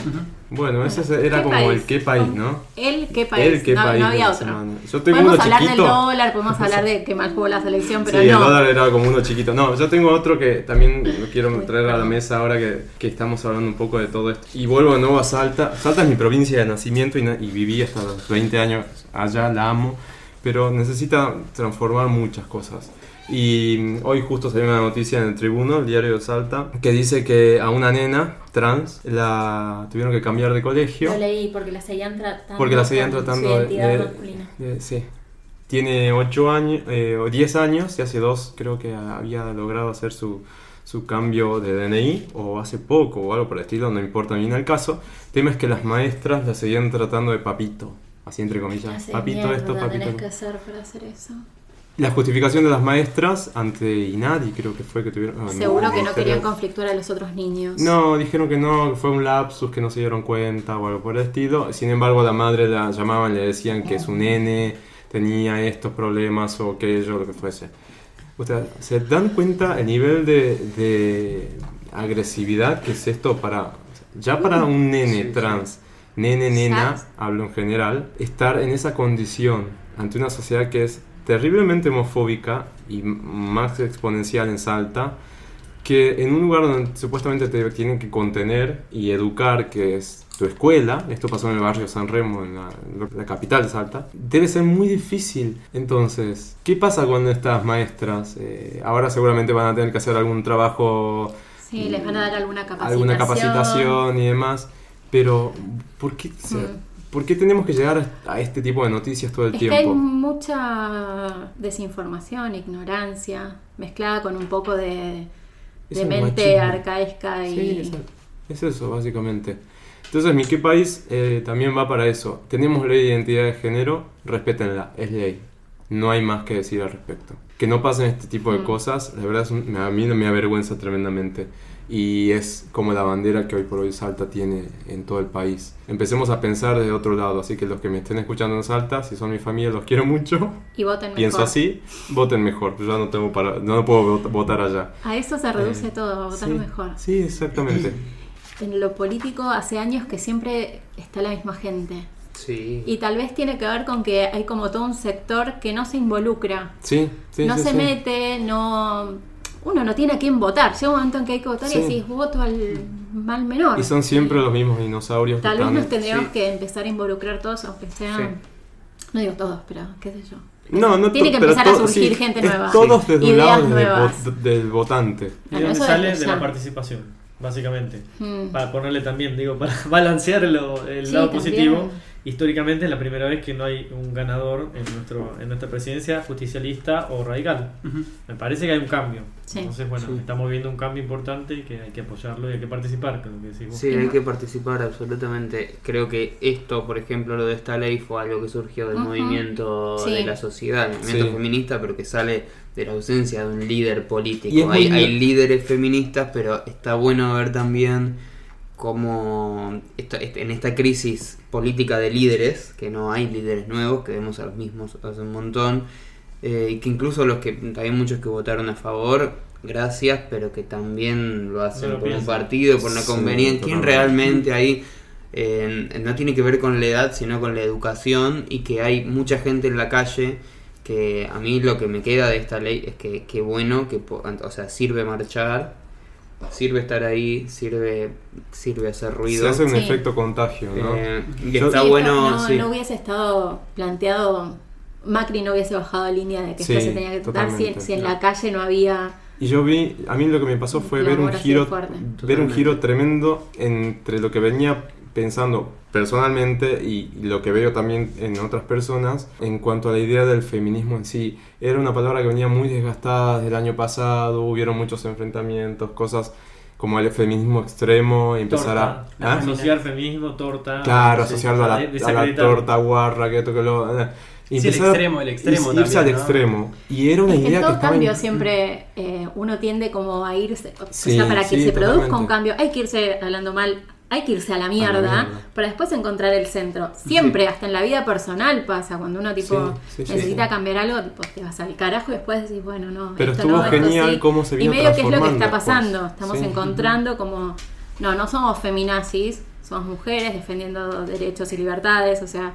[SPEAKER 3] Bueno, ese era
[SPEAKER 2] ¿Qué
[SPEAKER 3] como
[SPEAKER 2] país?
[SPEAKER 3] el qué país, ¿no?
[SPEAKER 2] El qué país,
[SPEAKER 3] El qué
[SPEAKER 2] no,
[SPEAKER 3] país
[SPEAKER 2] no
[SPEAKER 3] de
[SPEAKER 2] había
[SPEAKER 3] la
[SPEAKER 2] otro.
[SPEAKER 3] semana. Yo tengo
[SPEAKER 2] Podemos
[SPEAKER 3] uno
[SPEAKER 2] hablar
[SPEAKER 3] chiquito.
[SPEAKER 2] del dólar, podemos hablar de que mal jugó la selección,
[SPEAKER 3] Sí,
[SPEAKER 2] pero
[SPEAKER 3] el
[SPEAKER 2] no.
[SPEAKER 3] dólar era como uno chiquito. No, yo tengo otro que también lo quiero traer a la mesa ahora que, que estamos hablando un poco de todo esto. Y vuelvo de nuevo a Salta. Salta es mi provincia de nacimiento y, na- y viví hasta los 20 años allá, la amo. Pero necesita transformar muchas cosas. Y mm, hoy justo salió una noticia en el Tribuno, el diario de Salta, que dice que a una nena trans la tuvieron que cambiar de colegio.
[SPEAKER 10] Lo leí porque la seguían tratando.
[SPEAKER 3] Porque la seguían
[SPEAKER 10] con
[SPEAKER 3] tratando
[SPEAKER 10] Su
[SPEAKER 3] de-
[SPEAKER 10] identidad
[SPEAKER 3] de-
[SPEAKER 10] masculina.
[SPEAKER 3] de- sí. Tiene 8 años, eh, o 10 años, y hace 2 creo que había logrado hacer su, su cambio de DNI, o hace poco, o algo por el estilo, no importa bien el caso. El tema es que las maestras la seguían tratando de papito, así entre
[SPEAKER 10] La
[SPEAKER 3] comillas.
[SPEAKER 10] hacen
[SPEAKER 3] Papito
[SPEAKER 10] mierda,
[SPEAKER 3] esto, papito
[SPEAKER 10] tenés
[SPEAKER 3] lo-
[SPEAKER 10] que hacer para hacer eso.
[SPEAKER 3] La justificación de las maestras ante Inadi creo que fue que tuvieron... ah,
[SPEAKER 2] Seguro que no
[SPEAKER 3] pero-
[SPEAKER 2] querían conflictuar a los otros niños.
[SPEAKER 3] no, dijeron que no, que fue un lapsus, que no se dieron cuenta o algo por el estilo. Sin embargo, la madre la llamaban, le decían que su nene tenía estos problemas o aquello, lo que fuese. Ustedes, ¿se dan cuenta el nivel de, de agresividad que es esto para... Ya para un nene trans, nene, nena, hablo en general, estar en esa condición ante una sociedad que es terriblemente homofóbica y m- más exponencial en Salta, que en un lugar donde supuestamente te tienen que contener y educar, que es tu escuela, esto pasó en el barrio San Remo, en la, en la capital de Salta, debe ser muy difícil. Entonces, ¿qué pasa cuando estas maestras eh, ahora seguramente van a tener que hacer algún trabajo,
[SPEAKER 2] Sí, les van a dar alguna capacitación.
[SPEAKER 3] alguna capacitación y demás? Pero, ¿por qué, se-
[SPEAKER 2] Mm.
[SPEAKER 3] ¿por qué tenemos que llegar a, a este tipo de noticias todo el
[SPEAKER 2] Es
[SPEAKER 3] tiempo?
[SPEAKER 2] que hay mucha desinformación, ignorancia, mezclada con un poco de,
[SPEAKER 3] Es
[SPEAKER 2] de
[SPEAKER 3] el
[SPEAKER 2] mente
[SPEAKER 3] machismo.
[SPEAKER 2] arcaica y...
[SPEAKER 3] Sí, es, es eso, básicamente. Entonces, mi qué país eh, también va para eso. Tenemos ley de identidad de género, respétenla, es ley. No hay más que decir al respecto. Que no pasen este tipo de
[SPEAKER 2] Mm.
[SPEAKER 3] cosas, la verdad, es un- a mí me avergüenza tremendamente. Y es como la bandera que hoy por hoy Salta tiene en todo el país. Empecemos a pensar desde otro lado. Así que los que me estén escuchando en Salta, si son mi familia, los quiero mucho.
[SPEAKER 2] y voten
[SPEAKER 3] Pienso
[SPEAKER 2] mejor.
[SPEAKER 3] así, voten mejor. Yo ya no, tengo para, no puedo vot- votar allá.
[SPEAKER 2] A eso se reduce
[SPEAKER 3] Eh,
[SPEAKER 2] todo, a votar
[SPEAKER 3] sí,
[SPEAKER 2] mejor.
[SPEAKER 3] Sí, exactamente.
[SPEAKER 2] En lo político hace años que siempre está la misma gente.
[SPEAKER 6] sí.
[SPEAKER 2] Y tal vez tiene que ver con que hay como todo un sector que no se involucra,
[SPEAKER 3] Sí, sí,
[SPEAKER 2] no
[SPEAKER 3] sí,
[SPEAKER 2] se
[SPEAKER 3] sí.
[SPEAKER 2] mete, no uno no tiene a quién votar. Llega un momento en que hay que votar
[SPEAKER 3] Sí.
[SPEAKER 2] y decís voto al mal menor.
[SPEAKER 3] Y son siempre los mismos dinosaurios.
[SPEAKER 2] Tal
[SPEAKER 3] que
[SPEAKER 2] vez
[SPEAKER 3] están-
[SPEAKER 2] nos tendríamos
[SPEAKER 6] sí.
[SPEAKER 2] que empezar a involucrar todos, aunque sean, no digo todos, pero qué sé yo.
[SPEAKER 3] No, no
[SPEAKER 2] Tiene
[SPEAKER 3] to-
[SPEAKER 2] que
[SPEAKER 3] pero
[SPEAKER 2] empezar a
[SPEAKER 3] to-
[SPEAKER 2] surgir
[SPEAKER 3] sí,
[SPEAKER 2] gente
[SPEAKER 3] es
[SPEAKER 2] nueva.
[SPEAKER 3] Todos desde un
[SPEAKER 2] Ideas
[SPEAKER 3] lado desde
[SPEAKER 2] nuevas.
[SPEAKER 3] vot- del votante.
[SPEAKER 4] ¿Y
[SPEAKER 2] Ah,
[SPEAKER 4] de
[SPEAKER 2] no,
[SPEAKER 4] dónde
[SPEAKER 2] eso
[SPEAKER 4] sale?
[SPEAKER 2] es
[SPEAKER 4] De la
[SPEAKER 2] ya.
[SPEAKER 4] participación, básicamente.
[SPEAKER 2] Mm.
[SPEAKER 4] Para ponerle también, digo, para balancear lo- el
[SPEAKER 2] Sí,
[SPEAKER 4] lado
[SPEAKER 2] también.
[SPEAKER 4] positivo. Históricamente es la primera vez que no hay un ganador en nuestro en nuestra presidencia justicialista o radical. Me parece que hay un cambio.
[SPEAKER 2] Sí.
[SPEAKER 4] Entonces, bueno, estamos viendo un cambio importante y que hay que apoyarlo y hay que participar, con lo que decís vos.
[SPEAKER 6] Sí, hay que participar absolutamente. Creo que esto, por ejemplo, lo de esta ley fue algo que surgió del
[SPEAKER 2] Ujú.
[SPEAKER 6] movimiento
[SPEAKER 2] Sí.
[SPEAKER 6] de la sociedad, del movimiento
[SPEAKER 3] Sí.
[SPEAKER 6] feminista, pero que sale de la ausencia de un líder político.
[SPEAKER 3] Y es
[SPEAKER 6] hay,
[SPEAKER 3] muy-
[SPEAKER 6] hay líderes feministas, pero está bueno ver también cómo esta- est- en esta crisis política de líderes, que no hay líderes nuevos, que vemos a los mismos hace un montón, eh, y que incluso los que, hay muchos que votaron a favor, gracias, pero que también lo hacen
[SPEAKER 4] No lo
[SPEAKER 6] por un
[SPEAKER 4] piensan.
[SPEAKER 6] partido, por una
[SPEAKER 3] Sí,
[SPEAKER 6] conveniencia. ¿Quién
[SPEAKER 3] totalmente.
[SPEAKER 6] realmente ahí eh, no tiene que ver con la edad, sino con la educación y que hay mucha gente en la calle que a mí lo que me queda de esta ley es que qué bueno que po- o sea sirve marchar, sirve estar ahí, sirve sirve hacer ruido.
[SPEAKER 3] Se hace un
[SPEAKER 2] Sí.
[SPEAKER 3] efecto contagio, ¿no?
[SPEAKER 6] Eh, y
[SPEAKER 3] Yo-
[SPEAKER 6] está
[SPEAKER 2] Sí,
[SPEAKER 6] bueno,
[SPEAKER 2] no,
[SPEAKER 6] sí.
[SPEAKER 2] no hubiese estado planteado, Macri no hubiese bajado a línea de que
[SPEAKER 3] Sí,
[SPEAKER 2] esto se tenía que tratar si,
[SPEAKER 3] totalmente.
[SPEAKER 2] si en la calle no había...
[SPEAKER 3] Y yo vi, a mí lo que me pasó fue
[SPEAKER 2] Un
[SPEAKER 3] ver un
[SPEAKER 2] clamor así
[SPEAKER 3] giro,
[SPEAKER 2] fuerte.
[SPEAKER 3] ver un
[SPEAKER 6] Totalmente.
[SPEAKER 3] giro tremendo entre lo que venía pensando personalmente y lo que veo también en otras personas en cuanto a la idea del feminismo en sí. Era una palabra que venía muy desgastada desde el año pasado, hubieron muchos enfrentamientos, cosas como el feminismo extremo, y empezar
[SPEAKER 4] torta,
[SPEAKER 3] a... ¿Ah?
[SPEAKER 4] asociar feminismo, torta.
[SPEAKER 3] Claro,
[SPEAKER 4] sí,
[SPEAKER 3] asociarlo a la,
[SPEAKER 4] de-
[SPEAKER 3] a la
[SPEAKER 4] desacreditar.
[SPEAKER 3] torta guarra, que esto que lo... Y
[SPEAKER 5] Sí, el
[SPEAKER 3] empezar a-
[SPEAKER 5] extremo, el extremo
[SPEAKER 3] Irse irse
[SPEAKER 5] también,
[SPEAKER 3] al
[SPEAKER 5] ¿no?
[SPEAKER 3] extremo. Y era una
[SPEAKER 2] Es que
[SPEAKER 3] idea
[SPEAKER 2] en
[SPEAKER 3] que
[SPEAKER 2] todo
[SPEAKER 3] estaba...
[SPEAKER 2] cambio
[SPEAKER 3] en-
[SPEAKER 2] siempre eh, uno tiende como a irse, o
[SPEAKER 3] Sí,
[SPEAKER 2] sea, para que
[SPEAKER 3] sí,
[SPEAKER 2] se produzca un
[SPEAKER 3] totalmente.
[SPEAKER 2] cambio hay que irse hablando mal, hay que irse a la mierda,
[SPEAKER 3] mierda.
[SPEAKER 2] para después encontrar el centro. Siempre, hasta en la vida personal pasa, cuando uno tipo
[SPEAKER 3] Sí, sí, sí,
[SPEAKER 2] necesita
[SPEAKER 3] sí.
[SPEAKER 2] cambiar algo, tipo te vas al carajo y después decís, bueno, no,
[SPEAKER 3] Pero
[SPEAKER 2] esto
[SPEAKER 3] estuvo
[SPEAKER 2] no, esto
[SPEAKER 3] genial
[SPEAKER 2] sí.
[SPEAKER 3] cómo se vino
[SPEAKER 2] Y medio que es lo que
[SPEAKER 3] transformando
[SPEAKER 2] está pasando,
[SPEAKER 3] después.
[SPEAKER 2] estamos
[SPEAKER 3] Sí.
[SPEAKER 2] encontrando como, no, no somos feminazis, somos mujeres defendiendo derechos y libertades, o sea,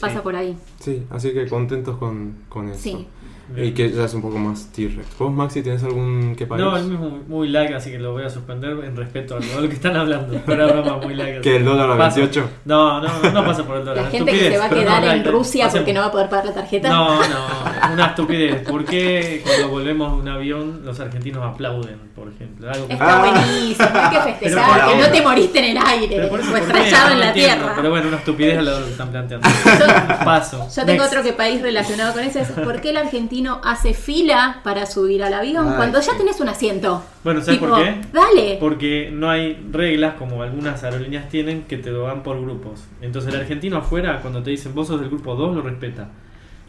[SPEAKER 2] pasa por ahí.
[SPEAKER 3] Sí, así que contentos con, con eso.
[SPEAKER 2] Sí.
[SPEAKER 3] Y que ya es un poco más T-Rex. ¿Vos, Maxi, tienes algún que país?
[SPEAKER 4] No, el mismo muy lag, así que lo voy a suspender en respeto a todo lo que están hablando. Fuera broma, muy lag.
[SPEAKER 3] ¿Que el dólar a
[SPEAKER 4] Pasa.
[SPEAKER 3] 28?
[SPEAKER 4] No, no, no, no pasa por el dólar.
[SPEAKER 2] La gente que
[SPEAKER 4] estupidez,
[SPEAKER 2] se va a
[SPEAKER 4] pero
[SPEAKER 2] quedar
[SPEAKER 4] no,
[SPEAKER 2] en
[SPEAKER 4] lag,
[SPEAKER 2] Rusia
[SPEAKER 4] hacemos-
[SPEAKER 2] porque no va a poder pagar la tarjeta.
[SPEAKER 4] No, no, una estupidez. ¿Por qué cuando volvemos de un avión los argentinos aplauden, por ejemplo? Algo que-
[SPEAKER 2] Está
[SPEAKER 3] Ah.
[SPEAKER 2] buenísimo, hay que
[SPEAKER 4] Pero
[SPEAKER 2] festejar,
[SPEAKER 4] por
[SPEAKER 2] que
[SPEAKER 4] ahora.
[SPEAKER 2] no te moriste en el aire,
[SPEAKER 4] Pero por eso,
[SPEAKER 2] fue
[SPEAKER 4] ¿por qué?
[SPEAKER 2] estrellado
[SPEAKER 4] No
[SPEAKER 2] en la
[SPEAKER 4] entiendo,
[SPEAKER 2] tierra.
[SPEAKER 4] Pero bueno, una estupidez a lo que están planteando.
[SPEAKER 2] Yo-
[SPEAKER 4] Paso.
[SPEAKER 2] Yo tengo
[SPEAKER 4] Next.
[SPEAKER 2] otro que país relacionado con eso, es por qué el argentino hace fila para subir al avión
[SPEAKER 6] Ay,
[SPEAKER 2] cuando ya
[SPEAKER 6] sí.
[SPEAKER 2] tenés un asiento.
[SPEAKER 4] Bueno, ¿sabes
[SPEAKER 2] Tipo,
[SPEAKER 4] por qué?
[SPEAKER 2] Dale.
[SPEAKER 4] Porque no hay reglas como algunas aerolíneas tienen que te lo dan por grupos. Entonces el argentino afuera, cuando te dicen vos sos del grupo 2, lo respeta.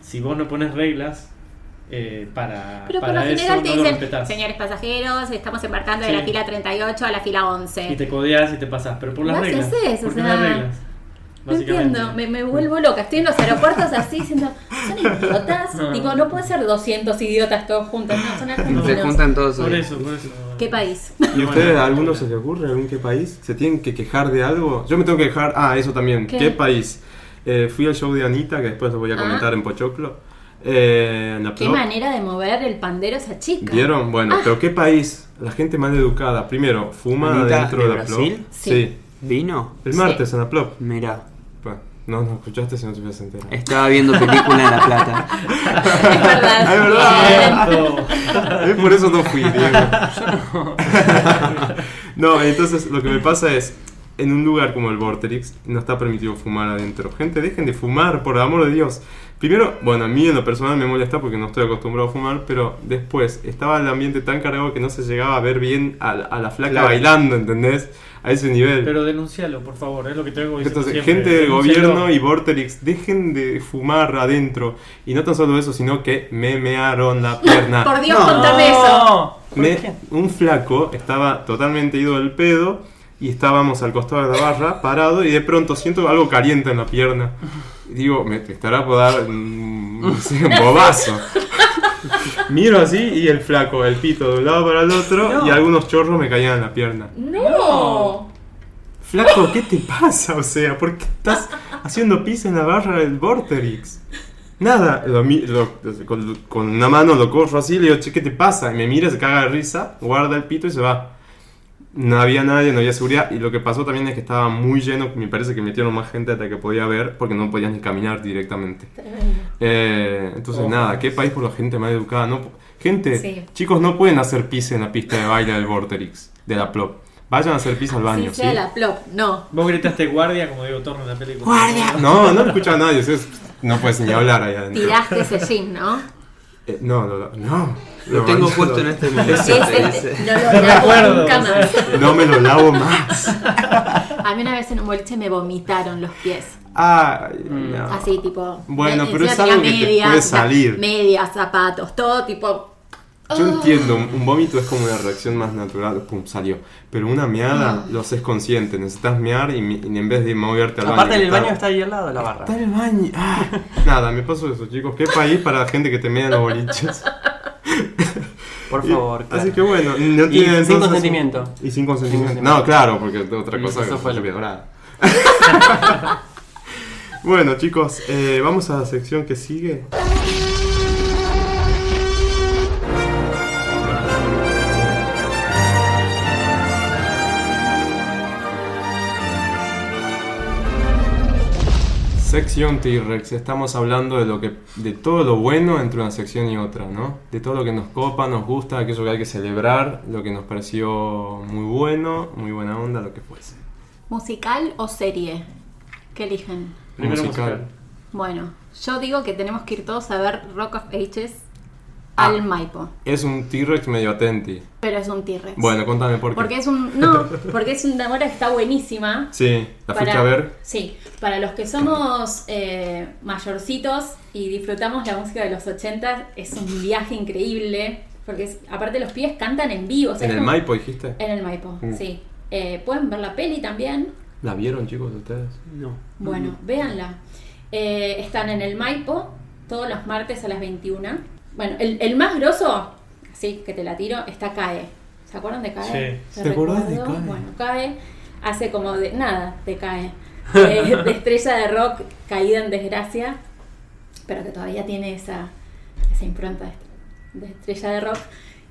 [SPEAKER 4] Si vos no pones reglas eh, para,
[SPEAKER 2] Pero por lo
[SPEAKER 4] para eso,
[SPEAKER 2] general te
[SPEAKER 4] no lo
[SPEAKER 2] dicen,
[SPEAKER 4] respetás.
[SPEAKER 2] señores pasajeros, estamos embarcando de
[SPEAKER 4] Sí.
[SPEAKER 2] la fila 38 a la fila
[SPEAKER 4] Y
[SPEAKER 2] 11.
[SPEAKER 4] te codeas y te pasás, pero por las
[SPEAKER 2] No
[SPEAKER 4] reglas.
[SPEAKER 2] haces eh". eso,
[SPEAKER 4] ¿Por qué
[SPEAKER 2] o
[SPEAKER 4] no hay
[SPEAKER 2] sea,
[SPEAKER 4] reglas?
[SPEAKER 2] No entiendo, me, me vuelvo loca. Estoy en los aeropuertos así diciendo, son idiotas.
[SPEAKER 4] No.
[SPEAKER 11] Digo, no puede ser 200 idiotas todos juntos, no, son
[SPEAKER 6] Se
[SPEAKER 11] argentinos.
[SPEAKER 6] juntan todos.
[SPEAKER 4] Por
[SPEAKER 6] hoy.
[SPEAKER 4] eso, por eso.
[SPEAKER 2] ¿Qué país?
[SPEAKER 3] ¿Y
[SPEAKER 4] Bueno,
[SPEAKER 3] ustedes,
[SPEAKER 4] bueno.
[SPEAKER 3] a alguno se les ocurre, algún qué país? ¿Se tienen que quejar de algo? Yo me tengo que quejar. Ah, eso también.
[SPEAKER 2] ¿Qué?
[SPEAKER 3] ¿Qué, país? Eh, fui al show de Anita, que después lo voy a
[SPEAKER 2] Ah.
[SPEAKER 3] comentar en Pochoclo. Eh, en la
[SPEAKER 2] ¿Qué Ah.
[SPEAKER 3] Plop.
[SPEAKER 2] manera de mover el pandero esa chica?
[SPEAKER 3] ¿Vieron? Bueno, pero ¿qué país? La gente mal educada. Primero, fuma
[SPEAKER 6] ¿Anita,
[SPEAKER 3] dentro
[SPEAKER 6] de
[SPEAKER 3] de la Plop.
[SPEAKER 6] Brasil?
[SPEAKER 2] Sí.
[SPEAKER 6] ¿Vino?
[SPEAKER 3] El martes en la Plop.
[SPEAKER 6] Mirá.
[SPEAKER 3] Bueno, no nos escuchaste si no te hubieras enterado.
[SPEAKER 6] Estaba viendo película en La Plata.
[SPEAKER 2] Es verdad.
[SPEAKER 3] Es verdad.
[SPEAKER 4] Cierto.
[SPEAKER 3] Eh, Por eso no fui, Diego. no, entonces lo que me pasa es, en un lugar como el Vorterix no está permitido fumar adentro. Gente, dejen de fumar, por el amor de Dios. Primero, bueno, a mí en lo personal me molesta porque no estoy acostumbrado a fumar, pero después estaba el ambiente tan cargado que no se llegaba a ver bien a, la- a la flaca
[SPEAKER 6] Claro.
[SPEAKER 3] bailando, ¿entendés? A ese nivel.
[SPEAKER 4] Pero denuncialo, por favor, es lo que tengo diciendo
[SPEAKER 3] Entonces,
[SPEAKER 4] siempre.
[SPEAKER 3] gente del
[SPEAKER 4] Denúncialo.
[SPEAKER 3] gobierno y Vorterix, dejen de fumar adentro. Y no tan solo eso, sino que me mearon la pierna.
[SPEAKER 2] Por Dios,
[SPEAKER 6] No.
[SPEAKER 2] contame eso.
[SPEAKER 5] ¿Por
[SPEAKER 3] Me-
[SPEAKER 5] qué?
[SPEAKER 3] un flaco estaba totalmente ido del pedo y estábamos al costado de la barra, parado, y de pronto siento algo caliente en la pierna. Y Digo, me te estará por dar mm, no sé, un bobazo. Miro así y el flaco, el pito de un lado para el otro, y algunos chorros me caían en la pierna.
[SPEAKER 2] No.
[SPEAKER 3] Flaco, ¿qué te pasa? O sea, ¿por qué estás haciendo pis en la barra del Vorterix? Nada, lo mi- lo- con, con una mano lo corro así, le digo, che, ¿qué te pasa? Y me mira, se caga de risa, guarda el pito y se va. No había nadie, no había seguridad. Y lo que pasó también es que estaba muy lleno, me parece que metieron más gente hasta que podía ver, porque no podías ni caminar directamente. Eh, entonces,
[SPEAKER 4] Ojo.
[SPEAKER 3] nada, qué país por la gente mal educada. No, po- gente,
[SPEAKER 2] Sí.
[SPEAKER 3] chicos, no pueden hacer pis en la pista de baile del Vorterix, de la Plop. Vayan a hacer pis al baño,
[SPEAKER 2] Si sea
[SPEAKER 3] ¿sí?
[SPEAKER 2] la plop, no.
[SPEAKER 4] Vos gritaste guardia, como digo Torre en la película.
[SPEAKER 3] No, no lo escuchaba nadie, eso es- no puedes ni hablar ahí adentro.
[SPEAKER 2] Tiraste ese jean, ¿no?
[SPEAKER 3] Eh, no, no, no, no.
[SPEAKER 6] Lo
[SPEAKER 3] No,
[SPEAKER 6] tengo
[SPEAKER 3] no,
[SPEAKER 6] puesto
[SPEAKER 3] no.
[SPEAKER 6] en este momento.
[SPEAKER 2] Ese,
[SPEAKER 6] te
[SPEAKER 2] ese,
[SPEAKER 6] dice.
[SPEAKER 2] no lo lavo
[SPEAKER 4] acuerdo,
[SPEAKER 2] nunca
[SPEAKER 4] o sea.
[SPEAKER 2] más.
[SPEAKER 3] No me lo lavo más.
[SPEAKER 2] A mí una vez en un boliche me vomitaron los pies.
[SPEAKER 3] Ay, no.
[SPEAKER 2] Mm, Así, tipo.
[SPEAKER 3] Bueno,
[SPEAKER 2] me-
[SPEAKER 3] pero es
[SPEAKER 2] encima tenía
[SPEAKER 3] algo que te puede
[SPEAKER 2] o sea,
[SPEAKER 3] salir.
[SPEAKER 2] Medias, zapatos, todo tipo.
[SPEAKER 3] Yo entiendo, un, un vómito es como una reacción más natural, pum, salió. Pero una meada lo haces consciente, necesitas mear y, mi- y en vez de moverte al baño.
[SPEAKER 5] Aparte, el
[SPEAKER 3] estar-
[SPEAKER 5] baño está ahí al lado de la barra.
[SPEAKER 3] Está en el baño. Ah. Nada, me pasó eso, chicos. ¿Qué país para la gente que te mea en los boliches?
[SPEAKER 5] Por favor,
[SPEAKER 3] Y-
[SPEAKER 5] claro.
[SPEAKER 3] Así que bueno, no tiene
[SPEAKER 5] Y sin
[SPEAKER 3] entonces-
[SPEAKER 5] consentimiento.
[SPEAKER 3] Y sin consentimiento. No, claro, porque otra
[SPEAKER 5] Mm,
[SPEAKER 3] cosa
[SPEAKER 5] eso
[SPEAKER 3] que
[SPEAKER 5] fue lo-
[SPEAKER 3] lluvia dorada. bueno, chicos, eh, vamos a la sección que sigue. Sección T-Rex, estamos hablando de lo que de todo lo bueno entre una sección y otra, ¿no? De todo lo que nos copa, nos gusta, aquello que hay que celebrar, lo que nos pareció muy bueno, muy buena onda, lo que fuese.
[SPEAKER 2] ¿Musical o serie? ¿Qué eligen?
[SPEAKER 4] Primero
[SPEAKER 7] Musical.
[SPEAKER 4] musical.
[SPEAKER 2] Bueno, yo digo que tenemos que ir todos a ver Rock of Ages
[SPEAKER 7] Ah.
[SPEAKER 2] al Maipo.
[SPEAKER 7] Es un T-Rex medio atenti.
[SPEAKER 2] Pero es un T-Rex.
[SPEAKER 7] Bueno, contame por qué.
[SPEAKER 2] Porque es un.
[SPEAKER 12] No, porque es una obra que está buenísima.
[SPEAKER 7] Sí, la fuiste
[SPEAKER 12] Para-
[SPEAKER 7] a ver.
[SPEAKER 12] Sí, para los que somos eh, mayorcitos y disfrutamos la música de los 80, es un viaje increíble. Porque es- aparte los pies cantan en vivo. o sea,
[SPEAKER 7] ¿En
[SPEAKER 12] es
[SPEAKER 7] el
[SPEAKER 12] como-
[SPEAKER 7] Maipo dijiste?
[SPEAKER 12] En el Maipo,
[SPEAKER 7] Mm.
[SPEAKER 12] sí. Eh, Pueden ver la peli también.
[SPEAKER 7] ¿La vieron, chicos, ustedes?
[SPEAKER 5] No.
[SPEAKER 12] Bueno, véanla. Eh, están en el Maipo todos los martes a las 21. Bueno, el, el más grosso, así que te la tiro, está CAE. ¿Se acuerdan de CAE?
[SPEAKER 4] Sí.
[SPEAKER 12] Yo
[SPEAKER 7] ¿Te acordás de
[SPEAKER 12] recuerdo,
[SPEAKER 7] CAE?
[SPEAKER 12] Bueno, CAE hace como de nada de CAE. De, de estrella de rock caída en desgracia, pero que todavía tiene esa, esa impronta de, de estrella de rock.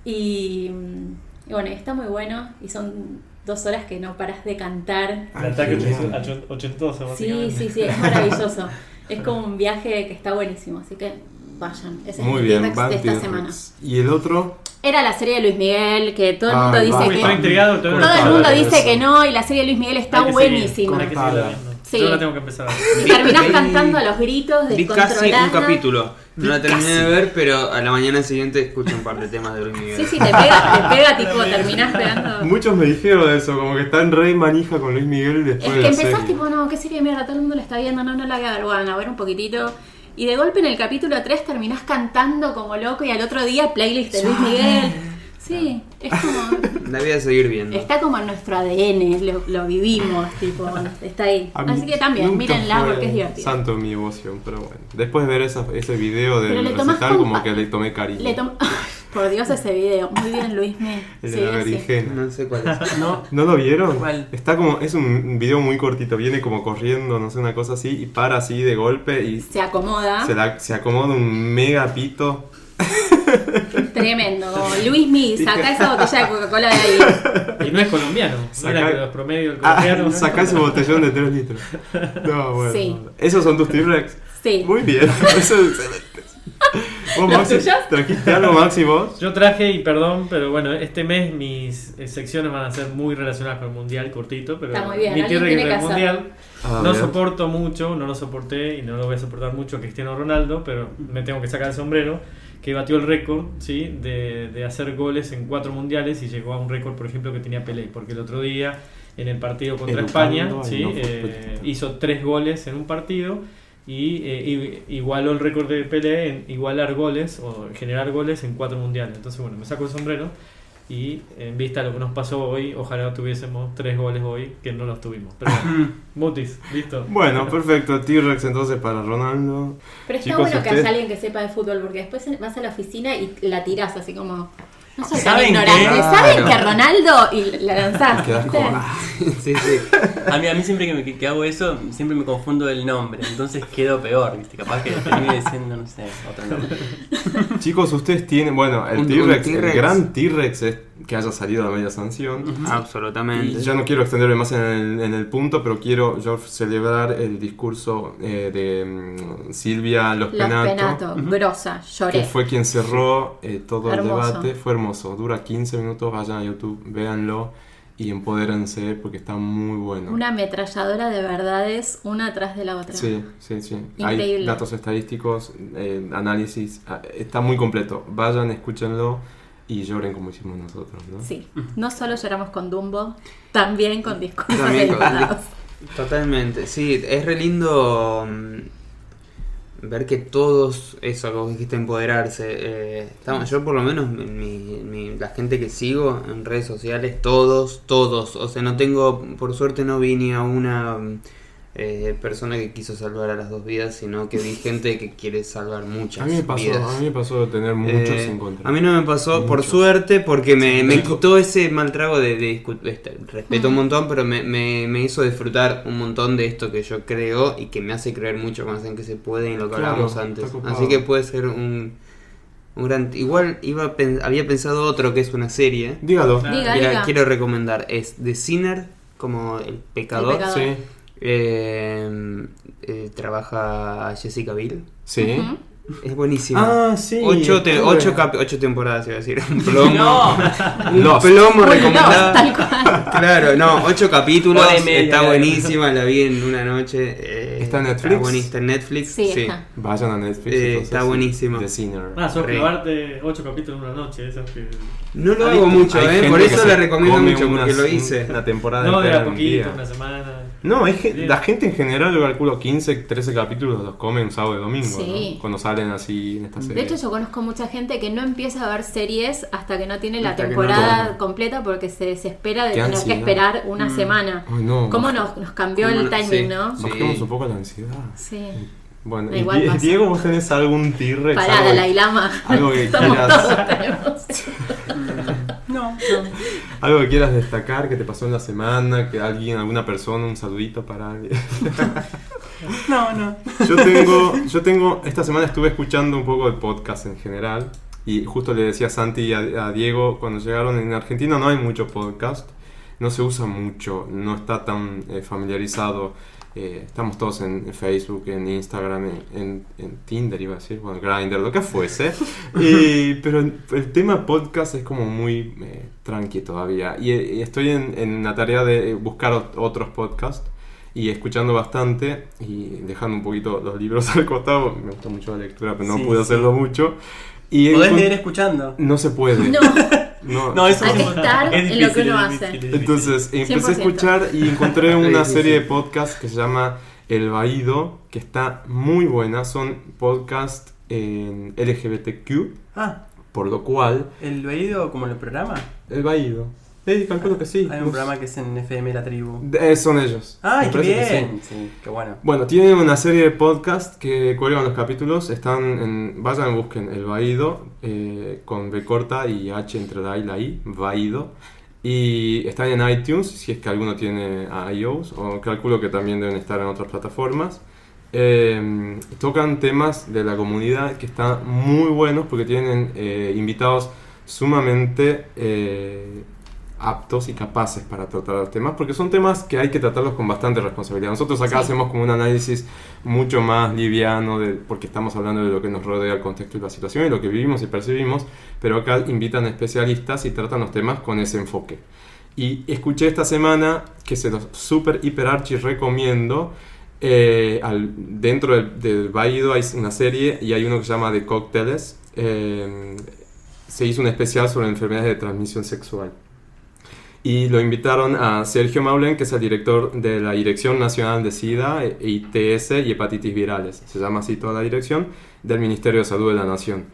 [SPEAKER 12] Y, mm, y bueno, está muy bueno y son dos horas que no paras de cantar
[SPEAKER 4] El ataque
[SPEAKER 7] genial.
[SPEAKER 4] ocho- ochentoso,
[SPEAKER 12] Sí,
[SPEAKER 4] básicamente.
[SPEAKER 12] sí, sí, es maravilloso. es como un viaje que está buenísimo, así que vayan. Ese
[SPEAKER 7] Muy
[SPEAKER 2] el
[SPEAKER 7] bien,
[SPEAKER 2] T-Rex
[SPEAKER 7] van
[SPEAKER 2] de esta
[SPEAKER 7] T-Rex.
[SPEAKER 2] semana.
[SPEAKER 7] Y el otro,
[SPEAKER 2] Era la serie de Luis Miguel, que todo el mundo
[SPEAKER 7] Ay,
[SPEAKER 2] dice
[SPEAKER 7] vamos.
[SPEAKER 4] Uy, Ah, estoy
[SPEAKER 2] que.
[SPEAKER 4] intrigado. todavía no
[SPEAKER 2] Todo el
[SPEAKER 4] estaba.
[SPEAKER 2] mundo
[SPEAKER 7] Cortala,
[SPEAKER 2] dice
[SPEAKER 7] eso.
[SPEAKER 2] que no, y la serie de Luis Miguel está
[SPEAKER 4] Hay que seguir,
[SPEAKER 2] buenísima.
[SPEAKER 4] hay que seguirla
[SPEAKER 7] Cortala.
[SPEAKER 4] viendo.
[SPEAKER 2] Sí.
[SPEAKER 4] Yo la tengo que empezar a ver.
[SPEAKER 2] Y terminás
[SPEAKER 6] Vi-
[SPEAKER 2] cantando a los gritos,
[SPEAKER 6] Vi casi
[SPEAKER 2] descontrolada.
[SPEAKER 6] un capítulo. No la terminé
[SPEAKER 2] casi.
[SPEAKER 6] de ver, pero a la mañana siguiente escucho un par de temas de Luis Miguel.
[SPEAKER 2] Sí, sí, te pega, te pega, tipo, terminás pegando.
[SPEAKER 3] Muchos me dijeron eso, como que están re manija con Luis Miguel
[SPEAKER 2] Ah. Es
[SPEAKER 3] después
[SPEAKER 2] que
[SPEAKER 3] de la
[SPEAKER 2] empezás
[SPEAKER 3] serie.
[SPEAKER 2] tipo, no, qué serie de mierda, todo el mundo la está viendo, no, no la voy a ver, bueno, a ver un poquitito. Y de golpe en el capítulo 3 terminás cantando como loco y al otro día playlist de Luis Miguel. Sí, es como...
[SPEAKER 6] La voy a seguir viendo.
[SPEAKER 2] Está como en nuestro ADN, lo, lo vivimos, tipo, está ahí.
[SPEAKER 3] A mí
[SPEAKER 2] Así que también,
[SPEAKER 3] nunca
[SPEAKER 2] mírenla
[SPEAKER 3] fue
[SPEAKER 2] porque es divertido.
[SPEAKER 3] Santo mi devoción, pero bueno. Después de ver esa- ese video
[SPEAKER 2] Pero
[SPEAKER 3] del
[SPEAKER 2] le tomás
[SPEAKER 3] recital, como
[SPEAKER 2] compa-
[SPEAKER 3] que le tomé cariño.
[SPEAKER 2] Le tom- Por Dios ese video. Muy bien, Luis me.
[SPEAKER 3] el de la berenjena.
[SPEAKER 6] No sé cuál es.
[SPEAKER 5] No.
[SPEAKER 3] ¿No lo vieron?
[SPEAKER 5] ¿Cuál?
[SPEAKER 3] Está como, es un video muy cortito, viene como corriendo, no sé, una cosa así, y para así de golpe y
[SPEAKER 2] Se acomoda.
[SPEAKER 3] se, la- se acomoda un mega pito.
[SPEAKER 2] Tremendo. Como Luis me, saca esa botella de Coca-Cola de ahí.
[SPEAKER 4] Y no es colombiano. No
[SPEAKER 3] Saca-
[SPEAKER 4] era que los promedios
[SPEAKER 3] Ah,
[SPEAKER 4] colombianos.
[SPEAKER 3] sacá ese botellón de 3 litros. No, bueno.
[SPEAKER 2] Sí.
[SPEAKER 3] ¿Esos son tus T-Rex?
[SPEAKER 2] Sí.
[SPEAKER 3] Muy bien, eso es excelente. ¿Vos,
[SPEAKER 12] ¿Los
[SPEAKER 3] Maxi,
[SPEAKER 12] tuyos?
[SPEAKER 3] trajiste algo, Maxi, vos?
[SPEAKER 4] Yo traje, y perdón, pero bueno, este mes mis eh, secciones van a ser muy relacionadas con el mundial cortito, pero
[SPEAKER 12] Está muy bien,
[SPEAKER 4] mi
[SPEAKER 12] alguien
[SPEAKER 4] tierra que
[SPEAKER 12] tiene
[SPEAKER 4] es el
[SPEAKER 12] que
[SPEAKER 4] mundial.
[SPEAKER 7] Ah,
[SPEAKER 3] A
[SPEAKER 4] No
[SPEAKER 3] ver.
[SPEAKER 4] soporto mucho, no lo soporté y no lo voy a soportar mucho a Cristiano Ronaldo, pero me tengo que sacar el sombrero, que batió el récord ¿sí? de, de hacer goles en cuatro mundiales y llegó a un récord, por ejemplo, que tenía Pelé, porque el otro día en el partido contra
[SPEAKER 7] Educando
[SPEAKER 4] España
[SPEAKER 7] al
[SPEAKER 4] ¿sí?
[SPEAKER 7] no
[SPEAKER 4] Eh,
[SPEAKER 7] futbolista.
[SPEAKER 4] hizo tres goles en un partido y eh, i- igualó el récord de Pelé en igualar goles o generar goles en cuatro mundiales. Entonces, bueno, me saco el sombrero. Y en vista de lo que nos pasó hoy, ojalá tuviésemos tres goles hoy, que no los tuvimos. Pero bueno, Mutis, listo.
[SPEAKER 3] Bueno, perfecto, T-Rex entonces para Ronaldo.
[SPEAKER 12] Pero está
[SPEAKER 3] Chicos,
[SPEAKER 12] bueno que
[SPEAKER 3] ustedes-
[SPEAKER 12] haya alguien que sepa de fútbol, porque después vas a la oficina y la tirás así como. No soy tan
[SPEAKER 5] ¿Saben
[SPEAKER 2] Ignorante.
[SPEAKER 5] qué?
[SPEAKER 2] ¿Saben
[SPEAKER 6] Claro.
[SPEAKER 2] que Ronaldo? Y la
[SPEAKER 7] Y
[SPEAKER 2] lanzás.
[SPEAKER 7] quedás como,
[SPEAKER 2] ¿viste?
[SPEAKER 7] ah.
[SPEAKER 6] Sí, sí.
[SPEAKER 5] A mí, a mí siempre que, me- que- que hago eso, siempre me confundo el nombre. Entonces quedo peor, ¿viste? Capaz que termine diciendo, no sé, otro nombre.
[SPEAKER 3] Chicos, ustedes tienen, bueno, el
[SPEAKER 6] Un- un
[SPEAKER 3] T-Rex, el
[SPEAKER 6] T-Rex.
[SPEAKER 3] gran T-Rex es que haya salido a media sanción. Y
[SPEAKER 6] Absolutamente.
[SPEAKER 3] yo no quiero extenderme más en el, en el punto, pero quiero yo celebrar el discurso eh, de mm, Silvia Los
[SPEAKER 2] Los
[SPEAKER 3] Penato,
[SPEAKER 2] penatos, grosa,
[SPEAKER 3] que
[SPEAKER 2] lloré.
[SPEAKER 3] fue quien cerró eh, todo
[SPEAKER 2] Hermoso.
[SPEAKER 3] el debate. Fue hermoso, dura 15 minutos, vayan a YouTube, véanlo y empodérense porque está muy bueno.
[SPEAKER 2] Una ametralladora de verdades, una atrás de la otra.
[SPEAKER 3] Sí, sí, sí.
[SPEAKER 2] Increíble.
[SPEAKER 3] Hay datos estadísticos, eh, análisis, ah, está muy completo. Vayan, escúchenlo y lloren como hicimos nosotros, ¿no?
[SPEAKER 2] Sí, no solo lloramos con Dumbo, también con discursos
[SPEAKER 6] También con-
[SPEAKER 2] delicados.
[SPEAKER 6] Totalmente, sí, es re lindo mm, ver que todos, eso que vos dijiste, empoderarse. eh, estamos, yo por lo menos, mi- mi- mi- la gente que sigo en redes sociales, todos, todos, o sea, no tengo, por suerte no vi ni a una mm, eh, persona que quiso salvar a las dos vidas, sino que vi gente que quiere salvar muchas
[SPEAKER 3] A mí me pasó,
[SPEAKER 6] vidas.
[SPEAKER 3] a mí me pasó de tener muchos
[SPEAKER 6] Eh,
[SPEAKER 3] en contra.
[SPEAKER 6] A mí no me pasó, por
[SPEAKER 3] Muchos.
[SPEAKER 6] suerte, porque me, me
[SPEAKER 7] Rico.
[SPEAKER 6] quitó ese mal trago de, de discu- este, respeto un montón, pero me, me- me hizo disfrutar un montón de esto que yo creo y que me hace creer mucho más en que se puede y en lo que
[SPEAKER 3] Claro,
[SPEAKER 6] hablábamos
[SPEAKER 3] está
[SPEAKER 6] antes.
[SPEAKER 3] copado.
[SPEAKER 6] Así que puede ser un, un gran... Igual iba a pen- había pensado otro que es una serie
[SPEAKER 3] Dígalo.
[SPEAKER 4] Ah,
[SPEAKER 2] Diga,
[SPEAKER 6] que la
[SPEAKER 2] diga.
[SPEAKER 6] quiero recomendar. Es The Sinner, como el pecador.
[SPEAKER 2] El pecador.
[SPEAKER 3] Sí,
[SPEAKER 6] Eh, eh, trabaja Jessica Biel.
[SPEAKER 3] sí.
[SPEAKER 2] Ujú.
[SPEAKER 6] Es buenísimo.
[SPEAKER 3] Ah, sí.
[SPEAKER 6] Ocho, te-
[SPEAKER 3] estuve.
[SPEAKER 6] ocho, cap- ocho temporadas, iba a decir. Un plomo.
[SPEAKER 5] No.
[SPEAKER 6] Un
[SPEAKER 7] Lost.
[SPEAKER 6] plomo
[SPEAKER 2] Uy, no,
[SPEAKER 6] recomendado.
[SPEAKER 2] tal cual.
[SPEAKER 6] Claro, no, ocho capítulos.
[SPEAKER 5] Hora y media,
[SPEAKER 6] está
[SPEAKER 5] claro.
[SPEAKER 6] buenísima, la vi en una noche. eh,
[SPEAKER 7] ¿Está en Netflix?
[SPEAKER 6] buenísima, está en Netflix.
[SPEAKER 2] Sí,
[SPEAKER 6] Sí,
[SPEAKER 2] está.
[SPEAKER 7] Vayan a Netflix.
[SPEAKER 6] Eh,
[SPEAKER 7] entonces,
[SPEAKER 6] está
[SPEAKER 7] sí.
[SPEAKER 6] buenísimo.
[SPEAKER 7] The Sinner.
[SPEAKER 4] Ah, sos
[SPEAKER 6] Re.
[SPEAKER 4] privarte 8 capítulos en una noche, eso que.
[SPEAKER 6] No lo hago mucho,
[SPEAKER 3] Hay
[SPEAKER 6] eh,
[SPEAKER 3] gente
[SPEAKER 6] por
[SPEAKER 3] que
[SPEAKER 6] eso
[SPEAKER 3] se
[SPEAKER 6] la recomiendo
[SPEAKER 3] come
[SPEAKER 6] mucho,
[SPEAKER 3] una-
[SPEAKER 6] porque lo hice.
[SPEAKER 3] Una temporada
[SPEAKER 4] No, de
[SPEAKER 3] entera
[SPEAKER 4] a
[SPEAKER 3] en un
[SPEAKER 4] poquito,
[SPEAKER 3] día.
[SPEAKER 4] una semana.
[SPEAKER 3] No, hay gen-
[SPEAKER 4] Bien.
[SPEAKER 3] la gente en general, yo calculo 15, 13 capítulos los comen sábado y domingo,
[SPEAKER 2] Sí.
[SPEAKER 3] ¿no? Cuando salen así en esta serie.
[SPEAKER 2] De hecho, yo conozco mucha gente que no empieza a ver series hasta que no tiene la
[SPEAKER 6] Hasta que no
[SPEAKER 2] temporada
[SPEAKER 6] toma.
[SPEAKER 2] completa porque se desespera de
[SPEAKER 7] Qué
[SPEAKER 2] tener
[SPEAKER 7] ansiedad.
[SPEAKER 2] que esperar una
[SPEAKER 5] Mm.
[SPEAKER 2] semana.
[SPEAKER 7] Ay, no.
[SPEAKER 2] ¿Cómo nos, nos cambió
[SPEAKER 6] ¿Cómo
[SPEAKER 2] el
[SPEAKER 6] no?
[SPEAKER 2] timing,
[SPEAKER 6] Sí.
[SPEAKER 2] no?
[SPEAKER 7] Bajemos un poco la ansiedad.
[SPEAKER 2] Sí.
[SPEAKER 7] Bueno,
[SPEAKER 2] Da
[SPEAKER 3] Y
[SPEAKER 2] igual
[SPEAKER 3] Die-
[SPEAKER 2] pasa.
[SPEAKER 3] Diego, ¿vos tenés algún T-Rex?
[SPEAKER 2] Pará,
[SPEAKER 3] Pues algo que-
[SPEAKER 2] Dalai Lama.
[SPEAKER 3] algo que
[SPEAKER 2] Somos
[SPEAKER 3] quieras-
[SPEAKER 2] todos tenemos.
[SPEAKER 5] No,
[SPEAKER 3] Algo que quieras destacar que te pasó en la semana, que alguien, alguna persona, un saludito para alguien.
[SPEAKER 5] no, no.
[SPEAKER 3] Yo tengo, yo tengo, esta semana estuve escuchando un poco el podcast en general y justo le decía a Santi y a, a Diego cuando llegaron, en Argentina no hay mucho podcast, no se usa mucho, no está tan eh, familiarizado. eh, estamos todos en, en Facebook, en Instagram, en, en- en Tinder iba a decir, bueno, Grindr, lo que fuese. Y- pero el tema podcast es como muy eh, tranqui todavía. Y, eh, estoy en, en la tarea de buscar ot- otros podcasts y escuchando bastante y dejando un poquito los libros al costado. Me gusta mucho la lectura, pero no
[SPEAKER 5] Sí,
[SPEAKER 3] pude
[SPEAKER 5] sí.
[SPEAKER 3] hacerlo mucho. Y
[SPEAKER 5] Podés
[SPEAKER 3] encon-
[SPEAKER 5] leer escuchando.
[SPEAKER 3] No se puede.
[SPEAKER 2] No,
[SPEAKER 3] No.
[SPEAKER 5] No, eso
[SPEAKER 2] Hay que
[SPEAKER 5] es-
[SPEAKER 2] estar
[SPEAKER 5] es
[SPEAKER 2] en lo que
[SPEAKER 5] difícil,
[SPEAKER 2] uno
[SPEAKER 5] es
[SPEAKER 2] hace.
[SPEAKER 5] difícil, es difícil.
[SPEAKER 3] Entonces empecé a
[SPEAKER 2] 100%.
[SPEAKER 3] escuchar y encontré
[SPEAKER 6] Sí,
[SPEAKER 3] una
[SPEAKER 6] sí,
[SPEAKER 3] serie
[SPEAKER 6] sí.
[SPEAKER 3] de podcasts que se llama El Baído, que está muy buena. Son podcasts en LGBTQ,
[SPEAKER 5] Ah,
[SPEAKER 3] por lo cual.
[SPEAKER 5] ¿el oído como los programas?
[SPEAKER 3] El Baído. Eh, calculo que sí.
[SPEAKER 5] Hay un programa que es en FM La Tribu.
[SPEAKER 3] Eh, son ellos.
[SPEAKER 5] ¡Ay,
[SPEAKER 3] Me
[SPEAKER 5] qué
[SPEAKER 3] parece que sí.
[SPEAKER 5] bien! Sí, qué bueno.
[SPEAKER 3] Bueno, tienen una serie de podcast que cuelgan los capítulos. Están en. Vayan, busquen El Baído eh, con B corta y H entre la I y la I. Baído. Y están en iTunes, si es que alguno tiene iOS, o calculo que también deben estar en otras plataformas. Eh, tocan temas de la comunidad que están muy buenos porque tienen eh, invitados sumamente eh, aptos y capaces para tratar los temas, porque son temas que hay que tratarlos con bastante responsabilidad. Nosotros acá hacemos como un análisis mucho más liviano, de, porque estamos hablando de lo que nos rodea, el contexto y la situación, y lo que vivimos y percibimos, pero acá invitan especialistas y tratan los temas con ese enfoque. Y escuché esta semana, que se los super, hiper, archi recomiendo, eh, al- dentro del, del Baído hay una serie y hay uno que se llama The Cócteles. eh, se hizo un especial sobre enfermedades de transmisión sexual. Y lo invitaron a Sergio Maulen, que es el director de la Dirección Nacional de SIDA, e- ITS y Hepatitis Virales. Se llama así toda la dirección del Ministerio de Salud de la Nación.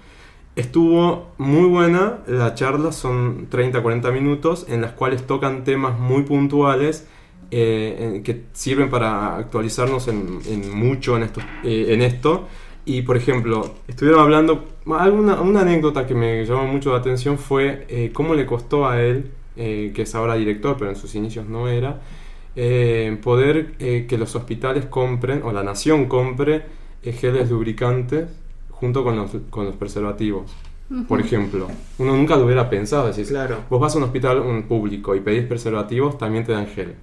[SPEAKER 3] Estuvo muy buena la charla, son 30-40 minutos en las cuales tocan temas muy puntuales eh, en- que sirven para actualizarnos en, en mucho en, esto- eh, en esto. Y por ejemplo, estuvieron hablando, alguna una anécdota que me llamó mucho la atención fue eh, cómo le costó a él, eh, que es ahora director, pero en sus inicios no era, eh, poder eh, que los hospitales compren, o la nación compre, eh, geles lubricantes junto con los, con los preservativos. Por ejemplo, uno nunca lo hubiera pensado, decís,
[SPEAKER 6] Claro.
[SPEAKER 3] vos vas a un hospital un público y pedís preservativos, también te dan gel.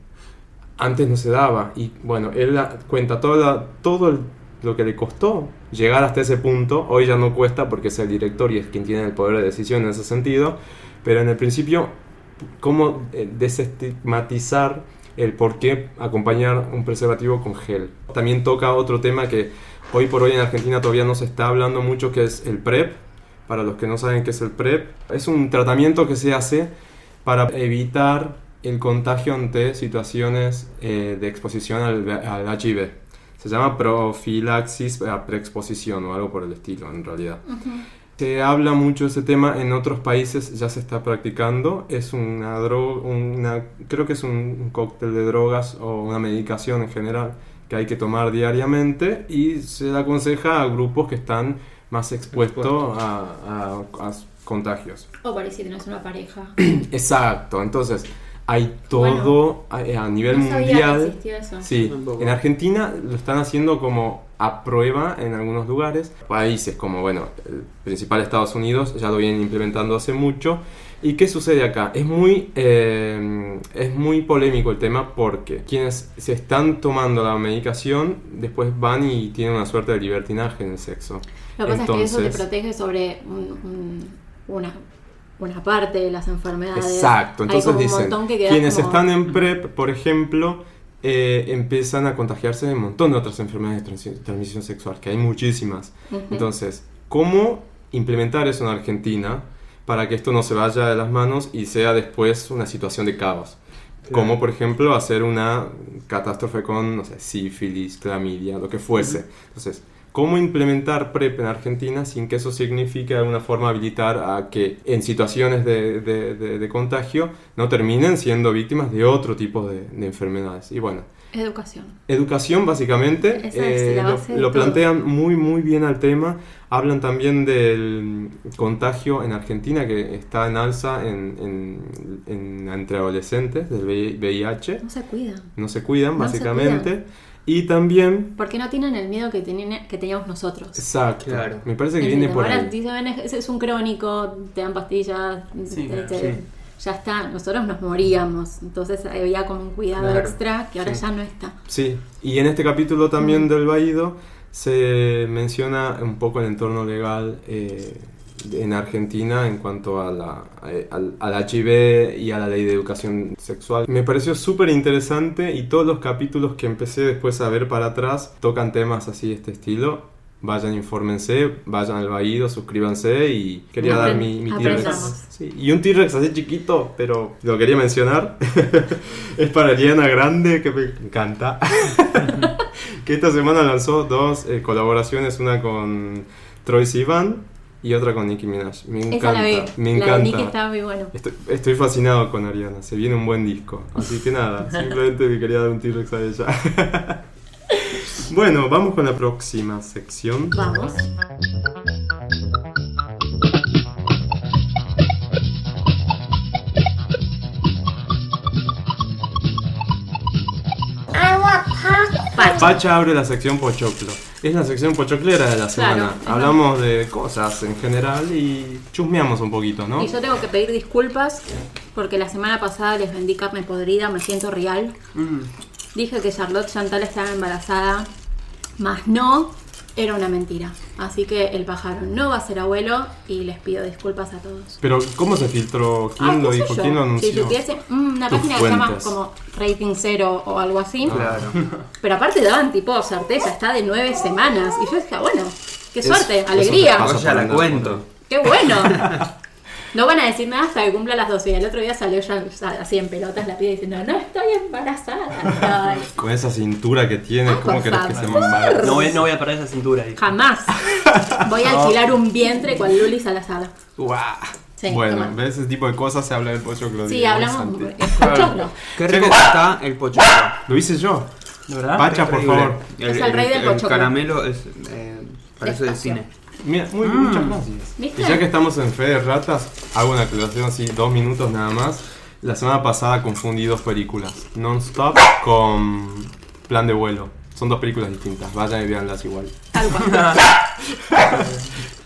[SPEAKER 3] Antes no se daba y bueno, él la- cuenta toda la- todo el- lo que le costó llegar hasta ese punto, hoy ya no cuesta porque es el director y es quien tiene el poder de decisión en ese sentido, pero en el principio, ¿cómo eh, desestigmatizar el por qué acompañar un preservativo con gel? También toca otro tema que hoy por hoy en Argentina todavía no se está hablando mucho, que es el PrEP, para los que no saben qué es el PrEP, es un tratamiento que se hace para evitar el contagio ante situaciones eh, de exposición al, al HIV. Se llama profilaxis a preexposición o algo por el estilo, en realidad. Se habla mucho de ese tema en otros países, ya se está practicando. Es una droga, una, creo que es un, un cóctel de drogas o una medicación en general que hay que tomar diariamente y se le aconseja a grupos que están más expuestos
[SPEAKER 6] Expuestos.
[SPEAKER 3] a- a- a contagios.
[SPEAKER 2] O por ahí si tenés una pareja.
[SPEAKER 3] Exacto, entonces hay todo a, a nivel
[SPEAKER 2] no sabía que
[SPEAKER 3] mundial.
[SPEAKER 2] existía eso.
[SPEAKER 3] Sí,
[SPEAKER 6] Tampoco.
[SPEAKER 3] en Argentina lo están haciendo como a prueba en algunos lugares. Países como, bueno, el principal Estados Unidos ya lo vienen implementando hace mucho. ¿Y qué sucede acá? Es muy, eh, es muy polémico el tema porque quienes se están tomando la medicación después van y tienen una suerte de
[SPEAKER 2] Ah,
[SPEAKER 3] libertinaje en el sexo.
[SPEAKER 2] Lo que pasa es que eso te
[SPEAKER 3] Entonces-
[SPEAKER 2] protege sobre un- un- una una parte de las enfermedades.
[SPEAKER 3] Exacto,
[SPEAKER 2] Hay
[SPEAKER 3] entonces
[SPEAKER 2] como un
[SPEAKER 3] dicen,
[SPEAKER 2] montón que queda
[SPEAKER 3] quienes
[SPEAKER 2] como-
[SPEAKER 3] están en PrEP, por ejemplo, eh, empiezan a contagiarse de un montón de otras enfermedades de transi- transmisión sexual, que hay muchísimas.
[SPEAKER 2] Ujú.
[SPEAKER 3] Entonces, ¿cómo implementar eso en Argentina para que esto no se vaya de las manos y sea después una situación de caos? Como por ejemplo hacer una catástrofe con, no sé, sífilis, clamidia, lo que fuese. Entonces, ¿cómo implementar PrEP en Argentina sin que eso signifique de alguna forma habilitar a que en situaciones de, de- de- de contagio no terminen siendo víctimas de otro tipo de, de enfermedades? Y bueno,
[SPEAKER 2] Educación.
[SPEAKER 3] Educación, básicamente.
[SPEAKER 2] Esa es
[SPEAKER 3] eh,
[SPEAKER 2] la
[SPEAKER 3] lo-
[SPEAKER 2] base de
[SPEAKER 3] lo,
[SPEAKER 2] todo.
[SPEAKER 3] plantean muy, muy bien al tema. Hablan también del contagio en Argentina que está en alza en- en- en- entre adolescentes del VI- VIH.
[SPEAKER 2] No se cuidan.
[SPEAKER 3] No se cuidan,
[SPEAKER 2] No se
[SPEAKER 3] básicamente. Y también.
[SPEAKER 2] Porque no tienen el miedo que, tienen- que teníamos nosotros.
[SPEAKER 3] Exacto.
[SPEAKER 6] Claro.
[SPEAKER 3] Me parece que
[SPEAKER 2] Entiendo,
[SPEAKER 3] viene por
[SPEAKER 2] Ahora
[SPEAKER 3] ahí.
[SPEAKER 2] dicen, "Es- es un crónico, te dan pastillas,
[SPEAKER 5] Sí,
[SPEAKER 2] te-
[SPEAKER 5] claro,
[SPEAKER 2] te-
[SPEAKER 6] sí.
[SPEAKER 2] ya está, nosotros nos moríamos, entonces había como un cuidado
[SPEAKER 6] Claro,
[SPEAKER 2] extra que ahora
[SPEAKER 6] sí.
[SPEAKER 2] ya no está.
[SPEAKER 3] Sí, y en este capítulo también del Baído se menciona un poco el entorno legal eh, en Argentina en cuanto a la, a- al, al HIV y a la ley de educación sexual. Me pareció súper interesante y todos los capítulos que empecé después a ver para atrás tocan temas así de este estilo. Vayan, infórmense, vayan al Baído, suscríbanse y quería dar
[SPEAKER 2] Apren-
[SPEAKER 3] mi, mi
[SPEAKER 2] aprendamos.
[SPEAKER 3] T-Rex. Sí, y un T-Rex así chiquito, pero lo quería mencionar. es para Ariana Grande, que me encanta. que esta semana lanzó dos eh, colaboraciones, una con Troy Sivan y otra con Nicki Minaj. Me
[SPEAKER 2] Esa
[SPEAKER 3] encanta,
[SPEAKER 2] la vi,
[SPEAKER 3] me
[SPEAKER 2] la de Nick
[SPEAKER 3] encanta.
[SPEAKER 2] estaba muy bueno.
[SPEAKER 3] Estoy, estoy fascinado con Ariana, se viene un buen disco. Así que nada, simplemente le quería dar un T-Rex a ella. bueno, vamos con la próxima sección.
[SPEAKER 2] Vamos.
[SPEAKER 1] I want pop.
[SPEAKER 3] Pacha abre la sección Pochoclo. Es la sección pochoclera de la semana.
[SPEAKER 2] Claro, ajá.
[SPEAKER 3] Hablamos de cosas en general y chusmeamos un poquito, ¿no?
[SPEAKER 2] Y yo tengo que pedir disculpas porque la semana pasada les vendí carne podrida, me siento real.
[SPEAKER 5] Mm.
[SPEAKER 2] Dije que Charlotte Chantal estaba embarazada, más no, era una mentira. Así que el pájaro no va a ser abuelo y les pido disculpas a todos.
[SPEAKER 3] Pero, ¿cómo se filtró? ¿Quién
[SPEAKER 2] Ah,
[SPEAKER 3] lo
[SPEAKER 2] qué sé
[SPEAKER 3] dijo?
[SPEAKER 2] yo.
[SPEAKER 3] ¿Quién lo anunció?
[SPEAKER 2] Si supiese, mm, una
[SPEAKER 3] Tus Ah.
[SPEAKER 2] página que se llama
[SPEAKER 3] fuentes.
[SPEAKER 2] como Rating Cero o algo así.
[SPEAKER 6] Claro.
[SPEAKER 2] Pero aparte daban tipo certeza, está de nueve semanas. Y yo dije, "Ah, bueno, qué suerte,
[SPEAKER 3] eso te
[SPEAKER 2] alegría,
[SPEAKER 3] pasa.
[SPEAKER 6] Ahora ya la cuento.
[SPEAKER 2] qué bueno. No van a decir nada hasta que cumpla las 12. Y al otro día salió ya así en pelotas la piba diciendo, no estoy embarazada. Ay,
[SPEAKER 3] Con esa cintura que tiene,
[SPEAKER 2] Ah,
[SPEAKER 3] ¿cómo
[SPEAKER 2] por
[SPEAKER 3] querés que se
[SPEAKER 2] favor.
[SPEAKER 3] embarace?
[SPEAKER 5] No voy, no voy a perder esa cintura. dijo.
[SPEAKER 2] Jamás. Voy a alquilar un vientre con Luli Salazar.
[SPEAKER 3] Guau.
[SPEAKER 2] Sí,
[SPEAKER 3] bueno,
[SPEAKER 2] toma.
[SPEAKER 3] de ese tipo de cosas se habla del pochoclo.
[SPEAKER 2] Sí,
[SPEAKER 3] digamos,
[SPEAKER 2] hablamos.
[SPEAKER 3] Santi.
[SPEAKER 2] Escuchadlo.
[SPEAKER 6] Qué rico está el pochoclo.
[SPEAKER 3] Lo hice yo.
[SPEAKER 5] ¿De verdad?
[SPEAKER 3] Pacha, por
[SPEAKER 6] Increíble.
[SPEAKER 3] favor.
[SPEAKER 2] Es el rey del pochoclo.
[SPEAKER 6] El caramelo es. Eh, parece de
[SPEAKER 2] Despacio.
[SPEAKER 6] cine.
[SPEAKER 3] Mira, muy, Muchas gracias.
[SPEAKER 2] Ah, ¿Viste?
[SPEAKER 3] Y ya que estamos en Fe de Ratas, hago una aclaración así, dos minutos nada más. La semana pasada confundí dos películas, Non-Stop con Plan de Vuelo. Son dos películas distintas, vayan y veanlas igual.
[SPEAKER 2] Tal cual.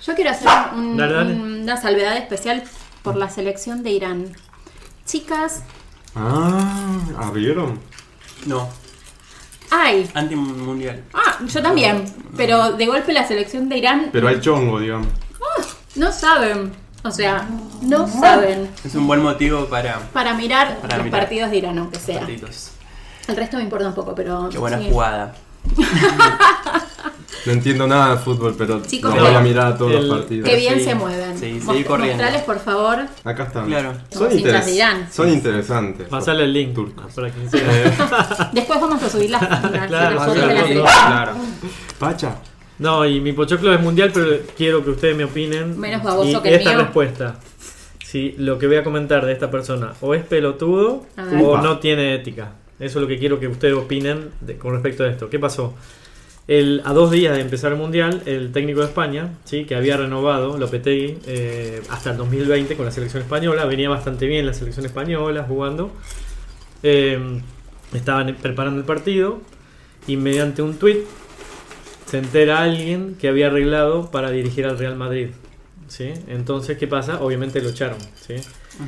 [SPEAKER 2] Yo quiero hacer un-
[SPEAKER 4] Dale, dale.
[SPEAKER 2] una salvedad especial por la selección de Irán. Chicas,
[SPEAKER 3] Ah, ¿ah, ¿vieron?
[SPEAKER 5] No,
[SPEAKER 2] hay.
[SPEAKER 5] antimundial.
[SPEAKER 2] Ah, yo también. Pero de golpe la selección de Irán
[SPEAKER 3] Pero hay chongo, digamos.
[SPEAKER 2] no saben. O sea, no saben
[SPEAKER 5] Es un buen motivo para
[SPEAKER 2] para mirar
[SPEAKER 5] Para
[SPEAKER 2] los
[SPEAKER 5] mirar.
[SPEAKER 2] partidos de Irán, aunque sea.
[SPEAKER 5] partidos.
[SPEAKER 2] El resto me importa un poco, pero.
[SPEAKER 5] Qué buena
[SPEAKER 2] sí.
[SPEAKER 5] jugada.
[SPEAKER 3] No entiendo nada de fútbol, pero
[SPEAKER 2] Chicos,
[SPEAKER 3] lo voy
[SPEAKER 5] no.
[SPEAKER 3] a mirar a todos los
[SPEAKER 4] El-
[SPEAKER 2] Qué
[SPEAKER 3] partidos.
[SPEAKER 2] bien
[SPEAKER 5] Sí,
[SPEAKER 2] se mueven.
[SPEAKER 5] sí,
[SPEAKER 2] Mos-
[SPEAKER 5] seguí corriendo.
[SPEAKER 2] mostrales, por favor.
[SPEAKER 3] Acá están.
[SPEAKER 5] Claro.
[SPEAKER 3] Son,
[SPEAKER 2] Los hinchas de
[SPEAKER 3] interes-
[SPEAKER 2] Irán.
[SPEAKER 3] son interesantes.
[SPEAKER 4] Pasale el link
[SPEAKER 3] Turcos.
[SPEAKER 4] para quien sea.
[SPEAKER 2] Después vamos a subir las, las-
[SPEAKER 4] Claro,
[SPEAKER 2] las fotos de la
[SPEAKER 4] claro,
[SPEAKER 2] selección.
[SPEAKER 6] Claro.
[SPEAKER 3] Pacha,
[SPEAKER 4] No, y mi pochoclo es mundial, pero quiero que ustedes me opinen.
[SPEAKER 2] Menos baboso
[SPEAKER 4] y
[SPEAKER 2] que el
[SPEAKER 4] esta
[SPEAKER 2] mío.
[SPEAKER 4] respuesta. Si lo que voy a comentar de esta persona o es pelotudo
[SPEAKER 2] A ver.
[SPEAKER 4] o
[SPEAKER 3] Upa.
[SPEAKER 4] no tiene ética. Eso es lo que quiero que ustedes opinen de- con respecto a esto. ¿Qué pasó? El, a dos días de empezar el mundial, el técnico de España, ¿sí? que había renovado Lopetegui eh, hasta el 2020 con la selección española, venía bastante bien la selección española jugando. Eh, estaban preparando el partido y mediante un tuit se entera alguien que había arreglado para dirigir al Real Madrid. ¿sí? Entonces, ¿qué pasa? Obviamente lo echaron. ¿sí?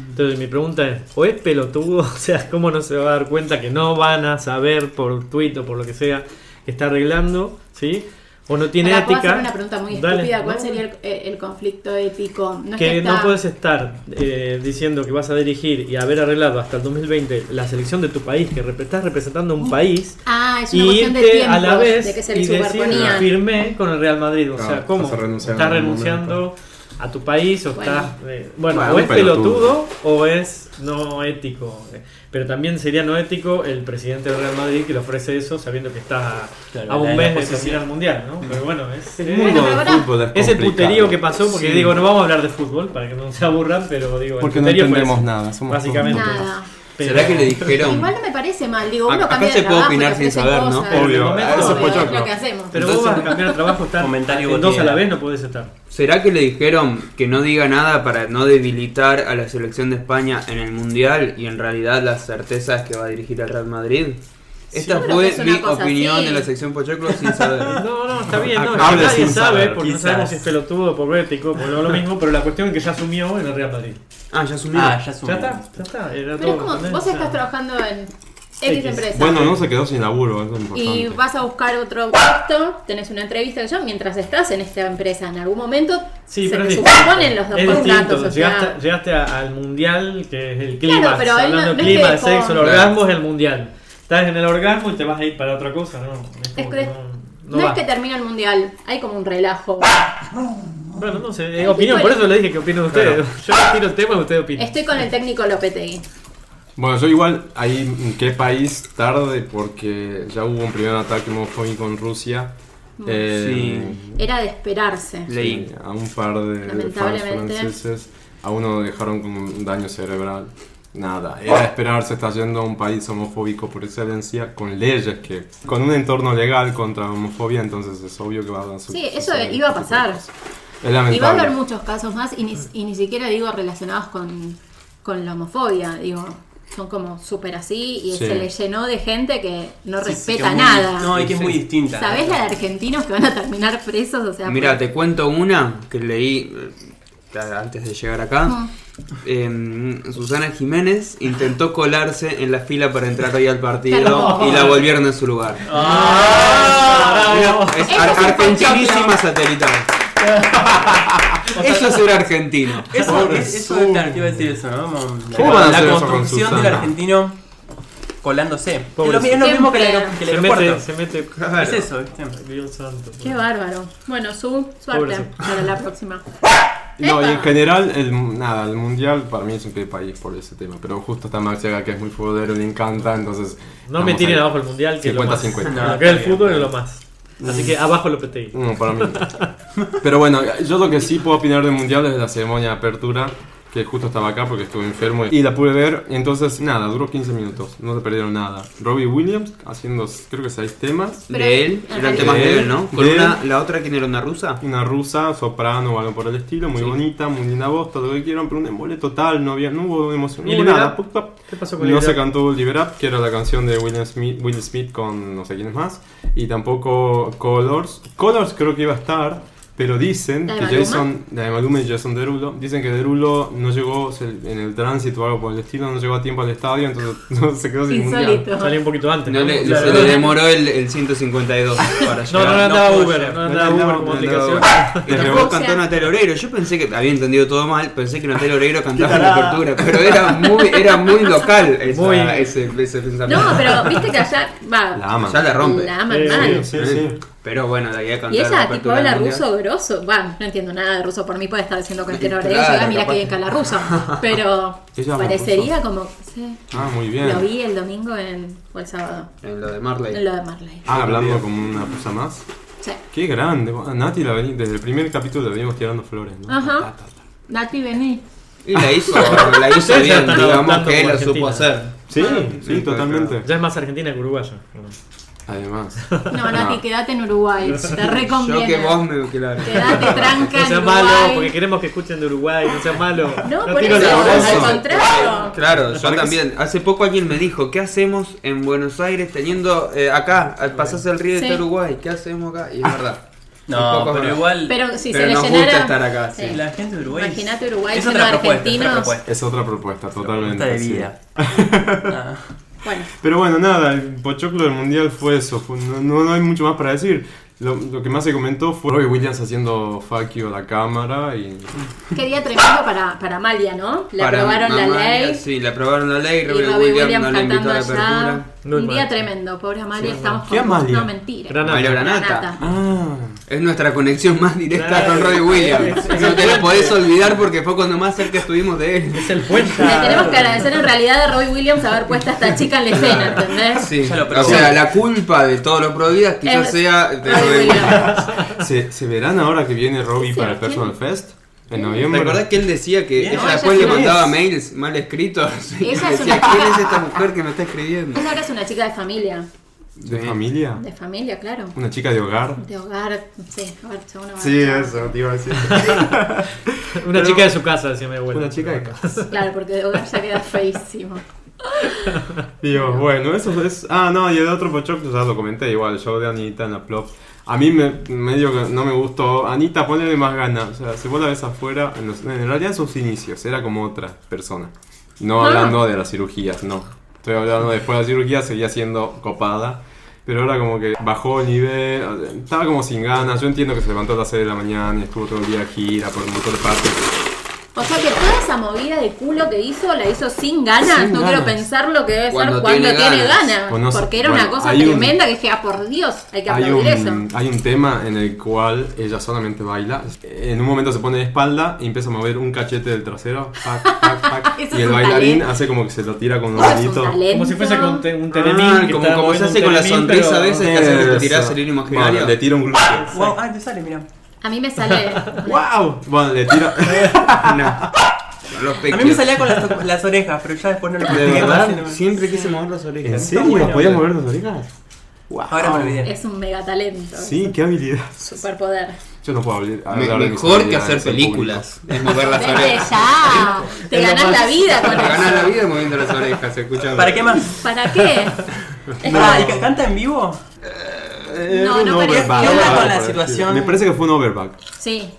[SPEAKER 4] Entonces, mi pregunta es: ¿o es pelotudo? O sea, ¿cómo no se va a dar cuenta que no van a saber por tuit o por lo que sea que está arreglando? ¿sí? o no tiene
[SPEAKER 2] Ahora, ¿puedo
[SPEAKER 4] ética.
[SPEAKER 2] hacer una pregunta muy
[SPEAKER 4] Dale,
[SPEAKER 2] estúpida. ¿Cuál
[SPEAKER 4] no,
[SPEAKER 2] sería el, eh, el conflicto ético? No es
[SPEAKER 4] que no
[SPEAKER 2] está-
[SPEAKER 4] puedes estar eh, diciendo que vas a dirigir y haber arreglado hasta el 2020 la selección de tu país, que rep- estás representando un país,
[SPEAKER 2] Ah, es una
[SPEAKER 4] y
[SPEAKER 2] cuestión de
[SPEAKER 4] irte
[SPEAKER 2] tiempo,
[SPEAKER 4] a la vez
[SPEAKER 2] de que se
[SPEAKER 4] y
[SPEAKER 2] le
[SPEAKER 4] decir
[SPEAKER 2] superponían.
[SPEAKER 4] firmé con el Real Madrid. O
[SPEAKER 3] Claro,
[SPEAKER 4] sea, ¿cómo?
[SPEAKER 3] estás renunciando
[SPEAKER 4] ¿Estás
[SPEAKER 3] en un
[SPEAKER 4] renunciando
[SPEAKER 3] momento.
[SPEAKER 4] a tu país o
[SPEAKER 2] Bueno.
[SPEAKER 4] estás... eh, bueno,
[SPEAKER 3] Bueno,
[SPEAKER 4] o
[SPEAKER 3] un
[SPEAKER 4] es pelotudo
[SPEAKER 3] pelotudo.
[SPEAKER 4] o es no ético. Eh, Pero también sería no ético el presidente del Real Madrid que le ofrece eso sabiendo que estás a,
[SPEAKER 5] Claro,
[SPEAKER 4] a
[SPEAKER 5] la-
[SPEAKER 4] un
[SPEAKER 5] la
[SPEAKER 4] mes de
[SPEAKER 5] posición.
[SPEAKER 4] terminar el Mundial, ¿no? Pero bueno, es...
[SPEAKER 3] El
[SPEAKER 4] es-
[SPEAKER 3] mundo
[SPEAKER 2] pero
[SPEAKER 3] del
[SPEAKER 2] ahora-
[SPEAKER 3] fútbol es
[SPEAKER 4] es el
[SPEAKER 3] complicado.
[SPEAKER 4] puterío que pasó, porque
[SPEAKER 3] Sí.
[SPEAKER 4] digo, no vamos a hablar de fútbol para que no se aburran, pero digo, el
[SPEAKER 3] Porque no
[SPEAKER 4] puterío fue
[SPEAKER 3] entendemos
[SPEAKER 4] ese,
[SPEAKER 3] nada, somos
[SPEAKER 4] Básicamente.
[SPEAKER 3] tontos.
[SPEAKER 2] Nada.
[SPEAKER 4] Pero-
[SPEAKER 6] ¿Será que le dijeron?
[SPEAKER 2] Igual no me parece mal. Digo, uno
[SPEAKER 6] Acá
[SPEAKER 2] cambia de
[SPEAKER 6] se puede
[SPEAKER 2] trabajo,
[SPEAKER 6] opinar
[SPEAKER 2] te
[SPEAKER 6] sin
[SPEAKER 2] ofrecen
[SPEAKER 6] saber, ¿no?
[SPEAKER 2] cosas.
[SPEAKER 4] Obvio,
[SPEAKER 2] Obvio,
[SPEAKER 4] eso fue
[SPEAKER 2] es
[SPEAKER 3] choclo.
[SPEAKER 2] lo que hacemos.
[SPEAKER 4] Pero vos
[SPEAKER 6] Entonces-
[SPEAKER 4] vas a cambiar de trabajo, estar
[SPEAKER 5] Comentario
[SPEAKER 4] en dos a la
[SPEAKER 5] cotidiano.
[SPEAKER 4] vez no podés estar.
[SPEAKER 6] ¿Será que le dijeron que no diga nada para no debilitar a la selección de España en el Mundial y en realidad la certeza es que va a dirigir al Real Madrid? Esta
[SPEAKER 2] Yo creo que
[SPEAKER 6] fue
[SPEAKER 2] es una
[SPEAKER 6] mi
[SPEAKER 2] cosa
[SPEAKER 6] opinión
[SPEAKER 2] así.
[SPEAKER 6] de la sección Pochoclo sin saber.
[SPEAKER 4] No, no, está bien, no,
[SPEAKER 3] Habla
[SPEAKER 4] nadie
[SPEAKER 3] sin
[SPEAKER 4] sabe,
[SPEAKER 3] saber,
[SPEAKER 4] porque
[SPEAKER 5] quizás.
[SPEAKER 4] no sabemos si es pelotudo, por ético, por lo mismo, pero la cuestión es que ya asumió en el Real Madrid.
[SPEAKER 6] Ah, ya asumió.
[SPEAKER 5] Ah, ya asumió.
[SPEAKER 4] Ya está, ya está, era
[SPEAKER 2] Pero es
[SPEAKER 4] todo,
[SPEAKER 2] como,
[SPEAKER 4] ¿entendés?
[SPEAKER 2] vos
[SPEAKER 4] O sea,
[SPEAKER 2] estás trabajando en X,
[SPEAKER 4] X.
[SPEAKER 2] empresa.
[SPEAKER 3] Bueno, no se quedó sin laburo, eso es importante.
[SPEAKER 2] y vas a buscar otro
[SPEAKER 4] ¡Ah!
[SPEAKER 2] puesto, tenés una entrevista que yo, mientras estás en esta empresa, en algún momento
[SPEAKER 4] Sí,
[SPEAKER 2] se
[SPEAKER 4] pero
[SPEAKER 2] te
[SPEAKER 4] es distinto.
[SPEAKER 2] superponen los dos
[SPEAKER 4] Es
[SPEAKER 2] contratos.
[SPEAKER 4] distinto,
[SPEAKER 2] o sea,
[SPEAKER 4] llegaste, llegaste a- al mundial, que es el clima.
[SPEAKER 2] Claro, pero él
[SPEAKER 4] hablando
[SPEAKER 2] no-
[SPEAKER 4] del
[SPEAKER 2] no es
[SPEAKER 4] clima,
[SPEAKER 2] que
[SPEAKER 4] de sexo, el
[SPEAKER 2] con-
[SPEAKER 4] orgasmo es el mundial. Estás en el orgasmo y te vas a ir para otra cosa, ¿no?
[SPEAKER 2] es
[SPEAKER 4] como
[SPEAKER 2] que-
[SPEAKER 4] que
[SPEAKER 2] no,
[SPEAKER 4] no va. Ah,
[SPEAKER 2] es que termina el mundial, hay como un relajo.
[SPEAKER 4] Bueno, no sé, eh, opinión, por eso le dije que opinen ustedes. Yo le tiro el tema y ustedes opinan.
[SPEAKER 2] Estoy con el técnico Lopetegui.
[SPEAKER 3] Bueno, yo igual ahí en qué país tarde porque ya hubo un primer ataque homofóbico en Rusia. Eh,
[SPEAKER 2] Era de esperarse.
[SPEAKER 3] sí,
[SPEAKER 6] Leí.
[SPEAKER 3] a un par de fans
[SPEAKER 2] Lamentablemente.
[SPEAKER 3] franceses, a uno lo dejaron con un daño cerebral. Nada, era
[SPEAKER 4] Ah.
[SPEAKER 3] de esperarse, está yendo a un país homofóbico por excelencia, con leyes que, con un entorno legal contra la homofobia, entonces es obvio que va a
[SPEAKER 2] Sí,
[SPEAKER 3] suceder
[SPEAKER 2] eso
[SPEAKER 3] este
[SPEAKER 2] iba a
[SPEAKER 3] tipo de
[SPEAKER 2] pasar.
[SPEAKER 3] cosas. Es
[SPEAKER 2] Y va a haber
[SPEAKER 3] lamentable.
[SPEAKER 2] muchos casos más, y ni, y ni siquiera digo relacionados con, con la homofobia, digo, son como súper así, y
[SPEAKER 3] Sí.
[SPEAKER 2] se le llenó de gente que no
[SPEAKER 5] Sí, sí, que
[SPEAKER 2] respeta
[SPEAKER 5] muy-
[SPEAKER 2] nada.
[SPEAKER 5] No, y que es muy distinta.
[SPEAKER 2] ¿Sabés la de argentinos que van a terminar presos? O sea,
[SPEAKER 6] Mira,
[SPEAKER 2] por-
[SPEAKER 6] te cuento una que leí eh, antes de llegar
[SPEAKER 2] Ah.
[SPEAKER 6] acá. Eh, Susana Jiménez intentó colarse en la fila para entrar hoy al partido
[SPEAKER 2] Claro.
[SPEAKER 6] y la volvieron en su lugar.
[SPEAKER 4] ¡Ah!
[SPEAKER 6] Es
[SPEAKER 2] Eso
[SPEAKER 6] ar-
[SPEAKER 2] es un
[SPEAKER 6] argentinísima satelital. Eso es ser argentino.
[SPEAKER 5] Eso, es- eso es, claro, te iba a decir eso, ¿no? La-
[SPEAKER 3] ¿Cómo van a
[SPEAKER 5] la
[SPEAKER 3] hacer eso con
[SPEAKER 5] construcción
[SPEAKER 3] Susana?
[SPEAKER 5] del argentino colándose. Es lo,
[SPEAKER 4] Pobrecito.
[SPEAKER 5] es lo mismo que el, aero- que el
[SPEAKER 4] Se
[SPEAKER 5] aeropuerto.
[SPEAKER 4] mete, se mete.
[SPEAKER 5] Es eso, ¿viste?
[SPEAKER 4] Dios santo. pues.
[SPEAKER 2] Qué bárbaro. Bueno, su suerte
[SPEAKER 4] Pobrecito.
[SPEAKER 2] para la próxima.
[SPEAKER 3] No, y
[SPEAKER 2] Epa.
[SPEAKER 3] en general, el, nada, el mundial para mí es un pie país por ese tema. Pero justo está Maxi acá que es muy futbolero, le encanta, entonces.
[SPEAKER 4] No me
[SPEAKER 3] vamos
[SPEAKER 4] tiren
[SPEAKER 3] ahí.
[SPEAKER 4] abajo el mundial, que es lo más.
[SPEAKER 3] 50-50.
[SPEAKER 4] Lo que es el fútbol es lo más. Así que abajo lo peteí.
[SPEAKER 3] No, para mí. no. Pero bueno, yo lo que sí puedo opinar del mundial es la ceremonia de apertura, que justo estaba acá porque estuve enfermo y la pude ver. Y entonces, nada, duró 15 minutos, no se perdieron nada. Robbie Williams haciendo, creo que seis temas.
[SPEAKER 2] Pero-
[SPEAKER 6] De él, eran
[SPEAKER 2] De
[SPEAKER 6] temas de
[SPEAKER 3] él,
[SPEAKER 6] él, ¿no? Con
[SPEAKER 3] de él.
[SPEAKER 6] una, la otra, ¿quién era una rusa?
[SPEAKER 3] Una rusa, soprano o algo por el estilo, muy
[SPEAKER 6] Sí.
[SPEAKER 3] bonita, muy linda voz, todo lo que quieran, pero un embole total, no, había, no hubo emoción,
[SPEAKER 4] ¿Y
[SPEAKER 3] no hubo
[SPEAKER 4] Liberap?
[SPEAKER 3] nada. Pup, pup.
[SPEAKER 4] ¿Qué pasó con
[SPEAKER 3] No
[SPEAKER 4] el
[SPEAKER 3] se cantó Liver Up, que era la canción de Will Smith, Will Smith con no sé quién es más. Y tampoco Colors. Colors creo que iba a estar, pero dicen
[SPEAKER 2] ¿La de
[SPEAKER 3] que
[SPEAKER 2] Maluma?
[SPEAKER 3] Jason, la de Maluma y Jason Derulo, dicen que Derulo no llegó se- en el tránsito o algo por el estilo, no llegó a tiempo al estadio, entonces no se quedó sin mundial.
[SPEAKER 2] Insólito.
[SPEAKER 4] Salí un poquito antes.
[SPEAKER 6] No le,
[SPEAKER 4] Claro.
[SPEAKER 6] se le demoró el, el 152 para llegar.
[SPEAKER 4] no, no, no andaba
[SPEAKER 5] No,
[SPEAKER 4] Uber. No andaba
[SPEAKER 3] no,
[SPEAKER 4] Uber
[SPEAKER 3] no,
[SPEAKER 4] como
[SPEAKER 3] no,
[SPEAKER 4] aplicación.
[SPEAKER 6] Y
[SPEAKER 3] Desde
[SPEAKER 6] tampoco
[SPEAKER 2] Rusia.
[SPEAKER 6] cantó Natalia Oreiro. Yo pensé que había entendido todo mal, pensé que Natalia Oreiro cantaba en la apertura, pero era muy, era muy local esa-
[SPEAKER 4] Muy-
[SPEAKER 6] ese, ese pensamiento.
[SPEAKER 2] No, pero viste que allá va.
[SPEAKER 3] La ama.
[SPEAKER 6] Ya la rompe.
[SPEAKER 2] la aman
[SPEAKER 4] Eh,
[SPEAKER 2] mal.
[SPEAKER 4] sí,
[SPEAKER 3] Sí, sí.
[SPEAKER 6] Pero bueno, de ahí a cantar
[SPEAKER 2] Y
[SPEAKER 6] la
[SPEAKER 2] ella, tipo,
[SPEAKER 6] apertura
[SPEAKER 2] habla
[SPEAKER 6] del mundial.
[SPEAKER 2] ruso groso. Va, no entiendo nada de ruso. Por mí puede estar diciendo que entero
[SPEAKER 6] Claro,
[SPEAKER 2] ella. Mira
[SPEAKER 6] capaz.
[SPEAKER 2] que bien que habla ruso. Pero
[SPEAKER 3] Ella habla
[SPEAKER 2] parecería como. sí.
[SPEAKER 3] Ah, muy bien.
[SPEAKER 2] Lo vi el domingo en, o el sábado.
[SPEAKER 6] En lo de Marley.
[SPEAKER 2] En lo de Marley.
[SPEAKER 3] Ah, hablando como una cosa más.
[SPEAKER 2] Sí.
[SPEAKER 3] Qué grande. A Nati la veni- desde el primer capítulo le venimos tirando flores, ¿no?
[SPEAKER 2] Ajá. Nati, vení.
[SPEAKER 6] Y la hizo, la hizo
[SPEAKER 4] Ustedes ya
[SPEAKER 6] bien,
[SPEAKER 4] están
[SPEAKER 6] digamos
[SPEAKER 4] adoptando
[SPEAKER 6] que
[SPEAKER 4] como
[SPEAKER 6] la supo
[SPEAKER 4] Argentina.
[SPEAKER 6] hacer.
[SPEAKER 3] Sí,
[SPEAKER 2] Ah.
[SPEAKER 6] sí,
[SPEAKER 3] sí, totalmente.
[SPEAKER 4] Ya es más argentina que uruguaya.
[SPEAKER 3] Además.
[SPEAKER 2] No, Nati, quédate en Uruguay. Te
[SPEAKER 6] Yo que
[SPEAKER 2] reconviene.
[SPEAKER 6] vos me claro.
[SPEAKER 2] Quédate tranca
[SPEAKER 4] No
[SPEAKER 2] en
[SPEAKER 4] sea
[SPEAKER 2] Uruguay.
[SPEAKER 4] malo, porque queremos que escuchen de Uruguay. No sea malo.
[SPEAKER 2] No, por
[SPEAKER 4] tiro
[SPEAKER 2] eso,
[SPEAKER 4] la
[SPEAKER 3] abrazo.
[SPEAKER 2] al contrario.
[SPEAKER 6] Claro, yo
[SPEAKER 3] Para que
[SPEAKER 6] también. Hace poco alguien me dijo, ¿qué hacemos en Buenos Aires teniendo eh, acá? al- Pasás el río de
[SPEAKER 2] Sí.
[SPEAKER 6] Uruguay, ¿qué hacemos acá? Y es verdad. Un
[SPEAKER 5] No,
[SPEAKER 6] poco
[SPEAKER 5] pero
[SPEAKER 6] más.
[SPEAKER 5] igual
[SPEAKER 2] Pero si
[SPEAKER 6] Pero
[SPEAKER 2] se le
[SPEAKER 6] nos
[SPEAKER 2] llenara.
[SPEAKER 6] gusta estar acá, sí.
[SPEAKER 5] la gente de Uruguay. es-
[SPEAKER 2] Imagínate Uruguay
[SPEAKER 5] es
[SPEAKER 2] lleno
[SPEAKER 5] otra
[SPEAKER 2] de
[SPEAKER 5] propuesta, es otra
[SPEAKER 2] argentinos.
[SPEAKER 5] propuesta.
[SPEAKER 3] Es otra propuesta, totalmente.
[SPEAKER 5] Propuesta de
[SPEAKER 3] sí.
[SPEAKER 5] vida. Ah.
[SPEAKER 2] Bueno,
[SPEAKER 3] Pero bueno, nada, el pochoclo del mundial fue eso. fue- no, no- no hay mucho más para decir. Lo, lo que más se comentó fue Robbie Williams haciendo fuck you a la cámara y
[SPEAKER 2] Qué día tremendo para, para Amalia, ¿no? Le
[SPEAKER 6] Para
[SPEAKER 2] aprobaron la
[SPEAKER 6] Amalia,
[SPEAKER 2] ley.
[SPEAKER 6] Sí, le aprobaron la ley.
[SPEAKER 2] Y
[SPEAKER 6] Robbie
[SPEAKER 2] Robbie
[SPEAKER 6] Williams,
[SPEAKER 2] Williams
[SPEAKER 6] no le invitó
[SPEAKER 2] cantando
[SPEAKER 6] a la
[SPEAKER 2] allá.
[SPEAKER 6] apertura.
[SPEAKER 4] No
[SPEAKER 2] Un día
[SPEAKER 4] importa.
[SPEAKER 2] tremendo, pobre Amalia, estamos
[SPEAKER 3] ¿Qué
[SPEAKER 2] con
[SPEAKER 3] Amalia?
[SPEAKER 2] No, mentira.
[SPEAKER 4] Gran-
[SPEAKER 6] Mario
[SPEAKER 2] Granata.
[SPEAKER 6] Granata.
[SPEAKER 3] Ah,
[SPEAKER 6] Es nuestra conexión más directa
[SPEAKER 4] Claro.
[SPEAKER 6] con Robbie Williams. No te lo podés olvidar porque fue cuando más cerca estuvimos de él.
[SPEAKER 4] Es el puente.
[SPEAKER 2] Le tenemos que agradecer en realidad a Roy Williams haber puesto a esta chica en la escena, ¿entendés?
[SPEAKER 6] Sí.
[SPEAKER 5] Ya lo
[SPEAKER 6] o
[SPEAKER 5] probó.
[SPEAKER 6] sea, la culpa de todo lo prohibido quizás
[SPEAKER 2] Es-
[SPEAKER 6] sea de
[SPEAKER 2] Robbie
[SPEAKER 6] Robbie
[SPEAKER 2] Williams.
[SPEAKER 6] Williams.
[SPEAKER 3] ¿se, se verán ahora que viene Robbie para el Personal Fest? En
[SPEAKER 6] ¿Te
[SPEAKER 3] noviembre.
[SPEAKER 6] acordás que él decía que
[SPEAKER 5] Bien.
[SPEAKER 6] ella
[SPEAKER 2] No,
[SPEAKER 6] después
[SPEAKER 2] ella
[SPEAKER 6] le
[SPEAKER 2] sí es.
[SPEAKER 6] mandaba mails mal escritos? Y
[SPEAKER 2] Ella es
[SPEAKER 6] decía,
[SPEAKER 2] una
[SPEAKER 6] ¿quién
[SPEAKER 2] chica-
[SPEAKER 6] es esta mujer que me está escribiendo?
[SPEAKER 2] Esa ahora es una chica de familia.
[SPEAKER 3] ¿De familia?
[SPEAKER 2] De familia, claro.
[SPEAKER 3] ¿Una chica de hogar?
[SPEAKER 2] De hogar, sí, hogar, según hogar.
[SPEAKER 13] Sí, eso, te iba a decir.
[SPEAKER 4] Una chica de su casa, decía mi abuelo.
[SPEAKER 3] Una chica de casa.
[SPEAKER 2] Claro, porque de hogar ya queda feísimo.
[SPEAKER 3] Digo, bueno, eso es. Ah, no, y el otro Pochoclo ya lo comenté igual, el show de Anita en la plop. A mí me, medio que no me gustó. Anita, ponele más ganas. O sea, si vos la ves afuera, en, los- en realidad en sus inicios, era como otra persona. No
[SPEAKER 2] Ah.
[SPEAKER 3] hablando de las cirugías, no. Estoy hablando después de la cirugía, seguía siendo copada. Pero ahora como que bajó el nivel, estaba como sin ganas. Yo entiendo que se levantó a las 6 de la mañana, y estuvo todo el día de gira por un montón de partes.
[SPEAKER 2] O sea que toda esa movida de culo que hizo, la hizo sin ganas.
[SPEAKER 3] Sin
[SPEAKER 2] no
[SPEAKER 3] ganas.
[SPEAKER 2] quiero pensar lo que debe
[SPEAKER 6] Cuando
[SPEAKER 2] ser cuando
[SPEAKER 6] tiene
[SPEAKER 2] tiene,
[SPEAKER 6] ganas.
[SPEAKER 2] ganas.
[SPEAKER 3] Bueno, no sé,
[SPEAKER 2] porque era
[SPEAKER 3] bueno,
[SPEAKER 2] una cosa
[SPEAKER 3] hay un-
[SPEAKER 2] tremenda que dije, ah, por Dios, hay que
[SPEAKER 3] hay
[SPEAKER 2] aplaudir
[SPEAKER 3] un,
[SPEAKER 2] eso.
[SPEAKER 3] hay un tema en el cual ella solamente baila. En un momento se pone de espalda y empieza a mover un cachete del trasero. pac, pac, pac, y
[SPEAKER 2] Eso es
[SPEAKER 3] el
[SPEAKER 2] un
[SPEAKER 3] bailarín
[SPEAKER 2] talento.
[SPEAKER 3] hace como que se lo tira con un
[SPEAKER 2] Eso es un
[SPEAKER 3] dedito.
[SPEAKER 2] talento.
[SPEAKER 4] Como si fuese con te- un
[SPEAKER 6] Ah,
[SPEAKER 4] telemín. que
[SPEAKER 6] como,
[SPEAKER 4] estaba
[SPEAKER 6] como
[SPEAKER 4] moviendo
[SPEAKER 6] se hace
[SPEAKER 4] un
[SPEAKER 6] con la
[SPEAKER 4] telemín,
[SPEAKER 6] sonrisa
[SPEAKER 4] pero-
[SPEAKER 6] a veces que hace que te tirás
[SPEAKER 3] Eso.
[SPEAKER 6] el imaginario.
[SPEAKER 3] Bueno, le tira un glúteo.
[SPEAKER 5] Wow, ah, te sale, mira.
[SPEAKER 2] A mí me sale.
[SPEAKER 3] ¡Wow! Bueno, le tira.
[SPEAKER 6] Los
[SPEAKER 5] A mí me salía con las, to- las orejas, pero ya después no lo
[SPEAKER 6] De
[SPEAKER 5] practiqué más. y no
[SPEAKER 6] verdad,
[SPEAKER 5] me-
[SPEAKER 6] siempre quise mover las orejas.
[SPEAKER 3] ¿En serio?
[SPEAKER 5] bueno,
[SPEAKER 3] ¿Podía
[SPEAKER 5] boludo.
[SPEAKER 3] mover las orejas? ¡Wow!
[SPEAKER 5] Ahora me olvidé.
[SPEAKER 2] Es un mega talento.
[SPEAKER 3] Sí, qué habilidad.
[SPEAKER 2] Superpoder.
[SPEAKER 3] Yo no puedo hablar.
[SPEAKER 6] Me-
[SPEAKER 3] hablar de mis
[SPEAKER 6] mejor que
[SPEAKER 3] habilidades
[SPEAKER 6] hacer
[SPEAKER 3] en público.
[SPEAKER 6] películas es mover las
[SPEAKER 2] Vete
[SPEAKER 6] orejas.
[SPEAKER 2] ya. Te
[SPEAKER 4] Es lo
[SPEAKER 2] ganás
[SPEAKER 4] más-
[SPEAKER 2] la vida
[SPEAKER 6] Te
[SPEAKER 2] con
[SPEAKER 6] ganas la
[SPEAKER 2] eso.
[SPEAKER 6] vida moviendo las orejas, escuchame.
[SPEAKER 5] ¿Para qué más?
[SPEAKER 2] ¿Para qué? Es
[SPEAKER 5] Ah, ¿y
[SPEAKER 2] como-
[SPEAKER 5] ca- canta en vivo?
[SPEAKER 3] Eh,
[SPEAKER 2] No,
[SPEAKER 3] un
[SPEAKER 2] no parecía.
[SPEAKER 3] overback,
[SPEAKER 2] ¿Qué onda con
[SPEAKER 5] la
[SPEAKER 3] parecía.
[SPEAKER 5] situación?
[SPEAKER 3] Me parece que fue un overback.
[SPEAKER 2] Sí,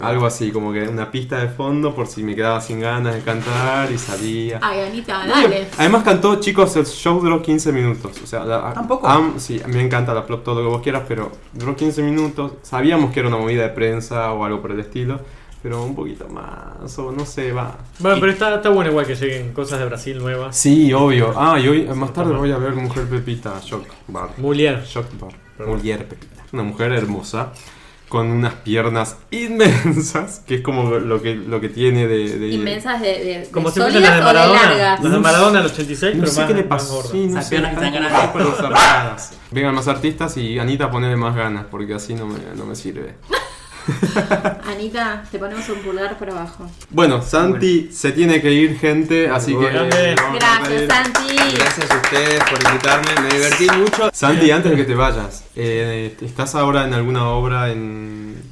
[SPEAKER 3] Algo así, como que una pista de fondo por si me quedaba sin ganas de cantar y salía.
[SPEAKER 2] Ay, Anita, Ah, dale.
[SPEAKER 3] Además cantó, chicos, el show duró 15 minutos. O sea, la-
[SPEAKER 5] Tampoco.
[SPEAKER 3] am- sí, a mí me encanta la flop, todo lo que vos quieras, pero duró 15 minutos. Sabíamos que era una movida de prensa o algo por el estilo, pero un poquito más, o no sé, va.
[SPEAKER 4] Bueno, pero está, está bueno igual que lleguen cosas de Brasil nuevas.
[SPEAKER 3] Sí, obvio. Ah, y hoy, más tarde voy a ver Mujer Pepita, Shock Bar.
[SPEAKER 4] Mulier.
[SPEAKER 3] Shock Bar. Mujer Pepita. Una mujer hermosa, con unas piernas inmensas, que es como lo que, lo que tiene de... de-
[SPEAKER 2] Inmensas de, de,
[SPEAKER 4] Como
[SPEAKER 2] de
[SPEAKER 4] si fuesen las
[SPEAKER 2] sólidas
[SPEAKER 4] de
[SPEAKER 2] o de
[SPEAKER 4] Maradona. Las
[SPEAKER 2] largas.
[SPEAKER 4] de Maradona, los 86,
[SPEAKER 3] No
[SPEAKER 4] pero
[SPEAKER 3] sé
[SPEAKER 4] más,
[SPEAKER 3] qué le
[SPEAKER 4] más
[SPEAKER 3] pasó.
[SPEAKER 4] gordas.
[SPEAKER 3] sí, no
[SPEAKER 5] Esas
[SPEAKER 3] sé,
[SPEAKER 5] piernas que
[SPEAKER 3] están
[SPEAKER 5] están grandes.
[SPEAKER 3] pero zarpadas. Vengan más artistas y Anita ponele más ganas, porque así no me, no me sirve.
[SPEAKER 2] Anita, te ponemos un pulgar para abajo.
[SPEAKER 3] Bueno, Santi se tiene que ir, gente, así que.
[SPEAKER 4] Bueno.
[SPEAKER 3] eh, vamos a
[SPEAKER 2] Gracias,
[SPEAKER 3] pedir-
[SPEAKER 2] Santi.
[SPEAKER 6] Gracias a ustedes por invitarme, me divertí mucho.
[SPEAKER 3] Santi, antes de que te vayas, eh, ¿estás ahora en alguna obra en.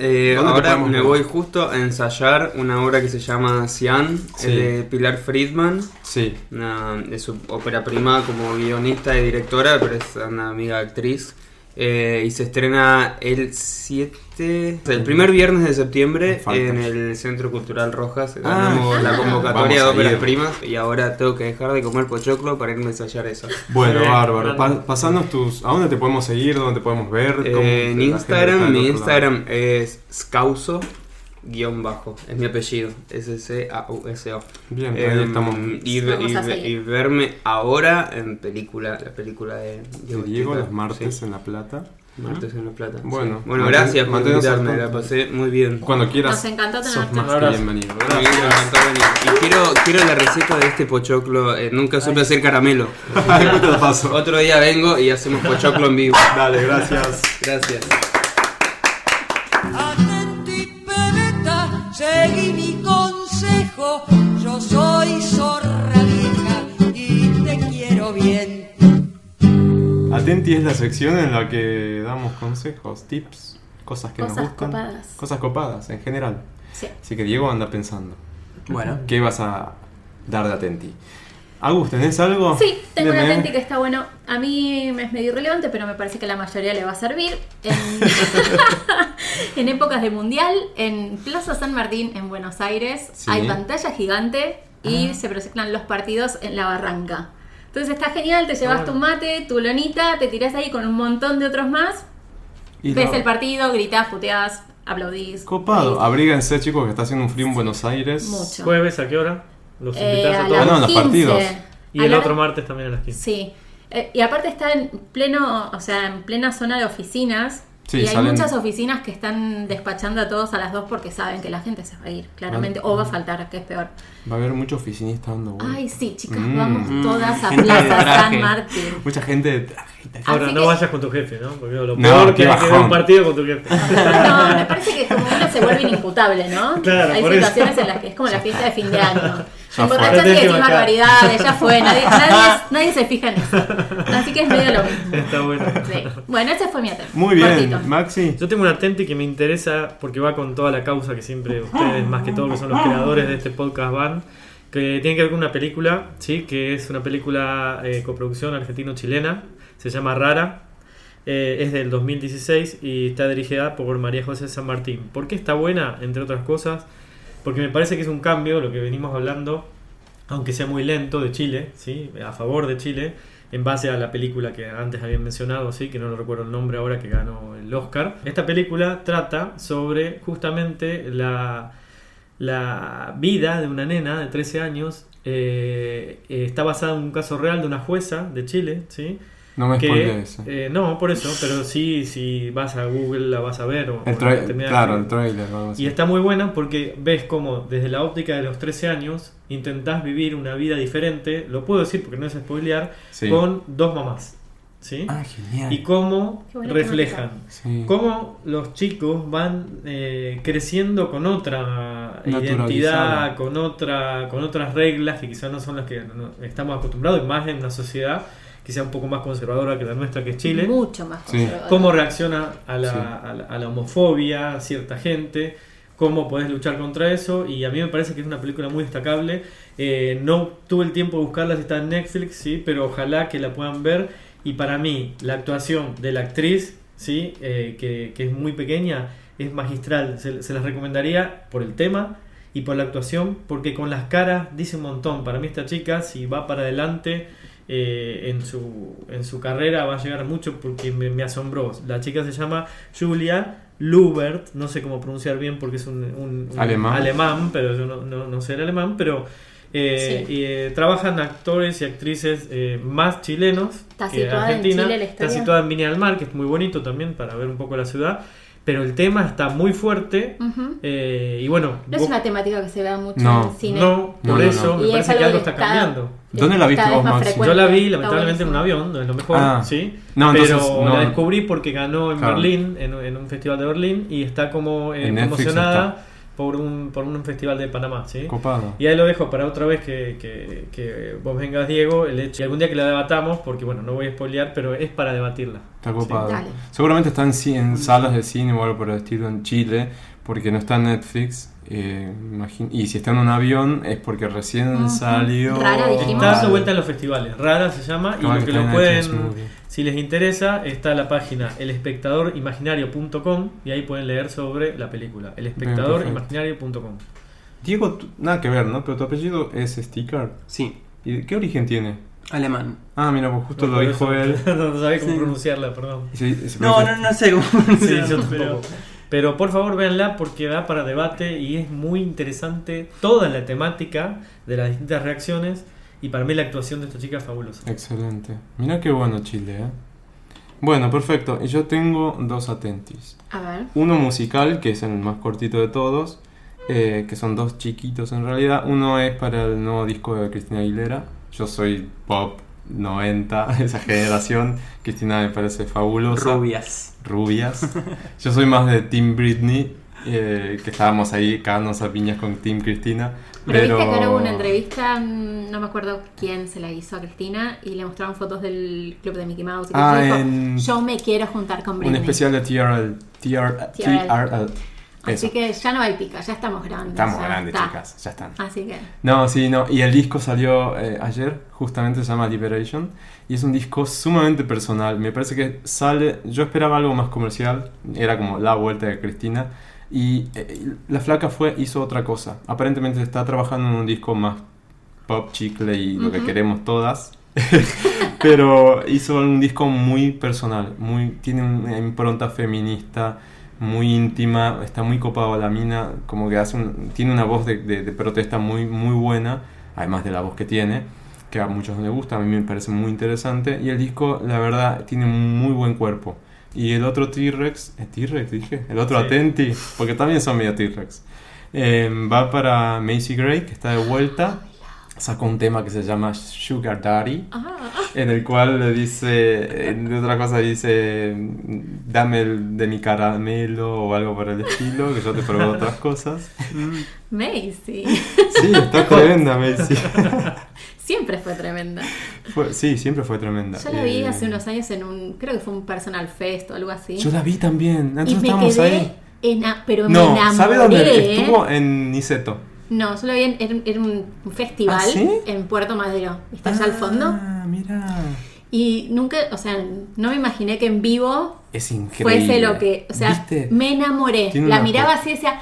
[SPEAKER 6] Eh,
[SPEAKER 3] ¿Dónde te
[SPEAKER 6] ahora
[SPEAKER 3] podemos
[SPEAKER 6] me
[SPEAKER 3] ver?
[SPEAKER 6] voy justo a ensayar una obra que se llama Cian,
[SPEAKER 3] Sí.
[SPEAKER 6] es de Pilar Friedman.
[SPEAKER 3] Sí.
[SPEAKER 6] una- es su ópera prima como guionista y directora, pero es una amiga actriz. Eh, y se estrena el 7, el primer viernes de septiembre
[SPEAKER 3] Falta.
[SPEAKER 6] en el Centro Cultural Rojas.
[SPEAKER 3] Ah,
[SPEAKER 6] Ganamos la
[SPEAKER 3] Vamos
[SPEAKER 6] convocatoria
[SPEAKER 3] a
[SPEAKER 6] de óperas
[SPEAKER 3] ir.
[SPEAKER 6] primas y ahora tengo que dejar de comer pochoclo para irme a ensayar eso.
[SPEAKER 3] Bueno,
[SPEAKER 4] Bien,
[SPEAKER 3] bárbaro.
[SPEAKER 4] grande.
[SPEAKER 3] Pa- pasanos tus. ¿A dónde te podemos seguir? ¿Dónde te podemos ver? ¿Cómo-
[SPEAKER 6] Eh, en
[SPEAKER 3] Pues la gente está
[SPEAKER 6] Instagram,
[SPEAKER 3] del
[SPEAKER 6] mi
[SPEAKER 3] otro lado?
[SPEAKER 6] Instagram es scauso guión bajo, es mi apellido, S-C-A-U-S-O.
[SPEAKER 3] Bien, ahí
[SPEAKER 6] Em,
[SPEAKER 3] estamos.
[SPEAKER 6] y, ve-
[SPEAKER 2] Vamos
[SPEAKER 6] y
[SPEAKER 2] a
[SPEAKER 6] ve-
[SPEAKER 2] seguir.
[SPEAKER 6] y verme ahora en película, la película de
[SPEAKER 3] De Diego,
[SPEAKER 6] Estipa,
[SPEAKER 3] los martes
[SPEAKER 6] sí,
[SPEAKER 3] en La Plata.
[SPEAKER 6] martes en La Plata.
[SPEAKER 3] Bueno.
[SPEAKER 6] sí. bueno
[SPEAKER 3] Manten-
[SPEAKER 6] gracias por
[SPEAKER 3] manténnos al
[SPEAKER 6] invitarme, la
[SPEAKER 3] tanto.
[SPEAKER 6] pasé muy bien.
[SPEAKER 3] Cuando quieras.
[SPEAKER 2] Nos encantó
[SPEAKER 3] sos
[SPEAKER 2] tenerte.
[SPEAKER 3] más
[SPEAKER 4] Un
[SPEAKER 3] que
[SPEAKER 4] abrazo.
[SPEAKER 3] bienvenido.
[SPEAKER 6] Muy bien, me encantó venir. Y quiero, quiero la receta de este pochoclo, eh, nunca supe hacer caramelo.
[SPEAKER 3] Después te lo paso.
[SPEAKER 6] Otro día vengo y hacemos pochoclo en vivo.
[SPEAKER 3] Dale, gracias.
[SPEAKER 6] Gracias.
[SPEAKER 14] Atenti, pebeta, seguí mi consejo. Yo soy zorra vieja y te quiero bien.
[SPEAKER 3] Atenti es la sección en la que damos consejos, tips, cosas que nos
[SPEAKER 2] Cosas
[SPEAKER 3] gustan.
[SPEAKER 2] copadas.
[SPEAKER 3] Cosas copadas en general.
[SPEAKER 2] Sí.
[SPEAKER 3] Así que Diego anda pensando.
[SPEAKER 4] Ah.
[SPEAKER 5] Bueno.
[SPEAKER 3] ¿Qué vas a dar de Atenti? Agus, ¿tenés algo?
[SPEAKER 2] Sí, tengo un
[SPEAKER 3] Deme.
[SPEAKER 2] atenti que está bueno. A mí me es medio irrelevante, pero me parece que la mayoría le va a servir. En, en épocas de mundial, en Plaza San Martín, en Buenos Aires,
[SPEAKER 3] Sí. Ah.
[SPEAKER 2] hay pantalla gigante y se proyectan los partidos en la barranca.
[SPEAKER 3] Ah.
[SPEAKER 2] Entonces está genial, te llevas tu mate, tu lonita, te tirás ahí con un montón de otros más
[SPEAKER 3] Y
[SPEAKER 2] Ves
[SPEAKER 3] la-
[SPEAKER 2] el partido, gritás, puteás, aplaudís. Eh,
[SPEAKER 3] Copado.
[SPEAKER 2] reís.
[SPEAKER 3] Abríguense, chicos, que está haciendo un frío en Buenos Aires.
[SPEAKER 2] Mucho.
[SPEAKER 4] ¿Jueves a qué hora? Los
[SPEAKER 2] Eh,
[SPEAKER 4] invitás
[SPEAKER 2] a
[SPEAKER 4] a
[SPEAKER 2] las
[SPEAKER 4] todos.
[SPEAKER 3] Ah, no, los
[SPEAKER 2] 15.
[SPEAKER 3] partidos.
[SPEAKER 4] Y
[SPEAKER 2] A
[SPEAKER 4] el
[SPEAKER 2] la-
[SPEAKER 4] otro martes también a las 15.
[SPEAKER 2] Sí. Eh, y aparte está en pleno, o sea, en plena zona de oficinas.
[SPEAKER 3] Sí,
[SPEAKER 2] y hay
[SPEAKER 3] salen-
[SPEAKER 2] muchas oficinas que están despachando a todos a las dos porque saben que la gente se va a ir, claramente. O va a faltar, que es peor.
[SPEAKER 3] Va a haber mucho oficinista dando vueltas.
[SPEAKER 2] Ay, sí, chicas,
[SPEAKER 3] Mm.
[SPEAKER 2] vamos todas a
[SPEAKER 5] Gente de
[SPEAKER 2] Plaza
[SPEAKER 5] traje.
[SPEAKER 2] San Martín.
[SPEAKER 3] Mucha gente de traje y tal.
[SPEAKER 4] Ahora,
[SPEAKER 2] Así
[SPEAKER 4] no
[SPEAKER 2] que-
[SPEAKER 4] vayas con tu jefe, ¿no? Porque lo
[SPEAKER 3] No,
[SPEAKER 4] peor que
[SPEAKER 3] qué
[SPEAKER 4] hay que ver
[SPEAKER 3] bajón.
[SPEAKER 4] un partido con tu jefe.
[SPEAKER 2] No, me parece que como uno se vuelve inimputable, ¿no?
[SPEAKER 4] Claro,
[SPEAKER 2] Hay
[SPEAKER 4] por
[SPEAKER 2] situaciones en las que es como la fiesta de fin de año.
[SPEAKER 3] fue.
[SPEAKER 2] Emborrachas y
[SPEAKER 4] Tenés que
[SPEAKER 2] decís
[SPEAKER 4] marcar.
[SPEAKER 2] barbaridades, ya fue, nadie, nadie, nadie se fija en eso. Así que es medio lo mismo.
[SPEAKER 4] Está bueno.
[SPEAKER 2] Sí. Bueno, ese fue mi atento.
[SPEAKER 3] Muy bien,
[SPEAKER 2] Cortito.
[SPEAKER 3] Maxi.
[SPEAKER 4] Yo tengo un atente que me interesa porque va con toda la causa que siempre ustedes, más que todo, que son los creadores de este podcast, van. Que tiene que ver con una película, ¿sí? Que es una película eh, coproducción argentino-chilena. Se llama Rara. Eh, es del 2016 y está dirigida por María José San Martín. ¿Por qué está buena? Entre otras cosas, porque me parece que es un cambio lo que venimos hablando, aunque sea muy lento, de Chile, ¿sí? a favor de Chile, en base a la película que antes habían mencionado, ¿sí? que no lo recuerdo el nombre ahora, que ganó el Oscar. Esta película trata sobre justamente la, la vida de una nena de 13 años. eh, eh, está basada en un caso real de una jueza de Chile, ¿sí?
[SPEAKER 3] No me
[SPEAKER 4] que,
[SPEAKER 3] spoilees. eh.
[SPEAKER 4] eh, no, por eso, pero sí, si vas a Google la vas a ver. O,
[SPEAKER 3] El
[SPEAKER 4] o
[SPEAKER 3] trai-
[SPEAKER 4] te miras-
[SPEAKER 3] claro, el trailer. o algo así.
[SPEAKER 4] y está muy buena porque ves cómo desde la óptica de los 13 años intentás vivir una vida diferente, lo puedo decir porque no es spoilear,
[SPEAKER 3] Sí.
[SPEAKER 4] con dos mamás. ¿Sí?
[SPEAKER 5] Ah, genial.
[SPEAKER 4] y cómo
[SPEAKER 15] Qué buena
[SPEAKER 4] reflejan,
[SPEAKER 3] Sí.
[SPEAKER 4] cómo los chicos van eh, creciendo con otra
[SPEAKER 3] Naturalizado.
[SPEAKER 4] identidad, con, otra, con otras reglas que quizás no son las que no- estamos acostumbrados, y más en una sociedad quizá un poco más conservadora que la nuestra que es Chile
[SPEAKER 2] Mucho más
[SPEAKER 3] Sí.
[SPEAKER 2] conservador.
[SPEAKER 4] cómo reacciona a la,
[SPEAKER 3] Sí.
[SPEAKER 4] a la- a la homofobia cierta gente, cómo podés luchar contra eso. Y a mí me parece que es una película muy destacable. Eh, no tuve el tiempo de buscarla si está en Netflix, sí, pero ojalá que la puedan ver. Y para mí, la actuación de la actriz, sí, eh, que, que es muy pequeña, es magistral. Se, se las recomendaría por el tema. Y por la actuación, porque con las caras dice un montón. Para mí esta chica, si va para adelante, eh, en, su, en su carrera va a llegar mucho porque me, me asombró. La chica se llama Julia Lubert, no sé cómo pronunciar bien porque es un, un- un
[SPEAKER 3] Alemán.
[SPEAKER 4] pero yo no, no, no sé el alemán, pero eh,
[SPEAKER 2] Sí.
[SPEAKER 4] y, eh, trabajan actores y actrices eh, más chilenos
[SPEAKER 2] Está
[SPEAKER 4] que
[SPEAKER 2] situada en
[SPEAKER 4] Argentina.
[SPEAKER 2] Chile la
[SPEAKER 4] está
[SPEAKER 2] historia.
[SPEAKER 4] situada en Viña del Mar, que es muy bonito también para ver un poco la ciudad, pero el tema está muy fuerte
[SPEAKER 2] Ujú.
[SPEAKER 4] eh, y bueno,
[SPEAKER 2] No es
[SPEAKER 4] vos-
[SPEAKER 2] una temática que se vea mucho
[SPEAKER 3] No,
[SPEAKER 2] en cine.
[SPEAKER 4] no,
[SPEAKER 3] No,
[SPEAKER 4] por
[SPEAKER 3] no, no.
[SPEAKER 4] eso me
[SPEAKER 2] Y es
[SPEAKER 4] parece que
[SPEAKER 2] algo que
[SPEAKER 4] algo está
[SPEAKER 2] está-
[SPEAKER 4] cambiando.
[SPEAKER 3] ¿Dónde la viste
[SPEAKER 2] Cada
[SPEAKER 3] vos,
[SPEAKER 2] vez más
[SPEAKER 3] Maxi?
[SPEAKER 2] frecuente.
[SPEAKER 4] Yo la vi
[SPEAKER 2] Está
[SPEAKER 4] lamentablemente en un
[SPEAKER 2] buenísimo.
[SPEAKER 4] avión, no es lo mejor,
[SPEAKER 3] Ah.
[SPEAKER 4] sí.
[SPEAKER 3] No, entonces,
[SPEAKER 4] pero
[SPEAKER 3] no.
[SPEAKER 4] la descubrí porque ganó en
[SPEAKER 3] Claro.
[SPEAKER 4] Berlín, en, en un festival de Berlín, y está como eh,
[SPEAKER 3] En Netflix
[SPEAKER 4] promocionada por un, por un festival de Panamá, sí.
[SPEAKER 3] Copado.
[SPEAKER 4] Y ahí lo dejo para otra vez que, que- que vos vengas, Diego, el hecho. Y algún día que la debatamos, porque bueno, no voy a spoilear, pero es para debatirla.
[SPEAKER 3] Está copado.
[SPEAKER 2] Dale.
[SPEAKER 3] Seguramente está en, ci- en salas de cine o algo por el estilo en Chile, porque no está en Netflix. eh, imagin- y si está en un avión es porque recién
[SPEAKER 2] Ujú.
[SPEAKER 3] salió.
[SPEAKER 2] Rara, dijimos.
[SPEAKER 4] Está dando vuelta en los festivales, Rara se llama, y
[SPEAKER 3] Claro,
[SPEAKER 4] lo que
[SPEAKER 3] está
[SPEAKER 4] lo
[SPEAKER 3] en
[SPEAKER 4] pueden,
[SPEAKER 3] iTunes Movie.
[SPEAKER 4] si les interesa, está la página elespectadorimaginario.com y ahí pueden leer sobre la película, elespectadorimaginario.com.
[SPEAKER 3] Diego, tú- nada que ver, ¿no? Pero tu apellido es Sticker.
[SPEAKER 5] Sí,
[SPEAKER 3] ¿Y de qué origen tiene?
[SPEAKER 5] alemán.
[SPEAKER 3] Ah, mira, pues justo
[SPEAKER 4] No,
[SPEAKER 3] lo
[SPEAKER 4] por
[SPEAKER 3] dijo
[SPEAKER 4] eso,
[SPEAKER 3] él.
[SPEAKER 4] No sabía cómo
[SPEAKER 5] Sí.
[SPEAKER 4] pronunciarla, perdón.
[SPEAKER 3] Y se- se
[SPEAKER 5] No,
[SPEAKER 3] pronuncia-
[SPEAKER 5] no, no sé cómo
[SPEAKER 4] Sí,
[SPEAKER 5] pronunciarlo,
[SPEAKER 4] yo
[SPEAKER 5] pero-
[SPEAKER 4] tampoco. Pero por favor véanla porque da para debate y es muy interesante toda la temática de las distintas reacciones y para mí la actuación de esta chica es fabulosa.
[SPEAKER 3] Excelente. Mira qué bueno Chile, ¿eh? Bueno, perfecto. Y yo tengo dos atentis.
[SPEAKER 2] A ver.
[SPEAKER 3] Uno musical, que es el más cortito de todos, eh, que son dos chiquitos en realidad. Uno es para el nuevo disco de Cristina Aguilera. Yo soy pop 90, esa generación. Cristina me parece fabulosa.
[SPEAKER 5] Rubias.
[SPEAKER 3] Rubias. Yo soy más de Team Britney, eh, que estábamos ahí cagándonos a piñas con Team Cristina.
[SPEAKER 2] Pero,
[SPEAKER 3] Pero,
[SPEAKER 2] viste que ahora hubo una entrevista, mm, no me acuerdo quién se la hizo a Cristina, y le mostraron fotos del club de Mickey Mouse. Y que
[SPEAKER 3] Ah,
[SPEAKER 2] ella dijo,
[SPEAKER 3] en-
[SPEAKER 2] yo me quiero juntar con
[SPEAKER 3] Un
[SPEAKER 2] Britney.
[SPEAKER 3] especial de TRL. TRL.
[SPEAKER 2] TRL.
[SPEAKER 3] Eso.
[SPEAKER 2] Así que ya no hay pica, ya estamos grandes.
[SPEAKER 3] Estamos
[SPEAKER 2] ya
[SPEAKER 3] grandes,
[SPEAKER 2] está.
[SPEAKER 3] chicas, ya están.
[SPEAKER 2] Así que,
[SPEAKER 3] No, sí, no. Y el disco salió eh, ayer, justamente se llama Liberation. Y es un disco sumamente personal. Me parece que sale. Yo esperaba algo más comercial. Era como la vuelta de Cristina. Y eh, la flaca fue, hizo otra cosa. Aparentemente está trabajando en un disco más pop, chicle y lo que queremos todas. Pero hizo un disco muy personal, muy tiene una impronta feminista, muy íntima, está muy copado a la mina, como que hace un- tiene una voz de, de- de protesta muy, muy buena, además de la voz que tiene, que a muchos no les gusta, a mí me parece muy interesante. Y el disco, la verdad, tiene un muy buen cuerpo. Y el otro T-Rex, ¿es T-Rex dije? El otro
[SPEAKER 4] Sí.
[SPEAKER 3] Atenti, porque también son medio T-Rex. Eh, va para Macy Gray, que está de vuelta. Sacó un tema que se llama Sugar Daddy
[SPEAKER 2] ah,
[SPEAKER 3] en el cual le dice, en otra cosa dice, dame el de mi caramelo o algo por el estilo, que yo te pruebo otras cosas.
[SPEAKER 2] Macy.
[SPEAKER 3] Sí, está tremenda, Macy.
[SPEAKER 2] Siempre fue tremenda.
[SPEAKER 3] Fue- sí, siempre fue tremenda.
[SPEAKER 2] Yo la vi
[SPEAKER 3] Eh,
[SPEAKER 2] hace unos años en un. Creo que fue un personal fest o algo así.
[SPEAKER 3] Yo la vi también,
[SPEAKER 2] y
[SPEAKER 3] nosotros
[SPEAKER 2] me
[SPEAKER 3] estábamos
[SPEAKER 2] quedé
[SPEAKER 3] ahí.
[SPEAKER 2] ena- pero me
[SPEAKER 3] No,
[SPEAKER 2] enamoré.
[SPEAKER 3] ¿sabe dónde?
[SPEAKER 2] ¿eh?
[SPEAKER 3] Estuvo en Niceto.
[SPEAKER 2] No, yo la vi en, en- en un festival
[SPEAKER 3] ¿Ah, sí?
[SPEAKER 2] en Puerto Madero. ¿Está allá al fondo?
[SPEAKER 3] Ah, mira.
[SPEAKER 2] Y nunca, o sea, no me imaginé que en vivo
[SPEAKER 3] Es increíble.
[SPEAKER 2] fuese lo que. O sea,
[SPEAKER 3] ¿Viste?
[SPEAKER 2] me enamoré.
[SPEAKER 3] Tiene
[SPEAKER 2] la
[SPEAKER 3] una
[SPEAKER 2] miraba
[SPEAKER 3] po-
[SPEAKER 2] así y decía.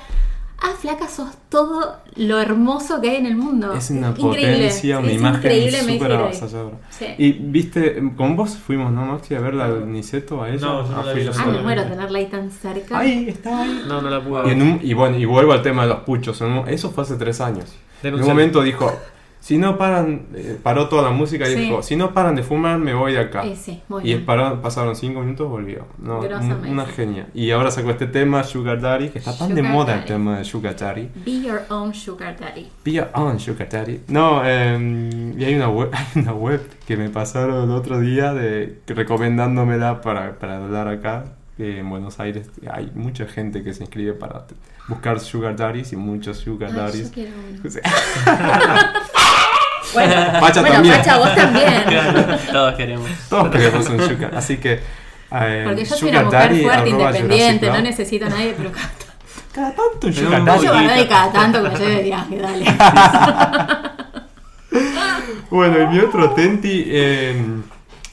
[SPEAKER 2] Ah, flaca, sos todo lo hermoso que hay en el mundo.
[SPEAKER 3] Es una
[SPEAKER 2] increíble.
[SPEAKER 3] potencia, una
[SPEAKER 2] Es
[SPEAKER 3] imagen
[SPEAKER 2] increíble, Macy
[SPEAKER 3] súper
[SPEAKER 2] Gray.
[SPEAKER 3] avasalladora.
[SPEAKER 2] Sí.
[SPEAKER 3] Y viste, con vos fuimos, ¿no, Maxi? A ver la Niceto, a ella.
[SPEAKER 4] No, yo no
[SPEAKER 3] Ah,
[SPEAKER 4] la
[SPEAKER 3] fui
[SPEAKER 4] vi,
[SPEAKER 3] yo
[SPEAKER 4] no.
[SPEAKER 2] Ah,
[SPEAKER 3] solo.
[SPEAKER 2] me muero tenerla ahí tan cerca.
[SPEAKER 3] Ahí, está ahí.
[SPEAKER 4] No, no la pude
[SPEAKER 3] Y,
[SPEAKER 4] ver.
[SPEAKER 3] en un- y bueno, y vuelvo al tema de los puchos. en un- Eso fue hace tres años. En un
[SPEAKER 4] Denunciar.
[SPEAKER 3] momento dijo, si no paran, eh, paró toda la música y
[SPEAKER 2] Sí.
[SPEAKER 3] dijo, si no paran de fumar, me voy de acá.
[SPEAKER 2] Eh, sí,
[SPEAKER 3] y
[SPEAKER 2] muy bien.
[SPEAKER 3] pararon- pasaron cinco minutos, volvió. No,
[SPEAKER 2] Grosa
[SPEAKER 3] un-
[SPEAKER 2] Macy.
[SPEAKER 3] una genia. Y ahora sacó este tema, Sugar Daddy, que está tan de
[SPEAKER 2] Sugar
[SPEAKER 3] moda el
[SPEAKER 2] Daddy.
[SPEAKER 3] tema de Sugar Daddy.
[SPEAKER 2] Be your own sugar daddy.
[SPEAKER 3] Be your own sugar daddy. No, eh, y hay una, web, hay una web que me pasaron el otro día de, que recomendándomela para, para hablar acá. que en Buenos Aires hay mucha gente que se inscribe para t- buscar sugar daddies y muchos sugar
[SPEAKER 2] Ay,
[SPEAKER 3] daddies.
[SPEAKER 2] Ah, yo quiero uno.
[SPEAKER 3] Pacha
[SPEAKER 2] bueno,
[SPEAKER 3] también.
[SPEAKER 2] Pacha, vos también.
[SPEAKER 5] Claro, todos queremos.
[SPEAKER 3] Todos queremos un sugar. Así que... eh,
[SPEAKER 2] Porque yo soy
[SPEAKER 3] sugar
[SPEAKER 2] una mujer
[SPEAKER 3] daddy
[SPEAKER 2] fuerte,
[SPEAKER 3] arroba
[SPEAKER 2] independiente,
[SPEAKER 3] Jurassic
[SPEAKER 2] no
[SPEAKER 3] Club.
[SPEAKER 2] necesito a nadie, pero cada tanto-
[SPEAKER 3] Cada tanto un
[SPEAKER 5] Pero
[SPEAKER 3] sugar
[SPEAKER 5] un
[SPEAKER 3] daddy.
[SPEAKER 2] yo
[SPEAKER 5] Chiquita.
[SPEAKER 2] guardé cada tanto que me lleve de viaje, dale.
[SPEAKER 3] Bueno, y mi otro Tenti eh,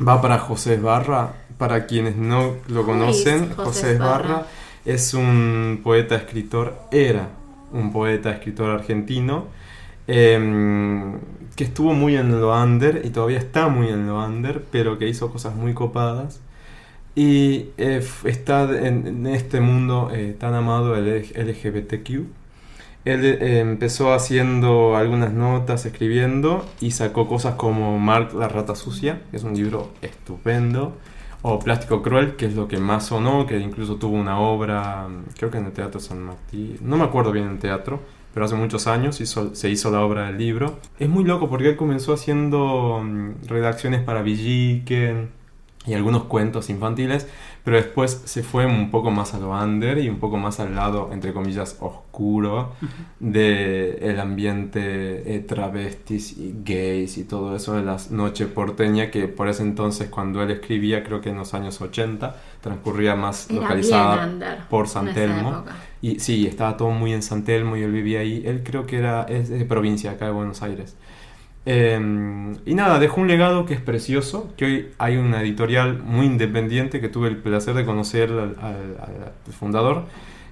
[SPEAKER 3] va para José Esbarra. Para quienes no lo
[SPEAKER 2] ¿Cómo
[SPEAKER 3] conocen,
[SPEAKER 2] es José
[SPEAKER 3] José Esbarra
[SPEAKER 2] Esbarra?
[SPEAKER 3] es un poeta escritor, era un poeta escritor argentino, eh, que estuvo muy en lo under y todavía está muy en lo under, pero que hizo cosas muy copadas. Y eh, f- está en, en este mundo eh, tan amado el LGBTQ. Él eh, empezó haciendo algunas notas, escribiendo y sacó cosas como Mark la rata sucia, que es un libro estupendo, o Plástico cruel, que es lo que más sonó, que incluso tuvo una obra, mm, creo que en el Teatro San Martín, no me acuerdo bien el teatro, pero hace muchos años hizo- se hizo la obra del libro. Es muy loco porque él comenzó haciendo mm, redacciones para Villiquen y algunos cuentos infantiles, pero después se fue un poco más al under y un poco más al lado, entre comillas, oscuro del ambiente eh, travestis y gays y todo eso de las noches porteña que por ese entonces cuando él escribía, creo que en los años 80, transcurría más
[SPEAKER 2] Era bien
[SPEAKER 3] localizada
[SPEAKER 2] under.
[SPEAKER 3] por San
[SPEAKER 2] en esa
[SPEAKER 3] Telmo.
[SPEAKER 2] época.
[SPEAKER 3] Y sí, estaba todo muy en San Telmo y él vivía ahí. Él creo que era es de provincia, acá de Buenos Aires. Eh, y nada, dejó un legado que es precioso, que hoy hay una editorial muy independiente que tuve el placer de conocer al, al- al fundador,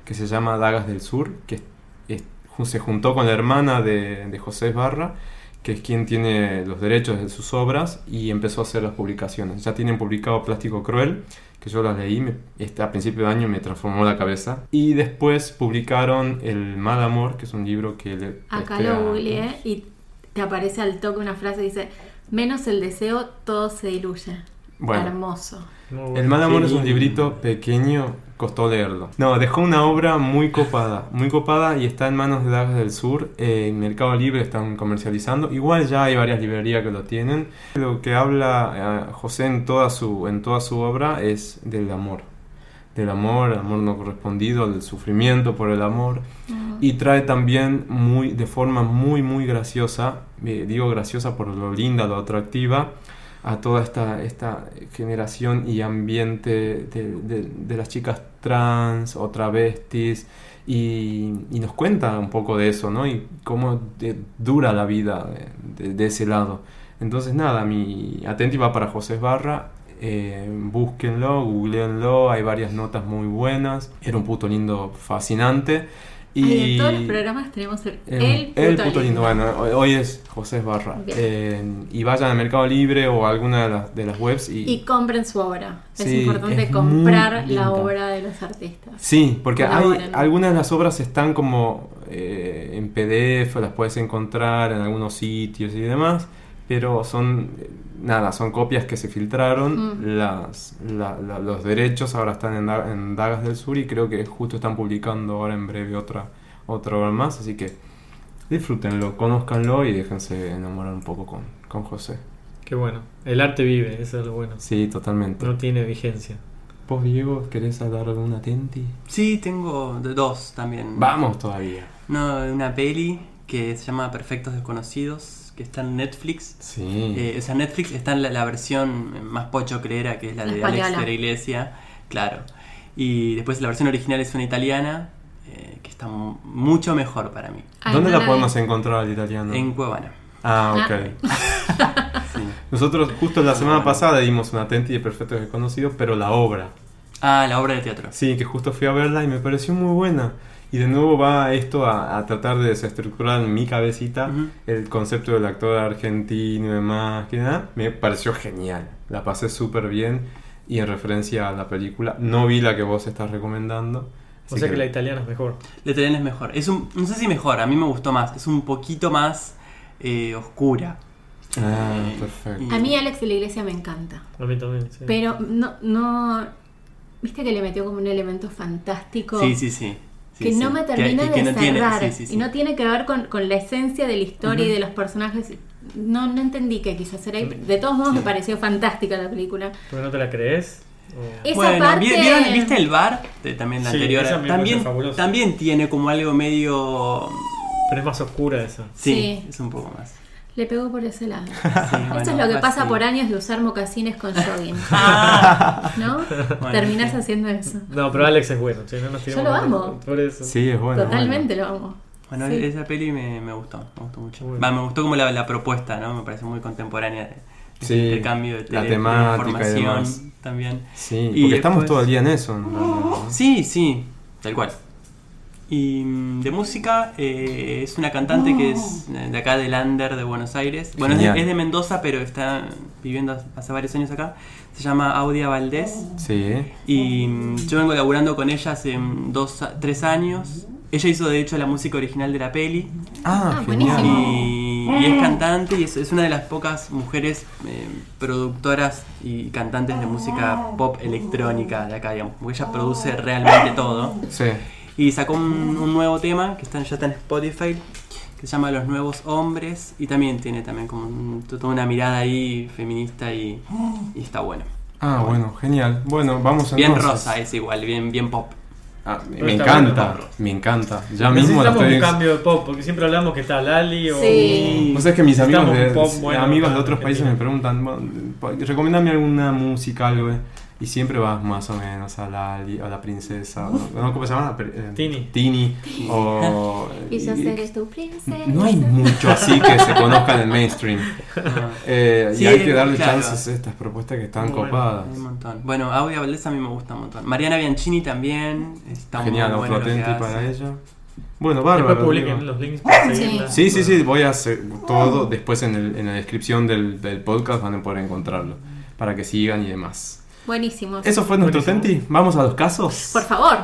[SPEAKER 3] que se llama Dagas del Sur, que es- es- se juntó con la hermana de, de José Esbarra, que es quien tiene los derechos de sus obras, y empezó a hacer las publicaciones. Ya tienen publicado Plástico Cruel, que yo las leí, me- este, a principio de año me transformó la cabeza. Y después publicaron El Mal Amor, que es un libro que le...
[SPEAKER 2] Acá
[SPEAKER 3] este, a-
[SPEAKER 2] lo googleé y te aparece al toque una frase que dice: Menos el deseo, todo se diluye.
[SPEAKER 3] Bueno.
[SPEAKER 2] Hermoso.
[SPEAKER 4] Muy bueno.
[SPEAKER 3] El mal amor
[SPEAKER 4] Qué
[SPEAKER 3] es un
[SPEAKER 4] lindo.
[SPEAKER 3] librito pequeño, costó leerlo. No, dejó una obra muy copada, muy copada y está en manos de Dagas del Sur. eh, en Mercado Libre están comercializando. Igual ya hay varias librerías que lo tienen. Lo que habla eh, José en toda su en toda su obra es del amor, del amor, el amor no correspondido, del sufrimiento por el amor. Y trae también muy, de forma muy, muy graciosa, eh, digo graciosa por lo linda, lo atractiva, a toda esta, esta generación y ambiente de, de- de las chicas trans o travestis. Y, y nos cuenta un poco de eso, ¿no? Y cómo de- dura la vida de, de- de ese lado. Entonces, nada, mi Atenti va para José Eh, Barra. búsquenlo, googleenlo, hay varias notas muy buenas. Era un puto lindo fascinante. Y
[SPEAKER 2] Ay, en todos los programas tenemos el, Eh, el puto, lindo.
[SPEAKER 3] Bueno, hoy- hoy es José Barra.
[SPEAKER 2] Bien.
[SPEAKER 3] y vayan a Mercado Libre o a alguna de las, de las webs y,
[SPEAKER 2] Y compren su obra. es
[SPEAKER 3] Sí,
[SPEAKER 2] importante
[SPEAKER 3] es
[SPEAKER 2] comprar
[SPEAKER 3] muy
[SPEAKER 2] la
[SPEAKER 3] linda.
[SPEAKER 2] obra de los artistas.
[SPEAKER 3] Sí, porque hay,
[SPEAKER 2] Colaboran.
[SPEAKER 3] algunas de las obras están como eh, en PDF, las puedes encontrar en algunos sitios y demás, pero son, eh, nada, son copias que se filtraron, las, la- la- los derechos ahora están en, Da- en Dagas del Sur y creo que justo están publicando ahora en breve otra, otra obra más, así que disfrútenlo, conózcanlo y déjense enamorar un poco con, con José.
[SPEAKER 4] Qué bueno. El arte vive, eso es lo bueno.
[SPEAKER 3] Sí, totalmente.
[SPEAKER 4] No tiene vigencia.
[SPEAKER 3] ¿Vos, Diego, querés dar alguna tenti?
[SPEAKER 5] Sí, tengo d- dos también.
[SPEAKER 3] Vamos todavía.
[SPEAKER 5] No, una peli que se llama Perfectos Desconocidos, que está en Netflix.
[SPEAKER 3] Sí.
[SPEAKER 5] Eh, o sea, Netflix está en la, la versión más pocho creera, que es la
[SPEAKER 2] La
[SPEAKER 5] de Alex
[SPEAKER 2] española.
[SPEAKER 5] de la Iglesia, claro. Y después la versión original es una italiana, eh, que está mu- mucho mejor para mí.
[SPEAKER 2] Ay,
[SPEAKER 3] ¿Dónde
[SPEAKER 2] no
[SPEAKER 3] la
[SPEAKER 2] la
[SPEAKER 3] podemos
[SPEAKER 2] vi.
[SPEAKER 3] encontrar al italiano?
[SPEAKER 5] En Cuevana.
[SPEAKER 3] Ah, ok. Nosotros justo la semana pasada dimos una tenti de Perfectos Desconocidos, pero la obra.
[SPEAKER 5] Ah, la obra de teatro.
[SPEAKER 3] Sí, que justo fui a verla y me pareció muy buena. Y de nuevo va esto a, a tratar de desestructurar en mi cabecita
[SPEAKER 5] Ujú.
[SPEAKER 3] el concepto del actor argentino y demás, que nada. Me pareció genial. La pasé súper bien. Y en referencia a la película, no vi la que vos estás recomendando.
[SPEAKER 4] O
[SPEAKER 3] así
[SPEAKER 4] sea que la italiana es mejor.
[SPEAKER 5] La italiana es mejor. Es un, no sé si mejor, a mí me gustó más. Es un poquito más eh, oscura.
[SPEAKER 3] Ah, perfecto.
[SPEAKER 2] A mí Alex de la Iglesia me encanta.
[SPEAKER 4] A mí también, sí.
[SPEAKER 2] Pero no, no... Viste que le metió como un elemento fantástico.
[SPEAKER 5] Sí, sí, sí. Sí,
[SPEAKER 2] que
[SPEAKER 5] sí.
[SPEAKER 2] no me
[SPEAKER 5] Que-
[SPEAKER 2] termina
[SPEAKER 5] y que
[SPEAKER 2] de
[SPEAKER 5] no tiene-
[SPEAKER 2] cerrar
[SPEAKER 5] sí, sí, sí.
[SPEAKER 2] y no tiene que ver con, con la esencia de la historia y
[SPEAKER 5] Ujú.
[SPEAKER 2] de los personajes. No, no entendí que quizás era ahí. De todos modos me pareció fantástica la película.
[SPEAKER 4] ¿Por qué no te la crees? O-
[SPEAKER 2] Esa
[SPEAKER 5] bueno,
[SPEAKER 2] parte-
[SPEAKER 5] ¿vi- ¿vieron, ¿viste el bar? De- también la
[SPEAKER 4] Sí,
[SPEAKER 5] anterior.
[SPEAKER 4] esa me
[SPEAKER 5] También,
[SPEAKER 4] parece fabulosa.
[SPEAKER 5] también tiene como algo medio.
[SPEAKER 4] Pero es más oscura esa.
[SPEAKER 5] Sí,
[SPEAKER 2] Sí.
[SPEAKER 5] es un poco más.
[SPEAKER 2] Le pegó por ese lado.
[SPEAKER 5] Sí,
[SPEAKER 2] Eso
[SPEAKER 5] bueno,
[SPEAKER 2] es lo que
[SPEAKER 5] así.
[SPEAKER 2] pasa por años de usar mocasines con jogging. ¿No? Terminás
[SPEAKER 5] sí.
[SPEAKER 2] haciendo eso.
[SPEAKER 4] No, pero Alex es bueno. sí, no nos tiramos
[SPEAKER 2] lo
[SPEAKER 4] por-
[SPEAKER 2] amo.
[SPEAKER 4] Por eso.
[SPEAKER 3] Sí, es bueno.
[SPEAKER 2] Totalmente lo amo.
[SPEAKER 5] Bueno,
[SPEAKER 2] Sí.
[SPEAKER 5] esa peli me, me gustó, me gustó mucho.
[SPEAKER 4] Bueno.
[SPEAKER 5] Va, me gustó como la, la propuesta, ¿no? Me parece muy contemporánea. de- de
[SPEAKER 3] Sí,
[SPEAKER 5] intercambio de
[SPEAKER 3] la
[SPEAKER 5] tele-
[SPEAKER 3] temática y
[SPEAKER 5] información
[SPEAKER 3] demás.
[SPEAKER 5] también.
[SPEAKER 3] Sí,
[SPEAKER 5] Y
[SPEAKER 3] porque estamos
[SPEAKER 5] después-
[SPEAKER 3] todo el día en eso. en realidad, ¿no?
[SPEAKER 5] Sí, sí, tal cual. Y mm, de música eh, es una cantante que es eh, de acá de Lander de Buenos Aires. Bueno, es de,
[SPEAKER 3] Genial.
[SPEAKER 5] es de Mendoza, pero está viviendo hace varios años acá. Se llama Audia Valdés.
[SPEAKER 3] Sí.
[SPEAKER 5] Y mm, yo vengo laburando con ella hace mm, dos, a- tres años. Ella hizo de hecho la música original de la peli.
[SPEAKER 3] Ah,
[SPEAKER 2] Ah,
[SPEAKER 3] genial.
[SPEAKER 2] buenísimo.
[SPEAKER 5] Y, y es cantante y es, es una de las pocas mujeres eh, productoras y cantantes de música pop electrónica de acá, digamos. Porque ella produce realmente todo.
[SPEAKER 3] Sí.
[SPEAKER 5] Y sacó un, un nuevo tema que está, ya está en Spotify, que se llama Los Nuevos Hombres. Y también tiene también como un- toda una mirada ahí feminista y, y está bueno.
[SPEAKER 3] Ah, bueno, genial. Bueno, vamos entonces.
[SPEAKER 5] Bien rosa es igual, bien, bien pop.
[SPEAKER 3] Ah, me
[SPEAKER 4] Pero
[SPEAKER 3] me
[SPEAKER 4] está
[SPEAKER 3] encanta,
[SPEAKER 4] bueno,
[SPEAKER 3] me encanta. Ya mismo la
[SPEAKER 4] Necesitamos
[SPEAKER 3] estoy.
[SPEAKER 4] un cambio de pop, porque siempre hablamos que está Lali o...
[SPEAKER 5] Ah,
[SPEAKER 2] Sí.
[SPEAKER 3] Vos sabés que mis amigos
[SPEAKER 4] Necesitamos
[SPEAKER 3] de,
[SPEAKER 4] un pop bueno
[SPEAKER 3] amigos
[SPEAKER 4] acá
[SPEAKER 3] de
[SPEAKER 4] en
[SPEAKER 3] otros países me
[SPEAKER 4] Argentina.
[SPEAKER 3] preguntan, "Bueno, pa- recomendame alguna música, algo. eh". Y siempre vas más o menos a la, li- a la princesa. ¿no? ¿no? ¿Cómo se llama? La pri- eh,
[SPEAKER 4] Tini.
[SPEAKER 3] Tini. O,
[SPEAKER 2] Y yo
[SPEAKER 3] y-
[SPEAKER 2] seré tu princesa.
[SPEAKER 3] No hay mucho así que se conozca en el mainstream. Eh, y
[SPEAKER 5] Sí,
[SPEAKER 3] hay que darle
[SPEAKER 5] claro.
[SPEAKER 3] chances a estas propuestas que están
[SPEAKER 4] Bueno,
[SPEAKER 3] copadas.
[SPEAKER 5] Hay un montón. Bueno, Audia Valdés a mí me gusta un montón. Mariana Bianchini también. Está
[SPEAKER 3] Genial,
[SPEAKER 5] muy
[SPEAKER 3] otro
[SPEAKER 5] bueno lo que
[SPEAKER 3] atenti
[SPEAKER 5] hace.
[SPEAKER 3] para ella. Bueno,
[SPEAKER 4] Después
[SPEAKER 3] bárbaro.
[SPEAKER 4] publiquen
[SPEAKER 3] digo.
[SPEAKER 4] los links para seguirla.
[SPEAKER 3] Sí, sí, sí, voy a hacer todo. Después en, el- en la descripción del, del podcast van a poder encontrarlo. Para que sigan y demás.
[SPEAKER 2] Buenísimo.
[SPEAKER 3] Eso fue nuestro Tenti. Vamos a los casos.
[SPEAKER 2] Por favor.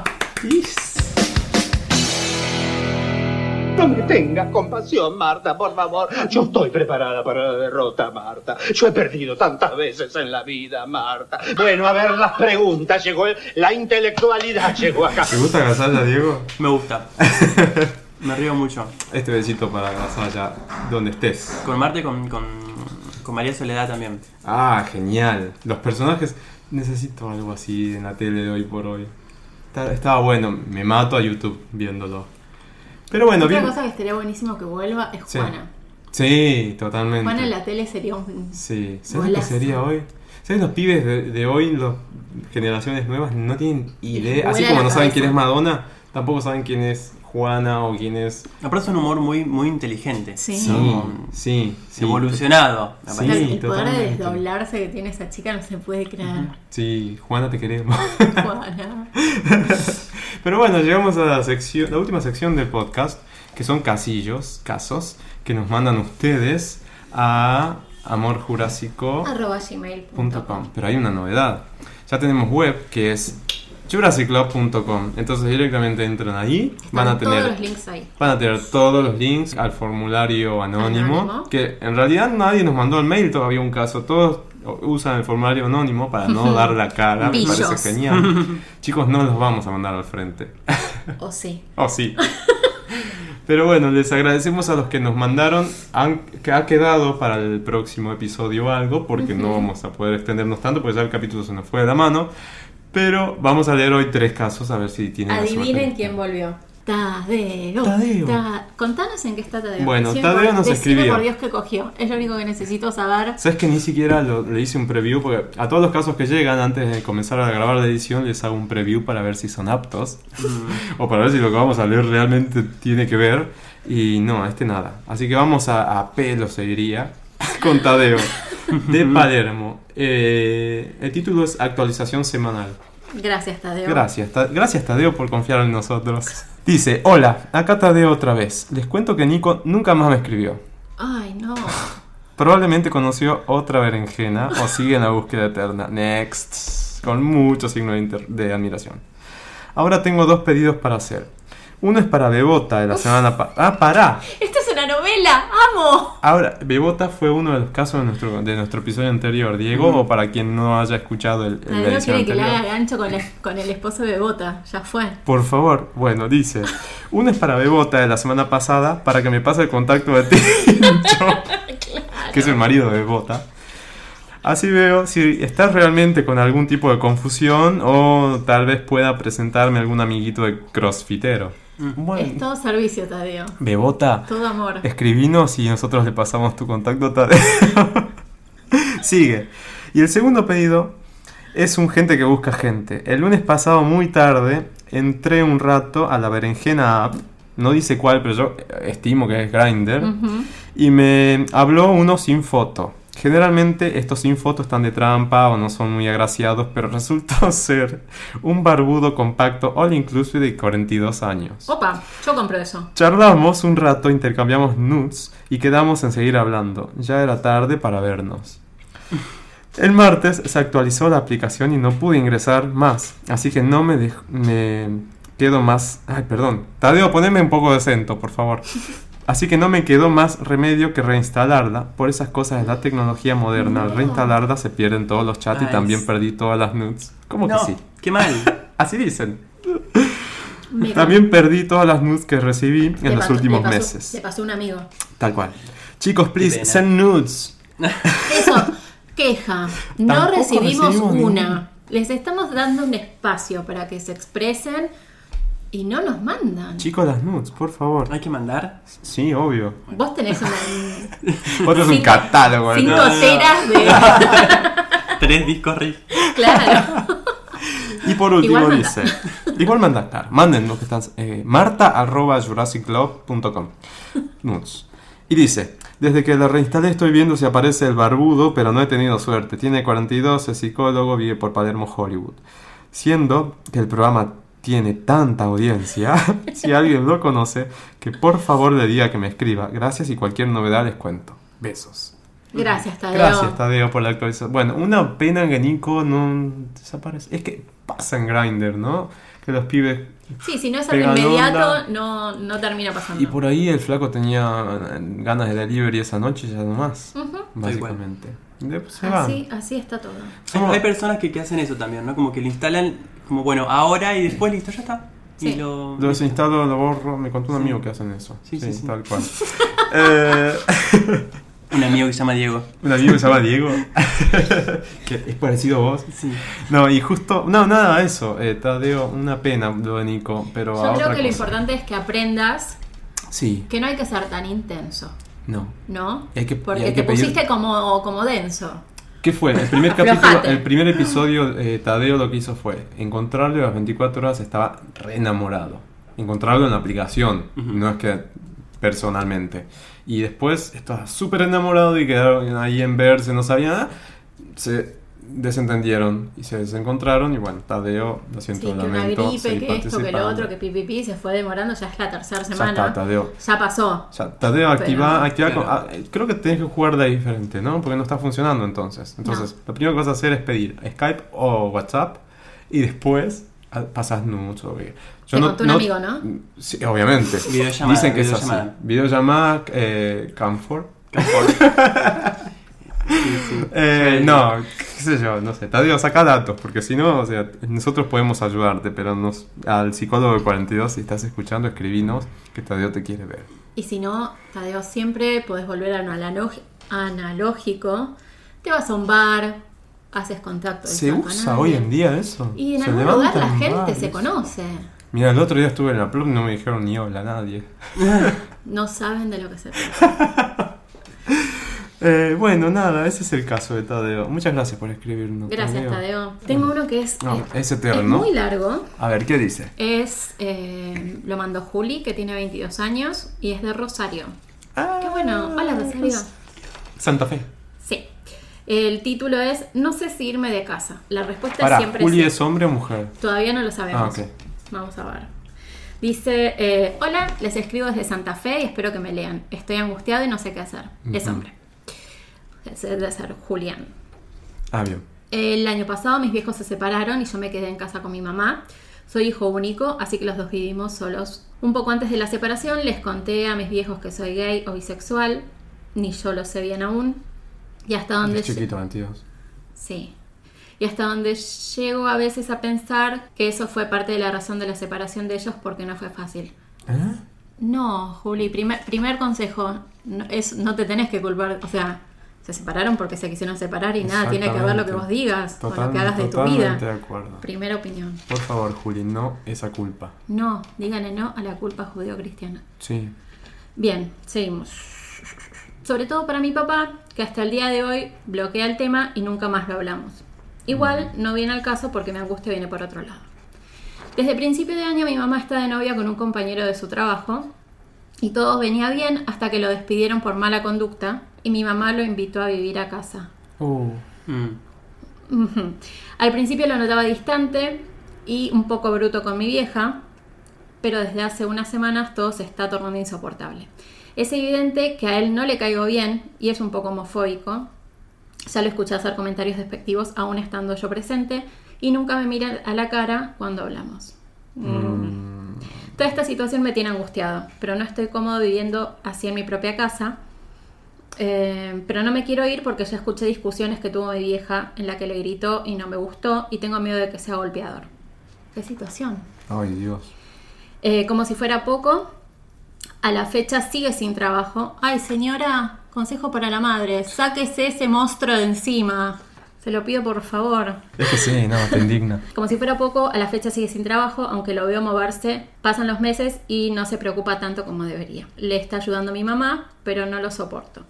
[SPEAKER 16] No me tengas compasión, Marta, por favor. Yo estoy preparada para la derrota, Marta. Yo he perdido tantas veces en la vida, Marta. Bueno, a ver las preguntas. Llegó el- la intelectualidad, llegó acá.
[SPEAKER 3] ¿Te gusta Gasalla, Diego?
[SPEAKER 5] Me gusta. me río mucho.
[SPEAKER 3] Este besito para Gasalla, donde estés.
[SPEAKER 5] Con Marte y con, con, con María Soledad también.
[SPEAKER 3] Ah, genial. Los personajes. Necesito algo así en la tele de hoy por hoy. Está- estaba bueno, me mato a YouTube viéndolo. Pero bueno,
[SPEAKER 2] Otra
[SPEAKER 3] bien.
[SPEAKER 2] cosa que estaría buenísimo que vuelva es
[SPEAKER 3] Sí.
[SPEAKER 2] Juana.
[SPEAKER 3] Sí, totalmente.
[SPEAKER 2] Juana en la tele sería un...
[SPEAKER 3] Sí, ¿sabes
[SPEAKER 2] Golazo.
[SPEAKER 3] qué sería hoy? ¿Sabes los pibes de, de hoy, las generaciones nuevas, no tienen idea? Así
[SPEAKER 2] Vuela
[SPEAKER 3] como
[SPEAKER 2] la
[SPEAKER 3] no saben
[SPEAKER 2] cabeza.
[SPEAKER 3] quién es Madonna, tampoco saben quién es Juana o quién es...
[SPEAKER 5] Aparte es un humor muy, muy inteligente.
[SPEAKER 2] Sí.
[SPEAKER 5] Como
[SPEAKER 3] sí, sí.
[SPEAKER 5] Evolucionado. me
[SPEAKER 3] Sí.
[SPEAKER 5] parece.
[SPEAKER 2] el poder de
[SPEAKER 3] totalmente.
[SPEAKER 2] desdoblarse que tiene esa chica no se puede creer.
[SPEAKER 3] Sí, Juana te queremos.
[SPEAKER 2] Juana.
[SPEAKER 3] Pero bueno, llegamos a la, sección, la última sección del podcast, que son casillos, casos, que nos mandan ustedes a amorjurásico.com.
[SPEAKER 2] Arroba gmail.
[SPEAKER 3] Pero hay una novedad. Ya tenemos web que es jurassicclub.com. Entonces directamente entran ahí, van a tener
[SPEAKER 2] Todos los links ahí.
[SPEAKER 3] Van a tener todos los links al formulario anónimo,
[SPEAKER 2] Anónimo.
[SPEAKER 3] que en realidad nadie nos mandó el mail todavía un caso, todos usan el formulario anónimo para no dar la cara, me
[SPEAKER 2] Pillos.
[SPEAKER 3] parece genial. Chicos, no los vamos a mandar al frente.
[SPEAKER 2] O sí.
[SPEAKER 3] Oh, sí. Pero bueno, les agradecemos a los que nos mandaron, han- que ha quedado para el próximo episodio algo, porque no
[SPEAKER 2] Ujú.
[SPEAKER 3] vamos a poder extendernos tanto, porque ya el capítulo se nos fue de la mano. Pero vamos a leer hoy tres casos, a ver si tienen la suerte.
[SPEAKER 2] Adivinen quién volvió. Tadeo.
[SPEAKER 3] Tadeo.
[SPEAKER 2] Ta- Contanos en qué está Tadeo.
[SPEAKER 3] Bueno,
[SPEAKER 2] Decime
[SPEAKER 3] Tadeo
[SPEAKER 2] por-
[SPEAKER 3] nos
[SPEAKER 2] decime
[SPEAKER 3] escribió.
[SPEAKER 2] por Dios que cogió. Es lo único que necesito saber.
[SPEAKER 3] Sabes que ni siquiera lo- le hice un preview, porque a todos los casos que llegan antes de comenzar a grabar la edición les hago un preview para ver si son aptos o para ver si lo que vamos a leer realmente tiene que ver. Y no, este nada. Así que vamos a, a pelo, se diría, con Tadeo de Palermo. Eh, el título es Actualización Semanal.
[SPEAKER 2] Gracias, Tadeo.
[SPEAKER 3] Gracias, Ta- gracias Tadeo por confiar en nosotros. Dice, hola, acá Tadeo otra vez. Les cuento que Nico nunca más me escribió.
[SPEAKER 2] Ay, no.
[SPEAKER 3] Probablemente conoció otra berenjena o sigue en la búsqueda eterna. Next. Con mucho signo de, inter- de admiración. Ahora tengo dos pedidos para hacer. Uno es para Bebota de la semana pasada. ¡Ah, pará!
[SPEAKER 2] Esta es una novela. ¡Amo!
[SPEAKER 3] Ahora, Bebota fue uno de los casos de nuestro, de nuestro episodio anterior, Diego,
[SPEAKER 2] Ujú.
[SPEAKER 3] o para quien no haya escuchado el, el- la
[SPEAKER 2] Tadeo
[SPEAKER 3] edición
[SPEAKER 2] quiere que le
[SPEAKER 3] anterior.
[SPEAKER 2] haga gancho con, la- con el esposo de Bota. Ya fue.
[SPEAKER 3] Por favor, bueno, dice. Uno es para Bebota de la semana pasada, para que me pase el contacto de Tincho, que es el marido de Bebota. Así veo, si estás realmente con algún tipo de confusión o tal vez pueda presentarme algún amiguito de crossfitero.
[SPEAKER 2] Es todo servicio, Tadeo.
[SPEAKER 3] Bebota,
[SPEAKER 2] Todo amor.
[SPEAKER 3] escribinos y nosotros le pasamos tu contacto tarde. Sigue. Y el segundo pedido es un gente que busca gente. El lunes pasado muy tarde entré un rato a la berenjena app. No dice cuál, pero yo eh, estimo que es Grinder.
[SPEAKER 17] Ujú.
[SPEAKER 3] Y me habló uno sin foto. Generalmente estos sin foto están de trampa o no son muy agraciados, pero resultó ser un barbudo compacto all inclusive de 42 años.
[SPEAKER 2] Opa, yo compro eso.
[SPEAKER 3] Charlamos un rato, intercambiamos nudes y quedamos en seguir hablando. Ya era tarde para vernos. El martes se actualizó la aplicación y no pude ingresar más, así que no me, dej- me quedo más... Ay, perdón. Tadeo, poneme un poco de acento, por favor. Así que no me quedó más remedio que reinstalarla. Por esas cosas de la tecnología moderna, al reinstalarla se pierden todos los chats y
[SPEAKER 5] Ay,
[SPEAKER 3] también
[SPEAKER 5] sí.
[SPEAKER 3] perdí todas las nudes. ¿Cómo
[SPEAKER 5] No,
[SPEAKER 3] que sí?
[SPEAKER 5] Qué mal.
[SPEAKER 3] Así dicen. También perdí todas las nudes que recibí en
[SPEAKER 2] Le
[SPEAKER 3] los
[SPEAKER 2] pasó-
[SPEAKER 3] últimos
[SPEAKER 2] le pasó-
[SPEAKER 3] meses.
[SPEAKER 2] Le pasó un amigo.
[SPEAKER 3] Tal cual. Chicos, please,
[SPEAKER 5] pena.
[SPEAKER 3] send nudes.
[SPEAKER 2] Queja. No
[SPEAKER 3] Tampoco
[SPEAKER 2] recibimos,
[SPEAKER 3] recibimos
[SPEAKER 2] una.
[SPEAKER 3] ninguna.
[SPEAKER 2] Les estamos dando un espacio para que se expresen y no nos mandan.
[SPEAKER 3] Chicos, las nudes, por favor.
[SPEAKER 5] ¿Hay que mandar?
[SPEAKER 3] Sí, obvio.
[SPEAKER 2] Vos tenés una,
[SPEAKER 3] Otro es un
[SPEAKER 2] Cinco-
[SPEAKER 3] catálogo.
[SPEAKER 2] cinco
[SPEAKER 3] ¿no?
[SPEAKER 2] teras de.
[SPEAKER 5] Tres discos ricos.
[SPEAKER 2] claro.
[SPEAKER 3] Y por último
[SPEAKER 2] Igual manda.
[SPEAKER 3] dice, igual manda, claro, manden lo que estás, eh, marta arroba jurassicclub.com, nudes. Y dice, desde que la reinstalé estoy viendo si aparece el barbudo, pero no he tenido suerte. Tiene 42, es psicólogo, vive por Palermo, Hollywood. Siendo que el programa tiene tanta audiencia, si alguien lo conoce, que por favor le diga que me escriba. Gracias y cualquier novedad les cuento. Besos.
[SPEAKER 2] Gracias, Tadeo.
[SPEAKER 3] Gracias, Tadeo, por la actualización. Bueno, una pena que Nico no desaparece. Es que pasa en Grindr, ¿no? Que los pibes.
[SPEAKER 2] Sí, si no es algo
[SPEAKER 3] pegan
[SPEAKER 2] inmediato,
[SPEAKER 3] onda.
[SPEAKER 2] no, no termina pasando.
[SPEAKER 3] Y por ahí el flaco tenía eh, ganas de delivery esa noche y ya nomás.
[SPEAKER 2] Ujú. Ah,
[SPEAKER 3] Básicamente. De- pues, se van.
[SPEAKER 2] así, así está todo.
[SPEAKER 5] Hay, hay personas que, que hacen eso también, ¿no? Como que lo instalan, como bueno, ahora y después listo, ya está. Y
[SPEAKER 2] Sí.
[SPEAKER 5] lo.
[SPEAKER 3] Lo desinstalo, lo borro. Me contó un
[SPEAKER 5] Sí.
[SPEAKER 3] amigo que hacen eso. Sí,
[SPEAKER 5] Sí, sí, sí.
[SPEAKER 3] tal cual. Eh,
[SPEAKER 5] Un amigo que se llama Diego.
[SPEAKER 3] Un amigo que se llama Diego. que es parecido a vos.
[SPEAKER 5] Sí.
[SPEAKER 3] No, y justo. No, nada, eso. Eh, Tadeo, una pena lo de Nico. Pero
[SPEAKER 2] Yo
[SPEAKER 3] a
[SPEAKER 2] creo que
[SPEAKER 3] otra
[SPEAKER 2] lo
[SPEAKER 3] cosa.
[SPEAKER 2] importante es que aprendas
[SPEAKER 3] Sí,
[SPEAKER 2] que no hay que ser tan intenso,
[SPEAKER 3] no.
[SPEAKER 2] ¿no?
[SPEAKER 3] Y hay que- y
[SPEAKER 2] Porque
[SPEAKER 3] hay
[SPEAKER 2] te
[SPEAKER 3] que pedir-
[SPEAKER 2] pusiste como, como denso.
[SPEAKER 3] ¿Qué fue? El primer
[SPEAKER 2] Aflojate.
[SPEAKER 3] capítulo, el primer episodio, eh, Tadeo lo que hizo fue encontrarlo y a las 24 horas estaba re enamorado. Encontrarlo en la aplicación, no es que personalmente. Y después estaba súper enamorado y quedaron ahí en verse, no sabía nada. Se desentendieron y se desencontraron y bueno, Tadeo, lo siento,
[SPEAKER 2] Sí, que una
[SPEAKER 3] lamento,
[SPEAKER 2] gripe,
[SPEAKER 3] seguí
[SPEAKER 2] que esto, que lo
[SPEAKER 3] participando.
[SPEAKER 2] otro, que pipipi, se fue demorando, ya es la tercera semana.
[SPEAKER 3] está, Tadeo.
[SPEAKER 2] Ya pasó.
[SPEAKER 3] O sea, Tadeo, activa,
[SPEAKER 2] Pero-
[SPEAKER 3] activa con- ah, eh, creo que tenés que jugar de ahí diferente, ¿no? Porque no está funcionando entonces. Entonces, lo primero que vas a hacer es pedir Skype o WhatsApp y después ah, pasas nudes. obvio.
[SPEAKER 2] Te contó un amigo, ¿no?
[SPEAKER 3] Sí, obviamente.
[SPEAKER 5] Videollamada,
[SPEAKER 3] Dicen que es
[SPEAKER 5] videollamada.
[SPEAKER 3] así. Videollamada, eh, Camfor. Eh, no, qué sé yo, no sé. Tadeo, saca datos, porque si no, o sea, nosotros podemos ayudarte, pero nos, al psicólogo de 42, si estás escuchando, escribinos que Tadeo te quiere ver.
[SPEAKER 2] Y si no, Tadeo, siempre podés volver a lo analog- analógico. Te vas a un bar, haces contacto.
[SPEAKER 3] ¿Se
[SPEAKER 2] visual con
[SPEAKER 3] usa
[SPEAKER 2] alguien.
[SPEAKER 3] hoy en día eso?
[SPEAKER 2] Y en
[SPEAKER 3] Se
[SPEAKER 2] algún lugar la
[SPEAKER 3] levantan
[SPEAKER 2] gente
[SPEAKER 3] bares.
[SPEAKER 2] se conoce.
[SPEAKER 3] Mira, el otro día estuve en la plum y no me dijeron ni hola a nadie.
[SPEAKER 2] No saben de lo que se trata.
[SPEAKER 3] Eh, bueno, nada, ese es el caso de Tadeo. Muchas gracias por escribirnos.
[SPEAKER 2] Gracias, Tadeo. Tengo uno que es, eh,
[SPEAKER 3] No, es
[SPEAKER 2] es
[SPEAKER 3] eterno.
[SPEAKER 2] muy largo.
[SPEAKER 3] A ver, ¿qué dice?
[SPEAKER 2] Es, eh, lo mandó Juli, que tiene 22 años y es de Rosario.
[SPEAKER 3] Ah.
[SPEAKER 2] Qué bueno. Hola, Rosario.
[SPEAKER 3] Santa Fe.
[SPEAKER 2] Sí. El título es No sé si irme de casa. La respuesta
[SPEAKER 3] Para,
[SPEAKER 2] siempre
[SPEAKER 3] ¿Juli
[SPEAKER 2] sí.
[SPEAKER 3] es hombre o mujer?
[SPEAKER 2] Todavía no lo sabemos.
[SPEAKER 3] Ah, ok.
[SPEAKER 2] Vamos a ver. Dice, eh, hola, les escribo desde Santa Fe y espero que me lean. Estoy angustiado y no sé qué hacer. Es
[SPEAKER 3] Ujú.
[SPEAKER 2] hombre. Es- Debe ser Julián.
[SPEAKER 3] Ah, bien.
[SPEAKER 2] El año pasado mis viejos se separaron y yo me quedé en casa con mi mamá. Soy hijo único, así que los dos vivimos solos. Un poco antes de la separación les conté a mis viejos que soy gay o bisexual, ni yo lo sé bien aún. Y hasta donde
[SPEAKER 3] Es chiquito, 22.
[SPEAKER 2] Sí. Y hasta donde llego a veces a pensar que eso fue parte de la razón de la separación de ellos porque no fue fácil.
[SPEAKER 3] ¿Eh?
[SPEAKER 2] No, Juli, primer, primer consejo, no, es, no te tenés que culpar, o sea, se separaron porque se quisieron separar y nada, tiene que ver lo que
[SPEAKER 3] Exactamente.
[SPEAKER 2] vos digas, con lo
[SPEAKER 3] Total-
[SPEAKER 2] que hagas de tu vida.
[SPEAKER 3] Totalmente de acuerdo.
[SPEAKER 2] Primera opinión.
[SPEAKER 3] Por favor, Juli, no esa culpa.
[SPEAKER 2] No, díganle no a la culpa judeo-cristiana.
[SPEAKER 3] Sí.
[SPEAKER 2] Bien, seguimos. Sobre todo para mi papá, que hasta el día de hoy bloquea el tema y nunca más lo hablamos. Igual no viene al caso porque mi angustia viene por otro lado. Desde principio de año mi mamá está de novia con un compañero de su trabajo y todo venía bien hasta que lo despidieron por mala conducta y mi mamá lo invitó a vivir a casa.
[SPEAKER 3] Uh.
[SPEAKER 5] Mm.
[SPEAKER 2] Ujú. Al principio lo notaba distante y un poco bruto con mi vieja, pero desde hace unas semanas todo se está tornando insoportable. Es evidente que a él no le caigo bien y es un poco homofóbico. Ya lo escuché hacer comentarios despectivos aún estando yo presente y nunca me mira a la cara cuando hablamos. Mm. Toda esta situación me tiene angustiado, pero no estoy cómodo viviendo así en mi propia casa. Eh, pero no me quiero ir porque ya escuché discusiones que tuvo mi vieja en la que le gritó y no me gustó y tengo miedo de que sea golpeador. ¿Qué situación?
[SPEAKER 3] Ay, Dios.
[SPEAKER 2] Eh, como si fuera poco, a la fecha sigue sin trabajo. Ay, señora, consejo para la madre, sáquese ese monstruo de encima. Se lo pido por favor.
[SPEAKER 3] Es que sí, no, te indigna.
[SPEAKER 2] Como si fuera poco, a la fecha sigue sin trabajo, aunque lo veo moverse. Pasan los meses y no se preocupa tanto como debería. Le está ayudando mi mamá, pero no lo soporto.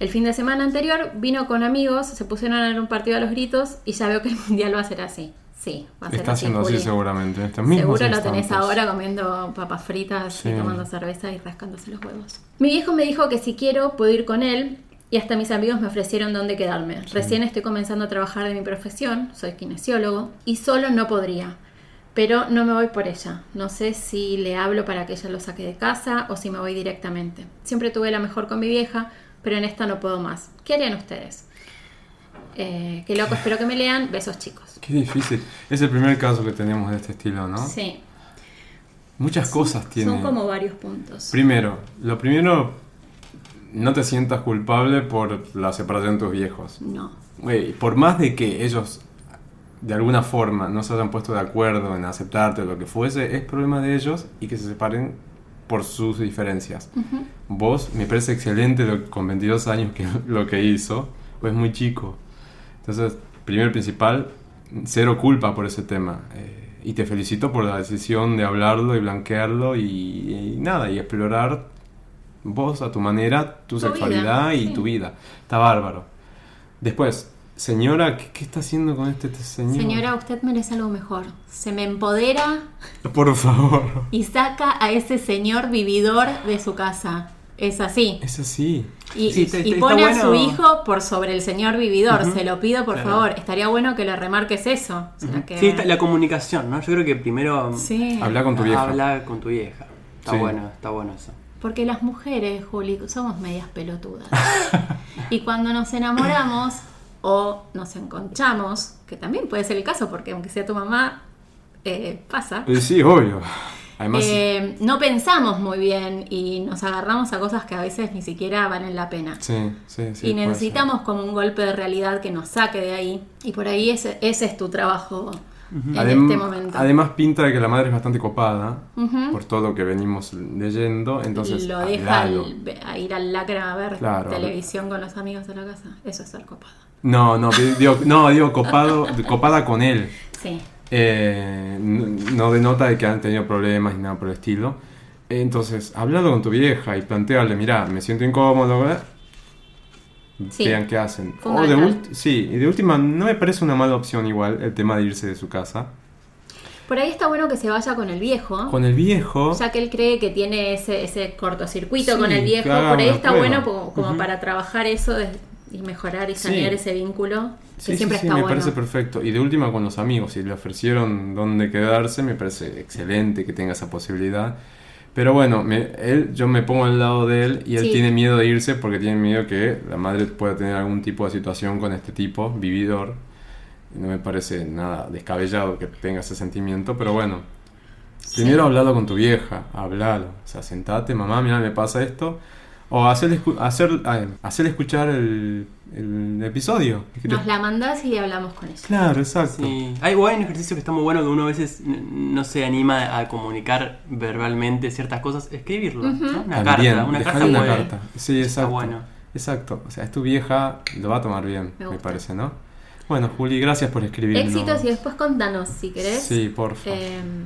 [SPEAKER 2] El fin de semana anterior vino con amigos, se pusieron a ver un partido a los gritos y ya veo que el mundial va a ser así. Sí, va a ser
[SPEAKER 3] Está
[SPEAKER 2] así.
[SPEAKER 3] haciendo así
[SPEAKER 2] Juli.
[SPEAKER 3] seguramente. en estos mismos
[SPEAKER 2] Seguro lo tenés
[SPEAKER 3] instantes.
[SPEAKER 2] ahora comiendo papas fritas y
[SPEAKER 3] Sí.
[SPEAKER 2] tomando cerveza y rascándose los huevos. Mi viejo me dijo que si quiero puedo ir con él y hasta mis amigos me ofrecieron dónde quedarme. Recién estoy comenzando a trabajar de mi profesión, soy kinesiólogo, y solo no podría. Pero no me voy por ella. No sé si le hablo para que ella lo saque de casa o si me voy directamente. Siempre tuve la mejor con mi vieja, pero en esta no puedo más. ¿Qué harían ustedes? Eh, qué loco, espero que me lean. Besos chicos.
[SPEAKER 3] Qué difícil. Es el primer caso que tenemos de este estilo, ¿no?
[SPEAKER 2] Sí,
[SPEAKER 3] Muchas cosas tiene.
[SPEAKER 2] son como varios puntos.
[SPEAKER 3] Primero, lo primero, no te sientas culpable por la separación de tus viejos.
[SPEAKER 2] No.
[SPEAKER 3] Güey, por más de que ellos de alguna forma no se hayan puesto de acuerdo en aceptarte o lo que fuese, es problema de ellos y que se separen por sus diferencias.
[SPEAKER 2] Ujú.
[SPEAKER 3] Vos, me parece excelente lo- con 22 años que, lo que hizo, o es muy chico. Entonces, primero y principal, cero culpa por ese tema. Eh, y te felicito por la decisión de hablarlo y blanquearlo y, y nada, y explorar vos a tu manera, tu,
[SPEAKER 2] Tu
[SPEAKER 3] sexualidad
[SPEAKER 2] vida,
[SPEAKER 3] y
[SPEAKER 2] sí.
[SPEAKER 3] tu vida. Está bárbaro. Después, señora, ¿qué, qué está haciendo con este, este señor?
[SPEAKER 2] Señora, usted merece algo mejor. Se me empodera
[SPEAKER 3] Por favor.
[SPEAKER 2] y saca a ese señor vividor de su casa. Es así.
[SPEAKER 3] Es así.
[SPEAKER 2] Y,
[SPEAKER 5] Sí, está-
[SPEAKER 2] y
[SPEAKER 5] está-
[SPEAKER 2] pone
[SPEAKER 5] está
[SPEAKER 2] a su
[SPEAKER 5] bueno.
[SPEAKER 2] hijo por sobre el señor vividor.
[SPEAKER 5] Ujú.
[SPEAKER 2] Se lo pido, por
[SPEAKER 5] Claro.
[SPEAKER 2] favor. Estaría bueno que le remarques eso. O sea, que-
[SPEAKER 5] Sí, está- la comunicación, ¿no? Yo creo que primero
[SPEAKER 2] Sí.
[SPEAKER 3] Habla con tu vieja.
[SPEAKER 5] Habla con tu vieja. Está
[SPEAKER 3] Sí.
[SPEAKER 5] bueno, está bueno eso.
[SPEAKER 2] Porque las mujeres, Juli, somos medias pelotudas. y cuando nos enamoramos o nos enconchamos, que también puede ser el caso, porque aunque sea tu mamá, eh, pasa.
[SPEAKER 3] Eh, Sí, obvio. Además,
[SPEAKER 2] Eh, no pensamos muy bien y nos agarramos a cosas que a veces ni siquiera valen la pena.
[SPEAKER 3] sí, sí, sí.
[SPEAKER 2] y
[SPEAKER 3] puede
[SPEAKER 2] necesitamos como un golpe de realidad que nos saque de ahí. Y por ahí ese, ese es tu trabajo en
[SPEAKER 3] Adem-
[SPEAKER 2] este momento.
[SPEAKER 3] Además pinta de que la madre es bastante copada
[SPEAKER 2] Ujú.
[SPEAKER 3] por todo lo que venimos leyendo, entonces
[SPEAKER 2] lo deja
[SPEAKER 3] hablalo.
[SPEAKER 2] al- ve- a ir al lacra a ver
[SPEAKER 3] Claro.
[SPEAKER 2] televisión con los amigos de la casa. Eso es ser copado.
[SPEAKER 3] No, no, di- digo, no, digo copado, copada con él.
[SPEAKER 2] Sí.
[SPEAKER 3] Eh, n- no denota de que han tenido problemas ni nada por el estilo. Entonces, hablalo con tu vieja y plantearle, mira, me siento incómodo, ¿verdad?
[SPEAKER 2] Sí.
[SPEAKER 3] Vean qué hacen. O de
[SPEAKER 2] Fundamental.
[SPEAKER 3] ulti- sí, y de última, no me parece una mala opción igual el tema de irse de su casa.
[SPEAKER 2] Por ahí está bueno que se vaya con el viejo.
[SPEAKER 3] Con el viejo,
[SPEAKER 2] ya que él cree que tiene ese, ese cortocircuito
[SPEAKER 3] Sí,
[SPEAKER 2] con el viejo,
[SPEAKER 3] que haga
[SPEAKER 2] por ahí
[SPEAKER 3] una
[SPEAKER 2] está
[SPEAKER 3] prueba.
[SPEAKER 2] bueno como, como
[SPEAKER 3] Ujú.
[SPEAKER 2] para trabajar eso de- y mejorar y
[SPEAKER 3] Sí.
[SPEAKER 2] sanear ese vínculo, que
[SPEAKER 3] sí, sí,
[SPEAKER 2] siempre
[SPEAKER 3] sí,
[SPEAKER 2] está
[SPEAKER 3] me
[SPEAKER 2] bueno.
[SPEAKER 3] parece perfecto. Y de última, con los amigos, si le ofrecieron dónde quedarse, me parece excelente que tenga esa posibilidad. Pero bueno, me- él, yo me pongo al lado de él y él
[SPEAKER 2] Sí.
[SPEAKER 3] tiene miedo de irse porque tiene miedo que la madre pueda tener algún tipo de situación con este tipo, vividor. No me parece nada descabellado que tenga ese sentimiento, pero bueno. Primero hablalo con tu vieja, hablalo. O sea, sentate, mamá, mira, me pasa esto. O hacerle, escu- hacer, ay, hacerle escuchar el, el episodio. Que te-
[SPEAKER 2] Nos la mandás y hablamos con ella.
[SPEAKER 3] Claro, exacto.
[SPEAKER 5] Sí. Hay, o hay un ejercicio que está muy bueno que uno a veces n- no se anima a comunicar verbalmente ciertas cosas, escribirlo.
[SPEAKER 2] Ujú.
[SPEAKER 5] ¿no? Una
[SPEAKER 3] También,
[SPEAKER 5] carta, una
[SPEAKER 3] dejale
[SPEAKER 5] carta.
[SPEAKER 3] una
[SPEAKER 5] puede-
[SPEAKER 3] carta. Sí,
[SPEAKER 5] Está
[SPEAKER 3] exacto.
[SPEAKER 5] bueno.
[SPEAKER 3] Exacto. O sea, es tu vieja, lo va a tomar bien,
[SPEAKER 2] Me
[SPEAKER 3] me,
[SPEAKER 2] gusta.
[SPEAKER 3] parece, ¿no? Bueno, Juli, gracias por escribirnos.
[SPEAKER 2] Éxitos y después contanos si querés.
[SPEAKER 3] Sí, por favor.
[SPEAKER 2] Em,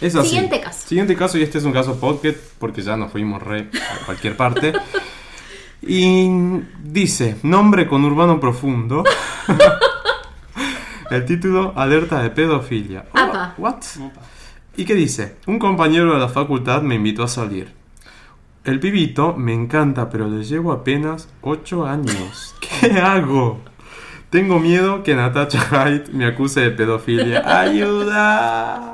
[SPEAKER 3] Es así.
[SPEAKER 2] Siguiente caso.
[SPEAKER 3] Siguiente caso, y este es un caso pocket, porque ya nos fuimos re a cualquier parte. Y dice, nombre con urbano profundo. El título, alerta de pedofilia. Oh,
[SPEAKER 2] Apa.
[SPEAKER 3] what? ¿Y qué dice? Un compañero de la facultad me invitó a salir. El pibito me encanta, pero le llevo apenas 8 años. ¿Qué hago? Tengo miedo que Natasha Hyde me acuse de pedofilia. ¡Ayuda!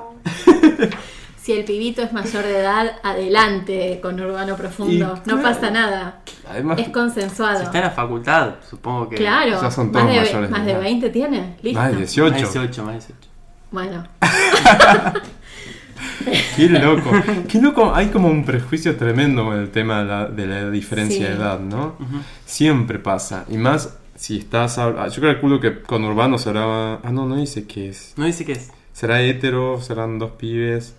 [SPEAKER 2] si el pibito es mayor de edad, adelante con Urbano Profundo.
[SPEAKER 3] Y
[SPEAKER 2] No
[SPEAKER 3] claro.
[SPEAKER 2] pasa nada.
[SPEAKER 3] Además,
[SPEAKER 2] Es
[SPEAKER 5] Si
[SPEAKER 2] consensuado.
[SPEAKER 5] está en la facultad, supongo que.
[SPEAKER 2] Claro.
[SPEAKER 3] Ya son
[SPEAKER 2] más,
[SPEAKER 3] todos
[SPEAKER 2] de, ve-
[SPEAKER 3] mayores de
[SPEAKER 2] más de
[SPEAKER 3] edad.
[SPEAKER 2] 20 tiene. Listo.
[SPEAKER 3] Más de
[SPEAKER 5] Más
[SPEAKER 3] 18.
[SPEAKER 5] 18, más 18.
[SPEAKER 2] Bueno.
[SPEAKER 3] Qué loco. Qué loco. Hay como un prejuicio tremendo con el tema de la, de la diferencia
[SPEAKER 2] Sí.
[SPEAKER 3] de edad, ¿no? Siempre pasa. Y más si estás. hab- ah, Yo calculo que con Urbano será. Ah, no, no dice qué es.
[SPEAKER 5] No dice qué es.
[SPEAKER 3] ¿Será hetero? ¿Serán dos pibes?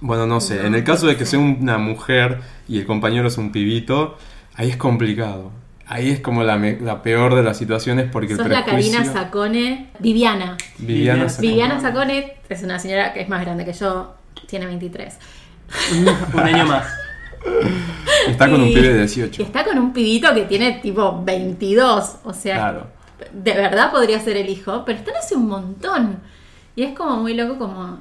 [SPEAKER 3] Bueno, no sé. En el caso de que sea una mujer y el compañero es un pibito, ahí es complicado. Ahí es como la, me- la peor de las situaciones porque
[SPEAKER 2] Sos
[SPEAKER 3] el
[SPEAKER 2] la
[SPEAKER 3] prejuicio...
[SPEAKER 2] Karina Sacone. Viviana.
[SPEAKER 3] Viviana Sacone.
[SPEAKER 2] Viviana Sacone es una señora que es más grande que yo. Tiene 23.
[SPEAKER 5] Un año más.
[SPEAKER 3] Está con un
[SPEAKER 2] Y-
[SPEAKER 3] pibe de
[SPEAKER 2] Y
[SPEAKER 3] 18.
[SPEAKER 2] está con un pibito que tiene tipo 22. O sea,
[SPEAKER 3] Claro.
[SPEAKER 2] de verdad podría ser el hijo, pero están hace un montón. Y es como muy loco como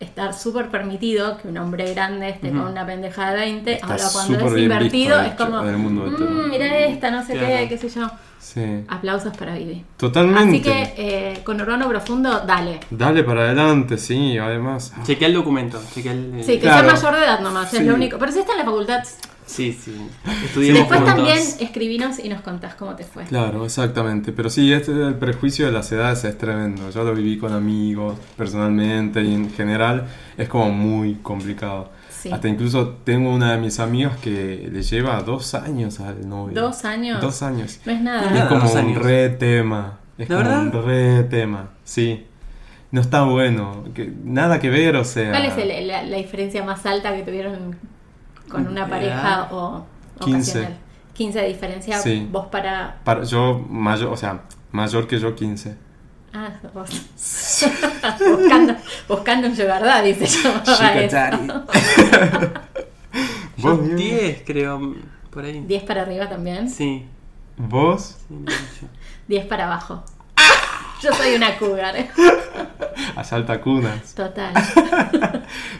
[SPEAKER 2] estar súper permitido que un hombre grande esté con una pendeja de 20.
[SPEAKER 3] Está
[SPEAKER 2] Ahora cuando
[SPEAKER 3] súper
[SPEAKER 2] es
[SPEAKER 3] bien
[SPEAKER 2] invertido
[SPEAKER 3] visto, de
[SPEAKER 2] es
[SPEAKER 3] hecho,
[SPEAKER 2] como,
[SPEAKER 3] en el mundo de todo".
[SPEAKER 2] mmm, mira esta, no sé qué,
[SPEAKER 5] Claro.
[SPEAKER 2] qué sé yo.
[SPEAKER 3] Sí.
[SPEAKER 2] Aplausos para Vivi.
[SPEAKER 3] Totalmente.
[SPEAKER 2] Así que eh, con Urbano Profundo, dale.
[SPEAKER 3] Dale para adelante, sí, además. Ah,
[SPEAKER 5] Chequea el documento. Chequea el. el-
[SPEAKER 2] Sí, que
[SPEAKER 3] Claro.
[SPEAKER 2] sea mayor de edad nomás, es
[SPEAKER 3] Sí.
[SPEAKER 2] lo único. Pero si está en la facultad,
[SPEAKER 5] Sí, sí.
[SPEAKER 2] Y
[SPEAKER 5] Estudiemos
[SPEAKER 2] después
[SPEAKER 5] juntos.
[SPEAKER 2] también escribinos y nos contás cómo te fue.
[SPEAKER 3] Claro, exactamente. Pero sí, este el prejuicio de las edades es tremendo. Yo lo viví con amigos, personalmente y en general. Es como muy complicado.
[SPEAKER 2] Sí.
[SPEAKER 3] Hasta incluso Ah, tengo una de mis amigas que le lleva dos años al novio.
[SPEAKER 2] ¿Dos años?
[SPEAKER 3] Dos años.
[SPEAKER 2] No es nada.
[SPEAKER 3] Y es
[SPEAKER 5] Nada,
[SPEAKER 3] como
[SPEAKER 5] dos
[SPEAKER 3] un
[SPEAKER 5] años.
[SPEAKER 3] re tema. Es
[SPEAKER 5] ¿De
[SPEAKER 3] como un
[SPEAKER 5] verdad?
[SPEAKER 3] re tema. Sí. No está bueno. Que, nada que ver, o sea.
[SPEAKER 2] ¿Cuál es el- la, la diferencia más alta que tuvieron con una
[SPEAKER 5] Eh,
[SPEAKER 2] pareja o
[SPEAKER 3] 15.
[SPEAKER 2] ocasional? 15 de diferencia,
[SPEAKER 3] Sí.
[SPEAKER 2] vos para...
[SPEAKER 3] Para- yo, mayor, o sea, mayor que yo, 15.
[SPEAKER 2] Ah, vos. buscando, buscando un verdad, dice yo.
[SPEAKER 3] Chica
[SPEAKER 2] Eso.
[SPEAKER 3] Chari.
[SPEAKER 5] Yo
[SPEAKER 3] Diego?
[SPEAKER 5] 10, creo. Por ahí.
[SPEAKER 2] 10 para arriba también,
[SPEAKER 5] Sí.
[SPEAKER 3] ¿Vos?
[SPEAKER 5] sí, no, yo.
[SPEAKER 2] 10 para abajo. Yo soy una cougar.
[SPEAKER 3] Asalta cunas.
[SPEAKER 2] Total.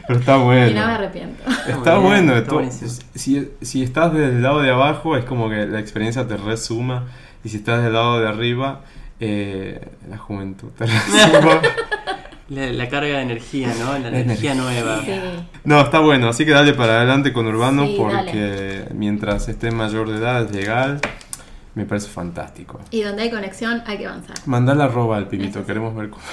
[SPEAKER 3] Pero está
[SPEAKER 2] Y no me
[SPEAKER 3] bueno.
[SPEAKER 2] arrepiento.
[SPEAKER 3] Está
[SPEAKER 5] Muy bien,
[SPEAKER 3] bueno.
[SPEAKER 5] está
[SPEAKER 3] tú-
[SPEAKER 5] buenísimo.
[SPEAKER 3] si, si estás del lado de abajo, es como que la experiencia te resuma. Y si estás del lado de arriba, eh, la juventud te resuma.
[SPEAKER 5] La, la carga de energía, ¿no? La,
[SPEAKER 3] La
[SPEAKER 5] energía,
[SPEAKER 3] energía.
[SPEAKER 5] nueva.
[SPEAKER 2] Sí.
[SPEAKER 3] No, está bueno, así que dale para adelante con Urbano
[SPEAKER 2] Sí,
[SPEAKER 3] porque mientras esté mayor de edad es legal, me parece fantástico.
[SPEAKER 2] Y donde hay conexión hay que avanzar.
[SPEAKER 3] Mandar la roba al pibito, queremos ver cómo.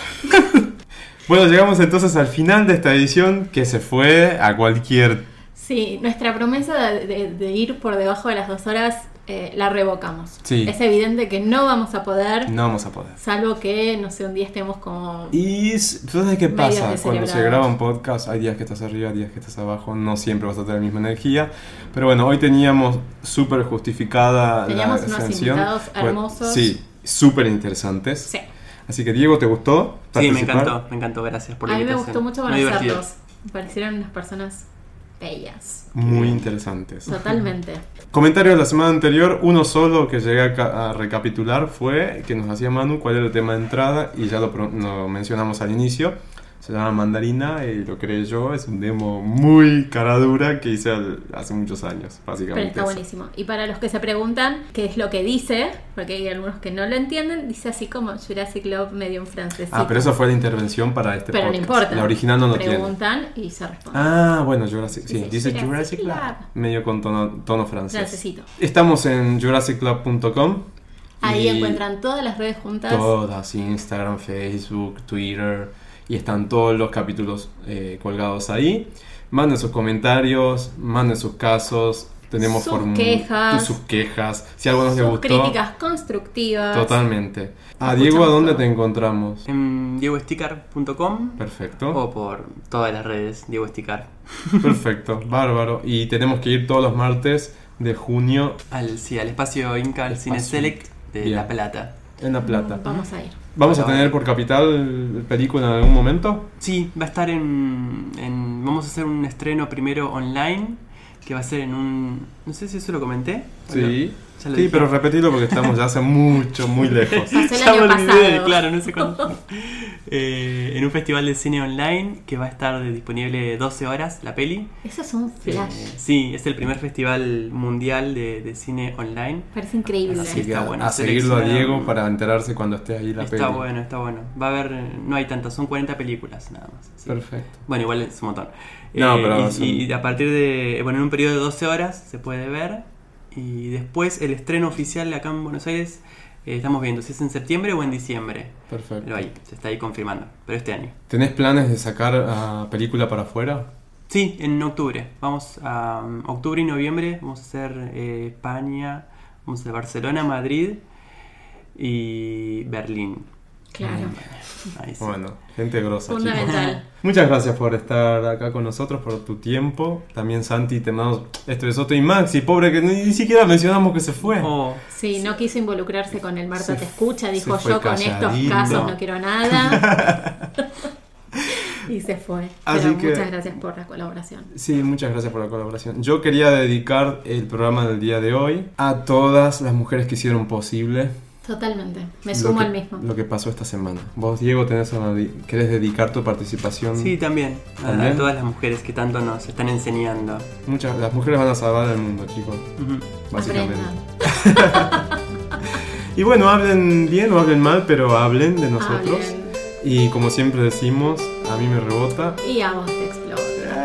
[SPEAKER 3] bueno, llegamos entonces al final de esta edición que se fue a cualquier...
[SPEAKER 2] Sí, nuestra promesa de, de- de ir por debajo de las dos horas eh, la revocamos.
[SPEAKER 3] Sí.
[SPEAKER 2] Es evidente que no vamos a poder,
[SPEAKER 3] No vamos a poder.
[SPEAKER 2] salvo que, no sé, un día estemos como...
[SPEAKER 3] Y s- tú sabes qué
[SPEAKER 2] Medios
[SPEAKER 3] pasa cuando se
[SPEAKER 2] descerebrados.
[SPEAKER 3] graba un podcast, hay días que estás arriba, días que estás abajo, no siempre vas a tener la misma energía. Pero bueno, hoy teníamos súper justificada
[SPEAKER 2] Teníamos
[SPEAKER 3] la
[SPEAKER 2] unos
[SPEAKER 3] ascensión.
[SPEAKER 2] invitados
[SPEAKER 3] Bueno,
[SPEAKER 2] hermosos.
[SPEAKER 3] sí, súper interesantes.
[SPEAKER 2] Sí.
[SPEAKER 3] Así que Diego, ¿te gustó?
[SPEAKER 5] Sí, me
[SPEAKER 3] participar?
[SPEAKER 5] encantó, me encantó, gracias por la
[SPEAKER 2] A mí me
[SPEAKER 5] invitación.
[SPEAKER 2] gustó mucho
[SPEAKER 5] Muy divertido.
[SPEAKER 2] conocerlos. Me parecieron unas personas bellas.
[SPEAKER 3] Muy interesantes.
[SPEAKER 2] Totalmente.
[SPEAKER 3] Comentario de la semana anterior, uno solo que llegué a, ca- a recapitular fue que nos hacía Manu cuál era el tema de entrada y ya lo, pro- lo mencionamos al inicio. Se llama Mandarina y lo creé yo, es un demo muy cara dura que hice al- hace muchos años,
[SPEAKER 2] Pero
[SPEAKER 3] básicamente.
[SPEAKER 2] está
[SPEAKER 3] eso.
[SPEAKER 2] buenísimo. Y para los que se preguntan qué es lo que dice, porque hay algunos que no lo entienden, dice así como Jurassic Love medio en francés.
[SPEAKER 3] Ah, pero esa fue la intervención para este
[SPEAKER 2] Pero no
[SPEAKER 3] podcast.
[SPEAKER 2] importa.
[SPEAKER 3] La original no lo tiene.
[SPEAKER 2] Preguntan y se responde.
[SPEAKER 3] Ah, bueno, Jurassic, sí,
[SPEAKER 2] Dice
[SPEAKER 3] dice Jurassic
[SPEAKER 2] Jurassic
[SPEAKER 3] Lab,
[SPEAKER 2] Lab.
[SPEAKER 3] medio con tono, tono francés.
[SPEAKER 2] Francesito.
[SPEAKER 3] Estamos en jurassicclub.com.
[SPEAKER 2] Ahí
[SPEAKER 3] y-
[SPEAKER 2] encuentran todas las redes juntas.
[SPEAKER 3] Todas, Instagram, Facebook, Twitter. Y están todos los capítulos eh, colgados ahí. Manden sus comentarios, manden sus casos. Tenemos
[SPEAKER 2] Sus
[SPEAKER 3] form-
[SPEAKER 2] quejas.
[SPEAKER 3] sus quejas. Si algo nos
[SPEAKER 2] sus
[SPEAKER 3] gustó.
[SPEAKER 2] críticas constructivas.
[SPEAKER 3] Totalmente. A
[SPEAKER 2] Escuchamos
[SPEAKER 3] Diego, ¿a dónde
[SPEAKER 2] todo.
[SPEAKER 3] te encontramos?
[SPEAKER 5] En diegoesticar.com
[SPEAKER 3] Perfecto.
[SPEAKER 5] o por todas las redes, Diego Esticar,
[SPEAKER 3] Perfecto. Bárbaro. Y tenemos que ir todos los martes de junio
[SPEAKER 5] al, sí, al espacio Inca, al
[SPEAKER 3] Espacio
[SPEAKER 5] Cine Select de
[SPEAKER 3] Bien.
[SPEAKER 5] La Plata.
[SPEAKER 3] en La Plata.
[SPEAKER 2] Vamos a ir.
[SPEAKER 3] ¿Vamos a tener por capital película en algún momento?
[SPEAKER 5] Sí, va a estar en, en- Vamos a hacer un estreno primero online, que va a ser en un... No sé si eso lo comenté. ¿o
[SPEAKER 3] Sí.
[SPEAKER 5] no? Ya lo
[SPEAKER 3] Sí,
[SPEAKER 5] dije.
[SPEAKER 3] pero repetilo porque estamos ya hace mucho, muy lejos.
[SPEAKER 2] Pasó el
[SPEAKER 5] Ya
[SPEAKER 2] año
[SPEAKER 5] me olvidé,
[SPEAKER 2] pasado.
[SPEAKER 5] claro, no sé cuándo. Eh, en un festival de cine online que va a estar disponible 12 horas la peli.
[SPEAKER 2] Eso es un
[SPEAKER 5] Eh,
[SPEAKER 2] flash.
[SPEAKER 5] sí, es el primer festival mundial de, de cine online.
[SPEAKER 2] Parece increíble.
[SPEAKER 5] Así Sí,
[SPEAKER 3] que
[SPEAKER 5] está
[SPEAKER 3] a-
[SPEAKER 5] bueno.
[SPEAKER 3] A seguirlo a
[SPEAKER 5] Seleccionaron-
[SPEAKER 3] Diego para enterarse cuando esté ahí la
[SPEAKER 5] está
[SPEAKER 3] peli.
[SPEAKER 5] bueno, está bueno. Va a haber, no hay tantas, son 40 películas nada más. sí.
[SPEAKER 3] Perfecto.
[SPEAKER 5] Bueno, igual es un montón. Eh,
[SPEAKER 3] No, pero
[SPEAKER 5] y-
[SPEAKER 3] es un-
[SPEAKER 5] y, a partir de, bueno, en un periodo de 12 horas se puede ver. Y después el estreno oficial acá en Buenos Aires, eh, estamos viendo si es en septiembre o en diciembre.
[SPEAKER 3] Perfecto.
[SPEAKER 5] Pero ahí, se está ahí confirmando. Pero este año.
[SPEAKER 3] ¿Tenés planes de sacar ah, película para afuera?
[SPEAKER 5] Sí, en octubre. Vamos a um, octubre y noviembre. Vamos a hacer eh, España, vamos a hacer Barcelona, Madrid y Berlín.
[SPEAKER 2] Claro.
[SPEAKER 5] Ahí sí.
[SPEAKER 3] Bueno, gente grosa. chicos.
[SPEAKER 2] Fundamental.
[SPEAKER 3] Muchas gracias por estar acá con nosotros, por tu tiempo. También Santi, te mandamos este besote y Maxi, pobre que ni siquiera mencionamos que se fue.
[SPEAKER 5] Oh,
[SPEAKER 2] Sí, no quiso involucrarse con el Marta
[SPEAKER 3] Se
[SPEAKER 2] te escucha, dijo
[SPEAKER 3] se fue
[SPEAKER 2] yo con estos
[SPEAKER 3] calladito.
[SPEAKER 2] casos no quiero nada. y se fue. Pero
[SPEAKER 3] Así que-
[SPEAKER 2] muchas gracias por la colaboración.
[SPEAKER 3] Sí, muchas gracias por la colaboración. Yo quería dedicar el programa del día de hoy a todas las mujeres que hicieron posible
[SPEAKER 2] Totalmente. Me
[SPEAKER 3] lo
[SPEAKER 2] sumo
[SPEAKER 3] que-
[SPEAKER 2] al mismo.
[SPEAKER 3] Lo que pasó esta semana. Vos, Diego, tenés una di- ¿querés dedicar tu participación?
[SPEAKER 5] sí, también. A- A,
[SPEAKER 3] Mm. ¿También?
[SPEAKER 5] todas las mujeres que tanto nos están enseñando.
[SPEAKER 3] Muchas, las mujeres van a salvar el mundo, chicos,
[SPEAKER 5] Ujú.
[SPEAKER 3] básicamente.
[SPEAKER 2] Aprendan.
[SPEAKER 3] Y bueno, hablen bien o hablen mal, pero hablen de nosotros.
[SPEAKER 2] Hablen.
[SPEAKER 3] Y como siempre decimos, a mí me rebota.
[SPEAKER 2] Y a vos te explota.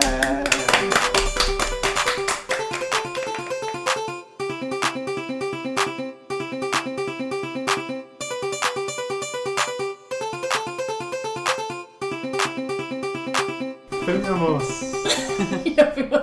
[SPEAKER 3] Terminamos.
[SPEAKER 2] Y nos fuimos